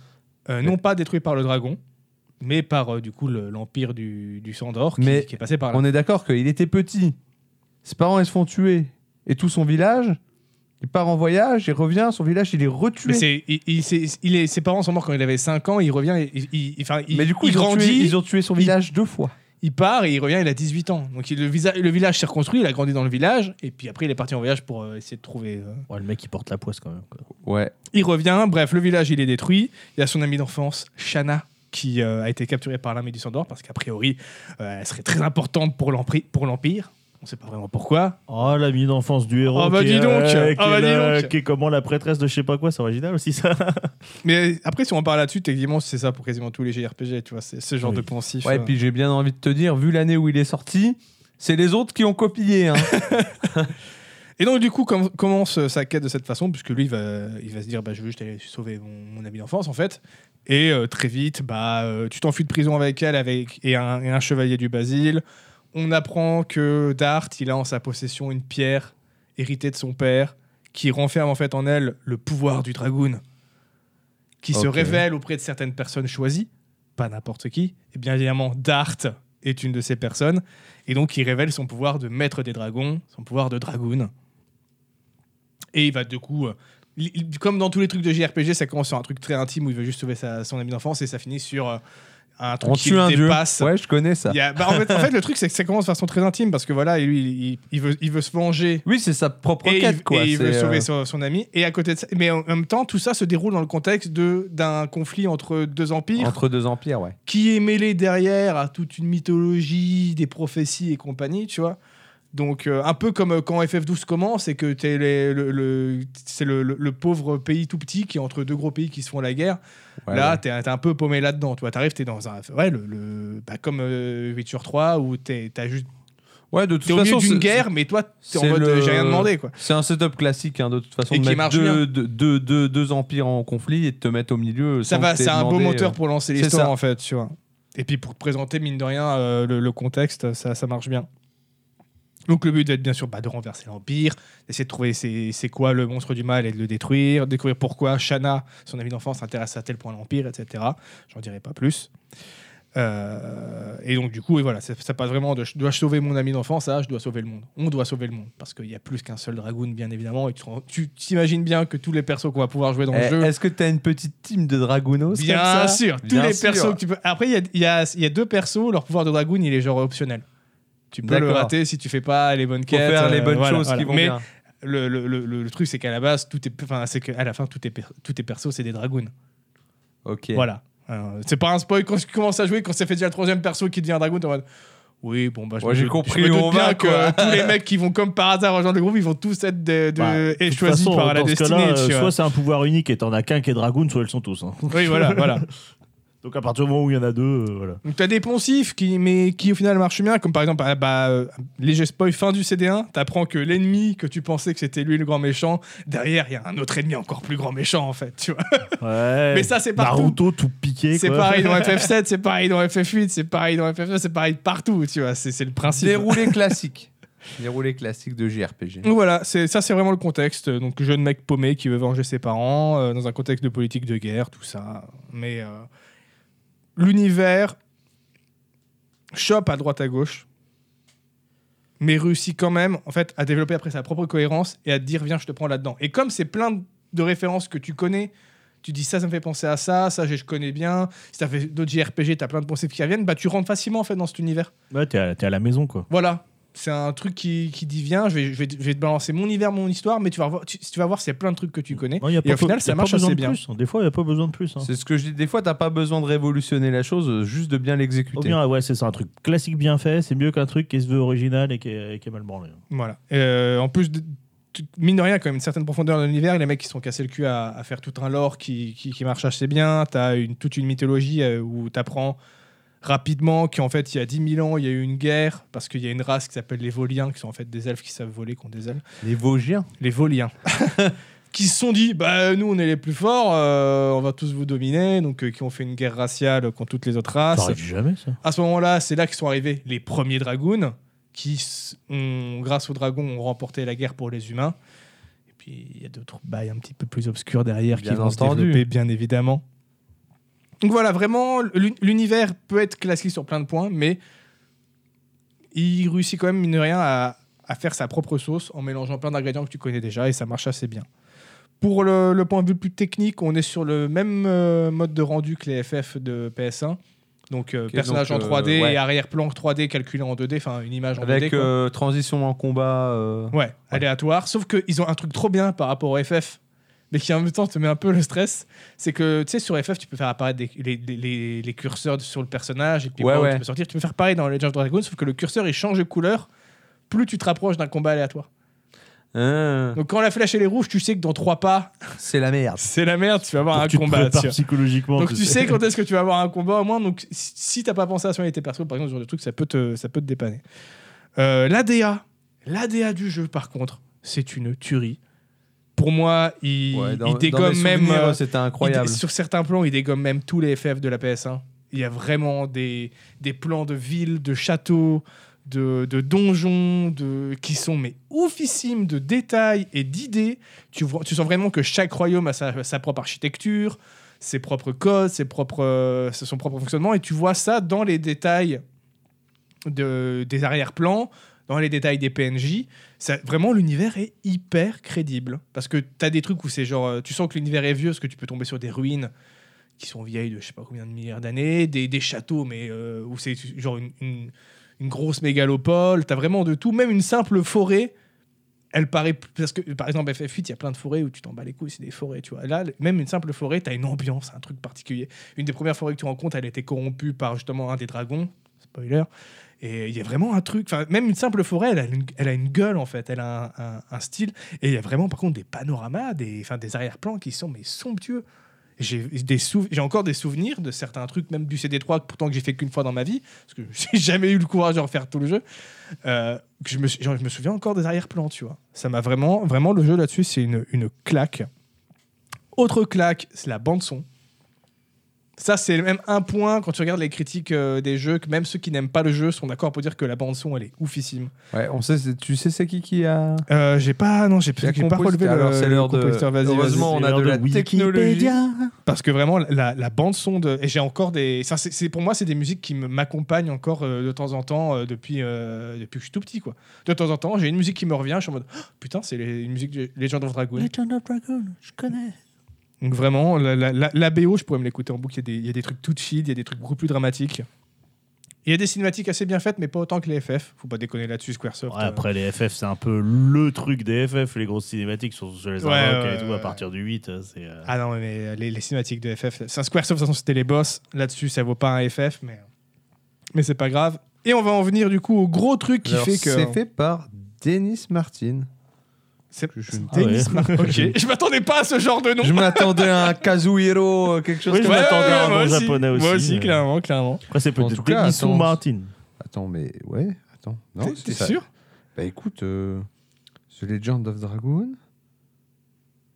[SPEAKER 2] Euh, non pas détruit par le dragon, mais par, euh, du coup, le- l'empire du, du Sandor qui,
[SPEAKER 1] Mais
[SPEAKER 2] qui est passé par là.
[SPEAKER 1] On est d'accord qu'il était petit. Ses parents, ils se font tuer. Et tout son village, il part en voyage, il revient, son village, il est
[SPEAKER 2] Mais
[SPEAKER 1] retué. Mais,
[SPEAKER 2] c'est- il, il- c'est- il est, ses parents sont morts quand il avait 5 ans, il revient, et- il, il- enfin, il-
[SPEAKER 1] du coup,
[SPEAKER 2] il
[SPEAKER 1] ils, ont
[SPEAKER 2] grandit,
[SPEAKER 1] tué, ils ont tué son
[SPEAKER 2] il-
[SPEAKER 1] village deux fois.
[SPEAKER 2] il part et il revient, il a 18 ans. Donc il- le, visa- le village s'est reconstruit, il a grandi dans le village, et puis après il est parti en voyage pour euh, essayer de trouver... euh,
[SPEAKER 3] Ouais, Oh, le mec, il porte la poisse quand même. quoi.
[SPEAKER 1] Ouais.
[SPEAKER 2] Il revient, bref, le village il est détruit. Il y a son amie d'enfance, Shanna, qui euh, a été capturée par l'armée du Sandor parce qu'a priori, euh, elle serait très importante pour l'empri- pour l'Empire. On sait pas vraiment pourquoi.
[SPEAKER 3] Oh, l'ami d'enfance du héros.
[SPEAKER 2] Ah bah
[SPEAKER 3] qui est,
[SPEAKER 2] dis donc,
[SPEAKER 3] euh, qui
[SPEAKER 2] ah bah
[SPEAKER 3] est
[SPEAKER 2] dis
[SPEAKER 3] la-
[SPEAKER 2] donc.
[SPEAKER 3] Qui est comment la prêtresse de je sais pas quoi, c'est original aussi ça.
[SPEAKER 2] Mais après, si on parle là-dessus, techniquement, c'est ça pour quasiment tous les JRPG, tu vois, c'est ce genre
[SPEAKER 3] Oui.
[SPEAKER 2] de pensif.
[SPEAKER 1] Ouais,
[SPEAKER 2] euh.
[SPEAKER 1] puis j'ai bien envie de te dire, vu l'année où il est sorti, c'est les autres qui ont copié. hein.
[SPEAKER 2] Et donc, du coup, com- commence euh, sa quête de cette façon, puisque lui, il va, il va se dire bah, Je veux juste aller sauver mon, mon ami d'enfance, en fait. Et euh, très vite, bah, euh, tu t'enfuis de prison avec elle avec, et, un, et un chevalier du Basile. On apprend que Dart, il a en sa possession une pierre héritée de son père, qui renferme en fait en elle le pouvoir du dragoon, qui se
[SPEAKER 1] Ok.
[SPEAKER 2] révèle auprès de certaines personnes choisies, pas n'importe qui. Et bien évidemment, Dart est une de ces personnes, et donc il révèle son pouvoir de maître des dragons, son pouvoir de dragoon. Et il va du coup, euh, il- il- comme dans tous les trucs de JRPG, ça commence sur un truc très intime où il veut juste sauver sa- son ami d'enfance et ça finit sur euh, un truc
[SPEAKER 1] On
[SPEAKER 2] qui
[SPEAKER 1] tue
[SPEAKER 2] le
[SPEAKER 1] un dieu.
[SPEAKER 2] dépasse.
[SPEAKER 1] Ouais, je connais ça.
[SPEAKER 2] Il y a- bah, en, fait, en fait, le truc, c'est que ça commence de façon très intime parce que voilà, lui, il, il- il veut, il veut se venger
[SPEAKER 1] Oui, c'est sa propre
[SPEAKER 2] et
[SPEAKER 1] quête,
[SPEAKER 2] il,
[SPEAKER 1] quoi.
[SPEAKER 2] et il
[SPEAKER 1] C'est,
[SPEAKER 2] veut sauver
[SPEAKER 1] euh,
[SPEAKER 2] son, son ami. Et à côté de ça, mais en en même temps, tout ça se déroule dans le contexte de d'un conflit entre deux empires
[SPEAKER 1] Entre deux empires, ouais.
[SPEAKER 2] qui est mêlé derrière à toute une mythologie, des prophéties et compagnie, tu vois. Donc, euh, un peu comme euh, quand FF12 commence et que t'es les- le, le- c'est le, le- le pauvre pays tout petit qui est entre deux gros pays qui se font la guerre.
[SPEAKER 1] Ouais,
[SPEAKER 2] là,
[SPEAKER 1] ouais.
[SPEAKER 2] t'es t'es un peu paumé là-dedans. Tu vois, t'arrives, t'es dans un. Ouais, le, le- bah, comme euh, Witcher 3 où t'es t'as juste.
[SPEAKER 1] Ouais, de toute
[SPEAKER 2] T'es au
[SPEAKER 1] façon,
[SPEAKER 2] milieu d'une
[SPEAKER 1] c'est-
[SPEAKER 2] guerre, mais toi, t'es en
[SPEAKER 1] c'est
[SPEAKER 2] mode
[SPEAKER 1] le-
[SPEAKER 2] euh, j'ai rien demandé, quoi.
[SPEAKER 1] C'est un setup classique, hein, de toute façon,
[SPEAKER 2] Et
[SPEAKER 1] de
[SPEAKER 2] qui
[SPEAKER 1] mettre
[SPEAKER 2] marche
[SPEAKER 1] deux, deux, deux, deux- deux empires en conflit et de te mettre au milieu.
[SPEAKER 2] Ça
[SPEAKER 1] sans
[SPEAKER 2] va,
[SPEAKER 1] que t'aies
[SPEAKER 2] c'est un beau
[SPEAKER 1] demandé,
[SPEAKER 2] moteur
[SPEAKER 1] euh,
[SPEAKER 2] pour lancer
[SPEAKER 1] c'est
[SPEAKER 2] l'histoire
[SPEAKER 1] ça.
[SPEAKER 2] en fait, tu vois. Et puis pour te présenter, mine de rien, euh, le, le contexte, ça, ça marche bien. Donc le but va être bien sûr bah, de renverser l'Empire, d'essayer de trouver c'est c'est quoi le monstre du mal et de le détruire, découvrir pourquoi Shanna, son ami d'enfance, s'intéresse à tel point à l'Empire, etc. J'en dirai pas plus. Euh, et donc du coup, et voilà, ça, ça passe vraiment de je dois sauver mon ami d'enfance à je dois sauver le monde. On doit sauver le monde, parce qu'il y a plus qu'un seul dragoon, bien évidemment, et tu te rends- tu t'imagines bien que tous les persos qu'on va pouvoir jouer dans le
[SPEAKER 1] Eh,
[SPEAKER 2] jeu...
[SPEAKER 1] Est-ce que t'as une petite team de Dragunos comme
[SPEAKER 2] Bien
[SPEAKER 1] ça
[SPEAKER 2] sûr, tous
[SPEAKER 1] Bien
[SPEAKER 2] les
[SPEAKER 1] sûr.
[SPEAKER 2] persos que tu peux. Après, il y a, il y a- il y a deux persos, leur pouvoir de dragoon, il est genre optionnel. Tu peux le
[SPEAKER 1] D'accord.
[SPEAKER 2] rater si tu fais pas les bonnes
[SPEAKER 1] Pour
[SPEAKER 2] quêtes.
[SPEAKER 1] faire les
[SPEAKER 2] euh,
[SPEAKER 1] bonnes
[SPEAKER 2] voilà,
[SPEAKER 1] choses
[SPEAKER 2] voilà.
[SPEAKER 1] qui vont
[SPEAKER 2] Mais
[SPEAKER 1] bien.
[SPEAKER 2] Le, le- le- le- le truc, c'est qu'à la base, tout est, enfin, c'est qu'à la fin, tous tes per- tous tes persos, c'est des dragoons.
[SPEAKER 1] Ok.
[SPEAKER 2] Voilà. Euh, c'est pas un spoil quand tu commences à jouer, quand c'est fait déjà le troisième perso qui devient un dragon, t'es en mode. Oui, bon, bah, je
[SPEAKER 1] Ouais,
[SPEAKER 2] me
[SPEAKER 1] j'ai
[SPEAKER 2] doute-
[SPEAKER 1] compris
[SPEAKER 2] je me
[SPEAKER 1] où
[SPEAKER 2] doute
[SPEAKER 1] on
[SPEAKER 2] bien
[SPEAKER 1] va, quoi.
[SPEAKER 2] que tous les mecs qui vont comme par hasard rejoindre le groupe, ils vont tous être de, de-
[SPEAKER 3] Bah, de
[SPEAKER 2] et
[SPEAKER 3] toute
[SPEAKER 2] choisis
[SPEAKER 3] façon,
[SPEAKER 2] par la
[SPEAKER 3] dans ce cas-là,
[SPEAKER 2] destinée.
[SPEAKER 3] euh,
[SPEAKER 2] tu vois.
[SPEAKER 3] soit c'est un pouvoir unique et t'en as qu'un qui est dragoon, soit ils le sont tous. hein.
[SPEAKER 2] Oui, voilà, voilà.
[SPEAKER 3] Donc à partir du moment où il y en a deux, euh, voilà.
[SPEAKER 2] Donc t'as des poncifs qui, mais qui au final marchent bien, comme par exemple, ah, bah, euh, léger spoil, fin du CD1, t'apprends que l'ennemi que tu pensais que c'était lui le grand méchant, derrière il y a un autre ennemi encore plus grand méchant en fait, tu vois.
[SPEAKER 3] Ouais.
[SPEAKER 2] Mais ça c'est partout.
[SPEAKER 3] Naruto tout piqué.
[SPEAKER 2] C'est
[SPEAKER 3] quoi.
[SPEAKER 2] pareil dans FF7, c'est pareil dans FF8, c'est pareil dans FF9, c'est pareil partout, tu vois, c'est c'est le principe.
[SPEAKER 1] Déroulé classique. Déroulé classique de JRPG.
[SPEAKER 2] Donc voilà, c'est- ça c'est vraiment le contexte. Donc jeune mec paumé qui veut venger ses parents euh, dans un contexte de politique de guerre, tout ça. Mais euh, l'univers chope à droite à gauche, mais réussit quand même en fait à développer après sa propre cohérence et à te dire viens je te prends là-dedans. Et comme c'est plein de références que tu connais, tu dis ça ça me fait penser à ça, ça je je connais bien. Si t'as fait d'autres JRPG, t'as plein de pensées qui reviennent, bah tu rentres facilement en fait dans cet univers.
[SPEAKER 3] Ouais, t'es à, t'es à la maison quoi.
[SPEAKER 2] Voilà. C'est un truc qui, qui dit viens, je vais, je, vais, je vais te balancer mon hiver, mon histoire, mais tu vas voir, tu, tu vas voir, c'est plein de trucs que tu connais.
[SPEAKER 3] Non, y a
[SPEAKER 2] et
[SPEAKER 3] pas
[SPEAKER 2] au final,
[SPEAKER 3] y a
[SPEAKER 2] ça
[SPEAKER 3] pas
[SPEAKER 2] marche
[SPEAKER 3] besoin
[SPEAKER 2] assez
[SPEAKER 3] de
[SPEAKER 2] bien.
[SPEAKER 3] plus, hein. Des fois, il n'y a pas besoin de plus. hein.
[SPEAKER 1] C'est ce que je dis. Des fois, t'as pas besoin de révolutionner la chose, euh, juste de bien
[SPEAKER 3] Au
[SPEAKER 1] l'exécuter.
[SPEAKER 3] bien, ouais, c'est ça, un truc classique bien fait, c'est mieux qu'un truc qui se veut original et qui est, qui est mal branlé. hein.
[SPEAKER 2] Voilà. Euh, en plus, de, tu- mine de rien, quand même, une certaine profondeur dans l'univers, les mecs qui se sont cassés le cul à, à faire tout un lore qui, qui, qui marche assez bien. T'as une, toute une mythologie euh, où t'apprends rapidement qu'en fait, il y a 10 000 ans, il y a eu une guerre, parce qu'il y a une race qui s'appelle les Voliens, qui sont en fait des elfes qui savent voler, qui ont des ailes.
[SPEAKER 1] Les Vosgiens.
[SPEAKER 2] les Voliens, qui se sont dit bah nous on est les plus forts, euh, on va tous vous dominer, donc euh, qui ont fait une guerre raciale contre toutes les autres
[SPEAKER 3] Ça
[SPEAKER 2] races.
[SPEAKER 3] arrive jamais ça.
[SPEAKER 2] À ce moment-là, c'est là qu'ils sont arrivés les premiers dragoons, qui s- ont, grâce aux dragons ont remporté la guerre pour les humains. Et puis il y a d'autres bails un petit peu plus obscurs derrière
[SPEAKER 1] Bien
[SPEAKER 2] qui vont se
[SPEAKER 1] entendu.
[SPEAKER 2] développer, bien évidemment. Donc voilà, vraiment, l'uni- l'univers peut être classique sur plein de points, mais il réussit quand même, mine de rien, à, à faire sa propre sauce en mélangeant plein d'ingrédients que tu connais déjà et ça marche assez bien. Pour le, le point de vue plus technique, on est sur le même euh, mode de rendu que les FF de PS1. Donc, euh,
[SPEAKER 1] Ok,
[SPEAKER 2] personnage
[SPEAKER 1] donc,
[SPEAKER 2] en
[SPEAKER 1] euh,
[SPEAKER 2] 3D
[SPEAKER 1] ouais.
[SPEAKER 2] et arrière-plan 3D calculé en 2D, enfin une image en 2D.
[SPEAKER 1] Avec
[SPEAKER 2] quoi.
[SPEAKER 1] euh, transition en combat. euh,
[SPEAKER 2] Ouais, aléatoire. Sauf qu'ils ont un truc trop bien par rapport au FF, mais qui en même temps te met un peu le stress. C'est que, tu sais, sur FF, tu peux faire apparaître des- les, les- les- les curseurs sur le personnage, et puis
[SPEAKER 1] Ouais,
[SPEAKER 2] quand
[SPEAKER 1] ouais.
[SPEAKER 2] tu peux sortir. Tu peux faire pareil dans Legend of Dragon, sauf que le curseur, il change de couleur plus tu te rapproches d'un combat aléatoire.
[SPEAKER 1] hein,
[SPEAKER 2] Donc quand la flèche, elle est rouge, tu sais que dans trois pas,
[SPEAKER 1] c'est la merde.
[SPEAKER 2] c'est la merde, tu vas avoir
[SPEAKER 3] Pour
[SPEAKER 2] un
[SPEAKER 3] que tu te
[SPEAKER 2] combat.
[SPEAKER 3] prépares
[SPEAKER 2] tu vois.
[SPEAKER 3] psychologiquement.
[SPEAKER 2] Donc tu sais quand est-ce que tu vas avoir un combat au moins. Donc si si t'as pas pensé à soigner tes persos, par exemple, ce genre de truc, ça peut te, ça peut te dépanner. Euh, L'ADA, l'ADA du jeu, par contre, c'est une tuerie. Pour moi, il,
[SPEAKER 1] Ouais, dans-
[SPEAKER 2] il
[SPEAKER 1] dans
[SPEAKER 2] dégomme
[SPEAKER 1] mes
[SPEAKER 2] même.
[SPEAKER 1] souvenirs,
[SPEAKER 2] euh,
[SPEAKER 1] C'était
[SPEAKER 2] il-
[SPEAKER 1] incroyable.
[SPEAKER 2] sur certains plans, il dégomme même tous les FF de la PS1. Il y a vraiment des, des plans de villes, de châteaux, de, de donjons, de, qui sont mais oufissimes de détails et d'idées. Tu, vois, tu sens vraiment que chaque royaume a sa, sa propre architecture, ses propres codes, ses propres, euh, son propre fonctionnement, et tu vois ça dans les détails de, des arrière-plans, dans les détails des PNJ. Ça, vraiment, l'univers est hyper crédible. Parce que tu as des trucs où c'est genre. euh, Tu sens que l'univers est vieux, parce que tu peux tomber sur des ruines qui sont vieilles de je sais pas combien de milliards d'années, des, des châteaux, mais euh, où c'est genre une, une- une grosse mégalopole. Tu as vraiment de tout. Même une simple forêt. Elle paraît. p- Parce que, par exemple, FF8, il y a plein de forêts où tu t'en bats les couilles, c'est des forêts, tu vois. Là, même une simple forêt, tu as une ambiance, un truc particulier. Une des premières forêts que tu rencontres, elle a été corrompue par justement un des dragons. Spoiler. Et il y a vraiment un truc, enfin, même une simple forêt, elle a une, elle a une gueule en fait, elle a un, un- un style. Et il y a vraiment par contre des panoramas, des, enfin, des arrière-plans qui sont mais somptueux. J'ai des souv- j'ai encore des souvenirs de certains trucs, même du CD3, que pourtant que j'ai fait qu'une fois dans ma vie, parce que j'ai jamais eu le courage de refaire tout le jeu. Euh, que je, me, sou- genre, je me souviens encore des arrière-plans, tu vois. Ça m'a vraiment, vraiment, le jeu là-dessus, c'est une, une claque. Autre claque, c'est la bande-son. Ça, c'est même un point quand tu regardes les critiques euh, des jeux, que même ceux qui n'aiment pas le jeu sont d'accord pour dire que la bande-son, elle est oufissime.
[SPEAKER 1] Ouais, on sait, c'est- tu sais c'est qui qui a,
[SPEAKER 2] Euh, j'ai pas, non, j'ai
[SPEAKER 1] qui a
[SPEAKER 2] j'ai pas
[SPEAKER 1] composé-
[SPEAKER 2] relevé
[SPEAKER 1] Alors
[SPEAKER 2] le,
[SPEAKER 1] c'est
[SPEAKER 2] le
[SPEAKER 1] l'heure de.
[SPEAKER 2] compositeur. Vas-y, vas-y.
[SPEAKER 1] Heureusement, on a
[SPEAKER 3] l'heure
[SPEAKER 1] de
[SPEAKER 3] de
[SPEAKER 1] la technologie.
[SPEAKER 3] Ah,
[SPEAKER 2] Parce que vraiment, la, la bande son de. Et j'ai encore des. Ça, c'est, c'est- pour moi, c'est des musiques qui me- m'accompagnent encore euh, de temps en temps euh, depuis, euh, depuis que je suis tout petit, quoi. De temps en temps, j'ai une musique qui me revient, je suis en mode. Oh, putain, c'est les- une musique de Legend of Dragon.
[SPEAKER 3] Legend of Dragon, je connais.
[SPEAKER 2] Donc vraiment, la, la- la- la BO, je pourrais me l'écouter en boucle. Il y, a des- il y a des trucs tout chill, il y a des trucs beaucoup plus dramatiques. Il y a des cinématiques assez bien faites, mais pas autant que les FF. Faut pas déconner là-dessus, Squaresoft. euh.
[SPEAKER 3] après, les FF, c'est un peu le truc des FF, les grosses cinématiques, surtout sur les
[SPEAKER 2] Ouais,
[SPEAKER 3] invoques
[SPEAKER 2] ouais,
[SPEAKER 3] et tout,
[SPEAKER 2] ouais.
[SPEAKER 3] à partir du 8. euh, C'est, euh,
[SPEAKER 2] Ah non, mais euh, les, les cinématiques de FF, c'est un Squaresoft, de toute façon, c'était les boss. Là-dessus, ça vaut pas un FF, mais, euh, mais c'est pas grave. Et on va en venir du coup au gros truc qui
[SPEAKER 1] Alors,
[SPEAKER 2] fait que.
[SPEAKER 1] C'est fait par Dennis Martin.
[SPEAKER 2] C'est-
[SPEAKER 1] Que je ne-
[SPEAKER 3] Ah ouais.
[SPEAKER 2] Dennis Mar- Ok, je m'attendais pas à ce genre de nom.
[SPEAKER 1] Je m'attendais à un Kazuhiro, quelque chose
[SPEAKER 3] Oui, je
[SPEAKER 1] comme ça.
[SPEAKER 3] m'attendais à un
[SPEAKER 2] moi
[SPEAKER 3] nom japonais
[SPEAKER 2] Moi
[SPEAKER 3] aussi,
[SPEAKER 2] aussi,
[SPEAKER 3] mais-
[SPEAKER 2] clairement, clairement.
[SPEAKER 3] Après, c'est
[SPEAKER 1] En
[SPEAKER 3] peut-être
[SPEAKER 1] tout cas,
[SPEAKER 3] Denis ou
[SPEAKER 1] attends.
[SPEAKER 3] Martin.
[SPEAKER 1] Attends, mais ouais, attends. Non,
[SPEAKER 2] T'es-
[SPEAKER 1] c'est
[SPEAKER 2] T'es
[SPEAKER 1] ça.
[SPEAKER 2] sûr
[SPEAKER 1] Bah écoute, euh, The Legend of Dragoon,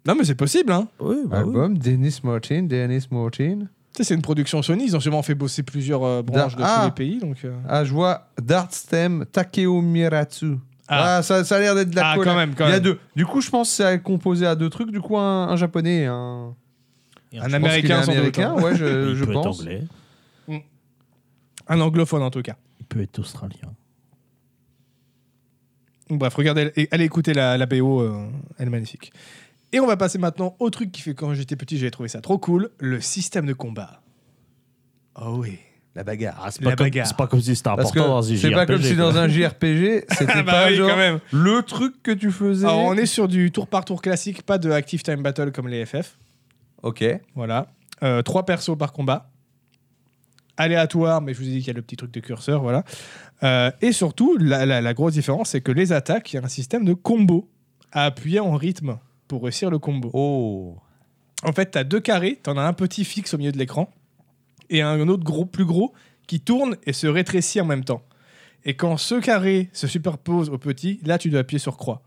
[SPEAKER 2] Non, mais c'est possible, hein.
[SPEAKER 3] Oui,
[SPEAKER 1] album Dennis Martin, Dennis Martin.
[SPEAKER 2] Tu sais, c'est une production Sony, ils ont sûrement fait bosser plusieurs euh, branches de
[SPEAKER 1] Ah.
[SPEAKER 2] tous les pays, donc. euh.
[SPEAKER 1] Ah, je vois Dartstem, Takeo Miratsu.
[SPEAKER 2] Ah.
[SPEAKER 1] Ah, ça, ça a l'air d'être de la
[SPEAKER 2] Ah,
[SPEAKER 1] collab.
[SPEAKER 2] quand même, quand
[SPEAKER 1] Il y a
[SPEAKER 2] même.
[SPEAKER 1] deux. Du coup, je pense que c'est composé à deux trucs. Du coup, un, un japonais, et un
[SPEAKER 2] Un
[SPEAKER 1] Je pense qu'il est
[SPEAKER 2] américain, sans doute,
[SPEAKER 1] américain,
[SPEAKER 2] hein.
[SPEAKER 1] ouais, je,
[SPEAKER 3] Il
[SPEAKER 1] Euh, je
[SPEAKER 3] peut
[SPEAKER 1] pense.
[SPEAKER 3] être anglais,
[SPEAKER 2] Un anglophone en tout cas.
[SPEAKER 3] il peut être australien.
[SPEAKER 2] Donc, bref, regardez, et allez écouter la, la BO, euh, elle est magnifique. Et on va passer maintenant au truc qui fait quand j'étais petit, j'avais trouvé ça trop cool, le système de combat. Oh oui.
[SPEAKER 1] La bagarre.
[SPEAKER 3] Ah, c'est
[SPEAKER 2] La
[SPEAKER 3] pas, comme-
[SPEAKER 2] bagarre.
[SPEAKER 3] c'est pas comme si c'était
[SPEAKER 1] Parce que
[SPEAKER 3] important dans un
[SPEAKER 1] c'est pas comme si dans un JRPG, c'était
[SPEAKER 2] Ah bah
[SPEAKER 1] pas
[SPEAKER 2] oui,
[SPEAKER 1] genre
[SPEAKER 2] quand même.
[SPEAKER 1] le truc que tu faisais.
[SPEAKER 2] Alors on est sur du tour par tour classique, pas de Active Time Battle comme les FF.
[SPEAKER 1] Ok.
[SPEAKER 2] Voilà. Euh, trois persos par combat. Aléatoire, mais je vous ai dit qu'il y a le petit truc de curseur, voilà. Euh, et surtout, la, la- la grosse différence, c'est que les attaques, il y a un système de combo à appuyer en rythme pour réussir le combo.
[SPEAKER 1] Oh.
[SPEAKER 2] En fait, tu as deux carrés, tu en as un petit fixe au milieu de l'écran et un autre gros, plus gros qui tourne et se rétrécit en même temps. Et quand ce carré se superpose au petit, là tu dois appuyer sur croix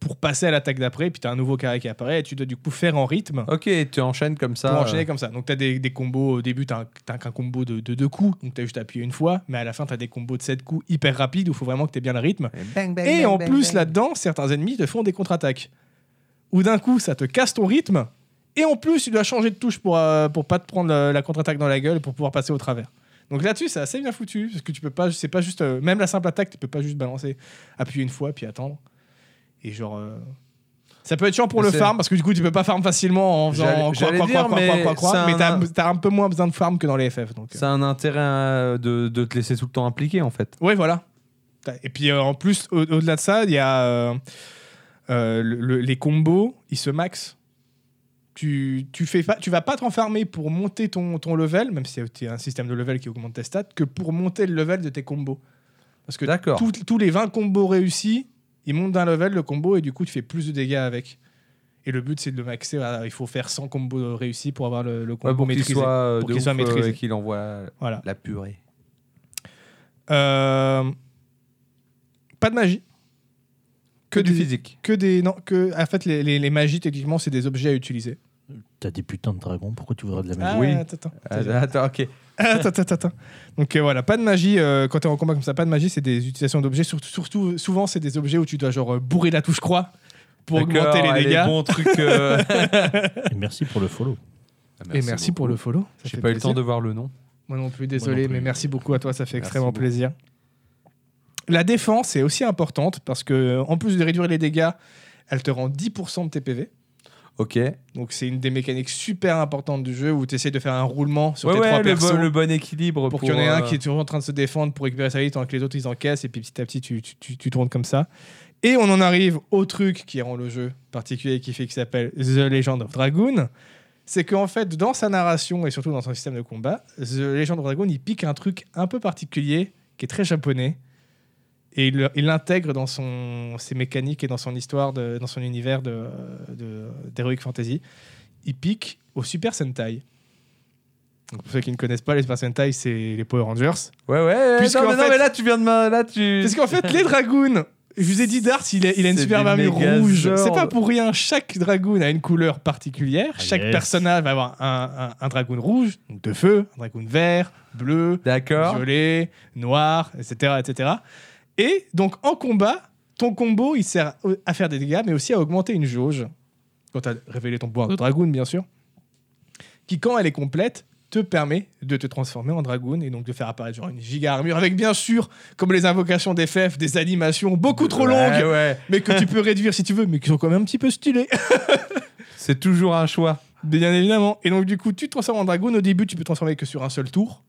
[SPEAKER 2] pour passer à l'attaque d'après, puis tu as un nouveau carré qui apparaît et tu dois du coup faire en rythme
[SPEAKER 1] Ok, tu enchaînes comme ça.
[SPEAKER 2] pour enchaîner comme ça. Donc tu as des, des combos, au début tu n'as qu'un combo de, de deux coups, donc tu as juste appuyé une fois, mais à la fin tu as des combos de sept coups hyper rapides où il faut vraiment que tu aies bien le rythme.
[SPEAKER 1] euh, bang, bang,
[SPEAKER 2] Et
[SPEAKER 1] bang,
[SPEAKER 2] en
[SPEAKER 1] bang,
[SPEAKER 2] plus,
[SPEAKER 1] bang.
[SPEAKER 2] là-dedans, certains ennemis te font des contre-attaques. Ou d'un coup, ça te casse ton rythme. Et en plus, tu dois changer de touche pour, euh, pour pas te prendre la, la contre-attaque dans la gueule et pour pouvoir passer au travers. Donc là-dessus, c'est assez bien foutu. Parce que tu peux pas, c'est pas juste. euh, même la simple attaque, tu peux pas juste balancer, appuyer une fois, puis attendre. Et genre. euh, ça peut être chiant pour
[SPEAKER 1] Mais
[SPEAKER 2] le
[SPEAKER 1] c'est-
[SPEAKER 2] farm parce que du coup tu peux pas farm facilement en faisant
[SPEAKER 1] J'allais-
[SPEAKER 2] croix,
[SPEAKER 1] j'allais
[SPEAKER 2] croix,
[SPEAKER 1] dire,
[SPEAKER 2] croix, croix,
[SPEAKER 1] mais
[SPEAKER 2] croix, croix,
[SPEAKER 1] c'est
[SPEAKER 2] croix, mais
[SPEAKER 1] un-
[SPEAKER 2] t'as t'as un peu moins besoin de farm que dans les FF. Donc, euh.
[SPEAKER 1] C'est un intérêt euh, de, de te laisser tout le temps impliqué en fait.
[SPEAKER 2] Ouais, voilà. T'as- Et puis euh, en plus, au- au-delà de ça, il y a euh, euh, le- le- les combos, ils se maxent. Tu, tu, fais pas, tu vas pas t'enfermer pour monter ton, ton level, même si c'est un système de level qui augmente tes stats, que pour monter le level de tes combos. Parce que
[SPEAKER 1] D'accord.
[SPEAKER 2] tout- tous les 20 combos réussis, ils montent d'un level le combo et du coup tu fais plus de dégâts avec. Et le but c'est de le maxer, voilà, il faut faire 100 combos réussis pour avoir le, le combo
[SPEAKER 1] Ouais, pour qu'il
[SPEAKER 2] maîtrisé.
[SPEAKER 1] soit, euh,
[SPEAKER 2] Pour
[SPEAKER 1] de
[SPEAKER 2] qu'il soit
[SPEAKER 1] ouf, euh,
[SPEAKER 2] maîtrisé.
[SPEAKER 1] et qu'il envoie
[SPEAKER 2] Voilà.
[SPEAKER 1] la purée.
[SPEAKER 2] Euh, pas de magie. Que,
[SPEAKER 1] du
[SPEAKER 2] des,
[SPEAKER 1] physique.
[SPEAKER 2] Que des. Non, que. En fait, les, les- les magies, techniquement, c'est des objets à utiliser.
[SPEAKER 3] T'as des putains de dragons, pourquoi tu voudrais de la magie
[SPEAKER 2] Ah,
[SPEAKER 1] oui.
[SPEAKER 2] Attends, attends. Ah,
[SPEAKER 1] Euh, Attends, ok.
[SPEAKER 2] Attends, attends, attends. Donc euh, voilà, pas de magie. euh, quand t'es en combat comme ça, pas de magie, c'est des utilisations d'objets. Surtout, surtout, souvent, c'est des objets où tu dois, genre, euh, bourrer la touche croix pour
[SPEAKER 1] D'accord,
[SPEAKER 2] augmenter les
[SPEAKER 1] allez,
[SPEAKER 2] dégâts.
[SPEAKER 1] bon truc. euh.
[SPEAKER 3] Et Merci pour le follow.
[SPEAKER 2] Et merci pour le follow. ça
[SPEAKER 1] J'ai
[SPEAKER 2] fait
[SPEAKER 1] pas eu le
[SPEAKER 2] plaisir.
[SPEAKER 1] temps de voir le nom.
[SPEAKER 2] Moi non plus, désolé,
[SPEAKER 3] non plus.
[SPEAKER 2] mais merci beaucoup à toi, ça
[SPEAKER 1] Merci
[SPEAKER 2] fait extrêmement
[SPEAKER 1] beaucoup.
[SPEAKER 2] plaisir. La défense est aussi importante parce que, euh, en plus de réduire les dégâts, elle te rend 10% de tes PV.
[SPEAKER 1] Ok.
[SPEAKER 2] Donc c'est une des mécaniques super importantes du jeu où tu essaies de faire un roulement sur
[SPEAKER 1] Ouais,
[SPEAKER 2] tes
[SPEAKER 1] ouais,
[SPEAKER 2] trois
[SPEAKER 1] le,
[SPEAKER 2] persos
[SPEAKER 1] bon, le bon équilibre.
[SPEAKER 2] pour, qu'il y en ait un
[SPEAKER 1] euh,
[SPEAKER 2] qui est toujours en train de se défendre pour récupérer sa vie tant que les autres ils encaissent et puis petit à petit tu, tu- tu- tu tournes comme ça. Et on en arrive au truc qui rend le jeu particulier qui fait qui s'appelle The Legend of Dragoon. C'est qu'en fait, dans sa narration et surtout dans son système de combat, The Legend of Dragoon, il pique un truc un peu particulier qui est très japonais et il le- il l'intègre dans son, ses mécaniques et dans son histoire, de- dans son univers de- de- d'Heroic Fantasy. Il pique au Super Sentai. Donc, pour ceux qui ne connaissent pas, les Super Sentai, c'est les Power Rangers.
[SPEAKER 1] Ouais, ouais, ouais.
[SPEAKER 2] Puisqu'en
[SPEAKER 1] Non, mais, non,
[SPEAKER 2] fait-
[SPEAKER 1] mais là, tu viens de. ma- Là, tu...
[SPEAKER 2] Parce qu'en fait, les Dragoons, Je vous ai dit, Dart, il a, il a une
[SPEAKER 1] C'est
[SPEAKER 2] superbe
[SPEAKER 1] des
[SPEAKER 2] armure
[SPEAKER 1] méga
[SPEAKER 2] rouge.
[SPEAKER 1] zords.
[SPEAKER 2] C'est pas pour rien. Chaque dragoon a une couleur particulière.
[SPEAKER 3] Ah,
[SPEAKER 2] Chaque
[SPEAKER 3] yes.
[SPEAKER 2] personnage va avoir un, un, un dragoon rouge, donc de feu, un dragoon vert, bleu,
[SPEAKER 1] D'accord.
[SPEAKER 2] violet, noir, etc., etc. Et donc en combat, ton combo, il sert au- à faire des dégâts, mais aussi à augmenter une jauge. Quand tu as révélé ton pouvoir de dragoon, bien sûr, qui quand elle est complète, te permet de te transformer en dragoon et donc de faire apparaître genre une giga armure avec bien sûr, comme les invocations des FF, des animations beaucoup
[SPEAKER 1] Ouais,
[SPEAKER 2] trop longues,
[SPEAKER 1] ouais.
[SPEAKER 2] mais que tu peux réduire si tu veux, mais qui sont quand même un petit peu stylées.
[SPEAKER 1] C'est toujours un choix.
[SPEAKER 2] Bien évidemment. Et donc, du coup, tu te transformes en dragon. Au début, tu peux te transformer que sur un seul tour.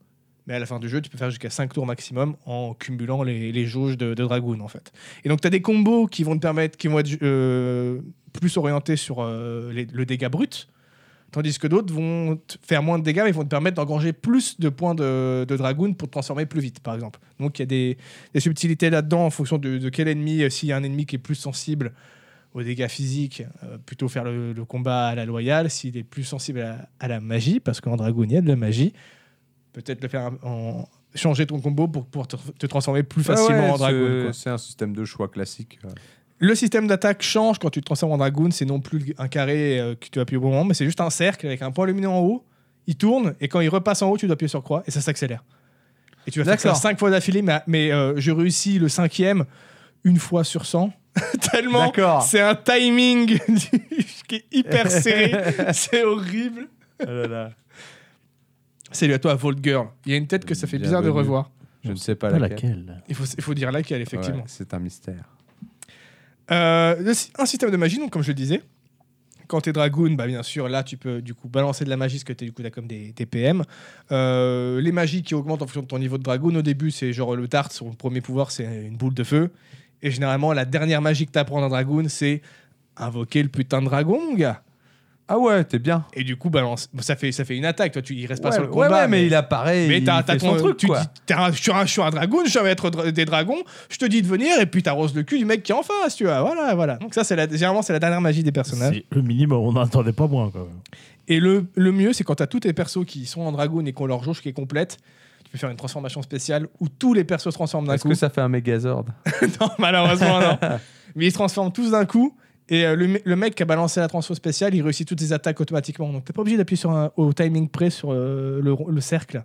[SPEAKER 2] Mais à la fin du jeu, tu peux faire jusqu'à 5 tours maximum en cumulant les, les jauges de, de dragoon, en fait. Et donc, tu as des combos qui vont te permettre, qui vont être euh, plus orientés sur euh, les- le dégât brut. Tandis que d'autres vont te faire moins de dégâts, mais vont te permettre d'engranger plus de points de, de dragoon pour te transformer plus vite, par exemple. Donc, il y a des, des subtilités là-dedans en fonction de, de quel ennemi. euh, S'il y a un ennemi qui est plus sensible aux dégâts physiques, euh, plutôt faire le, le combat à la loyale. S'il est plus sensible à, à la magie, parce qu'en dragon, il y a de la magie, peut-être le faire en changer ton combo pour pouvoir te, te transformer plus facilement
[SPEAKER 1] Ah Ouais, ouais,
[SPEAKER 2] en dragon.
[SPEAKER 1] c'est- C'est un système de choix classique. euh,
[SPEAKER 2] Le système d'attaque change quand tu te transformes en dragoon. C'est non plus un carré euh, que tu appuies au bon moment, mais c'est juste un cercle avec un point lumineux en haut. Il tourne et quand il repasse en haut, tu dois appuyer sur croix et ça s'accélère. Et tu vas faire ça
[SPEAKER 1] D'accord.
[SPEAKER 2] 5 fois d'affilée, mais, mais euh, je réussis le cinquième une fois sur 100. Tellement
[SPEAKER 1] D'accord.
[SPEAKER 2] c'est un timing qui est hyper serré. c'est horrible.
[SPEAKER 1] Ah
[SPEAKER 2] Salut à toi, Vault Girl. Il y a une tête que ça fait bizarre de
[SPEAKER 1] Bienvenue.
[SPEAKER 2] revoir.
[SPEAKER 1] Je ne sais pas
[SPEAKER 3] Pas
[SPEAKER 1] laquelle.
[SPEAKER 3] laquelle
[SPEAKER 2] Il faut, il faut dire laquelle, effectivement.
[SPEAKER 1] Ouais, c'est un mystère.
[SPEAKER 2] Euh, le sy- un système de magie, donc comme je le disais. Quand t'es dragoon, bah bien sûr, là tu peux du coup balancer de la magie, parce que t'es du coup t'as comme des TPM. Euh, les magies qui augmentent en fonction de ton niveau de dragoon, au début c'est genre le dart, son premier pouvoir c'est une boule de feu. Et généralement la dernière magie que t'apprends d'un dragoon c'est invoquer le putain de dragon, mon gars.
[SPEAKER 1] Ah ouais, t'es bien.
[SPEAKER 2] Et du coup balance, bon, ça fait ça fait une attaque. Toi tu il reste pas
[SPEAKER 1] ouais,
[SPEAKER 2] sur le
[SPEAKER 1] ouais,
[SPEAKER 2] combat.
[SPEAKER 1] ouais, mais, il apparaît.
[SPEAKER 2] Mais
[SPEAKER 1] il
[SPEAKER 2] t'as t'as
[SPEAKER 1] fait
[SPEAKER 2] ton
[SPEAKER 1] son
[SPEAKER 2] truc, tu
[SPEAKER 1] quoi.
[SPEAKER 2] dis, t'es un- je suis un, je suis un dragon, je vais être dra- des dragons, je te dis de venir, et puis t'arroses le cul du mec qui est en face, tu vois, voilà, voilà. Donc ça, c'est la, généralement, c'est la dernière magie des personnages.
[SPEAKER 3] C'est le minimum, on n'attendait pas moins quand même.
[SPEAKER 2] Et le, le mieux, c'est quand t'as tous tes persos qui sont en dragon et qu'on leur jauge qui est complète, tu peux faire une transformation spéciale où tous les persos se transforment d'un
[SPEAKER 1] Est-ce
[SPEAKER 2] coup.
[SPEAKER 1] que ça fait un Megazord
[SPEAKER 2] non, malheureusement, non. Mais ils se transforment tous d'un coup, et euh, le, me- le mec qui a balancé la transfo spéciale, il réussit toutes ses attaques automatiquement. Donc t'es pas obligé d'appuyer sur un- au timing près sur euh, le rond- le cercle.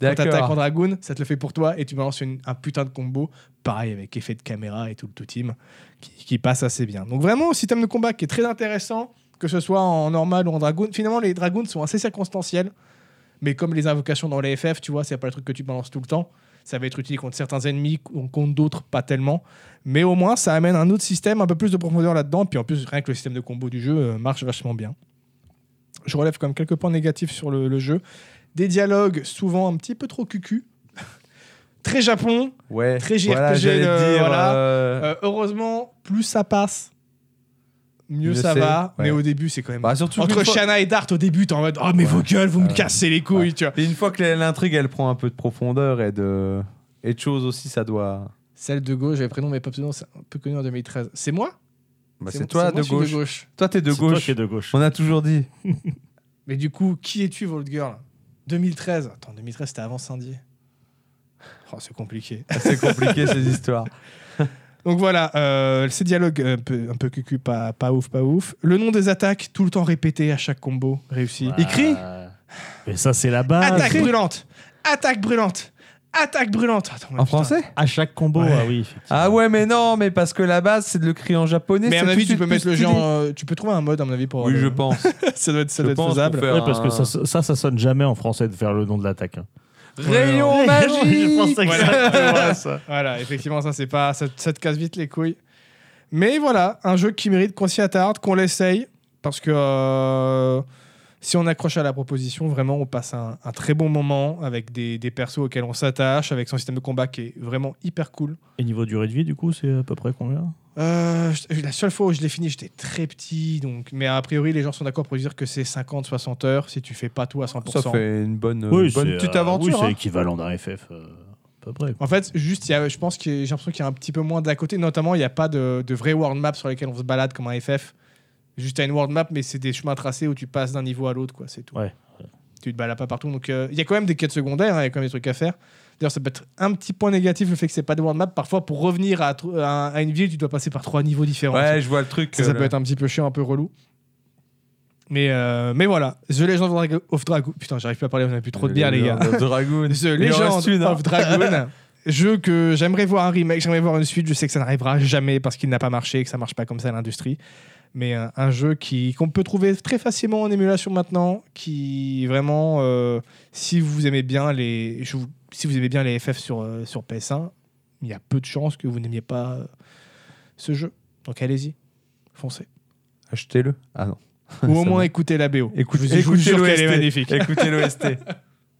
[SPEAKER 2] Quand t'attaques en
[SPEAKER 1] D'accord.
[SPEAKER 2] dragoon, ça te le fait pour toi et tu balances une- un putain de combo. Pareil avec effet de caméra et tout le tout team qui, qui passe assez bien. Donc vraiment, un système de combat qui est très intéressant, que ce soit en normal ou en dragoon. Finalement, les dragoons sont assez circonstanciels, mais comme les invocations dans les FF, tu vois, c'est pas le truc que tu balances tout le temps. Ça va être utile contre certains ennemis, contre d'autres pas tellement. Mais au moins, ça amène un autre système, un peu plus de profondeur là-dedans. Puis en plus, rien que le système de combo du jeu euh, marche vachement bien. Je relève quand même quelques points négatifs sur le- le jeu des dialogues souvent un petit peu trop cucu. Très Japon.
[SPEAKER 1] Ouais.
[SPEAKER 2] Très JRPG,
[SPEAKER 1] Voilà, j'allais
[SPEAKER 2] euh,
[SPEAKER 1] te dire.
[SPEAKER 2] voilà.
[SPEAKER 1] euh,
[SPEAKER 2] Euh, heureusement, plus ça passe, mieux,
[SPEAKER 1] Mieux
[SPEAKER 2] ça
[SPEAKER 1] c'est,
[SPEAKER 2] va.
[SPEAKER 1] ouais.
[SPEAKER 2] Mais au début, c'est quand même.
[SPEAKER 1] bah, surtout
[SPEAKER 2] Entre
[SPEAKER 1] qu'une fois-
[SPEAKER 2] Shanna et Dart, au début, t'es en mode Oh, mais
[SPEAKER 1] Ouais.
[SPEAKER 2] vos gueules, vous me
[SPEAKER 1] Ouais.
[SPEAKER 2] cassez les couilles, tu vois.
[SPEAKER 1] Et une fois que l'intrigue elle prend un peu de profondeur et de et de choses aussi, ça doit.
[SPEAKER 2] Celle de gauche, j'avais prénom, mais pas pseudo, c'est un peu connu en 2013. C'est moi
[SPEAKER 1] Bah, c'est toi
[SPEAKER 2] moi,
[SPEAKER 1] de
[SPEAKER 2] je suis
[SPEAKER 1] gauche. Toi t'es de
[SPEAKER 3] C'est toi
[SPEAKER 1] gauche.
[SPEAKER 3] qui es de gauche.
[SPEAKER 1] On a toujours dit.
[SPEAKER 2] Mais du coup, qui es-tu, Vault Girl 2013. Attends, 2013, c'était avant Cindy. Oh, c'est compliqué.
[SPEAKER 1] C'est compliqué ces histoires.
[SPEAKER 2] Donc voilà, euh, ces dialogues euh, un peu, un peu cucu, pas, pas ouf, pas ouf. Le nom des attaques, tout le temps répété à chaque combo, réussi.
[SPEAKER 3] Ouais.
[SPEAKER 2] Il crie
[SPEAKER 3] Mais ça, Ah, c'est la base.
[SPEAKER 2] Attaque brûlante Attaque brûlante Attaque brûlante Attends, mais
[SPEAKER 1] En
[SPEAKER 2] putain.
[SPEAKER 1] français
[SPEAKER 3] À chaque combo,
[SPEAKER 2] Ouais.
[SPEAKER 3] ah oui. effectivement.
[SPEAKER 1] Ah ouais, mais non, mais parce que la base c'est de le crier en japonais.
[SPEAKER 2] Mais à
[SPEAKER 1] c'est
[SPEAKER 2] mon
[SPEAKER 1] tout de
[SPEAKER 2] avis, tu
[SPEAKER 1] suite
[SPEAKER 2] peux
[SPEAKER 1] plus
[SPEAKER 2] mettre le
[SPEAKER 1] stylé.
[SPEAKER 2] genre. euh, tu peux trouver un mode, à mon avis, pour.
[SPEAKER 1] Oui,
[SPEAKER 2] euh,
[SPEAKER 1] je pense.
[SPEAKER 2] ça doit être, ça
[SPEAKER 1] je
[SPEAKER 2] doit être
[SPEAKER 1] pense pour
[SPEAKER 2] faisable.
[SPEAKER 1] faire
[SPEAKER 3] Ouais, parce que
[SPEAKER 1] un-
[SPEAKER 3] ça, ça, ça sonne jamais en français de faire le nom de l'attaque. hein.
[SPEAKER 1] Rayon
[SPEAKER 3] Ouais, Je
[SPEAKER 1] magique.
[SPEAKER 3] pensais que
[SPEAKER 2] Voilà.
[SPEAKER 3] ça- ouais, ça.
[SPEAKER 2] Voilà, effectivement, ça, c'est pas. Ça, ça te casse vite les couilles. Mais voilà, un jeu qui mérite qu'on s'y attarde, qu'on l'essaye, parce que. euh, si on accroche à la proposition, vraiment, on passe un, un très bon moment avec des, des persos auxquels on s'attache, avec son système de combat qui est vraiment hyper cool.
[SPEAKER 3] Et niveau durée de vie, du coup, c'est à peu près combien
[SPEAKER 2] Euh, je- la seule fois où je l'ai fini, j'étais très petit, donc, mais a priori, les gens sont d'accord pour dire que c'est 50-60 heures si tu fais pas tout à 100%.
[SPEAKER 1] Ça fait une bonne, une bonne
[SPEAKER 3] c'est,
[SPEAKER 1] petite
[SPEAKER 3] euh,
[SPEAKER 1] aventure.
[SPEAKER 3] Oui,
[SPEAKER 1] hein.
[SPEAKER 3] c'est équivalent d'un FF, euh, à peu près.
[SPEAKER 2] En fait, juste, il y a- je pense que j'ai l'impression qu'il y a un petit peu moins d'à côté. Notamment, il n'y a pas de, de vrai world map sur lesquels on se balade comme un FF. Juste à une world map, mais c'est des chemins tracés où tu passes d'un niveau à l'autre, quoi. C'est tout.
[SPEAKER 3] Ouais.
[SPEAKER 2] Tu te balades pas partout. Donc, euh, il y a quand même des quêtes secondaires, hein, il y a quand même des trucs à faire. D'ailleurs, ça peut être un petit point négatif le fait que c'est pas de world map. Parfois, pour revenir à, tr- à- à une ville, tu dois passer par trois niveaux différents.
[SPEAKER 1] Ouais, je vois le truc.
[SPEAKER 2] Ça, ça
[SPEAKER 1] euh,
[SPEAKER 2] peut
[SPEAKER 1] là.
[SPEAKER 2] être un petit peu chiant, un peu relou. Mais, euh, mais voilà, The Legend of Drago- of Dragoon. Putain, j'arrive plus à parler, on a plus trop de bière, les gars.
[SPEAKER 1] The Dragoon.
[SPEAKER 2] The
[SPEAKER 1] Il en
[SPEAKER 2] Legend
[SPEAKER 1] reste une, hein.
[SPEAKER 2] of Dragoon. Jeu que j'aimerais voir un remake, j'aimerais voir une suite. Je sais que ça n'arrivera jamais parce qu'il n'a pas marché et que ça marche pas comme ça à l'industrie. Mais euh, un, un jeu qui qu'on peut trouver très facilement en émulation maintenant, qui vraiment, euh, si vous aimez bien les, je vous- si vous aimez bien les FF sur euh, sur PS1, il y a peu de chances que vous n'aimiez pas euh, ce jeu. Donc allez-y, foncez.
[SPEAKER 1] Achetez-le. Ah non.
[SPEAKER 2] Ou au
[SPEAKER 1] Ça
[SPEAKER 2] moins
[SPEAKER 1] va.
[SPEAKER 2] écoutez la BO.
[SPEAKER 1] Écoutez,
[SPEAKER 2] Je vous- je vous
[SPEAKER 1] écoutez
[SPEAKER 2] jure
[SPEAKER 1] l'OST.
[SPEAKER 2] qu'elle est magnifique.
[SPEAKER 1] Écoutez l'OST.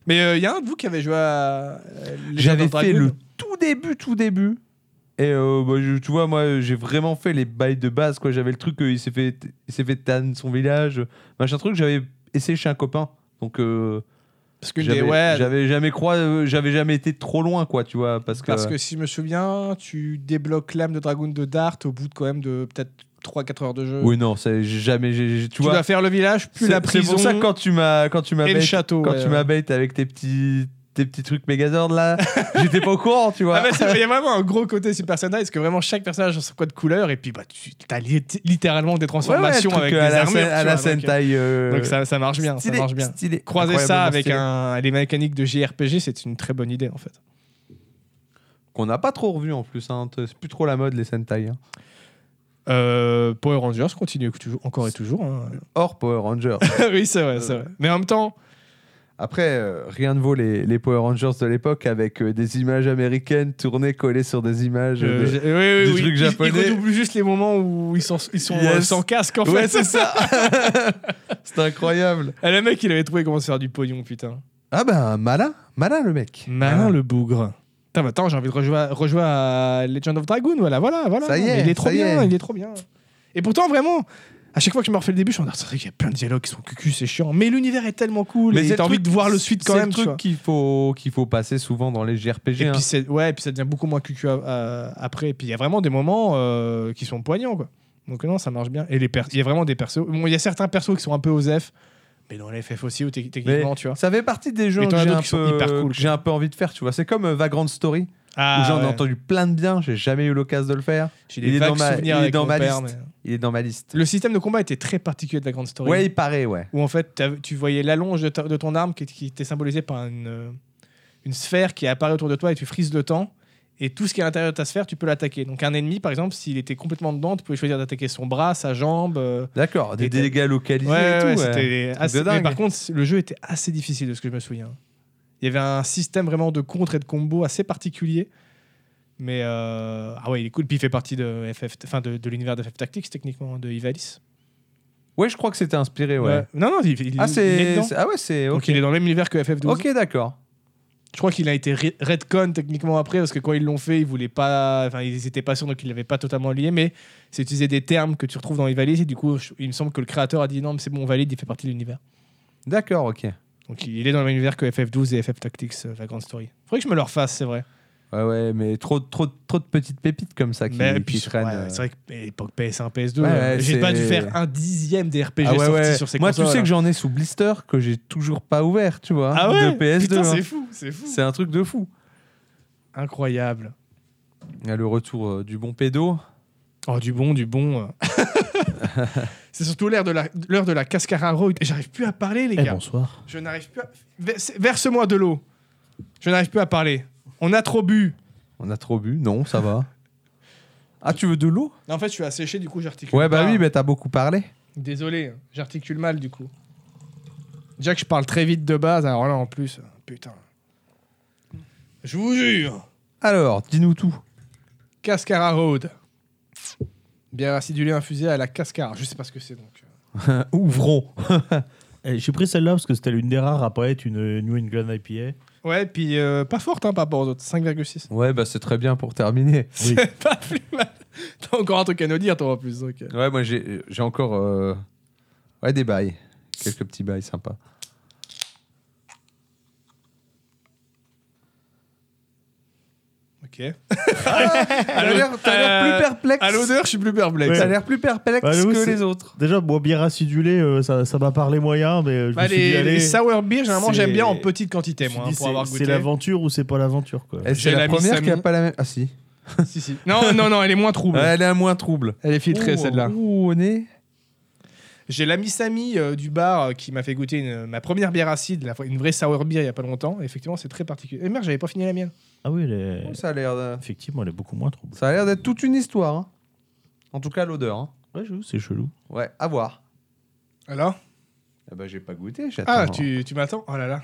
[SPEAKER 2] Mais euh, il y a un de vous qui avait joué à. euh, Legend
[SPEAKER 1] J'avais
[SPEAKER 2] of
[SPEAKER 1] fait
[SPEAKER 2] Dragoon.
[SPEAKER 1] le tout début, tout début. Et euh, bah, je- tu vois, moi, j'ai vraiment fait les bails de base. quoi. J'avais le truc, euh, il s'est fait, il s'est fait tan son village, euh, machin truc. J'avais essayé chez un copain. Donc, euh,
[SPEAKER 2] Parce que des-
[SPEAKER 1] j'avais
[SPEAKER 2] ouais,
[SPEAKER 1] j'avais jamais crois, euh, j'avais jamais été trop loin, quoi, tu vois, parce que.
[SPEAKER 2] Parce que si je me souviens, tu débloques l'âme de Dragoon de Dart au bout de quand même de peut-être 3-4 heures de jeu.
[SPEAKER 1] euh, Oui, non, c'est j'ai jamais. j'ai- j'ai- tu,
[SPEAKER 2] tu
[SPEAKER 1] vois,
[SPEAKER 2] dois faire le village, puis
[SPEAKER 1] c'est-
[SPEAKER 2] la prison
[SPEAKER 1] C'est pour ça que quand tu m'as, quand tu m'as
[SPEAKER 2] et le
[SPEAKER 1] bait-
[SPEAKER 2] château.
[SPEAKER 1] quand
[SPEAKER 2] ouais.
[SPEAKER 1] tu m'as bait avec tes petits, tes petits trucs Megazord là, j'étais pas au courant, tu vois.
[SPEAKER 2] Ah bah c'est vrai, il y a vraiment un gros côté sur le personnage, parce que vraiment chaque personnage a son quoi de couleur, et puis bah, tu as
[SPEAKER 1] Ouais,
[SPEAKER 2] littéralement des
[SPEAKER 1] ouais, le
[SPEAKER 2] transformations
[SPEAKER 1] truc,
[SPEAKER 2] avec
[SPEAKER 1] euh,
[SPEAKER 2] des
[SPEAKER 1] à la,
[SPEAKER 2] armures.
[SPEAKER 1] sen-
[SPEAKER 2] tu
[SPEAKER 1] à la
[SPEAKER 2] vois, donc, euh,
[SPEAKER 1] Sentai. euh,
[SPEAKER 2] donc ça, ça marche bien,
[SPEAKER 1] stylé,
[SPEAKER 2] ça marche bien.
[SPEAKER 1] stylé,
[SPEAKER 2] Croiser
[SPEAKER 1] incroyablement
[SPEAKER 2] ça avec
[SPEAKER 1] stylé.
[SPEAKER 2] un, les mécaniques de JRPG, c'est une très bonne idée en fait.
[SPEAKER 1] qu'on n'a pas trop revu en plus. hein. T- C'est plus trop la mode les Sentai. hein.
[SPEAKER 2] Euh, Power Rangers continue toujours- encore et toujours. hein.
[SPEAKER 1] Hors Power Rangers.
[SPEAKER 2] oui, c'est vrai, c'est vrai.
[SPEAKER 1] Euh.
[SPEAKER 2] Mais en même temps,
[SPEAKER 1] Après, euh, rien ne vaut les, les Power Rangers de l'époque avec euh, des images américaines tournées collées sur des images.
[SPEAKER 2] Euh,
[SPEAKER 1] de-
[SPEAKER 2] j'ai- oui, oui,
[SPEAKER 1] des
[SPEAKER 2] oui.
[SPEAKER 1] trucs
[SPEAKER 2] Ils-
[SPEAKER 1] japonais.
[SPEAKER 2] Ils, redoublent juste les moments où ils sont, ils sont
[SPEAKER 1] Yes.
[SPEAKER 2] euh, sans casque, en
[SPEAKER 1] Ouais,
[SPEAKER 2] fait.
[SPEAKER 1] c'est ça. C'est incroyable.
[SPEAKER 2] Ah, le mec, il avait trouvé comment se faire du pognon, putain.
[SPEAKER 1] Ah ben, malin, malin le mec.
[SPEAKER 2] Malin
[SPEAKER 1] Ah.
[SPEAKER 2] le bougre. Putain, mais attends, j'ai envie de rejouer, à- rejouer à Legend of Dragoon, voilà, voilà, voilà.
[SPEAKER 1] Ça y est,
[SPEAKER 2] il est trop
[SPEAKER 1] ça y
[SPEAKER 2] bien,
[SPEAKER 1] est.
[SPEAKER 2] il est trop bien. Et pourtant, vraiment, à chaque fois que je me refais le début, je me dis, Ah, c'est vrai qu'il y a plein de dialogues qui sont cucu, c'est chiant. Mais l'univers est tellement cool,
[SPEAKER 1] Mais
[SPEAKER 2] et
[SPEAKER 1] c'est
[SPEAKER 2] t'as
[SPEAKER 1] le
[SPEAKER 2] envie
[SPEAKER 1] truc-
[SPEAKER 2] de voir le suite quand
[SPEAKER 1] c'est
[SPEAKER 2] même,
[SPEAKER 1] le
[SPEAKER 2] tu vois.
[SPEAKER 1] truc qu'il faut, qu'il faut passer souvent dans les JRPG.
[SPEAKER 2] Et
[SPEAKER 1] hein.
[SPEAKER 2] puis, c'est- ouais, et puis ça devient beaucoup moins cucu à- à- après. Et puis il y a vraiment des moments euh, qui sont poignants, quoi. Donc non, ça marche bien. Et les pers- il y a vraiment des persos. Bon, il y a certains persos qui sont un peu OZEF, mais dans les FF aussi, ou tec- techniquement, tu vois.
[SPEAKER 1] Ça fait partie des jeux
[SPEAKER 2] Mais
[SPEAKER 1] que
[SPEAKER 2] t'en as
[SPEAKER 1] j'ai
[SPEAKER 2] d'autres
[SPEAKER 1] un,
[SPEAKER 2] qui sont
[SPEAKER 1] peu-
[SPEAKER 2] hyper cool,
[SPEAKER 1] que j'ai un peu envie de faire. Tu vois, c'est comme euh, Vagrant Story où j'en ai
[SPEAKER 2] Ah, ouais.
[SPEAKER 1] entendu plein de bien. J'ai jamais eu l'occasion de le faire.
[SPEAKER 2] J'ai
[SPEAKER 1] il
[SPEAKER 2] des
[SPEAKER 1] est
[SPEAKER 2] vagues
[SPEAKER 1] dans ma-
[SPEAKER 2] souvenirs
[SPEAKER 1] il est
[SPEAKER 2] avec
[SPEAKER 1] dans
[SPEAKER 2] mon
[SPEAKER 1] ma
[SPEAKER 2] père,
[SPEAKER 1] liste.
[SPEAKER 2] mais-
[SPEAKER 1] Il est dans ma liste.
[SPEAKER 2] Le système de combat était très particulier de la grande story.
[SPEAKER 1] Ouais, il paraît, ouais.
[SPEAKER 2] Où en fait, t'as- tu voyais l'allonge de, ta- de ton arme qui, qui était symbolisée par une, euh, une sphère qui apparaît autour de toi et tu frises le temps. Et tout ce qui est à l'intérieur de ta sphère, tu peux l'attaquer. Donc un ennemi, par exemple, s'il était complètement dedans, tu pouvais choisir d'attaquer son bras, sa jambe. euh,
[SPEAKER 1] D'accord, des
[SPEAKER 2] Et t'as-
[SPEAKER 1] dégâts localisés
[SPEAKER 2] Ouais,
[SPEAKER 1] et tout.
[SPEAKER 2] ouais,
[SPEAKER 1] ouais.
[SPEAKER 2] c'était assez-
[SPEAKER 1] de dingue.
[SPEAKER 2] mais par contre, le jeu était assez difficile de ce que je me souviens. Il y avait un système vraiment de contre et de combo assez particulier. Mais euh, ah ouais, il est cool. Puis il fait partie de FF, enfin de, de l'univers de FF Tactics techniquement de Ivalice.
[SPEAKER 1] Ouais, je crois que c'était inspiré, ouais.
[SPEAKER 2] Non non, il, il-
[SPEAKER 1] Ah,
[SPEAKER 2] il est
[SPEAKER 1] c'est.
[SPEAKER 2] dedans.
[SPEAKER 1] c'est- Ah ouais, c'est.
[SPEAKER 2] Donc
[SPEAKER 1] Ok,
[SPEAKER 2] il est dans le même univers que FF12.
[SPEAKER 1] Ok, d'accord.
[SPEAKER 2] Je crois qu'il a été re- redcon techniquement après parce que quand ils l'ont fait, ils voulaient pas, enfin ils étaient pas sûrs donc ils l'avaient pas totalement lié. Mais c'est utiliser des termes que tu retrouves dans Ivalice et du coup, je- il me semble que le créateur a dit non, mais c'est bon, on valide, il fait partie de l'univers.
[SPEAKER 1] D'accord, ok.
[SPEAKER 2] Donc il est dans le même univers que FF12 et FF Tactics, euh, Vagrant Story. Faudrait que je me le refasse, c'est vrai.
[SPEAKER 1] Ouais, ouais, mais trop, trop, trop de petites pépites comme ça qui,
[SPEAKER 2] Mais
[SPEAKER 1] qui
[SPEAKER 2] puis
[SPEAKER 1] traînent.
[SPEAKER 2] ouais,
[SPEAKER 1] euh.
[SPEAKER 2] c'est vrai que époque PS1, PS2,
[SPEAKER 1] Ouais,
[SPEAKER 2] euh,
[SPEAKER 1] ouais,
[SPEAKER 2] j'ai
[SPEAKER 1] c'est-
[SPEAKER 2] pas dû faire un dixième des RPG
[SPEAKER 1] Ah ouais,
[SPEAKER 2] sortis
[SPEAKER 1] ouais.
[SPEAKER 2] sur ces
[SPEAKER 1] Moi,
[SPEAKER 2] consoles. hein.
[SPEAKER 1] tu sais que j'en ai sous blister que j'ai toujours pas ouvert, tu vois,
[SPEAKER 2] ah ouais,
[SPEAKER 1] de PS2.
[SPEAKER 2] Putain,
[SPEAKER 1] hein.
[SPEAKER 2] c'est fou, c'est fou.
[SPEAKER 1] C'est un truc de fou.
[SPEAKER 2] Incroyable.
[SPEAKER 1] Il y a le retour euh, du bon pédo.
[SPEAKER 2] Oh du bon, du bon. euh. c'est surtout l'heure de la l'heure de la Cascararo. J'arrive plus à parler les
[SPEAKER 3] Eh,
[SPEAKER 2] gars.
[SPEAKER 3] bonsoir.
[SPEAKER 2] Je n'arrive plus. À... Verse- Verse-moi de l'eau. Je n'arrive plus à parler. On a trop bu.
[SPEAKER 1] On a trop bu, non, ça va. Ah, tu veux de l'eau
[SPEAKER 2] En fait, je suis asséché, du coup, j'articule.
[SPEAKER 1] Ouais, bah
[SPEAKER 2] pas.
[SPEAKER 1] oui, mais t'as beaucoup parlé.
[SPEAKER 2] Désolé, hein, j'articule mal du coup. Jack, je parle très vite de base, alors là en plus, euh, putain. Je vous jure,
[SPEAKER 1] Alors, dis-nous tout.
[SPEAKER 2] Cascara Road. Bien acidulé infusé à la cascara. Je sais pas ce que c'est donc.
[SPEAKER 1] Ouvrons.
[SPEAKER 3] Eh, J'ai pris celle-là parce que c'était l'une des rares à pas être une New England IPA.
[SPEAKER 2] Ouais, puis euh, pas forte hein, par rapport aux autres, 5,6.
[SPEAKER 1] Ouais, bah c'est très bien pour terminer.
[SPEAKER 3] Oui.
[SPEAKER 2] C'est pas plus mal. T'as encore un truc à nous dire, toi en plus. donc, euh.
[SPEAKER 1] Ouais, moi j'ai j'ai encore euh, ouais, des bails. Quelques petits bails sympas.
[SPEAKER 2] Ok, Ok.
[SPEAKER 1] T'as l'air t'as l'air
[SPEAKER 2] euh,
[SPEAKER 1] plus perplexe.
[SPEAKER 2] À l'odeur, je suis plus perplexe.
[SPEAKER 1] T'as l'air plus perplexe
[SPEAKER 3] Ouais, j'avoue,
[SPEAKER 1] que
[SPEAKER 3] c'est-
[SPEAKER 1] les autres.
[SPEAKER 3] Déjà, moi, bien acidulé, euh, ça, ça m'a parlé moyen, mais euh, je
[SPEAKER 2] Bah,
[SPEAKER 3] me suis dit,
[SPEAKER 2] les,
[SPEAKER 3] allez,
[SPEAKER 2] les sour beer, généralement, j'aime
[SPEAKER 3] c'est-
[SPEAKER 2] bien en petite
[SPEAKER 3] je me
[SPEAKER 2] quantité,
[SPEAKER 3] suis
[SPEAKER 2] moi,
[SPEAKER 3] dit,
[SPEAKER 2] hein, pour
[SPEAKER 3] c'est-
[SPEAKER 2] avoir
[SPEAKER 3] c'est
[SPEAKER 2] goûté.
[SPEAKER 3] l'aventure ou c'est pas l'aventure, quoi.
[SPEAKER 1] Et
[SPEAKER 2] J'ai
[SPEAKER 1] Eh, C'est la
[SPEAKER 2] l'ami
[SPEAKER 1] première qui a
[SPEAKER 2] Samy.
[SPEAKER 1] pas la même. Ah si.
[SPEAKER 2] Si, si. Non, non, non, elle est moins trouble.
[SPEAKER 1] Elle est la moins trouble.
[SPEAKER 2] Elle est filtrée,
[SPEAKER 1] Ouh,
[SPEAKER 2] celle-là.
[SPEAKER 1] Ouh, au nez.
[SPEAKER 2] J'ai l'ami Samy euh, du bar euh, qui m'a fait goûter une- ma première bière acide, la- une vraie sour beer, il y a pas longtemps. Effectivement, c'est très particulier. Et merde, j'avais pas fini la mienne.
[SPEAKER 3] Ah oui, elle est-
[SPEAKER 1] Oh, Ça a l'air de-
[SPEAKER 3] effectivement, elle est beaucoup moins trouble.
[SPEAKER 1] ça a l'air d'être toute une histoire. hein. En tout cas, l'odeur. hein.
[SPEAKER 3] Ouais, j'avoue, c'est chelou.
[SPEAKER 1] Ouais, à voir.
[SPEAKER 2] Alors
[SPEAKER 1] Ah bah j'ai pas goûté, j'attends.
[SPEAKER 2] Ah, tu, tu m'attends Oh là là.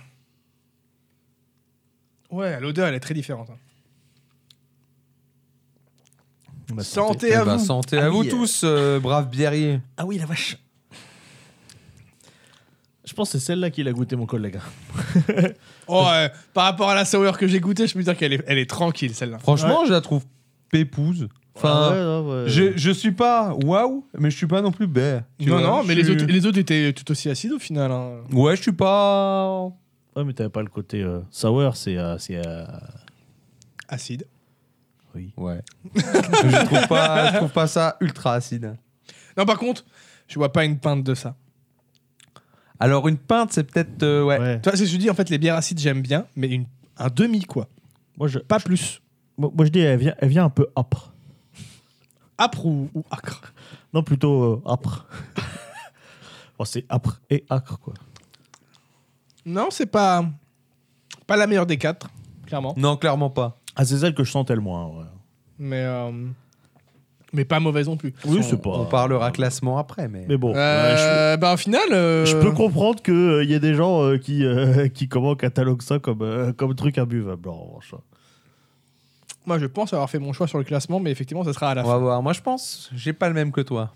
[SPEAKER 2] Ouais, l'odeur, elle est très différente. hein.
[SPEAKER 3] Bah,
[SPEAKER 2] Santé
[SPEAKER 1] Eh
[SPEAKER 2] à
[SPEAKER 1] bah,
[SPEAKER 2] vous
[SPEAKER 1] santé
[SPEAKER 3] Ah
[SPEAKER 1] à vous
[SPEAKER 3] oui, euh.
[SPEAKER 1] tous, euh, braves biériers.
[SPEAKER 3] Ah oui, la vache. Je pense que c'est celle-là qu'il a goûté, mon collègue.
[SPEAKER 2] Oh, euh, par rapport à la sour que j'ai goûtée, je peux dire qu'elle est, elle est tranquille, celle-là.
[SPEAKER 1] Franchement, je la trouve pépouse. Enfin,
[SPEAKER 3] Ah ouais, ouais, ouais.
[SPEAKER 1] je, je suis pas waouh, mais je suis pas non plus bé. Tu
[SPEAKER 2] Non,
[SPEAKER 1] vois,
[SPEAKER 2] non,
[SPEAKER 1] je
[SPEAKER 2] mais les
[SPEAKER 1] suis-
[SPEAKER 2] autres, les autres étaient tout aussi acides au final. hein.
[SPEAKER 1] Ouais, je suis pas.
[SPEAKER 3] Ouais, mais t'avais pas le côté euh, sour, c'est. euh, c'est, euh,
[SPEAKER 2] Acide.
[SPEAKER 3] oui.
[SPEAKER 1] Ouais. je, trouve pas, je trouve pas ça ultra acide.
[SPEAKER 2] Non, par contre, je vois pas une pinte de ça.
[SPEAKER 1] Alors, une pinte, c'est peut-être. euh, ouais.
[SPEAKER 3] Ouais.
[SPEAKER 2] Tu vois, c'est ce que je dis, en fait, les bières acides, j'aime bien, mais une, un demi, quoi.
[SPEAKER 3] Moi, je,
[SPEAKER 2] Pas plus.
[SPEAKER 3] moi, moi, je dis, elle vient, elle vient un peu âpre.
[SPEAKER 2] Âpre ou, ou acre
[SPEAKER 3] Non, plutôt euh, âpre. Bon, c'est âpre et acre, quoi.
[SPEAKER 2] Non, c'est pas, pas la meilleure des quatre, clairement.
[SPEAKER 1] Non, clairement pas.
[SPEAKER 3] Ah, c'est celle que je sentais le moins, ouais.
[SPEAKER 2] Mais, euh, mais pas mauvaise non plus.
[SPEAKER 3] Oui,
[SPEAKER 1] On-
[SPEAKER 3] c'est pas.
[SPEAKER 1] On parlera classement après, mais.
[SPEAKER 3] Mais bon, ouais, je-
[SPEAKER 2] Euh, Bah, au final. euh,
[SPEAKER 3] Je peux comprendre qu'il y a des gens euh, qui, euh, qui comment cataloguent ça comme, euh, comme truc imbuvable, en revanche.
[SPEAKER 2] Moi, je pense avoir fait mon choix sur le classement, mais effectivement, ça sera à la
[SPEAKER 1] On
[SPEAKER 2] fin.
[SPEAKER 1] va voir. Moi, je pense, j'ai pas le même que toi.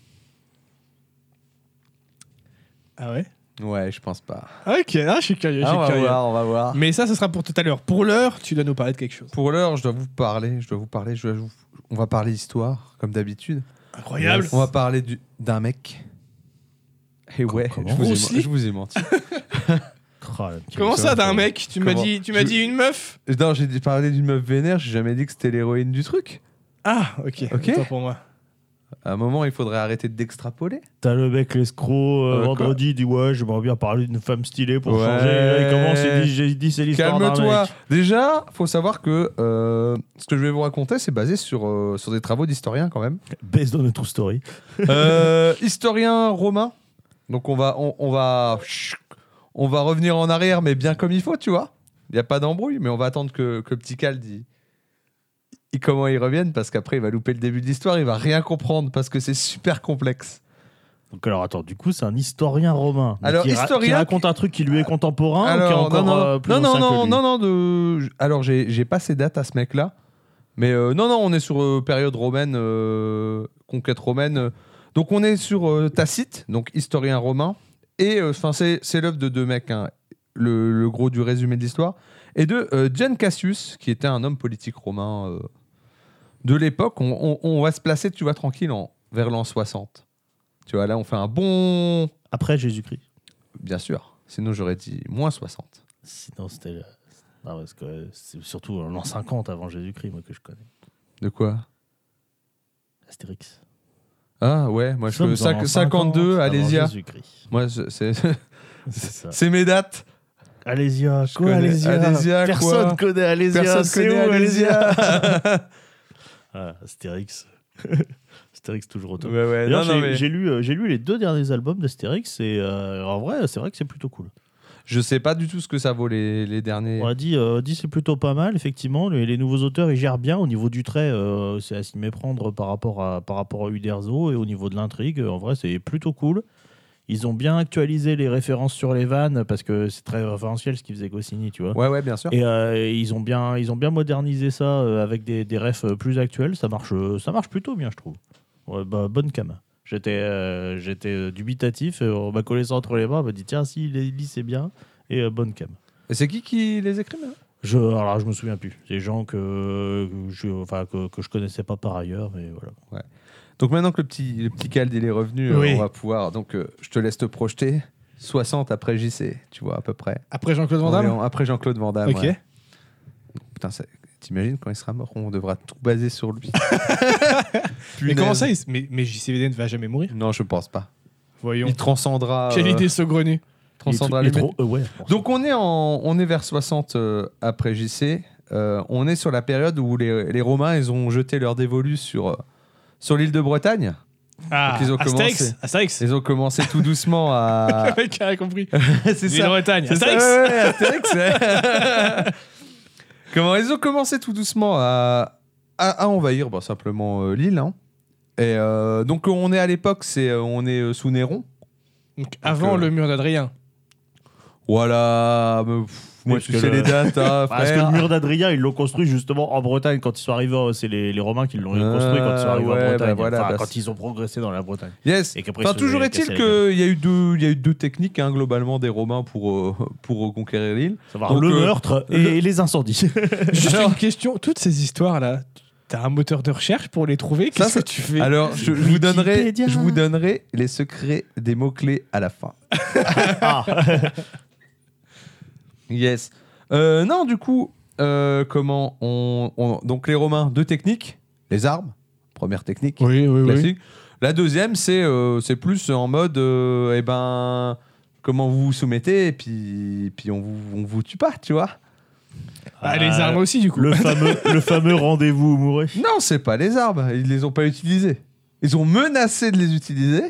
[SPEAKER 2] Ah ouais
[SPEAKER 1] Ouais, je pense pas.
[SPEAKER 2] Ok, ah, je suis curieux.
[SPEAKER 1] Ah, on
[SPEAKER 2] je suis
[SPEAKER 1] va
[SPEAKER 2] curieux.
[SPEAKER 1] voir, on va voir.
[SPEAKER 2] Mais ça, ce sera pour tout à l'heure. Pour l'heure, tu dois nous parler de quelque chose.
[SPEAKER 1] Pour l'heure, je dois vous parler. Je dois vous parler. Je dois vous- On va parler histoire, comme d'habitude.
[SPEAKER 2] Incroyable.
[SPEAKER 1] On va parler du- d'un mec. Et ouais,
[SPEAKER 3] comment
[SPEAKER 1] je vous, ai,
[SPEAKER 2] Bruce
[SPEAKER 1] men-
[SPEAKER 2] Lee
[SPEAKER 1] je vous ai menti.
[SPEAKER 2] Comment ça, d'un mec Tu m'as
[SPEAKER 1] Comment
[SPEAKER 2] dit, tu m'as
[SPEAKER 1] Je-
[SPEAKER 2] dit une meuf
[SPEAKER 1] non, j'ai dit- parlé d'une meuf vénère. J'ai jamais dit que c'était l'héroïne du truc.
[SPEAKER 2] Ah, ok.
[SPEAKER 1] Ok.
[SPEAKER 2] Autant pour moi.
[SPEAKER 1] À un moment, il faudrait arrêter d'extrapoler.
[SPEAKER 3] T'as le mec l'escroc, euh,
[SPEAKER 1] Euh, quoi
[SPEAKER 3] vendredi, il dit Ouais, j'aimerais bien parler d'une femme stylée pour
[SPEAKER 1] Ouais.
[SPEAKER 3] changer. Et là, il commence, il dit, j'ai dit C'est l'histoire d'un
[SPEAKER 1] Calme-toi.
[SPEAKER 3] mec.
[SPEAKER 1] Déjà, faut savoir que euh, ce que je vais vous raconter, c'est basé sur, euh, sur des travaux d'historiens quand même.
[SPEAKER 3] Based on a true story.
[SPEAKER 1] Euh, historien romain. Donc on va, on, on va, on va revenir en arrière, mais bien comme il faut, tu vois. Il n'y a pas d'embrouille, mais on va attendre que, que Petit Calde il- il- comment il revienne, parce qu'après il va louper le début de l'histoire, il va rien comprendre parce que c'est super complexe.
[SPEAKER 3] Donc, alors attends, du coup, c'est un historien romain. mais
[SPEAKER 1] Alors,
[SPEAKER 3] qui, ra-
[SPEAKER 1] historien-
[SPEAKER 3] qui raconte un truc qui lui est contemporain ou Hein, qui est
[SPEAKER 1] Alors,
[SPEAKER 3] encore
[SPEAKER 1] non, non,
[SPEAKER 3] euh, plus
[SPEAKER 1] non, non,
[SPEAKER 3] ancien que
[SPEAKER 1] non,
[SPEAKER 3] lui
[SPEAKER 1] non, non, de... Alors, j'ai j'ai pas ces dates à ce mec-là. Mais euh, non, non, on est sur euh, période romaine, euh, conquête romaine. euh. Donc, on est sur euh, Tacite, donc historien romain. Et euh, 'fin, c'est c'est l'œuvre de deux mecs, hein. le, le gros du résumé de l'histoire. Et de euh, Dion Cassius, qui était un homme politique romain euh, de l'époque. On, on- on va se placer, tu vois, tranquille, en, vers l'an 60. Tu vois, là, on fait un bon.
[SPEAKER 3] Après Jésus-Christ.
[SPEAKER 1] Bien sûr. Sinon, j'aurais dit moins 60.
[SPEAKER 3] Sinon, c'était. Non, parce que euh, c'est surtout euh, l'an 50 avant Jésus-Christ, moi, que je connais.
[SPEAKER 1] De quoi
[SPEAKER 3] Astérix.
[SPEAKER 1] Ah ouais, moi
[SPEAKER 3] Nous
[SPEAKER 1] je fais
[SPEAKER 3] sommes en
[SPEAKER 1] cinq-
[SPEAKER 3] 50
[SPEAKER 1] 52,
[SPEAKER 3] avant
[SPEAKER 1] Alésia.
[SPEAKER 3] Jésus-Christ.
[SPEAKER 1] Moi je- c'est
[SPEAKER 3] C'est ça.
[SPEAKER 1] c'est mes dates.
[SPEAKER 3] Alésia,
[SPEAKER 1] Je
[SPEAKER 3] quoi
[SPEAKER 1] connais
[SPEAKER 3] Alésia,
[SPEAKER 1] Alésia,
[SPEAKER 3] Personne
[SPEAKER 1] quoi
[SPEAKER 3] connaît Alésia,
[SPEAKER 1] Personne
[SPEAKER 3] c'est
[SPEAKER 1] connaît
[SPEAKER 3] où Alésia,
[SPEAKER 1] Alésia.
[SPEAKER 3] Ah, Astérix. Astérix toujours
[SPEAKER 1] ouais
[SPEAKER 3] autant.
[SPEAKER 1] ouais, non, non, mais
[SPEAKER 3] J'ai lu, euh, j'ai lu les deux derniers albums d'Astérix et euh, en vrai, c'est vrai que c'est plutôt cool.
[SPEAKER 1] je sais pas du tout ce que ça vaut les, les derniers.
[SPEAKER 3] On a dit, euh, dit c'est plutôt pas mal, effectivement. Les, les nouveaux auteurs, ils gèrent bien. Au niveau du trait, euh, c'est à s'y méprendre par rapport à, par rapport à Uderzo. Et au niveau de l'intrigue, euh, en vrai, c'est plutôt cool. Ils ont bien actualisé les références sur les vannes parce que c'est très référentiel ce qu'ils faisaient Goscinny, tu vois.
[SPEAKER 1] Ouais ouais, bien sûr.
[SPEAKER 3] Et euh, ils, ont bien, ils ont bien modernisé ça euh, avec des, des refs euh, plus actuels. Ça marche, euh, ça marche plutôt bien, je trouve. Ouais, bah, bonne cam. J'étais euh, j'étais euh, dubitatif. euh, on m'a collé ça entre les bras. On m'a dit tiens, si, les lit, c'est bien. Et euh, bonne cam.
[SPEAKER 1] Et c'est qui qui les hein écrit maintenant
[SPEAKER 3] Je, alors, je me souviens plus. Des gens que, que je, enfin, que, que je connaissais pas par ailleurs. Mais voilà.
[SPEAKER 1] Donc maintenant que le petit le petit calde il est revenu, euh,
[SPEAKER 2] Oui.
[SPEAKER 1] on va pouvoir donc euh, je te laisse te projeter 60 après JC, tu vois à peu près.
[SPEAKER 2] Après Jean-Claude Van
[SPEAKER 1] On est
[SPEAKER 2] Damme
[SPEAKER 1] en- Après Jean-Claude Van Damme.
[SPEAKER 2] Ok.
[SPEAKER 1] ouais. Putain, c'est- T'imagines quand il sera mort, on devra tout baser sur lui.
[SPEAKER 2] Mais
[SPEAKER 1] Punaise.
[SPEAKER 2] comment ça il s- mais, mais JCVD ne va jamais mourir.
[SPEAKER 1] Non, je pense pas.
[SPEAKER 2] Voyons.
[SPEAKER 1] Il transcendra.
[SPEAKER 2] Quelle
[SPEAKER 1] euh,
[SPEAKER 2] idée saugrenue.
[SPEAKER 1] transcendra
[SPEAKER 3] il est
[SPEAKER 1] l'humanité.
[SPEAKER 3] trop aware. pour ça.
[SPEAKER 1] Donc on est, en, on est vers 60 euh, après JC. Euh, on est sur la période où les, les Romains ils ont jeté leur dévolu sur, euh, sur l'île de Bretagne.
[SPEAKER 2] Ah,
[SPEAKER 1] ils ont
[SPEAKER 2] Astérix.
[SPEAKER 1] commencé. Ah.
[SPEAKER 2] Astérix.
[SPEAKER 1] Ils ont commencé tout doucement à.
[SPEAKER 2] Le mec a compris.
[SPEAKER 1] c'est
[SPEAKER 2] L'île de
[SPEAKER 1] ça.
[SPEAKER 2] Bretagne.
[SPEAKER 1] c'est ça,
[SPEAKER 2] Astérix.
[SPEAKER 1] ouais, ouais, Astérix, ouais. Comment ils ont commencé tout doucement à, à, à envahir bah, simplement euh, l'île. hein. Et euh, donc on est à l'époque, c'est euh, on est euh, sous Néron.
[SPEAKER 2] Donc, avant
[SPEAKER 1] euh,
[SPEAKER 2] le mur d'Adrien.
[SPEAKER 1] Voilà. mais, pff, moi
[SPEAKER 3] Parce
[SPEAKER 1] tu
[SPEAKER 3] que
[SPEAKER 1] sais
[SPEAKER 3] le-
[SPEAKER 1] les dates. hein,
[SPEAKER 3] Parce que le
[SPEAKER 1] frère.
[SPEAKER 3] mur d'Adrien, ils l'ont construit justement en Bretagne quand ils sont arrivés. euh, C'est les, les Romains qui l'ont
[SPEAKER 1] Ah,
[SPEAKER 3] construit quand ils sont arrivés
[SPEAKER 1] ouais,
[SPEAKER 3] en
[SPEAKER 1] bah
[SPEAKER 3] Bretagne.
[SPEAKER 1] voilà,
[SPEAKER 3] enfin,
[SPEAKER 1] bah
[SPEAKER 3] quand
[SPEAKER 1] c'est-
[SPEAKER 3] ils ont progressé dans la Bretagne.
[SPEAKER 1] Yes.
[SPEAKER 3] Et qu'après,
[SPEAKER 1] Enfin,
[SPEAKER 3] ils se
[SPEAKER 1] toujours
[SPEAKER 3] faisaient
[SPEAKER 1] est-il
[SPEAKER 3] casser la gueule.
[SPEAKER 1] qu'il y, a eu deux- il y a eu deux techniques, hein, globalement, des Romains pour, euh, pour reconquérir l'île.
[SPEAKER 3] Savoir
[SPEAKER 1] Donc,
[SPEAKER 3] le
[SPEAKER 1] euh,
[SPEAKER 3] meurtre et
[SPEAKER 1] le-
[SPEAKER 3] les incendies.
[SPEAKER 2] Juste
[SPEAKER 1] Alors-
[SPEAKER 2] une question. Toutes ces histoires là, t'as un moteur de recherche pour les trouver
[SPEAKER 1] Ça,
[SPEAKER 2] Qu'est-ce
[SPEAKER 1] ça- Ah,
[SPEAKER 2] que tu fais
[SPEAKER 1] Alors, je, je vous donnerai,
[SPEAKER 3] Wikipédia.
[SPEAKER 1] je vous donnerai les secrets des mots-clés à la fin.
[SPEAKER 3] Ah.
[SPEAKER 1] Yes. Euh, non, du coup, euh, comment on, on- Donc, les Romains, deux techniques. Les armes, première technique,
[SPEAKER 2] Oui, oui,
[SPEAKER 1] classique. La deuxième, c'est euh, c'est plus en mode, euh, eh ben, comment vous vous soumettez, et puis, puis on, vous, on vous tue pas, tu vois.
[SPEAKER 2] Ah, les armes aussi, du coup.
[SPEAKER 3] Le fameux, le fameux rendez-vous mourré.
[SPEAKER 1] Non, c'est pas les arbres. Ils les ont pas utilisés. Ils ont menacé de les utiliser,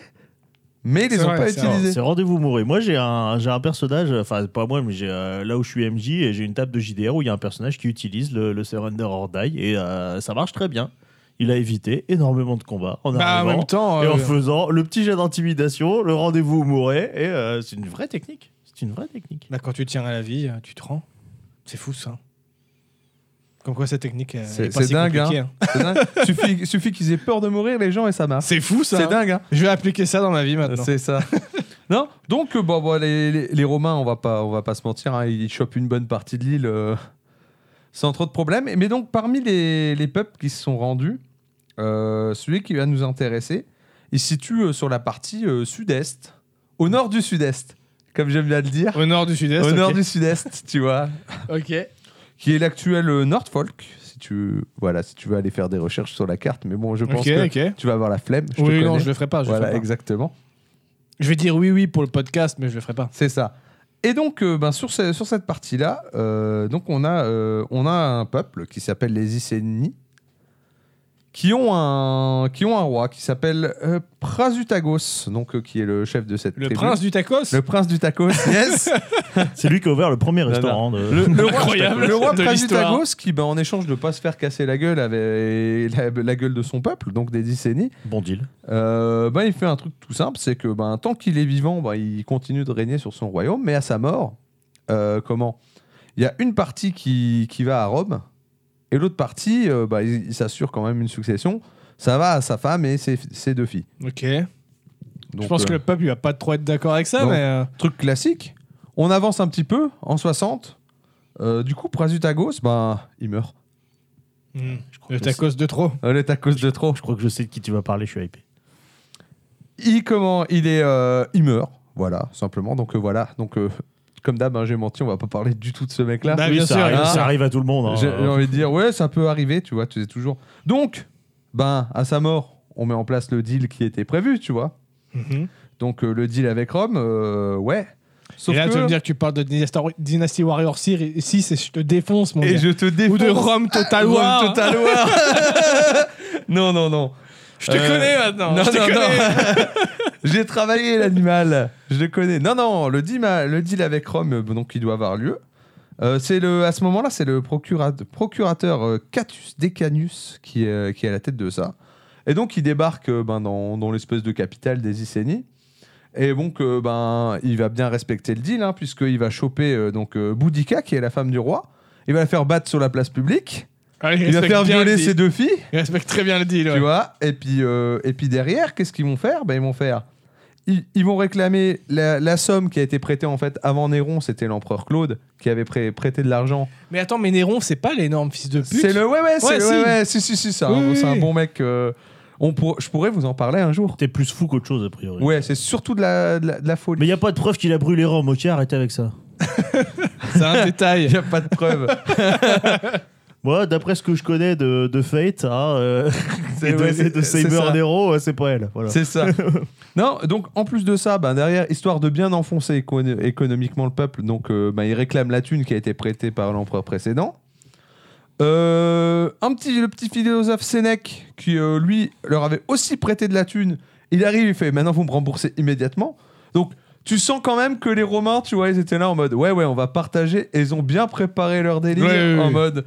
[SPEAKER 1] mais ils les
[SPEAKER 2] C'est
[SPEAKER 1] ont
[SPEAKER 2] vrai,
[SPEAKER 1] pas
[SPEAKER 2] c'est vrai.
[SPEAKER 1] utilisés.
[SPEAKER 3] C'est rendez-vous mourré. Moi, j'ai un, j'ai un personnage, enfin, pas moi, mais j'ai euh, là où je suis MJ, et j'ai une table de JDR où il y a un personnage qui utilise le, le Surrender or Die, et euh, ça marche très bien. Il a évité énormément de combats en
[SPEAKER 2] Bah, en
[SPEAKER 3] arrivant
[SPEAKER 2] même temps.
[SPEAKER 3] et en
[SPEAKER 2] euh,
[SPEAKER 3] faisant le petit jet d'intimidation, le rendez-vous mourré, et euh, c'est une vraie technique. C'est une vraie technique.
[SPEAKER 2] bah, quand tu tiens à la vie, euh, tu te rends. C'est fou ça. Comme quoi cette technique, euh,
[SPEAKER 1] C'est-
[SPEAKER 2] elle est pas
[SPEAKER 1] c'est
[SPEAKER 2] si
[SPEAKER 1] dingue,
[SPEAKER 2] compliquée, hein.
[SPEAKER 1] C'est dingue. suffit suffit qu'ils aient peur de mourir les gens et ça marche.
[SPEAKER 2] C'est fou ça.
[SPEAKER 1] Ah, C'est
[SPEAKER 2] hein.
[SPEAKER 1] dingue. hein.
[SPEAKER 2] Je vais appliquer ça dans ma vie maintenant.
[SPEAKER 1] C'est ça. non. Donc euh, bon, bon, les, les- les Romains, on va pas, on va pas se mentir, hein, ils chopent une bonne partie de l'île euh, sans trop de problèmes. Mais donc parmi les, les peuples qui se sont rendus, euh, celui qui va nous intéresser, il se situe euh, sur la partie euh, sud-est, au nord du sud-est, comme j'aime bien le dire.
[SPEAKER 2] Au nord du sud-est.
[SPEAKER 1] au
[SPEAKER 2] ok.
[SPEAKER 1] nord du sud-est, tu vois,
[SPEAKER 2] Ok.
[SPEAKER 1] qui est l'actuel euh, Norfolk. Si tu, voilà, si tu veux aller faire des recherches sur la carte, mais bon, je pense
[SPEAKER 2] Ok,
[SPEAKER 1] que
[SPEAKER 2] ok.
[SPEAKER 1] tu vas avoir la flemme. Je
[SPEAKER 2] oui,
[SPEAKER 1] te
[SPEAKER 2] non,
[SPEAKER 1] connais.
[SPEAKER 2] je le ferai pas. Je, le
[SPEAKER 1] voilà,
[SPEAKER 2] ferai pas.
[SPEAKER 1] exactement.
[SPEAKER 2] Je vais dire oui, oui pour le podcast, mais je le ferai pas.
[SPEAKER 1] C'est ça. Et donc, euh, ben, sur, ce- sur cette partie-là, euh, donc on a, euh, on a un peuple qui s'appelle les Icénies, qui ont un, qui ont un roi qui s'appelle euh, Prasutagos, donc euh, qui est le chef de cette
[SPEAKER 2] Le
[SPEAKER 1] tribu.
[SPEAKER 2] prince du tacos.
[SPEAKER 1] le prince du tacos, yes.
[SPEAKER 3] C'est lui qui a ouvert le premier
[SPEAKER 1] non.
[SPEAKER 3] restaurant. de-
[SPEAKER 1] Le, le roi,
[SPEAKER 2] Incroyable
[SPEAKER 1] le roi
[SPEAKER 2] de l'histoire.
[SPEAKER 1] Prasutagos qui, ben, en échange de pas se faire casser la gueule avec la, la gueule de son peuple, donc des Icénies,
[SPEAKER 3] Bon deal.
[SPEAKER 1] euh, ben, il fait un truc tout simple, c'est que ben, tant qu'il est vivant, ben, il continue de régner sur son royaume, mais à sa mort, euh, comment Il y a une partie qui, qui va à Rome, et l'autre partie, euh, ben, il, il s'assure quand même une succession. Ça va à sa femme et ses, ses deux filles.
[SPEAKER 2] Ok.
[SPEAKER 1] Donc,
[SPEAKER 2] je pense
[SPEAKER 1] euh,
[SPEAKER 2] que le peuple il va pas trop être d'accord avec ça,
[SPEAKER 1] Non.
[SPEAKER 2] mais euh,
[SPEAKER 1] truc classique. On avance un petit peu, en 60. Euh, du coup, Prasutagos, ben, il meurt.
[SPEAKER 2] hmm,
[SPEAKER 3] crois
[SPEAKER 2] le
[SPEAKER 3] que c'est-
[SPEAKER 2] tacos de trop.
[SPEAKER 1] Elle est à cause de trop.
[SPEAKER 3] Je crois que je sais de qui tu vas parler, je suis hypé.
[SPEAKER 1] il comment il est euh, il meurt voilà simplement donc euh, voilà donc euh, comme d'hab hein, j'ai menti on va pas parler du tout de ce mec là
[SPEAKER 2] Bah, bien
[SPEAKER 3] ça,
[SPEAKER 2] sûr, euh,
[SPEAKER 3] arrive,
[SPEAKER 1] hein.
[SPEAKER 3] ça arrive à tout le monde. hein.
[SPEAKER 1] j'ai j'ai envie de dire ouais ça peut arriver tu vois tu sais toujours donc ben à sa mort on met en place le deal qui était prévu tu vois
[SPEAKER 2] Mhm.
[SPEAKER 1] donc euh, le deal avec Rome euh, ouais
[SPEAKER 2] Et
[SPEAKER 1] sauf
[SPEAKER 2] là,
[SPEAKER 1] que
[SPEAKER 2] tu vas me dire que tu parles de Dynasty, Dynasty Warrior 6 6 et je te défonce, mon
[SPEAKER 1] et
[SPEAKER 2] gars.
[SPEAKER 1] je te
[SPEAKER 2] Ou
[SPEAKER 1] défends
[SPEAKER 2] de Rome Total War.
[SPEAKER 1] Total War. non non non
[SPEAKER 2] Je te
[SPEAKER 1] Euh,
[SPEAKER 2] connais maintenant.
[SPEAKER 1] non,
[SPEAKER 2] je te
[SPEAKER 1] non,
[SPEAKER 2] connais.
[SPEAKER 1] non. J'ai travaillé l'animal. Je le connais. Non, non, le deal, a- le deal avec Rome, euh, donc il doit avoir lieu. Euh, c'est le, à ce moment-là, c'est le procura- procurateur euh, Catus Decanus qui, est- euh, qui est à la tête de ça. Et donc, il débarque euh, ben, dans, dans l'espèce de capitale des Icénies. Et donc, euh, ben, il va bien respecter le deal, hein, puisqu'il va choper euh, donc, euh, Boudica, qui est la femme du roi. Il va la faire battre sur la place publique.
[SPEAKER 2] Ah, il
[SPEAKER 1] Il va
[SPEAKER 2] respecte
[SPEAKER 1] faire
[SPEAKER 2] bien le
[SPEAKER 1] violer
[SPEAKER 2] deal.
[SPEAKER 1] ses deux filles.
[SPEAKER 2] Il respecte très bien le deal.
[SPEAKER 1] Tu
[SPEAKER 2] ouais.
[SPEAKER 1] vois et puis, euh, et puis derrière, qu'est-ce qu'ils vont faire ben, Ils vont faire. Ils, ils vont réclamer la, la somme qui a été prêtée en fait avant Néron, c'était l'empereur Claude qui avait pré- prêté de l'argent.
[SPEAKER 2] Mais attends, mais Néron, c'est pas l'énorme fils de pute.
[SPEAKER 1] C'est le ouais ouais, c'est
[SPEAKER 2] Ouais,
[SPEAKER 1] le-
[SPEAKER 2] si.
[SPEAKER 1] ouais, ouais, si si si ça,
[SPEAKER 2] Oui, oui,
[SPEAKER 1] c'est un
[SPEAKER 2] oui.
[SPEAKER 1] bon mec. euh, on pour- je pourrais vous en parler un jour.
[SPEAKER 3] T'es plus fou qu'autre chose, a priori.
[SPEAKER 1] Ouais, c'est surtout de la, de la, de la folie.
[SPEAKER 3] Mais il n'y a pas de preuve qu'il a brûlé Rome. Ok, arrêtez avec ça.
[SPEAKER 2] C'est un détail.
[SPEAKER 1] Il n'y a pas de preuve.
[SPEAKER 3] Moi, d'après ce que je connais de, de Fate hein, euh, et
[SPEAKER 1] C'est-
[SPEAKER 3] de,
[SPEAKER 1] ouais, c'est-
[SPEAKER 3] et de
[SPEAKER 1] c'est
[SPEAKER 3] Saber
[SPEAKER 1] ça.
[SPEAKER 3] Nero, euh, c'est pas elle. Voilà.
[SPEAKER 1] C'est ça. non, donc en plus de ça, ben, derrière, histoire de bien enfoncer éco- économiquement le peuple, donc euh, ben, il réclame la thune qui a été prêtée par l'empereur précédent. Euh, un petit, le petit philosophe Sénèque, qui euh, lui leur avait aussi prêté de la thune, il arrive, il fait maintenant vous me remboursez immédiatement. Donc tu sens quand même que les Romains, tu vois, ils étaient là en mode ouais, ouais, on va partager et ils ont bien préparé leur délire
[SPEAKER 2] Ouais, ouais,
[SPEAKER 1] en
[SPEAKER 2] ouais.
[SPEAKER 1] mode.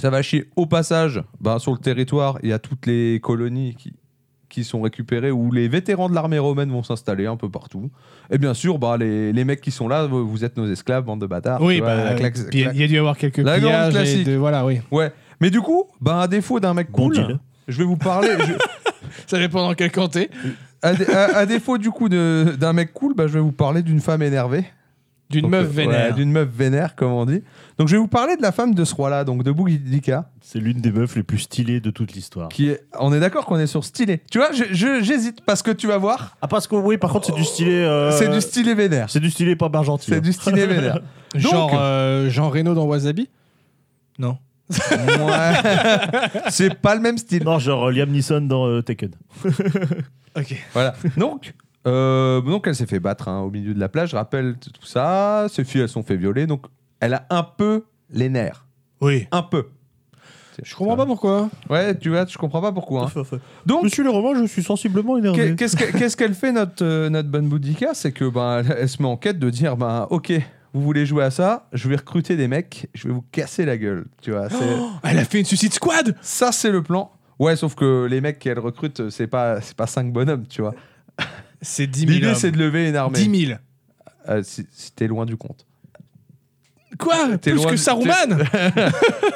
[SPEAKER 1] Ça va chier. Au passage, ben, sur le territoire, il y a toutes les colonies qui, qui sont récupérés où les vétérans de l'armée romaine vont s'installer un peu partout. Et bien sûr, bah, les, les mecs qui sont là, vous vous êtes nos esclaves, bande de bâtards.
[SPEAKER 2] Oui,
[SPEAKER 1] tu vois,
[SPEAKER 2] bah,
[SPEAKER 1] la claque-
[SPEAKER 2] puis il y a- il y a dû y avoir quelques
[SPEAKER 1] La grande
[SPEAKER 2] pillages et
[SPEAKER 1] classique.
[SPEAKER 2] de- voilà, oui.
[SPEAKER 1] Ouais. Mais du coup, bah, à défaut d'un mec
[SPEAKER 3] Bon
[SPEAKER 1] cool,
[SPEAKER 3] deal.
[SPEAKER 1] je vais vous parler. je-
[SPEAKER 2] Ça dépend dans quel canté.
[SPEAKER 1] à, dé- à- à défaut du coup de- d'un mec cool, bah, je vais vous parler d'une femme énervée.
[SPEAKER 2] D'une
[SPEAKER 1] Donc,
[SPEAKER 2] meuf
[SPEAKER 1] euh,
[SPEAKER 2] vénère.
[SPEAKER 1] ouais, d'une meuf vénère, comme on dit. Donc je vais vous parler de la femme de ce roi-là, donc de Bougidika,
[SPEAKER 3] C'est l'une des meufs les plus stylées de toute l'histoire.
[SPEAKER 1] qui est. On est d'accord qu'on est sur stylé. Tu vois, je- je- j'hésite parce que tu vas voir,
[SPEAKER 3] Ah, parce que oui, par contre, c'est du stylé. euh,
[SPEAKER 1] c'est du stylé vénère.
[SPEAKER 3] C'est du stylé pas hein. bargentil.
[SPEAKER 1] C'est du stylé vénère.
[SPEAKER 2] Genre
[SPEAKER 1] Donc-
[SPEAKER 2] euh, Jean Reno dans Wasabi Non.
[SPEAKER 1] Ouais. c'est pas le même style.
[SPEAKER 3] Non, genre euh, Liam Neeson dans euh, Taken.
[SPEAKER 2] Ok.
[SPEAKER 1] Voilà. Donc, euh, donc elle s'est fait battre hein, au milieu de la plage. Je rappelle t- tout ça. Ses filles, elles sont fait violer. Donc, elle a un peu les nerfs.
[SPEAKER 2] Oui.
[SPEAKER 1] Un peu.
[SPEAKER 2] Je comprends pas pourquoi.
[SPEAKER 1] Ouais, tu vois, je comprends pas pourquoi. hein. Donc,
[SPEAKER 3] Monsieur le roman, je suis sensiblement
[SPEAKER 1] qu'est-
[SPEAKER 3] énervé.
[SPEAKER 1] qu'est-ce que- qu'est-ce qu'elle fait, notre, euh, notre bonne Boudica C'est que ben, elle, elle se met en quête de dire ben, Ok, vous voulez jouer à ça Je vais recruter des mecs. Je vais vous casser la gueule. Tu vois, c'est.
[SPEAKER 2] Oh, elle a fait une Suicide Squad
[SPEAKER 1] Ça, c'est le plan. Ouais, sauf que les mecs qu'elle recrute, c'est pas, c'est pas 5 bonhommes, tu vois.
[SPEAKER 2] C'est 10 000.
[SPEAKER 1] L'idée, c'est de lever une armée.
[SPEAKER 2] 10 000.
[SPEAKER 1] Euh, si, si t'es loin du compte.
[SPEAKER 2] Quoi
[SPEAKER 1] T'es
[SPEAKER 2] Plus
[SPEAKER 1] loin
[SPEAKER 2] que
[SPEAKER 1] de-
[SPEAKER 2] Saruman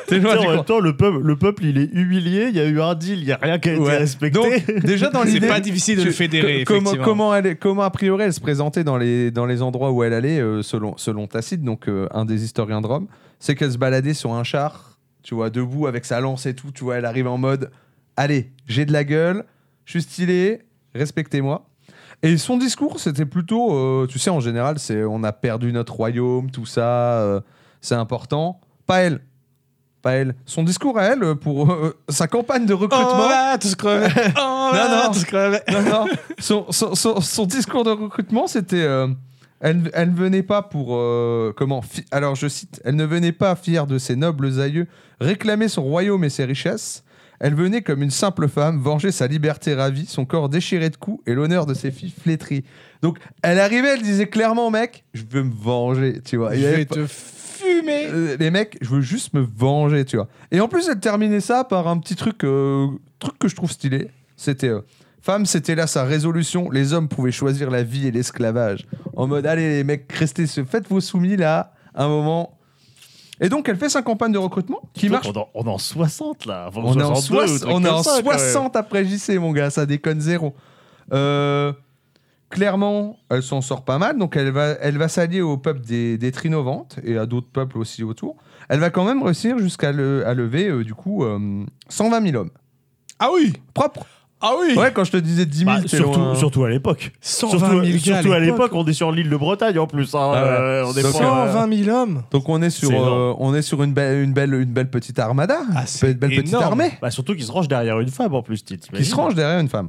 [SPEAKER 1] T'es
[SPEAKER 3] Tiens, en même temps, le peuple, le peuple, il est humilié. Il y a eu un deal, il n'y a rien qui a été
[SPEAKER 1] Ouais.
[SPEAKER 3] respecté.
[SPEAKER 1] Donc, déjà dans
[SPEAKER 2] euh, C'est
[SPEAKER 1] l'idée.
[SPEAKER 2] pas difficile de
[SPEAKER 1] tu-
[SPEAKER 2] le fédérer.
[SPEAKER 1] co- comment,
[SPEAKER 2] effectivement.
[SPEAKER 1] comment, elle, est- comment, a priori, elle se présentait dans les, dans les endroits où elle allait, euh, selon, selon Tacite, donc euh, un des historiens de Rome, c'est qu'elle se baladait sur un char, tu vois, debout avec sa lance et tout, tu vois, elle arrive en mode Allez, j'ai de la gueule, je suis stylé, respectez-moi. Et son discours, c'était plutôt, euh, tu sais, en général, c'est on a perdu notre royaume, tout ça, euh, c'est important. Pas elle. Pas elle. Son discours à elle, euh, pour euh, sa campagne de
[SPEAKER 2] Oh,
[SPEAKER 1] recrutement.
[SPEAKER 2] là, tous crevés. Oh, là,
[SPEAKER 1] Non, non.
[SPEAKER 2] tous crevés.
[SPEAKER 1] Non, non. Son, son- son- son discours de recrutement, c'était. euh, elle, elle ne venait pas pour. euh, comment fi- Alors, je cite. Elle ne venait pas, fière de ses nobles aïeux, réclamer son royaume et ses richesses. Elle venait comme une simple femme, venger sa liberté ravie, son corps déchiré de coups et l'honneur de ses filles flétries. Donc, elle arrivait, elle disait clairement, mec, je veux me venger, tu vois. Bah, Il
[SPEAKER 2] Je
[SPEAKER 1] y avait
[SPEAKER 2] vais
[SPEAKER 1] pas-
[SPEAKER 2] te fumer.
[SPEAKER 1] euh, les mecs, je veux juste me venger, tu vois. Et en plus, elle terminait ça par un petit truc, euh, truc que je trouve stylé. C'était euh, femme, c'était là sa résolution. Les hommes pouvaient choisir la vie et l'esclavage. En mode, allez les mecs, restez, se- faites vos soumis là, un moment. Et donc, elle fait sa campagne de recrutement qui marche.
[SPEAKER 3] On en- on est en 60 là. Enfin,
[SPEAKER 1] On est en,
[SPEAKER 3] 62,
[SPEAKER 1] soix-
[SPEAKER 3] un truc
[SPEAKER 1] on est
[SPEAKER 3] comme
[SPEAKER 1] en
[SPEAKER 3] ça, quand même.
[SPEAKER 1] 60 après JC, mon gars, ça déconne zéro. Euh, clairement, elle s'en sort pas mal, donc elle va, elle va s'allier au peuple des, des Trinovantes et à d'autres peuples aussi autour. Elle va quand même réussir jusqu'à le- à lever, euh, du coup, euh, 120 000 hommes.
[SPEAKER 2] Ah oui
[SPEAKER 1] Propre
[SPEAKER 2] Ah oui
[SPEAKER 1] Ouais, quand je te disais 10 000,
[SPEAKER 3] Bah,
[SPEAKER 1] t'es
[SPEAKER 3] surtout,
[SPEAKER 1] loin.
[SPEAKER 3] surtout à l'époque.
[SPEAKER 2] 120
[SPEAKER 3] Surtout,
[SPEAKER 2] 000 gars
[SPEAKER 3] surtout à l'époque, on est sur l'île de Bretagne en plus.
[SPEAKER 1] Ah
[SPEAKER 3] hein.
[SPEAKER 1] ouais.
[SPEAKER 3] Euh, on est
[SPEAKER 1] Donc,
[SPEAKER 3] pas-
[SPEAKER 2] 120 000 hommes
[SPEAKER 1] Donc on est sur,
[SPEAKER 3] C'est énorme.
[SPEAKER 1] euh, on est sur une, belle, une, belle, une belle petite armada,
[SPEAKER 2] Ah,
[SPEAKER 1] une
[SPEAKER 2] c'est
[SPEAKER 1] belle petite
[SPEAKER 2] énorme.
[SPEAKER 1] armée.
[SPEAKER 3] Bah, surtout qu'ils se rangent derrière une femme en plus, tu
[SPEAKER 1] qui
[SPEAKER 3] t'imagines
[SPEAKER 1] se range derrière une femme.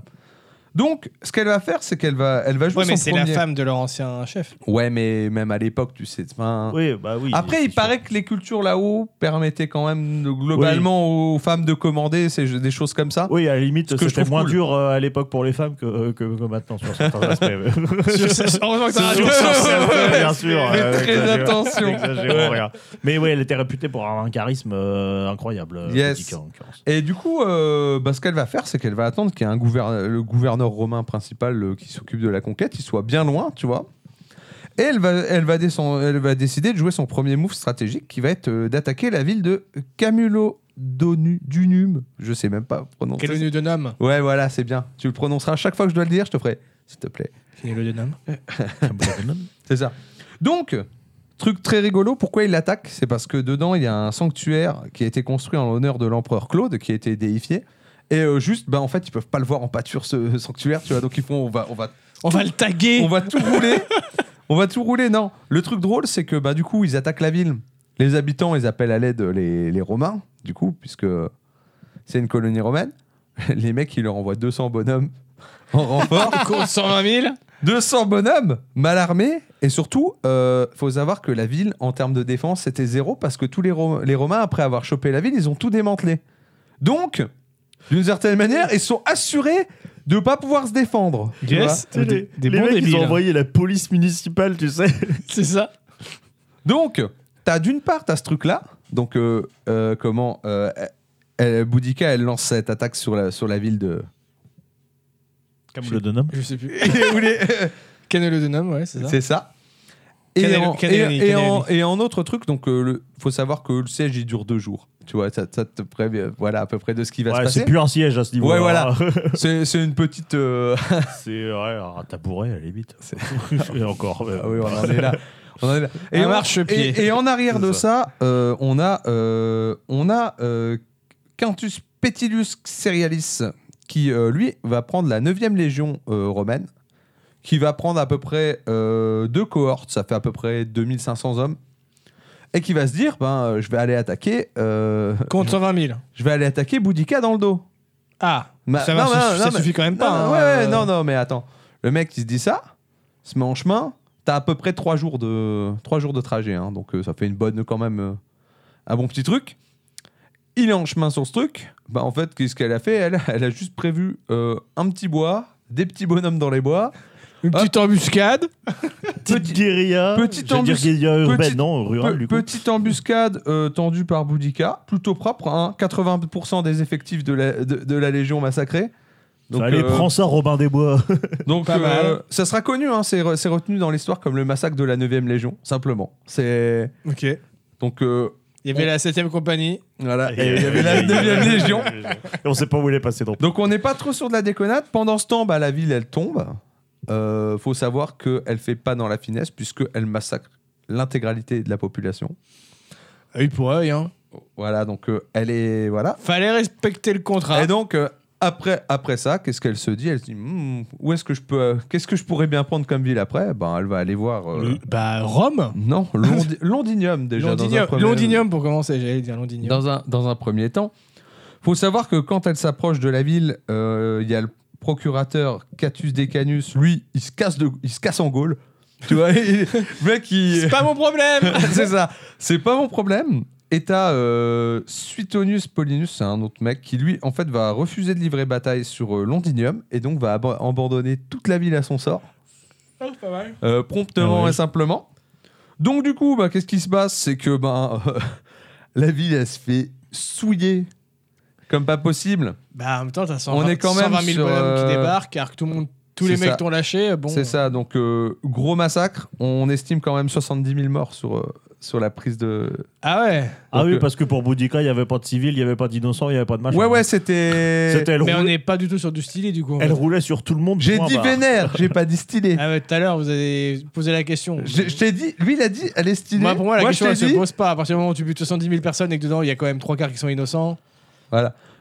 [SPEAKER 1] Donc, ce qu'elle va faire, c'est qu'elle va, elle va jouer
[SPEAKER 2] Ouais, mais
[SPEAKER 1] son
[SPEAKER 2] c'est la
[SPEAKER 1] premier-
[SPEAKER 2] femme de leur ancien chef.
[SPEAKER 1] Ouais, mais même à l'époque, tu sais. enfin,
[SPEAKER 3] Oui, bah oui.
[SPEAKER 1] Après, il
[SPEAKER 3] c'est
[SPEAKER 1] paraît que les cultures là-haut permettaient quand même de- globalement aux femmes de commander c'est des choses comme ça.
[SPEAKER 3] sûr. Oui, à la limite,
[SPEAKER 1] Ce que je
[SPEAKER 3] c'était
[SPEAKER 1] trouve
[SPEAKER 3] moins
[SPEAKER 1] cool.
[SPEAKER 3] dur euh, à l'époque pour les femmes que, euh, que, que maintenant sur certains aspects. mais-
[SPEAKER 2] Heureusement que t'as
[SPEAKER 1] Sur- sur-
[SPEAKER 2] raison.
[SPEAKER 3] Ouais, bien sûr.
[SPEAKER 1] Faites
[SPEAKER 3] euh,
[SPEAKER 1] très
[SPEAKER 3] exagérons-
[SPEAKER 1] attention.
[SPEAKER 3] exagérons rien. Mais ouais, elle était réputée pour avoir un charisme euh, incroyable. euh,
[SPEAKER 1] Yes.
[SPEAKER 3] Boudica, en l'occurrence.
[SPEAKER 1] Et du coup, euh, bah, ce qu'elle va faire, c'est qu'elle va attendre qu'il y ait un gouverne- le gouverneur romain principal euh, qui s'occupe de la conquête, il soit bien loin, tu vois. Et elle va, elle, va descendre- elle va décider de jouer son premier move stratégique qui va être euh, d'attaquer la ville de Camulodunum. Je sais même pas prononcer.
[SPEAKER 2] Quel est
[SPEAKER 1] ça.
[SPEAKER 2] le nom d'un homme
[SPEAKER 1] Ouais, voilà, c'est bien. Tu le prononceras chaque fois que je dois le dire, je te ferai. S'il te plaît.
[SPEAKER 2] Quel est le nom d'un homme
[SPEAKER 1] C'est ça. Donc, truc très rigolo, pourquoi il l'attaque C'est parce que dedans, il y a un sanctuaire qui a été construit en l'honneur de l'empereur Claude, qui a été déifié. Et euh, juste, bah, en fait, ils peuvent pas le voir en pâture, ce sanctuaire, tu vois. Donc, ils font, on va, on va,
[SPEAKER 2] On va le taguer
[SPEAKER 1] on va tout rouler. on va tout rouler, non. Le truc drôle, c'est que, bah, du coup, ils attaquent la ville. Les habitants, ils appellent à l'aide les, les Romains, du coup, puisque c'est une colonie romaine. Les mecs, ils leur envoient 200 bonhommes en renfort.
[SPEAKER 2] Cours de 120 000
[SPEAKER 1] 200 bonhommes mal armés et surtout euh, faut savoir que la ville en termes de défense c'était zéro parce que tous les, Ro- les Romains après avoir chopé la ville ils ont tout démantelé donc d'une certaine manière ils sont assurés de pas pouvoir se défendre tu vois.
[SPEAKER 2] Yes,
[SPEAKER 3] Tu sais,
[SPEAKER 2] des,
[SPEAKER 3] les,
[SPEAKER 2] des
[SPEAKER 3] les
[SPEAKER 2] bons
[SPEAKER 3] mecs,
[SPEAKER 2] débiles. hein.
[SPEAKER 3] ils ont envoyé la police municipale, tu sais.
[SPEAKER 2] C'est ça.
[SPEAKER 1] donc t'as d'une part t'as ce truc là donc euh, euh, comment euh, elle- Boudica elle lance cette attaque sur la, sur la ville de
[SPEAKER 3] Comme le Donhomme.
[SPEAKER 2] Je sais plus.
[SPEAKER 1] Où les-
[SPEAKER 2] Canelo de Nom, ouais, c'est ça.
[SPEAKER 1] c'est ça et
[SPEAKER 2] Canel-
[SPEAKER 1] en,
[SPEAKER 2] Caneloni,
[SPEAKER 1] et- et en-
[SPEAKER 2] Caneloni.
[SPEAKER 1] et en autre truc, donc euh, le- faut savoir que le siège il dure deux jours. Tu vois, ça, ça te prévient, voilà à peu près de ce qui va se
[SPEAKER 3] Ouais,
[SPEAKER 1] passer.
[SPEAKER 3] c'est plus un siège à ce niveau-là.
[SPEAKER 1] Ouais, voilà. C'est c'est une petite. euh,
[SPEAKER 3] c'est ouais, un tabouret à la limite. Et encore. euh, mais-
[SPEAKER 1] ah oui, on en est là. On en est là.
[SPEAKER 2] Un
[SPEAKER 1] en-
[SPEAKER 2] marchepied.
[SPEAKER 1] Et, et en arrière
[SPEAKER 3] C'est
[SPEAKER 1] de ça, euh, on a, euh, on a euh, Quintus Petilius Cerialis qui, euh, lui, va prendre la 9e légion euh, romaine, qui va prendre à peu près euh, deux cohortes, ça fait à peu près 2500 hommes, et qui va se dire ben, euh, je vais aller attaquer. euh,
[SPEAKER 2] Contre 120 000.
[SPEAKER 1] je vais aller attaquer Boudica dans le dos.
[SPEAKER 2] Ah,
[SPEAKER 1] Ma-
[SPEAKER 2] ça, va,
[SPEAKER 1] non,
[SPEAKER 2] ça-
[SPEAKER 1] non,
[SPEAKER 2] ça
[SPEAKER 1] non, mais-
[SPEAKER 2] suffit quand même
[SPEAKER 1] Non,
[SPEAKER 2] pas.
[SPEAKER 1] non,
[SPEAKER 2] hein,
[SPEAKER 1] ouais, ouais,
[SPEAKER 2] euh,
[SPEAKER 1] non, non, mais attends. Le mec, il se dit ça, il se met en chemin. T'as à peu près trois jours de, trois jours de trajet. hein, donc euh, ça fait une bonne, quand même, euh, un bon petit truc. Il est en chemin sur ce truc. Bah, en fait, qu'est-ce qu'elle a fait elle, elle a juste prévu euh, un petit bois, des petits bonhommes dans les bois.
[SPEAKER 2] Une petite embuscade.
[SPEAKER 3] Petite
[SPEAKER 1] Petit-
[SPEAKER 3] guérilla.
[SPEAKER 1] petite
[SPEAKER 3] J'allais dire
[SPEAKER 1] embus-
[SPEAKER 3] guérilla urbaine,
[SPEAKER 1] petite-
[SPEAKER 3] non, rurale
[SPEAKER 1] Pe-
[SPEAKER 3] du coup.
[SPEAKER 1] petite embuscade euh, tendue par Boudica. Plutôt propre, hein, 80% des effectifs de la, de, de la Légion massacrée.
[SPEAKER 3] Ça, allez,
[SPEAKER 1] euh,
[SPEAKER 3] prends ça, Robin des Bois.
[SPEAKER 1] Donc,
[SPEAKER 2] Pas
[SPEAKER 1] euh,
[SPEAKER 2] mal.
[SPEAKER 1] ça sera connu, hein, c'est, re- c'est retenu dans l'histoire comme le massacre de la 9ème Légion, simplement. C'est.
[SPEAKER 2] Ok. Il
[SPEAKER 1] Donc, euh,
[SPEAKER 2] y avait la 7ème compagnie.
[SPEAKER 1] voilà, et il y avait la 9ème Légion.
[SPEAKER 3] Et on sait pas où il est passé donc.
[SPEAKER 1] Donc, on n'est pas trop sûr de la déconnade. Pendant ce temps, bah, la ville, elle tombe. Euh, faut savoir qu'elle fait pas dans la finesse, puisqu'elle massacre l'intégralité de la population. Ah,
[SPEAKER 2] Œil pour œil, hein.
[SPEAKER 1] Voilà, donc euh, elle est. Voilà.
[SPEAKER 2] Fallait respecter le contrat.
[SPEAKER 1] Et donc. euh, après, après ça, qu'est-ce qu'elle se dit Elle se dit Hmm, où est-ce que je peux, euh, qu'est-ce que je pourrais bien prendre comme ville après Ben, elle va aller voir. euh,
[SPEAKER 2] Le- Bah, Rome.
[SPEAKER 1] Non, Londi- Londinium déjà. dans un
[SPEAKER 2] Londinium,
[SPEAKER 1] premier-
[SPEAKER 2] Londinium pour commencer, j'allais dire Londinium.
[SPEAKER 1] dans un, dans un premier temps. faut savoir que quand elle s'approche de la ville, euh, il y a le procurateur Catus Decanus, lui, il se casse, de, il se casse en Gaule. Tu vois, il- le mec, il...
[SPEAKER 2] C'est pas mon problème
[SPEAKER 1] c'est ça, c'est pas mon problème. Et t'as euh, Suetonius Paulinus, c'est un autre mec, qui lui, en fait, va refuser de livrer bataille sur euh, Londinium et donc va abo- abandonner toute la ville à son sort.
[SPEAKER 2] pas mal.
[SPEAKER 1] Euh, promptement
[SPEAKER 3] Ah ouais.
[SPEAKER 1] et simplement. Donc du coup, bah, qu'est-ce qui se passe C'est que ben euh, la ville, elle se fait souiller comme pas possible.
[SPEAKER 2] Bah, en même temps, t'as 120,
[SPEAKER 1] On est quand même
[SPEAKER 2] 120 000
[SPEAKER 1] sur,
[SPEAKER 2] bonhommes
[SPEAKER 1] euh,
[SPEAKER 2] qui débarquent, car que tout le monde, tous les
[SPEAKER 1] c'est
[SPEAKER 2] mecs
[SPEAKER 1] ça.
[SPEAKER 2] t'ont lâché. Bon,
[SPEAKER 1] C'est ça, donc euh, gros massacre. On estime quand même 70 000 morts sur, euh, sur la prise de...
[SPEAKER 2] Ah ouais
[SPEAKER 3] Ah
[SPEAKER 1] Donc,
[SPEAKER 3] oui,
[SPEAKER 1] euh,
[SPEAKER 3] parce que pour Boudica, il n'y avait pas de civil, il n'y avait pas d'innocent, il n'y avait pas de machin.
[SPEAKER 1] Ouais, ouais, c'était...
[SPEAKER 3] C'était elle,
[SPEAKER 2] Mais on
[SPEAKER 3] roulait,
[SPEAKER 2] n'est pas du tout sur du stylé du coup. en
[SPEAKER 3] elle
[SPEAKER 2] fait.
[SPEAKER 3] roulait sur tout le monde.
[SPEAKER 1] J'ai
[SPEAKER 3] point
[SPEAKER 1] dit
[SPEAKER 3] barre.
[SPEAKER 1] vénère, j'ai pas dit stylé.
[SPEAKER 2] Ah ouais, tout à l'heure, vous avez posé la question.
[SPEAKER 1] Je je t'ai dit, lui il a dit, elle est stylée.
[SPEAKER 2] Moi, pour moi, la
[SPEAKER 1] je
[SPEAKER 2] question,
[SPEAKER 1] t'ai
[SPEAKER 2] elle se
[SPEAKER 1] dit-
[SPEAKER 2] pose pas. À partir du moment où tu butes 70 000 personnes et que dedans, il y a quand même trois quarts qui sont innocents.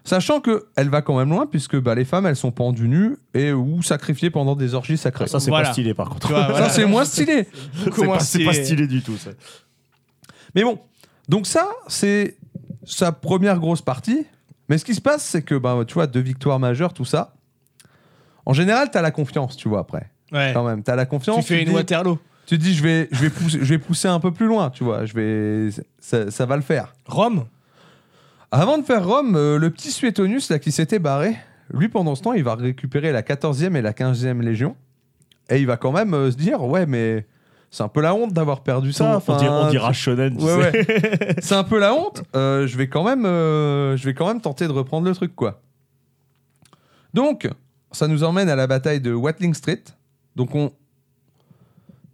[SPEAKER 1] Sachant que elle va quand même loin, puisque bah, les femmes, elles sont pendues nues et ou sacrifiées pendant des orgies sacrées.
[SPEAKER 3] Ah, ça, c'est
[SPEAKER 2] Voilà.
[SPEAKER 3] pas stylé par contre.
[SPEAKER 2] Tu vois, voilà.
[SPEAKER 1] Ça, c'est moins stylé.
[SPEAKER 3] C'est
[SPEAKER 2] Comment
[SPEAKER 3] pas, c'est
[SPEAKER 2] c'est-
[SPEAKER 3] pas stylé du tout. Ça.
[SPEAKER 1] Mais bon, donc ça, c'est sa première grosse partie. Mais ce qui se passe, c'est que, ben, tu vois, deux victoires majeures, tout ça. En général, t'as la confiance, tu vois, après.
[SPEAKER 2] Ouais.
[SPEAKER 1] Quand même, t'as la
[SPEAKER 2] Tu
[SPEAKER 1] confiance.
[SPEAKER 2] fais
[SPEAKER 1] te
[SPEAKER 2] une
[SPEAKER 1] dis,
[SPEAKER 2] Waterloo.
[SPEAKER 1] tu te dis, je vais, je, vais pousser, je vais pousser un peu plus loin, tu vois. Je vais, ça, ça va le faire.
[SPEAKER 2] Rome
[SPEAKER 1] Avant de faire Rome, euh, le petit Suétonus, là, qui s'était barré, lui, pendant ce temps, il va récupérer la 14e et la 15e Légion. Et il va quand même euh, se dire, ouais, mais c'est un peu la honte d'avoir perdu ça.
[SPEAKER 3] on, dira, on
[SPEAKER 1] enfin,
[SPEAKER 3] dira shonen. tu
[SPEAKER 1] Ouais,
[SPEAKER 3] sais.
[SPEAKER 1] ouais. C'est un peu la honte. Euh, je vais quand même, euh, je vais quand même tenter de reprendre le truc, quoi. Donc, ça nous emmène à la bataille de Watling Street. Donc, on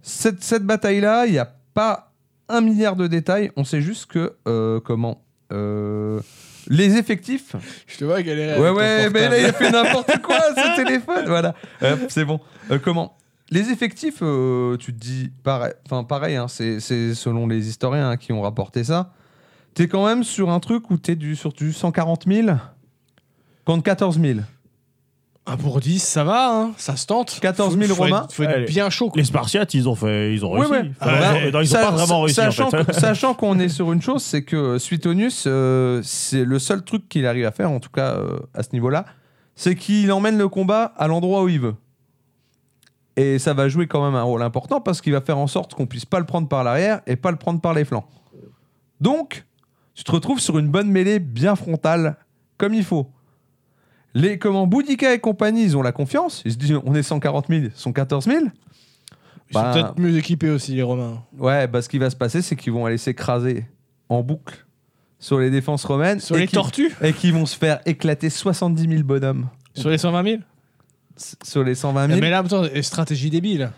[SPEAKER 1] cette, cette bataille-là, il n'y a pas un milliard de détails. On sait juste que euh, comment euh, les effectifs.
[SPEAKER 2] Je te vois galérer.
[SPEAKER 1] Ouais,
[SPEAKER 2] avec
[SPEAKER 1] ouais,
[SPEAKER 2] ton
[SPEAKER 1] mais
[SPEAKER 2] portable.
[SPEAKER 1] là, il a fait n'importe quoi, ce téléphone. Voilà. Hop, c'est bon. Euh, comment Les effectifs, euh, tu te dis, pareil, enfin, pareil hein, c'est, c'est selon les historiens hein, qui ont rapporté ça. T'es quand même sur un truc où t'es du, sur du 140 000 contre 14 000.
[SPEAKER 2] 1 pour 10, ça va, hein, ça se tente.
[SPEAKER 1] 14 000
[SPEAKER 2] Faut- faut être-
[SPEAKER 1] Romains.
[SPEAKER 2] Faut être
[SPEAKER 3] Allez.
[SPEAKER 2] bien chaud. quoi.
[SPEAKER 3] Les Spartiates, ils ont fait, ils ont réussi.
[SPEAKER 1] ouais.
[SPEAKER 3] Enfin,
[SPEAKER 1] Alors
[SPEAKER 3] ils ont-
[SPEAKER 2] là,
[SPEAKER 3] non, ils ont
[SPEAKER 1] Sa-
[SPEAKER 3] pas vraiment réussi en
[SPEAKER 1] Sachant,
[SPEAKER 3] fait.
[SPEAKER 1] que- sachant qu'on est sur une chose, c'est que Suitonius, euh, c'est le seul truc qu'il arrive à faire, en tout cas euh, à ce niveau-là, c'est qu'il emmène le combat à l'endroit où il veut. Et ça va jouer quand même un rôle important parce qu'il va faire en sorte qu'on puisse pas le prendre par l'arrière et pas le prendre par les flancs. Donc, tu te retrouves sur une bonne mêlée bien frontale, comme il faut. Les comment Boudika et compagnie, ils ont la confiance. Ils se disent on est 140 000, ils sont 14 000.
[SPEAKER 2] Ils sont
[SPEAKER 1] bah-
[SPEAKER 2] peut-être mieux équipés aussi, les Romains.
[SPEAKER 1] Ouais, bah ce qui va se passer, c'est qu'ils vont aller s'écraser en boucle sur les défenses romaines.
[SPEAKER 2] Sur
[SPEAKER 1] et
[SPEAKER 2] les
[SPEAKER 1] qui-
[SPEAKER 2] tortues
[SPEAKER 1] Et qui vont se faire éclater 70 000 bonhommes
[SPEAKER 2] Sur les 120 000
[SPEAKER 1] s- sur les 120 000.
[SPEAKER 2] Mais là, attends, euh, stratégie débile.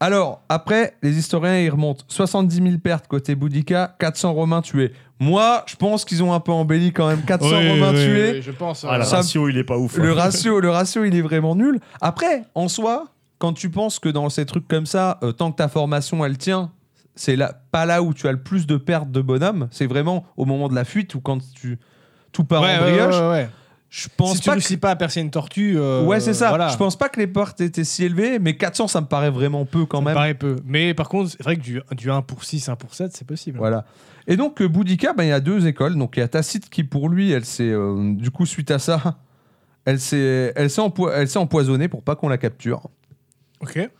[SPEAKER 1] Alors, après, les historiens, ils remontent. 70 000 pertes côté Boudica, 400 Romains tués. Moi, je pense qu'ils ont un peu embelli quand même. 400 Romains tués.
[SPEAKER 2] Euh, je pense.
[SPEAKER 3] Ah, le
[SPEAKER 1] Ça-
[SPEAKER 3] ratio, il est pas ouf.
[SPEAKER 1] Le
[SPEAKER 3] hein.
[SPEAKER 1] ratio, le ratio, il est vraiment nul. Après, en soi, quand tu penses que dans ces trucs comme ça, euh, tant que ta formation, elle tient, c'est là, pas là où tu as le plus de pertes de bonhomme. C'est vraiment au moment de la fuite ou quand tu tout part en brioche. Je pense
[SPEAKER 2] Si tu
[SPEAKER 1] pas.
[SPEAKER 2] réussis pas à percer une tortue. euh,
[SPEAKER 1] que... Ouais, c'est ça.
[SPEAKER 2] voilà.
[SPEAKER 1] Je pense pas que les pertes étaient si élevées, mais 400, ça me paraît vraiment peu quand
[SPEAKER 2] Ça me
[SPEAKER 1] même.
[SPEAKER 2] paraît peu. Mais par contre, c'est vrai que du, du 1 pour 6, 1 pour 7, c'est possible.
[SPEAKER 1] Voilà. Et donc, euh, Boudica, ben, il y a deux écoles. Donc, il y a Tacite qui, pour lui, elle s'est, euh, du coup, suite à ça, elle s'est, elle s'est, empoi- elle s'est empoisonnée pour pas qu'on la capture.
[SPEAKER 2] Ok.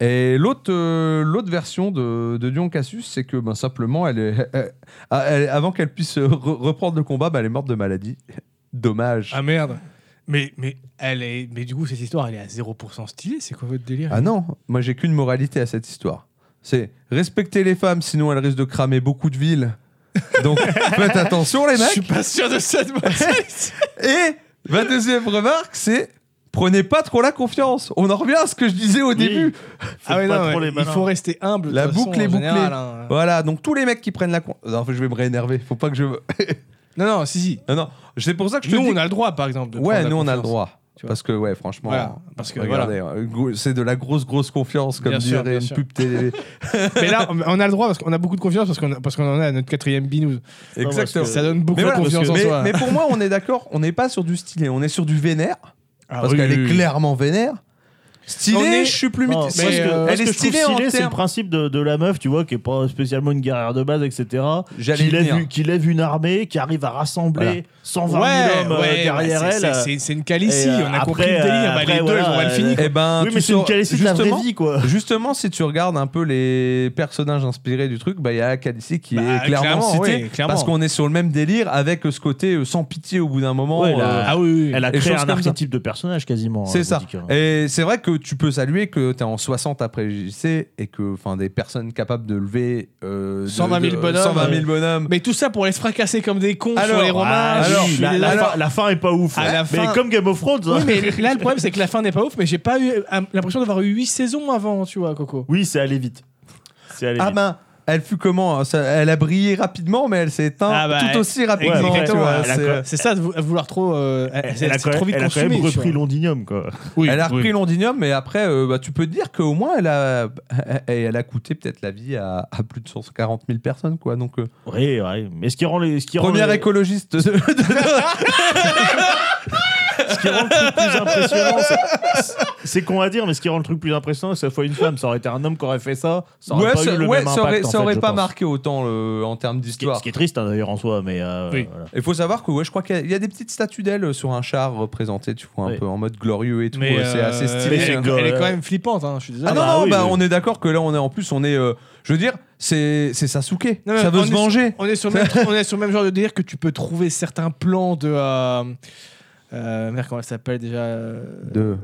[SPEAKER 1] Et l'autre euh, l'autre version de, de Dion Cassius, c'est que ben, simplement, elle est, elle- ah, elle- avant qu'elle puisse euh, re- reprendre le combat, ben, elle est morte de maladie. Dommage.
[SPEAKER 2] Ah merde. Mais, mais, elle est... mais du coup, cette histoire, elle est à 0% stylée. C'est quoi votre délire
[SPEAKER 1] Ah non, moi j'ai qu'une moralité à cette histoire. C'est respecter les femmes, sinon elles risquent de cramer beaucoup de villes. Donc faites attention les
[SPEAKER 2] Je suis
[SPEAKER 1] mecs.
[SPEAKER 2] pas sûr de cette bonne
[SPEAKER 1] Et ma deuxième remarque, c'est prenez pas trop la confiance. On en revient à ce que je disais au
[SPEAKER 3] Oui.
[SPEAKER 1] début.
[SPEAKER 2] Ah ouais,
[SPEAKER 3] Faites pas
[SPEAKER 2] non,
[SPEAKER 3] trop
[SPEAKER 2] ouais,
[SPEAKER 3] les
[SPEAKER 2] il
[SPEAKER 3] malins.
[SPEAKER 2] faut rester humble. de
[SPEAKER 1] La
[SPEAKER 2] toute façon,
[SPEAKER 1] boucle est
[SPEAKER 2] en
[SPEAKER 1] bouclée.
[SPEAKER 2] général, hein.
[SPEAKER 1] Voilà, donc tous les mecs qui prennent la... con- Non, je vais me réénerver, faut pas que je...
[SPEAKER 2] Non, non, si, si.
[SPEAKER 1] Non, non, c'est pour ça que je te
[SPEAKER 2] Nous,
[SPEAKER 1] dis
[SPEAKER 2] on a le droit, par exemple. De
[SPEAKER 1] Ouais,
[SPEAKER 2] prendre la
[SPEAKER 1] nous on a le
[SPEAKER 2] confiance.
[SPEAKER 1] droit.
[SPEAKER 2] tu vois.
[SPEAKER 1] Parce que, ouais, franchement,
[SPEAKER 2] Voilà, parce que
[SPEAKER 1] regardez, euh, go- c'est de la grosse, grosse confiance, comme
[SPEAKER 2] Bien sûr,
[SPEAKER 1] dirait une
[SPEAKER 2] bien sûr.
[SPEAKER 1] pub télé.
[SPEAKER 2] voilà. Mais là, on- on a le droit parce qu'on a beaucoup de confiance parce qu'on a- parce qu'on en a à notre quatrième binous.
[SPEAKER 1] Exactement.
[SPEAKER 2] Ça donne beaucoup
[SPEAKER 1] Mais, voilà,
[SPEAKER 2] de confiance en
[SPEAKER 1] mais-
[SPEAKER 2] soi.
[SPEAKER 1] mais pour moi, on est d'accord, on n'est pas sur du stylé, on est sur du vénère,
[SPEAKER 2] Ah,
[SPEAKER 1] parce
[SPEAKER 2] oui,
[SPEAKER 1] qu'elle
[SPEAKER 2] oui,
[SPEAKER 1] est
[SPEAKER 2] oui.
[SPEAKER 1] clairement vénère. Stylé,
[SPEAKER 2] On est-
[SPEAKER 1] je suis plus...
[SPEAKER 3] Non,
[SPEAKER 1] mythique.
[SPEAKER 3] moi, ce
[SPEAKER 2] mais,
[SPEAKER 3] que-
[SPEAKER 2] euh,
[SPEAKER 3] moi, ce
[SPEAKER 1] elle est
[SPEAKER 3] que je trouve
[SPEAKER 1] stylée en
[SPEAKER 3] stylé, c'est le
[SPEAKER 1] termes-
[SPEAKER 3] principe de, de la meuf, tu vois, qui est pas spécialement une guerrière de base, etc.
[SPEAKER 1] J'allais
[SPEAKER 3] Qui
[SPEAKER 1] y
[SPEAKER 3] lève,
[SPEAKER 1] venir.
[SPEAKER 3] une- qui lève une armée, qui arrive à rassembler
[SPEAKER 1] Voilà.
[SPEAKER 3] 120
[SPEAKER 2] Ouais,
[SPEAKER 3] 000 hommes euh,
[SPEAKER 2] ouais,
[SPEAKER 3] derrière
[SPEAKER 2] ouais, c'est-
[SPEAKER 3] elle.
[SPEAKER 2] c'est- c'est- C'est une calicie,
[SPEAKER 3] Et, euh,
[SPEAKER 2] on a
[SPEAKER 3] après,
[SPEAKER 2] compris le délire.
[SPEAKER 3] euh,
[SPEAKER 2] Bah, les
[SPEAKER 3] après,
[SPEAKER 2] deux,
[SPEAKER 3] voilà,
[SPEAKER 2] on va le
[SPEAKER 3] euh,
[SPEAKER 2] finir.
[SPEAKER 1] Eh ben,
[SPEAKER 3] oui,
[SPEAKER 1] tu
[SPEAKER 3] mais c'est
[SPEAKER 1] sors-
[SPEAKER 3] une calessie de la vraie
[SPEAKER 1] justement,
[SPEAKER 3] vie, quoi.
[SPEAKER 1] justement, si tu regardes un peu les personnages inspirés du truc, bah, il y a la Khaleesi qui
[SPEAKER 2] Bah,
[SPEAKER 1] est clairement
[SPEAKER 2] clairement,
[SPEAKER 1] citée,
[SPEAKER 2] ouais, clairement.
[SPEAKER 1] parce qu'on est sur le même délire avec euh, ce côté euh, sans pitié au bout d'un moment.
[SPEAKER 3] Ouais, la-
[SPEAKER 1] euh,
[SPEAKER 2] Ah oui, oui, oui.
[SPEAKER 3] Elle a
[SPEAKER 1] Et
[SPEAKER 3] créé
[SPEAKER 1] choses
[SPEAKER 3] un
[SPEAKER 1] comme ça.
[SPEAKER 3] archétype de personnage quasiment.
[SPEAKER 1] C'est
[SPEAKER 3] euh,
[SPEAKER 1] ça.
[SPEAKER 3] Boudica.
[SPEAKER 1] Et c'est vrai que tu peux saluer que tu es en 60 après JC et que enfin des personnes capables de lever euh, de-
[SPEAKER 2] 120 000
[SPEAKER 1] de-
[SPEAKER 2] bonhommes.
[SPEAKER 1] 120 000 bonhommes.
[SPEAKER 2] Mais tout ça pour aller se fracasser comme des cons
[SPEAKER 1] Alors,
[SPEAKER 2] sur les Romains.
[SPEAKER 3] Ah,
[SPEAKER 1] alors,
[SPEAKER 3] oui,
[SPEAKER 2] je suis
[SPEAKER 3] la, la
[SPEAKER 2] désolé.
[SPEAKER 3] fin, la fin est pas ouf.
[SPEAKER 2] À
[SPEAKER 3] hein.
[SPEAKER 2] la
[SPEAKER 3] Mais
[SPEAKER 2] fin-
[SPEAKER 3] comme Game of Thrones. hein.
[SPEAKER 2] Oui, mais là, le problème, c'est que la fin n'est pas ouf, mais j'ai pas eu euh, l'impression d'avoir eu 8 saisons avant, tu vois, Coco.
[SPEAKER 3] Oui, c'est allé vite. C'est allé
[SPEAKER 1] Ah
[SPEAKER 3] vite.
[SPEAKER 2] bah,
[SPEAKER 1] ben, elle fut comment ça- Elle a brillé rapidement, mais elle s'est éteinte
[SPEAKER 2] Ah bah,
[SPEAKER 1] tout aussi rapidement.
[SPEAKER 3] exactement,
[SPEAKER 1] tu vois,
[SPEAKER 3] elle a
[SPEAKER 1] c'est- euh,
[SPEAKER 3] quand-
[SPEAKER 2] C'est ça de vou- vouloir trop. euh, elle,
[SPEAKER 3] elle a,
[SPEAKER 2] s'est
[SPEAKER 3] quand même,
[SPEAKER 2] trop vite
[SPEAKER 3] elle a quand même
[SPEAKER 2] consumée, tu
[SPEAKER 3] repris
[SPEAKER 2] vois.
[SPEAKER 3] Londinium, quoi.
[SPEAKER 2] Oui,
[SPEAKER 1] elle a
[SPEAKER 2] oui.
[SPEAKER 1] repris l'ondinium, mais après, euh, bah, tu peux te dire qu'au moins, elle a, et elle a coûté peut-être la vie à, à plus de 140 000 personnes. Quoi. Donc, euh,
[SPEAKER 3] Oui, oui. Mais ce qui rend, les, ce qui rend
[SPEAKER 1] première
[SPEAKER 3] le-
[SPEAKER 1] écologiste de-
[SPEAKER 3] ce qui rend le truc plus impressionnant, c'est- c'est qu'on va dire, mais ce qui rend le truc plus impressionnant, c'est que ça fois une femme. Ça aurait été un homme qui aurait fait ça. Ça aurait
[SPEAKER 1] Ouais,
[SPEAKER 3] pas
[SPEAKER 1] ça-
[SPEAKER 3] eu le
[SPEAKER 1] ouais,
[SPEAKER 3] même
[SPEAKER 1] ça aurait,
[SPEAKER 3] impact, en
[SPEAKER 1] ça
[SPEAKER 3] fait,
[SPEAKER 1] aurait
[SPEAKER 3] je
[SPEAKER 1] pas
[SPEAKER 3] pense.
[SPEAKER 1] marqué autant le- en termes
[SPEAKER 3] Ce qui, est-
[SPEAKER 1] d'histoire.
[SPEAKER 3] ce qui est triste, hein, d'ailleurs, en soi, mais. euh,
[SPEAKER 2] Oui.
[SPEAKER 3] voilà.
[SPEAKER 1] Il faut savoir que ouais, je crois qu'il y a- il y, a des petites statues d'elle euh, sur un char représenté, tu vois, un
[SPEAKER 3] Oui.
[SPEAKER 1] peu en mode glorieux et tout.
[SPEAKER 2] Mais,
[SPEAKER 1] euh, c'est
[SPEAKER 2] euh,
[SPEAKER 1] assez
[SPEAKER 2] elle,
[SPEAKER 1] stylé.
[SPEAKER 2] est-
[SPEAKER 1] hein.
[SPEAKER 3] quoi.
[SPEAKER 2] elle est quand même flippante, hein, je suis désolé.
[SPEAKER 1] Ah non,
[SPEAKER 3] bah
[SPEAKER 1] non,
[SPEAKER 3] oui,
[SPEAKER 1] bah,
[SPEAKER 3] oui.
[SPEAKER 1] on est d'accord que là, on est en plus, on est. euh, je veux dire, c'est c'est Sasuke.
[SPEAKER 2] Non, mais
[SPEAKER 1] ça veut
[SPEAKER 2] on
[SPEAKER 1] se
[SPEAKER 2] est-
[SPEAKER 1] manger.
[SPEAKER 2] On est, sur le même, on est sur le même genre de délire que tu peux trouver certains plans de. euh, euh, merde, comment elle s'appelle déjà euh,
[SPEAKER 1] De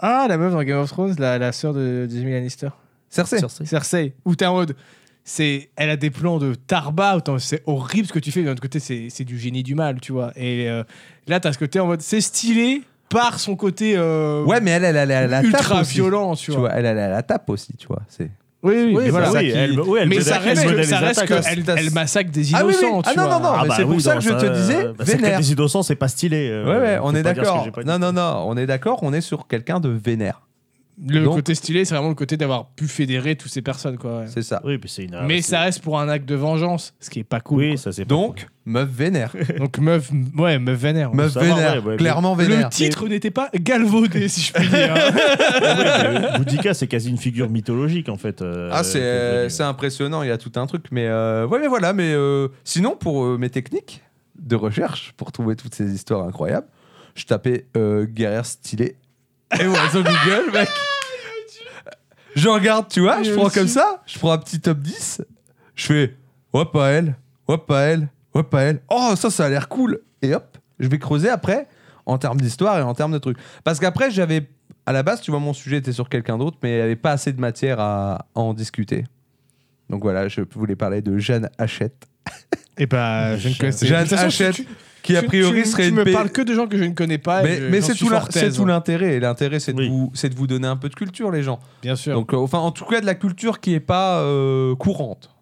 [SPEAKER 2] Ah, la meuf dans Game of Thrones, la, la sœur de Jimmy Lannister.
[SPEAKER 1] Cersei.
[SPEAKER 2] Cersei. Ou t'es en mode. C'est, elle a des plans de tarba, autant c'est horrible ce que tu fais, d'un autre côté, c'est, c'est du génie du mal, tu vois. Et euh, là, t'as ce côté en mode, c'est stylé par son côté euh,
[SPEAKER 1] Ouais, mais elle, elle, elle, elle, elle la tape
[SPEAKER 2] ultra
[SPEAKER 1] aussi.
[SPEAKER 2] violent,
[SPEAKER 1] Tu
[SPEAKER 2] tu vois.
[SPEAKER 1] vois, elle, elle, elle la tape aussi, tu vois. c'est-
[SPEAKER 2] Oui, oui, mais
[SPEAKER 1] bah
[SPEAKER 2] voilà.
[SPEAKER 1] ça
[SPEAKER 3] Oui,
[SPEAKER 1] qui-
[SPEAKER 3] elle- oui, elle
[SPEAKER 2] mais
[SPEAKER 3] me-
[SPEAKER 2] ça
[SPEAKER 3] elle
[SPEAKER 2] reste,
[SPEAKER 3] me
[SPEAKER 2] que,
[SPEAKER 3] donnait
[SPEAKER 2] ça
[SPEAKER 3] les
[SPEAKER 2] reste
[SPEAKER 3] attaques. hein.
[SPEAKER 2] que elle, elle massacre des
[SPEAKER 1] Ah
[SPEAKER 2] innocents,
[SPEAKER 1] oui, oui.
[SPEAKER 2] tu
[SPEAKER 1] Ah non,
[SPEAKER 2] vois.
[SPEAKER 1] non, non. mais c'est pour
[SPEAKER 3] bah oui,
[SPEAKER 1] ça
[SPEAKER 3] non,
[SPEAKER 1] que je te disais,
[SPEAKER 3] bah, c'est
[SPEAKER 1] vénère.
[SPEAKER 3] que Des innocents, c'est pas stylé. euh,
[SPEAKER 1] Ouais, ouais,
[SPEAKER 3] faut
[SPEAKER 1] on est
[SPEAKER 3] pas dire ce que
[SPEAKER 1] d'accord.
[SPEAKER 3] j'ai pas dit.
[SPEAKER 1] Non, non, non, on est d'accord, on est sur quelqu'un de vénère.
[SPEAKER 2] Le
[SPEAKER 1] Donc-
[SPEAKER 2] côté stylé, c'est vraiment le côté d'avoir pu fédérer toutes ces personnes, quoi. ouais.
[SPEAKER 1] C'est ah, ça.
[SPEAKER 3] Oui, puis c'est une. euh,
[SPEAKER 2] Mais
[SPEAKER 3] c'est-
[SPEAKER 2] ça reste pour un acte de vengeance, ce qui est pas cool.
[SPEAKER 3] Oui, ça c'est. pas cool.
[SPEAKER 1] Donc, meuf vénère.
[SPEAKER 2] quoi. Donc meuf, ouais, meuf vénère.
[SPEAKER 1] Meuf
[SPEAKER 3] savoir,
[SPEAKER 1] vénère.
[SPEAKER 3] ouais, ouais,
[SPEAKER 1] clairement
[SPEAKER 2] Le
[SPEAKER 1] vénère.
[SPEAKER 2] titre n'était pas galvaudé, si je puis dire.
[SPEAKER 3] Ah oui, Boudica, c'est quasi une figure mythologique en fait. euh,
[SPEAKER 1] Ah, c'est
[SPEAKER 3] qui est
[SPEAKER 1] euh,
[SPEAKER 3] devenue.
[SPEAKER 1] c'est impressionnant, il y a tout un truc. Mais, euh, ouais, mais voilà, mais euh, sinon, pour euh, mes techniques de recherche, pour trouver toutes ces histoires incroyables, je tapais euh, guerrière stylé. Et ouais, sur Google,
[SPEAKER 2] Ah,
[SPEAKER 1] mec. Je regarde, tu vois,
[SPEAKER 2] Il
[SPEAKER 1] je
[SPEAKER 2] est
[SPEAKER 1] prends
[SPEAKER 2] au-dessus.
[SPEAKER 1] comme ça, je prends un petit top 10, je fais hop à elle, hop à elle, hop à elle. Oh, ça, ça a l'air cool. Et hop, je vais creuser après en termes d'histoire et en termes de trucs. Parce qu'après, j'avais. À la base, tu vois, mon sujet était sur quelqu'un d'autre, mais il n'y avait pas assez de matière à, à en discuter. Donc voilà, je voulais parler de Jeanne Hachette,
[SPEAKER 2] Et bah, je ne connaissais
[SPEAKER 1] Jeanne
[SPEAKER 2] De toute façon,
[SPEAKER 1] Hachette,
[SPEAKER 2] tu- tu-
[SPEAKER 1] qui a
[SPEAKER 2] tu-
[SPEAKER 1] priori
[SPEAKER 2] tu,
[SPEAKER 1] serait
[SPEAKER 2] tu
[SPEAKER 1] une
[SPEAKER 2] me
[SPEAKER 1] pé-
[SPEAKER 2] parles que de gens que je ne connais pas. et
[SPEAKER 1] Mais,
[SPEAKER 2] Ah, je-
[SPEAKER 1] mais
[SPEAKER 2] j'en
[SPEAKER 1] c'est
[SPEAKER 2] suis
[SPEAKER 1] tout l'in-
[SPEAKER 2] fort
[SPEAKER 1] c'est
[SPEAKER 2] taise,
[SPEAKER 1] tout
[SPEAKER 2] hein.
[SPEAKER 1] l'intérêt. Et l'intérêt, c'est de,
[SPEAKER 3] Oui.
[SPEAKER 1] vous- c'est de vous donner un peu de culture, les gens.
[SPEAKER 2] Bien sûr.
[SPEAKER 1] Donc, euh, enfin, en tout cas, de la culture qui est pas euh, courante.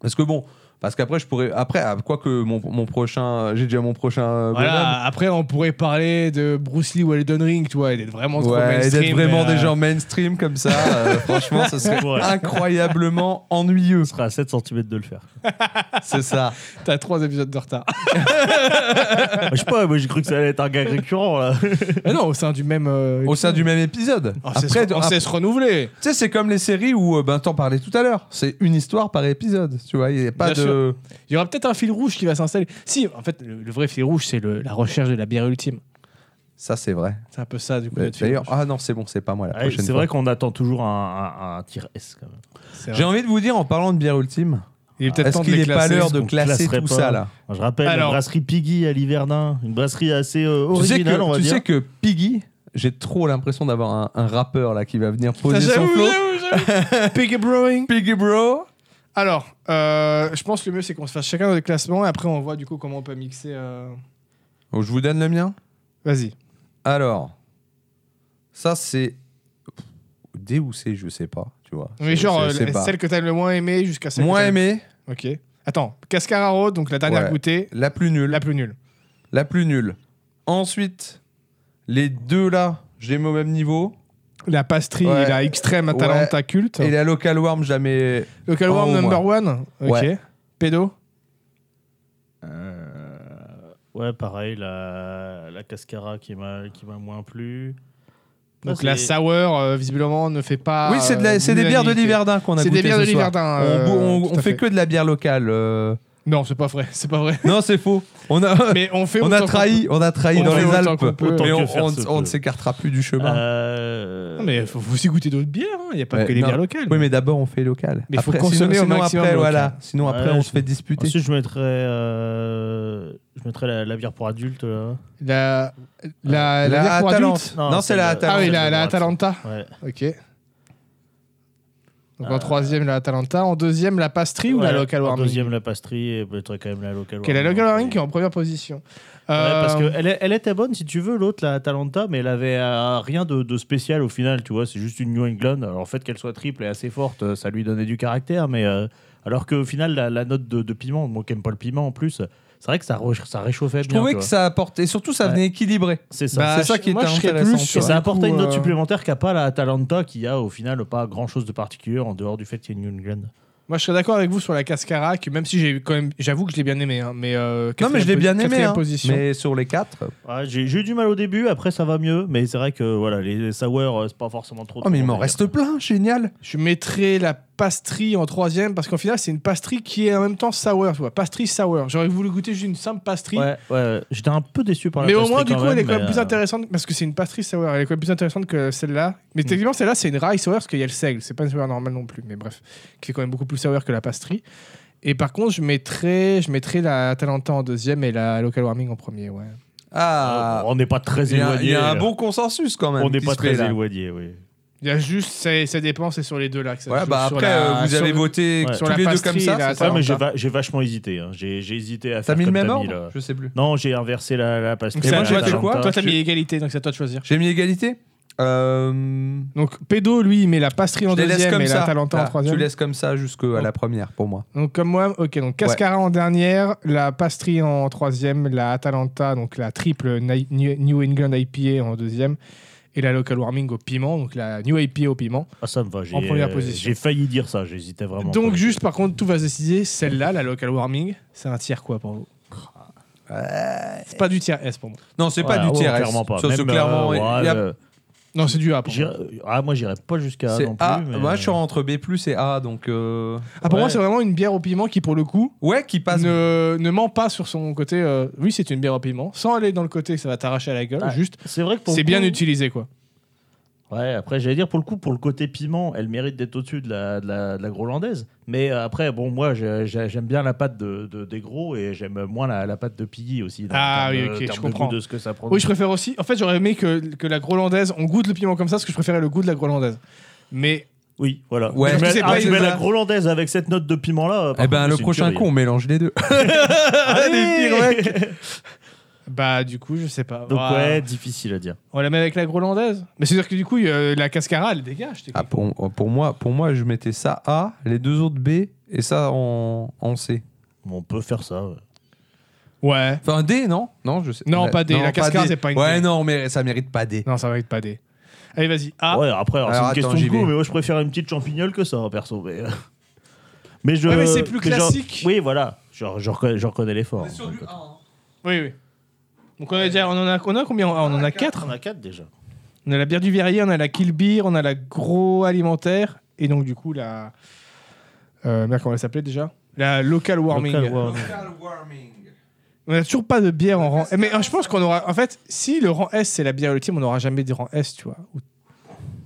[SPEAKER 1] Parce que bon, parce qu'après, je pourrais. Après, ah, quoi que mon, mon prochain. J'ai déjà mon prochain. euh, bonhomme.
[SPEAKER 2] voilà, après, on pourrait parler de Bruce Lee ou Elden Ring, tu vois, et d'être vraiment trop
[SPEAKER 1] Ouais, et
[SPEAKER 2] mainstream,
[SPEAKER 1] d'être vraiment
[SPEAKER 2] mais,
[SPEAKER 1] des
[SPEAKER 2] euh,
[SPEAKER 1] gens mainstream comme ça, euh, franchement, ce serait
[SPEAKER 3] Ouais.
[SPEAKER 1] incroyablement ennuyeux.
[SPEAKER 3] On sera à 7 cm de le faire.
[SPEAKER 1] C'est ça.
[SPEAKER 2] T'as trois épisodes de retard.
[SPEAKER 3] Ah, Je sais pas, moi j'ai cru que ça allait être un gag récurrent là.
[SPEAKER 2] Ah non, au sein du même. euh,
[SPEAKER 1] Au sein du même épisode.
[SPEAKER 2] On sait
[SPEAKER 1] après,
[SPEAKER 2] se- on
[SPEAKER 1] après-
[SPEAKER 2] sait se renouveler.
[SPEAKER 1] Tu sais, c'est comme les séries où, euh, ben, t'en parlais tout à l'heure. C'est une histoire par épisode, tu vois. Il n'y a pas
[SPEAKER 2] Bien
[SPEAKER 1] de.
[SPEAKER 2] Il y aura peut-être un fil rouge qui va s'installer. Si, en fait, le, le vrai fil rouge, c'est le- la recherche de la bière ultime.
[SPEAKER 1] Ça, c'est vrai.
[SPEAKER 2] C'est un peu ça, du coup. notre fil
[SPEAKER 1] D'ailleurs,
[SPEAKER 2] rouge.
[SPEAKER 1] ah non, c'est bon, c'est pas moi la
[SPEAKER 3] Ah,
[SPEAKER 1] prochaine
[SPEAKER 3] c'est
[SPEAKER 1] fois.
[SPEAKER 3] vrai qu'on attend toujours un, un, un tir S quand même.
[SPEAKER 2] C'est vrai.
[SPEAKER 1] J'ai envie de vous dire, en parlant de bière ultime,
[SPEAKER 2] Il est peut-être
[SPEAKER 1] est-ce
[SPEAKER 2] temps de
[SPEAKER 1] qu'il
[SPEAKER 2] les
[SPEAKER 1] n'est pas
[SPEAKER 2] classer.
[SPEAKER 1] l'heure de
[SPEAKER 3] qu'on
[SPEAKER 1] classer
[SPEAKER 3] classerait
[SPEAKER 1] tout
[SPEAKER 3] pas
[SPEAKER 1] ça là
[SPEAKER 3] Je rappelle
[SPEAKER 2] Alors-
[SPEAKER 3] la brasserie Piggy à l'hiverdin, une brasserie assez euh,
[SPEAKER 1] Tu sais
[SPEAKER 3] originale
[SPEAKER 1] que,
[SPEAKER 3] on va
[SPEAKER 1] tu
[SPEAKER 3] dire.
[SPEAKER 1] sais que Piggy, j'ai trop l'impression d'avoir un, un rappeur là qui va venir
[SPEAKER 2] Ça,
[SPEAKER 1] poser son
[SPEAKER 2] J'avoue,
[SPEAKER 1] flow.
[SPEAKER 2] j'avoue, j'avoue. Piggy Brewing.
[SPEAKER 1] Piggy bro
[SPEAKER 2] Alors, euh, je pense que le mieux, c'est qu'on se fasse chacun notre classement et après, on voit du coup comment on peut mixer. euh,
[SPEAKER 1] Oh, Je vous donne le mien.
[SPEAKER 2] Vas-y.
[SPEAKER 1] Alors, ça c'est D ou C, je sais pas, tu vois.
[SPEAKER 2] Mais
[SPEAKER 1] Je-
[SPEAKER 2] genre,
[SPEAKER 1] je
[SPEAKER 2] euh,
[SPEAKER 1] sais pas.
[SPEAKER 2] celle que t'as le moins aimée jusqu'à celle
[SPEAKER 1] moins
[SPEAKER 2] que
[SPEAKER 1] aimée,
[SPEAKER 2] t'as- Ok. Attends, Cascararo, donc la dernière
[SPEAKER 1] Ouais.
[SPEAKER 2] goûtée,
[SPEAKER 1] la plus nulle,
[SPEAKER 2] la
[SPEAKER 1] la,
[SPEAKER 2] plus nulle.
[SPEAKER 1] plus nulle. Ensuite, les deux là, je les mets au même niveau.
[SPEAKER 2] La pastry,
[SPEAKER 1] Ouais.
[SPEAKER 2] la extrême
[SPEAKER 1] Ouais.
[SPEAKER 2] Atalanta culte.
[SPEAKER 1] Et la local warm jamais.
[SPEAKER 2] Local Worm
[SPEAKER 1] Oh,
[SPEAKER 2] number one. Ok.
[SPEAKER 1] Ouais.
[SPEAKER 2] Pédo.
[SPEAKER 3] Euh, ouais, pareil, la, la cascara qui m'a qui m'a moins plu. Ça,
[SPEAKER 2] Donc la
[SPEAKER 3] c'est-
[SPEAKER 2] sour, euh, visiblement, ne fait pas.
[SPEAKER 1] oui, c'est de la-
[SPEAKER 2] euh,
[SPEAKER 1] c'est des bières de
[SPEAKER 2] l'unanimité.
[SPEAKER 1] l'hiverdin qu'on a
[SPEAKER 2] C'est des
[SPEAKER 1] goûté
[SPEAKER 2] bières
[SPEAKER 1] ce
[SPEAKER 2] de
[SPEAKER 1] soir.
[SPEAKER 2] l'hiverdin.
[SPEAKER 1] On, bou-
[SPEAKER 2] euh,
[SPEAKER 1] on-
[SPEAKER 2] tout
[SPEAKER 1] on
[SPEAKER 2] à
[SPEAKER 1] fait, que de la bière locale. euh.
[SPEAKER 2] Non, c'est pas vrai. C'est pas vrai.
[SPEAKER 1] Non, c'est faux. On a,
[SPEAKER 2] Mais on fait.
[SPEAKER 1] on
[SPEAKER 2] autant
[SPEAKER 1] a
[SPEAKER 2] qu'on
[SPEAKER 1] trahi, on a trahi
[SPEAKER 2] on
[SPEAKER 1] dans
[SPEAKER 2] fait
[SPEAKER 1] les
[SPEAKER 2] autant
[SPEAKER 1] Alpes.
[SPEAKER 2] qu'on peut.
[SPEAKER 1] Mais on,
[SPEAKER 3] Autant que faire
[SPEAKER 1] on-
[SPEAKER 3] se
[SPEAKER 1] on ne
[SPEAKER 3] peut.
[SPEAKER 1] s'écartera plus du chemin.
[SPEAKER 3] Euh,
[SPEAKER 2] Non, mais faut, faut aussi goûter d'autres bières, il n'y a pas
[SPEAKER 1] Ouais,
[SPEAKER 2] que les
[SPEAKER 1] non.
[SPEAKER 2] bières locales.
[SPEAKER 1] oui, mais d'abord on fait local.
[SPEAKER 2] Mais faut
[SPEAKER 1] après,
[SPEAKER 2] consommer
[SPEAKER 1] sinon,
[SPEAKER 2] au
[SPEAKER 1] sinon
[SPEAKER 2] maximum
[SPEAKER 1] après,
[SPEAKER 2] local.
[SPEAKER 1] voilà. Sinon après,
[SPEAKER 3] Ouais,
[SPEAKER 1] on
[SPEAKER 3] je-
[SPEAKER 1] se fait disputer.
[SPEAKER 3] Ensuite, je mettrais, euh, je mettrais la, la bière pour adultes. là.
[SPEAKER 2] La, la, la, bière pour
[SPEAKER 1] Atalante.
[SPEAKER 2] adultes
[SPEAKER 1] Non,
[SPEAKER 3] Non,
[SPEAKER 1] c'est la
[SPEAKER 3] celle-
[SPEAKER 2] Ah
[SPEAKER 1] Atalante.
[SPEAKER 2] oui,
[SPEAKER 3] Atalanta,
[SPEAKER 2] la,
[SPEAKER 3] c'est
[SPEAKER 2] la
[SPEAKER 3] bon,
[SPEAKER 2] Atalanta.
[SPEAKER 3] Ouais.
[SPEAKER 2] Ok. Donc en troisième, la Atalanta. En deuxième, la Pastry ou la
[SPEAKER 3] Ouais,
[SPEAKER 2] Local
[SPEAKER 3] en
[SPEAKER 2] Warming
[SPEAKER 3] Deuxième, la pastry, et je mettrais quand même la local
[SPEAKER 2] Ok, la
[SPEAKER 3] warming.
[SPEAKER 2] Local Warming qui est en première position.
[SPEAKER 3] Ouais,
[SPEAKER 2] Euh,
[SPEAKER 3] parce qu'elle elle était bonne, si tu veux, l'autre, la Atalanta, mais elle avait euh, rien de, de spécial au final, tu vois. C'est juste une New England. Alors, le fait qu'elle soit triple et assez forte, euh, ça lui donnait du caractère, mais euh, alors qu'au final, la, la note de, de piment, moi qui aime pas le piment en plus, c'est vrai que ça, re- ça réchauffait
[SPEAKER 1] Je
[SPEAKER 3] bien.
[SPEAKER 1] trouvais
[SPEAKER 3] tu
[SPEAKER 1] que
[SPEAKER 3] vois.
[SPEAKER 1] ça apportait, et surtout ça
[SPEAKER 3] Ouais.
[SPEAKER 1] venait équilibré.
[SPEAKER 3] C'est ça.
[SPEAKER 2] bah,
[SPEAKER 1] c'est ça
[SPEAKER 2] je-
[SPEAKER 1] qui
[SPEAKER 2] moi,
[SPEAKER 1] était
[SPEAKER 2] je serais
[SPEAKER 1] intéressant,
[SPEAKER 2] plus
[SPEAKER 1] tu
[SPEAKER 3] Et
[SPEAKER 2] sur
[SPEAKER 1] vois.
[SPEAKER 3] ça
[SPEAKER 2] un
[SPEAKER 3] apportait
[SPEAKER 2] coup,
[SPEAKER 3] une note
[SPEAKER 2] euh,
[SPEAKER 3] supplémentaire qu'a pas la Atalanta, qui a au final pas grand chose de particulier en dehors du fait qu'il y a une New England.
[SPEAKER 2] Moi, je serais d'accord avec vous sur la Cascara, qui, même si j'ai quand même, j'avoue que je l'ai bien aimé, hein, mais euh,
[SPEAKER 1] Non, mais
[SPEAKER 2] quatrième
[SPEAKER 1] je l'ai
[SPEAKER 2] posi-
[SPEAKER 1] bien aimé.
[SPEAKER 2] quatrième
[SPEAKER 1] hein.
[SPEAKER 2] position.
[SPEAKER 1] Mais sur les quatre.
[SPEAKER 3] Ouais, J'ai j'ai eu du mal au début, après ça va mieux, mais c'est vrai que voilà, les, les sour, euh, c'est pas forcément trop.
[SPEAKER 1] Oh, mais il
[SPEAKER 3] trop
[SPEAKER 1] m'en
[SPEAKER 3] délire.
[SPEAKER 1] reste plein, génial.
[SPEAKER 2] Je mettrais la pastry en troisième parce qu'en final, c'est une pastry qui est en même temps sour. Tu vois, pastry sour. J'aurais voulu goûter juste une simple pastry.
[SPEAKER 3] Ouais, ouais, j'étais un peu déçu par la
[SPEAKER 2] Mais au
[SPEAKER 3] pastry
[SPEAKER 2] moins, du
[SPEAKER 3] quand
[SPEAKER 2] coup, elle est quand même
[SPEAKER 3] mais,
[SPEAKER 2] plus
[SPEAKER 3] euh,
[SPEAKER 2] intéressante parce que c'est une pastry sour. Elle est quand même plus intéressante que celle-là. Mais techniquement, celle-là, c'est une rye sour parce qu'il y a le seigle. C'est pas une sour normale non plus. Mais bref, qui est quand même beaucoup plus sour que la pastry. Et par contre, je mettrais, je mettrais la Talenta en deuxième et la Local Warming en premier. Ouais.
[SPEAKER 1] Ah,
[SPEAKER 3] on n'est pas très
[SPEAKER 1] il y a-
[SPEAKER 3] éloigné.
[SPEAKER 1] il y a un bon consensus quand même.
[SPEAKER 3] On n'est
[SPEAKER 1] qui
[SPEAKER 3] pas
[SPEAKER 1] se fait,
[SPEAKER 3] très
[SPEAKER 1] là.
[SPEAKER 3] éloigné, oui.
[SPEAKER 2] Il y a juste, ça, ça dépend, c'est sur les deux là que ça
[SPEAKER 1] Voilà,
[SPEAKER 2] joue.
[SPEAKER 1] bah
[SPEAKER 2] Sur
[SPEAKER 1] après,
[SPEAKER 2] la-
[SPEAKER 1] euh, vous
[SPEAKER 2] sur
[SPEAKER 1] avez
[SPEAKER 2] le-
[SPEAKER 1] voté
[SPEAKER 3] Ouais.
[SPEAKER 1] tous
[SPEAKER 2] Sur la
[SPEAKER 1] les deux
[SPEAKER 2] pastry,
[SPEAKER 1] comme ça.
[SPEAKER 2] là,
[SPEAKER 1] c'est
[SPEAKER 2] ça
[SPEAKER 1] ça
[SPEAKER 3] Ouais,
[SPEAKER 2] va.
[SPEAKER 3] mais j'ai va- j'ai vachement hésité. hein. J'ai j'ai hésité à
[SPEAKER 1] T'as
[SPEAKER 3] faire
[SPEAKER 1] mis le
[SPEAKER 3] comme
[SPEAKER 1] même
[SPEAKER 3] t'as
[SPEAKER 1] ordre
[SPEAKER 3] là.
[SPEAKER 1] Je sais plus.
[SPEAKER 3] Non, j'ai inversé la, la pastille.
[SPEAKER 2] Donc,
[SPEAKER 1] Et
[SPEAKER 2] c'est
[SPEAKER 1] moi,
[SPEAKER 2] à
[SPEAKER 1] j'ai
[SPEAKER 2] toi,
[SPEAKER 1] fait
[SPEAKER 2] t'as-
[SPEAKER 1] quoi
[SPEAKER 2] Toi, t'as mis égalité, donc c'est à toi de choisir.
[SPEAKER 1] J'ai mis égalité. Euh,
[SPEAKER 2] Donc Pédo, lui, il met la pastry
[SPEAKER 1] Je
[SPEAKER 2] en
[SPEAKER 1] les laisse
[SPEAKER 2] deuxième
[SPEAKER 1] comme
[SPEAKER 2] et la
[SPEAKER 1] ça.
[SPEAKER 2] Talenta en
[SPEAKER 1] Voilà,
[SPEAKER 2] troisième.
[SPEAKER 1] Tu laisses comme ça jusqu'à la première pour moi.
[SPEAKER 2] Donc comme moi, ok, donc Cascara en dernière, la pastry en troisième, la Atalanta, donc la triple Ni- New England IPA en deuxième, et la Local Warming au piment, donc la New IPA au piment.
[SPEAKER 3] Ah, ça me va. j'ai-
[SPEAKER 2] En première position.
[SPEAKER 3] J'ai failli dire ça, j'hésitais vraiment.
[SPEAKER 2] Donc juste par contre, tout va se décider. Celle-là, la local warming, c'est un tiers quoi pour vous C'est pas du tiers S pour moi.
[SPEAKER 1] Non, c'est pas
[SPEAKER 3] Voilà,
[SPEAKER 1] du
[SPEAKER 2] oh,
[SPEAKER 3] ouais, oh,
[SPEAKER 1] tiers S.
[SPEAKER 3] Clairement pas.
[SPEAKER 1] Ça, c'est
[SPEAKER 3] Même,
[SPEAKER 1] clairement.
[SPEAKER 3] euh,
[SPEAKER 1] il y a-
[SPEAKER 3] ouais, euh,
[SPEAKER 2] Non, c'est du A pour moi.
[SPEAKER 3] j'irais- Ah, moi, j'irais pas jusqu'à A
[SPEAKER 1] c'est
[SPEAKER 3] non plus.
[SPEAKER 1] A.
[SPEAKER 3] mais,
[SPEAKER 1] Moi,
[SPEAKER 3] euh,
[SPEAKER 1] je suis entre B et A, donc. euh,
[SPEAKER 2] Ah, pour moi,
[SPEAKER 3] ouais.
[SPEAKER 2] c'est vraiment une bière au piment qui, pour le coup,
[SPEAKER 1] Ouais, qui passe.
[SPEAKER 2] ne, ne ment pas sur son côté. euh, oui, c'est une bière au piment, sans aller dans le côté que ça va t'arracher à la gueule.
[SPEAKER 3] Ah,
[SPEAKER 2] juste,
[SPEAKER 3] C'est vrai que pour
[SPEAKER 2] c'est
[SPEAKER 3] le
[SPEAKER 2] bien
[SPEAKER 3] coup-
[SPEAKER 2] utilisé quoi.
[SPEAKER 3] Ouais, après, j'allais dire, pour le coup, pour le côté piment, elle mérite d'être au-dessus de la, de, la, de la grolandaise. Mais euh, après, bon, moi, j'ai- j'ai- j'aime bien la pâte de, de- des gros et j'aime moins la, la pâte de Piggy aussi. dans-
[SPEAKER 2] Ah
[SPEAKER 3] en termes
[SPEAKER 2] oui,
[SPEAKER 3] de-
[SPEAKER 2] ok,
[SPEAKER 3] termes
[SPEAKER 2] je
[SPEAKER 3] de goût
[SPEAKER 2] comprends.
[SPEAKER 3] De ce que ça produit.
[SPEAKER 2] Oui, je préfère aussi. En fait, j'aurais aimé que, que la grolandaise, on goûte le piment comme ça, parce que je préférais le goût de la grolandaise. Mais
[SPEAKER 3] Oui, voilà.
[SPEAKER 1] Ouais. Parce
[SPEAKER 3] tu
[SPEAKER 2] que
[SPEAKER 3] mets,
[SPEAKER 2] c'est
[SPEAKER 3] ah,
[SPEAKER 2] pas
[SPEAKER 3] tu
[SPEAKER 2] une-
[SPEAKER 3] mets la grolandaise avec cette note de piment-là. euh, par
[SPEAKER 1] Eh ben,
[SPEAKER 2] Ah,
[SPEAKER 3] contre,
[SPEAKER 1] le
[SPEAKER 3] c'est une
[SPEAKER 1] prochain
[SPEAKER 2] hein.
[SPEAKER 3] tuerie.
[SPEAKER 1] coup, on mélange les deux.
[SPEAKER 3] Ah, Allez
[SPEAKER 2] bah, du coup, je sais pas.
[SPEAKER 3] Donc,
[SPEAKER 2] Ouah.
[SPEAKER 3] ouais, difficile à dire.
[SPEAKER 2] On la met avec la grolandaise. Mais c'est à dire que du coup, euh, la cascara, elle dégage. t'es-
[SPEAKER 1] Ah, pour, pour, moi, pour moi, je mettais ça A, les deux autres B et ça en, en C.
[SPEAKER 3] Bon, on peut faire ça. ouais.
[SPEAKER 2] Ouais.
[SPEAKER 1] Enfin, D, non Non, je sais.
[SPEAKER 2] Non,
[SPEAKER 1] Ouais,
[SPEAKER 2] pas D. La cascade, c'est pas une
[SPEAKER 1] Ouais,
[SPEAKER 2] D.
[SPEAKER 1] non, mais ça mérite pas D.
[SPEAKER 2] Non, ça va être pas D. Allez, vas-y. Ah, A.
[SPEAKER 3] Ouais, après, alors, c'est
[SPEAKER 1] Alors,
[SPEAKER 3] une
[SPEAKER 1] attends,
[SPEAKER 3] question
[SPEAKER 1] j'y
[SPEAKER 3] de goût,
[SPEAKER 1] vais.
[SPEAKER 3] mais moi, je préfère une petite champignole que ça, perso. Mais, euh, mais je.
[SPEAKER 2] Ouais, mais c'est plus
[SPEAKER 3] mais genre-
[SPEAKER 2] classique.
[SPEAKER 3] Oui, voilà. Genre, je reconnais, je reconnais l'effort. hein, donc,
[SPEAKER 2] Oui, oui. Donc on, a déjà, on en a, on a combien Ah, On en a 4.
[SPEAKER 3] On a 4 déjà.
[SPEAKER 2] On a la bière du verrier, on a la Kill Beer, on a la Gros Alimentaire. Et donc, du coup, la. Euh, merde, comment elle s'appelait déjà La Local Warming.
[SPEAKER 3] Local warming.
[SPEAKER 2] On n'a toujours pas de bière en rang. Mais euh, je pense qu'on aura. En fait, si le rang S c'est la bière ultime, on n'aura jamais de rang S, tu vois. Ou-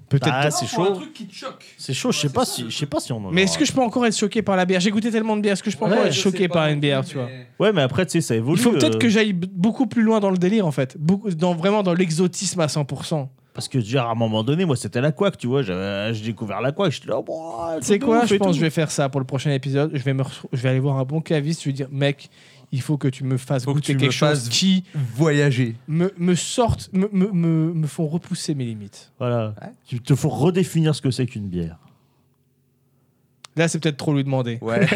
[SPEAKER 2] Peut-être.
[SPEAKER 1] Bah,
[SPEAKER 3] Ah, c'est chaud.
[SPEAKER 1] qui te choque.
[SPEAKER 3] C'est chaud, je sais pas si, je sais pas si on en
[SPEAKER 2] mais
[SPEAKER 3] aura.
[SPEAKER 2] est-ce que je peux encore être choqué par la bière J'ai goûté tellement de bières. Est-ce que je peux
[SPEAKER 3] Ouais,
[SPEAKER 2] encore être choqué par une bière, tu vois
[SPEAKER 3] Ouais, mais après, tu sais, ça évolue.
[SPEAKER 2] Il faut
[SPEAKER 3] euh,
[SPEAKER 2] peut-être que j'aille b- beaucoup plus loin dans le délire, en fait. Beaucoup, dans, vraiment dans l'exotisme à 100%.
[SPEAKER 3] Parce que, genre, à un moment donné, moi, c'était la couac, tu vois. j'avais- J'ai découvert la couac, j'étais là, oh, bon,
[SPEAKER 2] Tu sais
[SPEAKER 3] de
[SPEAKER 2] quoi
[SPEAKER 3] ouf
[SPEAKER 2] Je
[SPEAKER 3] et
[SPEAKER 2] pense que
[SPEAKER 3] tout.
[SPEAKER 2] je vais faire ça pour le prochain épisode. Je vais, me re- je vais aller voir un bon caviste. Je vais dire, mec, il faut que tu me fasses
[SPEAKER 1] Faut que
[SPEAKER 2] goûter
[SPEAKER 1] tu me
[SPEAKER 2] quelque chose
[SPEAKER 1] fasses-
[SPEAKER 2] qui
[SPEAKER 1] Voyager.
[SPEAKER 2] me, me sorte, me, me, me, me font repousser mes limites.
[SPEAKER 3] Voilà.
[SPEAKER 1] Ouais.
[SPEAKER 3] Il te faut redéfinir ce que c'est qu'une bière.
[SPEAKER 2] Là, c'est peut-être trop lui demander.
[SPEAKER 1] Ouais.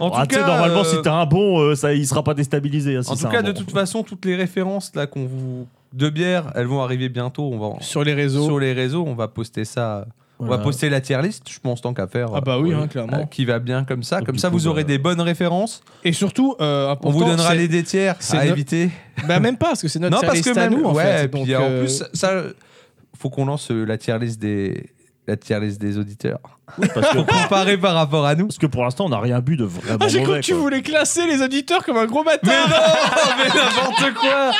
[SPEAKER 1] en
[SPEAKER 3] Ah,
[SPEAKER 1] tout
[SPEAKER 3] tu sais,
[SPEAKER 1] cas,
[SPEAKER 3] normalement,
[SPEAKER 1] euh,
[SPEAKER 3] si t'as un bon, euh, ça, il sera pas déstabilisé. hein, si
[SPEAKER 1] en
[SPEAKER 3] c'est
[SPEAKER 1] tout
[SPEAKER 3] un
[SPEAKER 1] cas,
[SPEAKER 3] bon.
[SPEAKER 1] de toute façon, toutes les références là qu'on vous de bière, elles vont arriver bientôt. On va en-
[SPEAKER 2] Sur les réseaux.
[SPEAKER 1] sur les réseaux, on va poster ça. On
[SPEAKER 3] Voilà.
[SPEAKER 1] va
[SPEAKER 2] Bah,
[SPEAKER 1] poster la tier list, je pense tant qu'à faire.
[SPEAKER 2] Ah bah oui,
[SPEAKER 1] euh,
[SPEAKER 2] hein, clairement.
[SPEAKER 1] euh, qui va bien comme ça.
[SPEAKER 3] Donc,
[SPEAKER 1] Comme
[SPEAKER 3] du
[SPEAKER 1] ça,
[SPEAKER 3] coup,
[SPEAKER 1] vous
[SPEAKER 3] bah,
[SPEAKER 1] aurez des bonnes références.
[SPEAKER 2] Et surtout,
[SPEAKER 1] On
[SPEAKER 2] euh,
[SPEAKER 1] vous
[SPEAKER 2] important,
[SPEAKER 1] donnera
[SPEAKER 2] c'est-
[SPEAKER 1] les des tiers
[SPEAKER 2] c'est
[SPEAKER 1] à
[SPEAKER 2] no-
[SPEAKER 1] éviter.
[SPEAKER 2] Bah, même pas, parce que c'est notre
[SPEAKER 1] non, parce
[SPEAKER 2] service
[SPEAKER 1] que
[SPEAKER 2] à
[SPEAKER 1] même,
[SPEAKER 2] nous, en
[SPEAKER 1] ouais,
[SPEAKER 2] fait.
[SPEAKER 1] et puis
[SPEAKER 2] Donc,
[SPEAKER 1] en
[SPEAKER 2] euh,
[SPEAKER 1] plus, ça, faut qu'on lance euh, la tier list des, la tier list des auditeurs.
[SPEAKER 3] parce que,
[SPEAKER 1] Pour comparer par rapport à nous.
[SPEAKER 3] parce que pour l'instant, on n'a rien bu de vraiment.
[SPEAKER 2] Ah, j'ai cru
[SPEAKER 3] mauvais,
[SPEAKER 2] que tu
[SPEAKER 3] quoi.
[SPEAKER 2] voulais classer les auditeurs comme un gros bâtard
[SPEAKER 1] Oh, mais n'importe quoi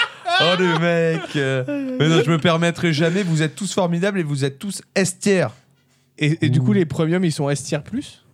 [SPEAKER 1] Oh le mec euh, Mais non, je me permettrai jamais. Vous êtes tous formidables et vous êtes tous S tier.
[SPEAKER 2] Et, et du coup, les premiums, ils sont S tier plus.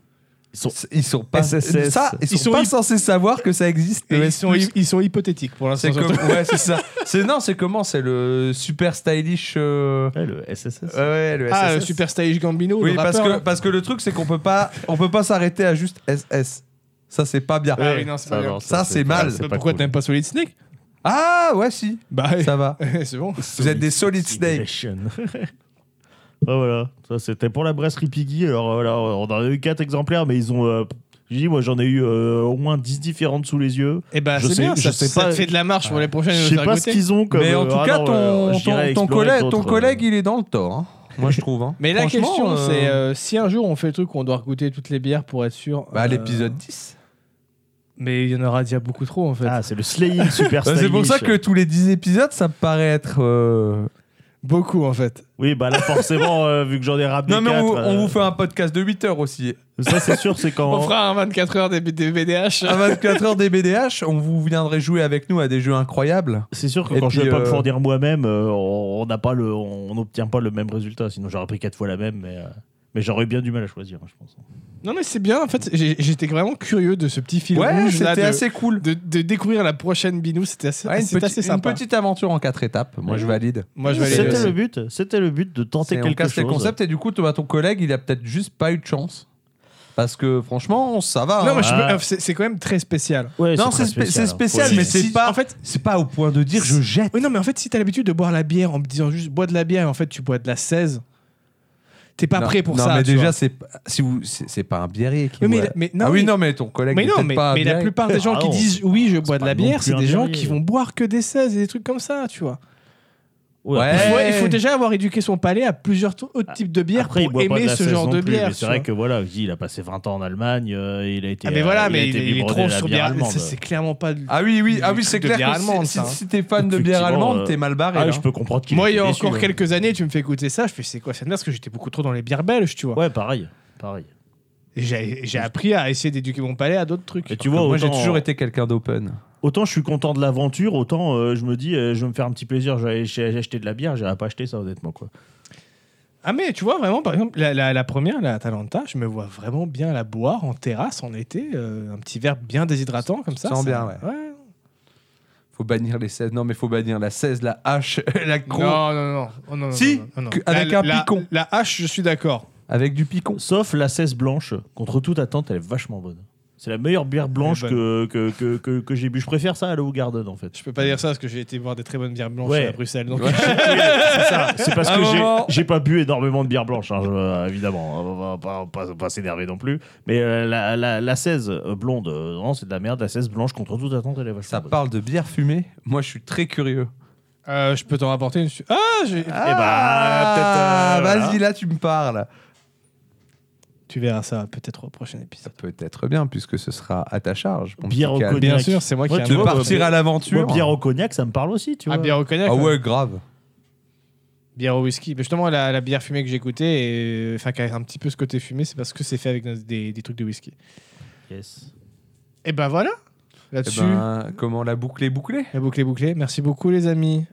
[SPEAKER 1] Ils sont pas
[SPEAKER 3] SSS.
[SPEAKER 1] ça. Ils sont,
[SPEAKER 2] Ils sont
[SPEAKER 1] pas
[SPEAKER 2] hy-
[SPEAKER 1] censés savoir que ça existe.
[SPEAKER 2] Et
[SPEAKER 1] le
[SPEAKER 2] ils,
[SPEAKER 1] S+.
[SPEAKER 2] sont, ils sont hypothétiques pour l'instant.
[SPEAKER 1] C'est comme
[SPEAKER 2] surtout.
[SPEAKER 1] ouais, c'est ça. C'est non, c'est comment C'est le super stylish. euh,
[SPEAKER 3] Ouais, le SSS.
[SPEAKER 1] Ouais, ouais, le
[SPEAKER 2] Ah, le
[SPEAKER 1] SSS.
[SPEAKER 2] Super Stylish Gambino.
[SPEAKER 1] Oui,
[SPEAKER 2] le
[SPEAKER 1] parce
[SPEAKER 2] rappeur,
[SPEAKER 1] que
[SPEAKER 2] là.
[SPEAKER 1] parce que le truc c'est qu'on peut pas on peut pas s'arrêter à juste SS. Ça c'est pas bien.
[SPEAKER 2] Ah oui, non, c'est pas
[SPEAKER 3] Ça,
[SPEAKER 2] bien.
[SPEAKER 3] non,
[SPEAKER 1] Ça, c'est mal.
[SPEAKER 3] c'est pas
[SPEAKER 2] Pourquoi
[SPEAKER 3] cool.
[SPEAKER 2] t'aimes pas Solid Snake
[SPEAKER 1] Ah ouais si,
[SPEAKER 2] Bah,
[SPEAKER 1] ça va.
[SPEAKER 2] c'est bon.
[SPEAKER 1] Vous êtes des solid snakes.
[SPEAKER 3] Simulation. Ah, voilà, ça c'était pour la brasserie Piggy. Alors euh, voilà, on en a eu 4 exemplaires, mais ils ont. euh, j'ai dit, moi j'en ai eu euh, au moins 10 différentes sous les yeux.
[SPEAKER 2] Et bah,
[SPEAKER 3] Je
[SPEAKER 2] c'est
[SPEAKER 3] sais-
[SPEAKER 2] bien.
[SPEAKER 3] je
[SPEAKER 2] Ça,
[SPEAKER 3] sais
[SPEAKER 2] ça
[SPEAKER 3] pas-
[SPEAKER 2] te fait de la marche pour les prochaines.
[SPEAKER 3] Je sais pas ce qu'ils ont comme.
[SPEAKER 1] Mais en
[SPEAKER 3] euh,
[SPEAKER 1] tout
[SPEAKER 3] ah
[SPEAKER 1] cas,
[SPEAKER 3] non,
[SPEAKER 1] ton,
[SPEAKER 3] euh,
[SPEAKER 1] ton,
[SPEAKER 3] j'irai
[SPEAKER 1] ton
[SPEAKER 3] explorer
[SPEAKER 1] collègue, ton
[SPEAKER 3] d'autres,
[SPEAKER 1] collègue,
[SPEAKER 3] euh,
[SPEAKER 1] il est dans le tort. hein. Moi, je trouve. hein.
[SPEAKER 2] Mais la
[SPEAKER 1] Franchement,
[SPEAKER 2] question,
[SPEAKER 1] euh,
[SPEAKER 2] c'est euh, si un jour on fait le truc où on doit goûter toutes les bières pour être sûr.
[SPEAKER 1] bah,
[SPEAKER 2] euh,
[SPEAKER 1] l'épisode 10.
[SPEAKER 2] Mais il y en aura déjà beaucoup trop en fait.
[SPEAKER 3] Ah, c'est le Slaying Super
[SPEAKER 1] Euh,
[SPEAKER 3] Stylish.
[SPEAKER 1] c'est pour ça que tous les 10 épisodes, ça me paraît être. euh,
[SPEAKER 2] Beaucoup en fait.
[SPEAKER 3] Oui, bah là forcément, euh, vu que j'en ai ramené
[SPEAKER 1] Non, mais on,
[SPEAKER 3] quatre,
[SPEAKER 1] vous-
[SPEAKER 3] euh,
[SPEAKER 1] on vous fait un podcast de 8 heures aussi.
[SPEAKER 3] Ça c'est sûr, c'est quand.
[SPEAKER 2] On Ah. fera un 24 heures des, des BDH.
[SPEAKER 1] À 24 heures des BDH, on vous viendrait jouer avec nous à des jeux incroyables.
[SPEAKER 3] C'est sûr que
[SPEAKER 1] Et
[SPEAKER 3] quand je ne
[SPEAKER 1] puis,
[SPEAKER 3] vais pas me
[SPEAKER 1] euh,
[SPEAKER 3] fournir moi-même, euh, on on n'a pas le, on n'obtient pas le même résultat. Sinon, j'aurais pris quatre fois la même, mais, euh, mais j'aurais eu bien du mal à choisir, hein, je pense.
[SPEAKER 2] Non, mais c'est bien. En fait, j'ai- j'étais vraiment curieux de ce petit film
[SPEAKER 1] Ouais,
[SPEAKER 2] rouge là.
[SPEAKER 1] c'était
[SPEAKER 2] de-
[SPEAKER 1] assez cool.
[SPEAKER 2] De, de découvrir la prochaine binou, c'était assez,
[SPEAKER 1] Ouais, une,
[SPEAKER 2] c'était
[SPEAKER 1] petite-
[SPEAKER 2] assez
[SPEAKER 1] une
[SPEAKER 2] sympa.
[SPEAKER 1] petite aventure en 4 étapes. Moi,
[SPEAKER 3] Ouais.
[SPEAKER 1] Ah, je valide.
[SPEAKER 2] Moi, je vais aller.
[SPEAKER 3] C'était
[SPEAKER 2] aussi.
[SPEAKER 3] le but, c'était le but de tenter
[SPEAKER 1] C'est on
[SPEAKER 3] quelque
[SPEAKER 1] casse les
[SPEAKER 3] chose.
[SPEAKER 1] concepts et du coup, ton, ton collègue, il a peut-être juste pas eu de chance. Parce que franchement, ça va.
[SPEAKER 2] Non,
[SPEAKER 1] hein.
[SPEAKER 2] mais je
[SPEAKER 3] Ah.
[SPEAKER 2] me- euh, c'est c'est quand même très spécial.
[SPEAKER 3] Ouais,
[SPEAKER 1] Non,
[SPEAKER 3] très
[SPEAKER 1] c'est spé- c'est
[SPEAKER 3] hein.
[SPEAKER 1] spécial,
[SPEAKER 3] Faut-
[SPEAKER 1] mais c'est
[SPEAKER 2] Si-
[SPEAKER 1] pas-
[SPEAKER 2] En fait,
[SPEAKER 1] c'est pas au point de dire je jette.
[SPEAKER 2] oui, non, mais en fait, si t'as l'habitude de boire la bière en me disant juste bois de la bière, et en fait, tu bois de la 16, t'es pas
[SPEAKER 1] Non,
[SPEAKER 2] prêt pour
[SPEAKER 1] non,
[SPEAKER 2] ça.
[SPEAKER 1] mais
[SPEAKER 2] tu
[SPEAKER 1] déjà,
[SPEAKER 2] vois.
[SPEAKER 1] c'est pas- si vous, c'est c'est pas un biéré qui.
[SPEAKER 2] Oui, mais,
[SPEAKER 1] boit.
[SPEAKER 2] mais non,
[SPEAKER 1] ah oui,
[SPEAKER 2] mais-
[SPEAKER 1] non, mais ton collègue.
[SPEAKER 2] mais
[SPEAKER 1] il est
[SPEAKER 2] non,
[SPEAKER 1] peut-être
[SPEAKER 2] mais,
[SPEAKER 1] pas un
[SPEAKER 2] mais la
[SPEAKER 1] biéré.
[SPEAKER 2] plupart des gens
[SPEAKER 3] Ah
[SPEAKER 2] qui
[SPEAKER 3] non,
[SPEAKER 2] disent oui, je bois de
[SPEAKER 3] pas
[SPEAKER 2] la
[SPEAKER 3] non
[SPEAKER 2] bière,
[SPEAKER 3] plus
[SPEAKER 2] c'est
[SPEAKER 3] un
[SPEAKER 2] des gens
[SPEAKER 3] biéré.
[SPEAKER 2] qui vont boire que des 16 et des trucs comme ça, tu vois. Il faut,
[SPEAKER 1] Ouais.
[SPEAKER 2] il faut déjà avoir éduqué son palais à plusieurs to- autres
[SPEAKER 3] Ah,
[SPEAKER 2] types de bières
[SPEAKER 3] Après, il
[SPEAKER 2] pour
[SPEAKER 3] boit pas de
[SPEAKER 2] aimer
[SPEAKER 3] la
[SPEAKER 2] ce
[SPEAKER 3] 16
[SPEAKER 2] genre
[SPEAKER 3] non
[SPEAKER 2] de
[SPEAKER 3] plus,
[SPEAKER 2] bière.
[SPEAKER 3] mais C'est
[SPEAKER 2] tu
[SPEAKER 3] vrai
[SPEAKER 2] vois.
[SPEAKER 3] que voilà, je dis, il a passé 20 ans en Allemagne, euh, il a été.
[SPEAKER 2] Ah, mais
[SPEAKER 3] euh,
[SPEAKER 2] voilà, mais
[SPEAKER 3] il,
[SPEAKER 2] il,
[SPEAKER 3] a été
[SPEAKER 2] il est
[SPEAKER 3] biberonné
[SPEAKER 2] trop
[SPEAKER 3] à la
[SPEAKER 2] sur
[SPEAKER 3] bière
[SPEAKER 2] bière.
[SPEAKER 3] allemande.
[SPEAKER 2] ça, c'est clairement pas. de-
[SPEAKER 1] Ah oui, oui, ah oui,
[SPEAKER 2] Truc
[SPEAKER 1] c'est
[SPEAKER 2] de
[SPEAKER 1] clair
[SPEAKER 2] bière
[SPEAKER 1] que si-
[SPEAKER 2] allemande,
[SPEAKER 1] si,
[SPEAKER 2] ça, hein.
[SPEAKER 1] si t'es fan de bière
[SPEAKER 3] Effectivement,
[SPEAKER 1] allemande,
[SPEAKER 3] euh,
[SPEAKER 1] t'es mal barré. hein.
[SPEAKER 3] Ah,
[SPEAKER 1] là.
[SPEAKER 3] je peux comprendre qu'il
[SPEAKER 2] Moi,
[SPEAKER 3] était
[SPEAKER 2] il y a
[SPEAKER 3] déçu,
[SPEAKER 2] encore
[SPEAKER 3] hein.
[SPEAKER 2] quelques années, tu me fais écouter ça, je fais c'est quoi cette merde Parce que j'étais beaucoup trop dans les bières belges, tu vois.
[SPEAKER 3] Ouais, pareil. Pareil.
[SPEAKER 2] Et J'ai j'ai appris à essayer d'éduquer mon palais à d'autres trucs.
[SPEAKER 3] Et tu vois,
[SPEAKER 1] Moi, j'ai
[SPEAKER 3] autant- euh,
[SPEAKER 1] toujours été quelqu'un d'open.
[SPEAKER 3] Autant je suis content de l'aventure, autant euh, je me dis, euh, je vais me faire un petit plaisir, je vais aller chez- acheter de la bière, j'irai pas acheter ça, honnêtement. Quoi.
[SPEAKER 2] Ah mais tu vois vraiment par exemple la, la- la première la Atalanta je me vois vraiment bien la boire en terrasse en été euh, un petit verre bien déshydratant comme ça
[SPEAKER 1] Sans
[SPEAKER 2] ça-
[SPEAKER 1] bien, ouais. Faut bannir les 16. Non, mais faut bannir la 16, la H, la gros.
[SPEAKER 2] Non, non, non. Oh, non, non,
[SPEAKER 1] Si,
[SPEAKER 2] non, non, non.
[SPEAKER 1] que- avec un
[SPEAKER 2] la,
[SPEAKER 1] picon.
[SPEAKER 2] La hache, je suis d'accord.
[SPEAKER 1] Avec du picon.
[SPEAKER 3] Sauf la 16 blanche, contre toute attente, elle est vachement bonne. C'est la meilleure bière blanche
[SPEAKER 2] bonne.
[SPEAKER 3] que, que, que, que, que j'ai bu. Je préfère ça à la Garden en fait.
[SPEAKER 2] Je peux pas dire ça parce que j'ai été boire des très bonnes bières blanches
[SPEAKER 3] Ouais.
[SPEAKER 2] à Bruxelles. Donc
[SPEAKER 1] Ouais.
[SPEAKER 3] C'est ça, c'est parce
[SPEAKER 1] Un
[SPEAKER 3] que j'ai-
[SPEAKER 1] moment.
[SPEAKER 3] j'ai pas bu énormément de bière blanche, hein, je- euh, évidemment. On va pas, pas- pas s'énerver non plus. Mais euh, la, la, la 16 blonde, euh, non, c'est de la merde. La 16 blanche, contre toute attente, elle est vachement
[SPEAKER 1] Ça
[SPEAKER 3] bonne.
[SPEAKER 1] parle de bière fumée. Moi, je suis très curieux.
[SPEAKER 2] Euh, je peux t'en rapporter une. su- Ah, j'ai-
[SPEAKER 3] Eh ben, euh,
[SPEAKER 1] Ah,
[SPEAKER 3] peut-être, euh,
[SPEAKER 1] Vas-y, là, tu me parles.
[SPEAKER 2] tu verras ça peut-être au prochain
[SPEAKER 1] Ça
[SPEAKER 2] épisode.
[SPEAKER 1] peut être bien, puisque ce sera à ta charge. mon
[SPEAKER 3] Bière
[SPEAKER 1] petit
[SPEAKER 3] au
[SPEAKER 1] Cal.
[SPEAKER 3] cognac.
[SPEAKER 2] Bien sûr, c'est moi qui
[SPEAKER 3] Ouais,
[SPEAKER 2] ai
[SPEAKER 3] tu
[SPEAKER 1] De
[SPEAKER 3] vois,
[SPEAKER 2] un
[SPEAKER 1] partir
[SPEAKER 3] bah,
[SPEAKER 1] à
[SPEAKER 3] Moi,
[SPEAKER 1] l'aventure.
[SPEAKER 3] bière au cognac, ça me parle aussi, tu vois.
[SPEAKER 2] Ah, bière au cognac.
[SPEAKER 1] Ah
[SPEAKER 2] ouais.
[SPEAKER 1] ouais, grave.
[SPEAKER 2] Bière au whisky. Mais justement, la, la bière fumée que j'ai goûtée, et, enfin, qui a un petit peu ce côté fumé, c'est parce que c'est fait avec nos- des, des trucs de whisky.
[SPEAKER 3] Yes.
[SPEAKER 2] Et ben voilà.
[SPEAKER 1] Eh
[SPEAKER 2] Là-dessus,
[SPEAKER 1] ben, comment la boucle est bouclée
[SPEAKER 2] la boucle est bouclée. Merci beaucoup, les amis.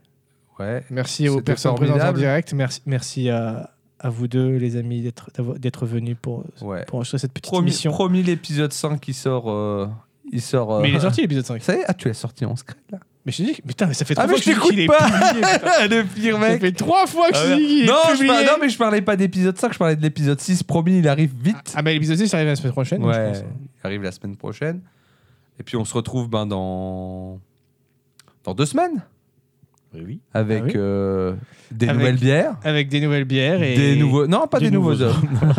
[SPEAKER 1] Ouais.
[SPEAKER 2] Merci aux
[SPEAKER 1] C'était
[SPEAKER 2] personnes présentes en
[SPEAKER 1] formidable.
[SPEAKER 2] direct. Merci, merci à, à vous deux, les amis, d'être- d'avo- d'être venus pour,
[SPEAKER 1] Ouais.
[SPEAKER 2] pour enregistrer cette petite
[SPEAKER 1] Promis,
[SPEAKER 2] émission.
[SPEAKER 1] promis, l'épisode 5 qui sort. euh, il sort. euh,
[SPEAKER 2] Mais il est sorti l'épisode 5.
[SPEAKER 1] Ça y est, ah, tu l'as sorti en secret là.
[SPEAKER 2] Mais je te dis, que- putain, mais ça fait trois
[SPEAKER 1] Ah, mais
[SPEAKER 2] fois
[SPEAKER 1] je
[SPEAKER 2] que je dis
[SPEAKER 1] t'écoute
[SPEAKER 2] qu'il est
[SPEAKER 1] pas
[SPEAKER 2] publié. putain.
[SPEAKER 1] Le pire
[SPEAKER 2] Ça fait trois fois que
[SPEAKER 1] Ah,
[SPEAKER 2] je dis qu'il est
[SPEAKER 1] non, je par-
[SPEAKER 2] publié.
[SPEAKER 1] non, mais je parlais pas d'épisode 5, je parlais de l'épisode 6. Promis, il arrive vite.
[SPEAKER 2] Ah, bah l'épisode 6 arrive la semaine prochaine. donc je
[SPEAKER 1] ouais,
[SPEAKER 2] pense.
[SPEAKER 1] il arrive la semaine prochaine. Et puis on se retrouve ben, dans... dans deux semaines
[SPEAKER 3] Oui, oui.
[SPEAKER 1] avec
[SPEAKER 2] Ah oui
[SPEAKER 1] euh, des
[SPEAKER 2] Avec-
[SPEAKER 1] nouvelles bières.
[SPEAKER 2] Avec des nouvelles bières et.
[SPEAKER 1] Des nouveaux... Non, pas
[SPEAKER 3] des
[SPEAKER 1] des, nouveaux,
[SPEAKER 3] nouveaux
[SPEAKER 1] hommes.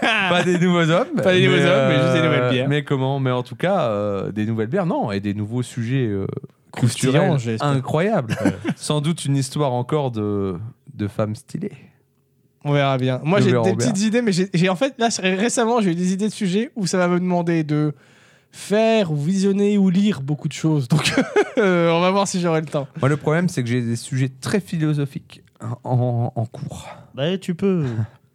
[SPEAKER 1] pas des nouveaux hommes. euh,
[SPEAKER 2] Pas des nouveaux hommes, mais juste des nouvelles bières.
[SPEAKER 1] Mais comment Mais en tout cas, euh, des nouvelles bières, non. Et des nouveaux sujets euh,
[SPEAKER 2] Croustillants,
[SPEAKER 1] culturels
[SPEAKER 2] j'espère.
[SPEAKER 1] incroyables. Sans doute une histoire encore de, de femmes stylées.
[SPEAKER 2] On verra bien. Moi,
[SPEAKER 1] Nous
[SPEAKER 2] j'ai
[SPEAKER 1] verrons
[SPEAKER 2] des
[SPEAKER 1] bien.
[SPEAKER 2] petites idées, mais j'ai j'ai- en fait, là, c'est- récemment, j'ai eu des idées de sujets où ça va me demander de faire ou visionner ou lire beaucoup de choses. Donc, euh, on va voir si j'aurai le temps.
[SPEAKER 1] Moi, le problème, c'est que j'ai des sujets très philosophiques en, en cours.
[SPEAKER 3] Bah, tu peux.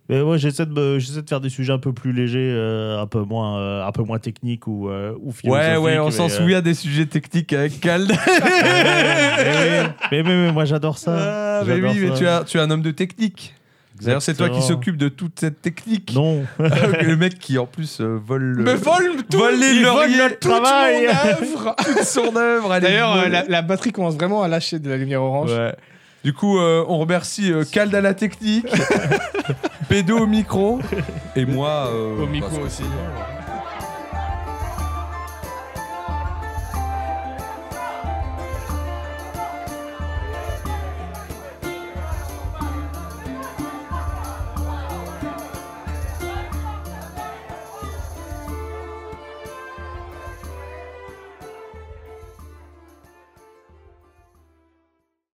[SPEAKER 3] Mais moi, j'essaie de, me- j'essaie de faire des sujets un peu plus légers, euh, un, peu moins, euh, un peu moins techniques ou, euh, ou
[SPEAKER 1] Ouais,
[SPEAKER 3] philosophiques.
[SPEAKER 1] ouais, on
[SPEAKER 3] mais,
[SPEAKER 1] s'en
[SPEAKER 3] euh,
[SPEAKER 1] souvient des sujets techniques avec Cal.
[SPEAKER 3] mais, mais- mais moi, j'adore ça.
[SPEAKER 1] Ah, mais
[SPEAKER 3] J'adore
[SPEAKER 1] oui, mais
[SPEAKER 3] ça.
[SPEAKER 1] tu, as- tu es un homme de technique. D'ailleurs, c'est toi qui
[SPEAKER 3] Exactement.
[SPEAKER 1] s'occupe de toute cette technique.
[SPEAKER 3] Non.
[SPEAKER 1] le mec qui, en plus, euh, vole le...
[SPEAKER 2] Me vole tout,
[SPEAKER 1] vole les
[SPEAKER 2] il vole
[SPEAKER 1] lauriers,
[SPEAKER 2] notre- toute mon
[SPEAKER 3] travail.
[SPEAKER 2] œuvre.
[SPEAKER 1] toute son œuvre. elle est
[SPEAKER 2] D'ailleurs, euh,
[SPEAKER 1] volée.
[SPEAKER 2] la, la batterie commence vraiment à lâcher de la lumière orange.
[SPEAKER 1] Ouais. Du coup, euh, on remercie euh, Calde à la technique, Pédo au micro, et moi euh,
[SPEAKER 2] Au micro
[SPEAKER 1] parce que
[SPEAKER 2] aussi.
[SPEAKER 1] c'est-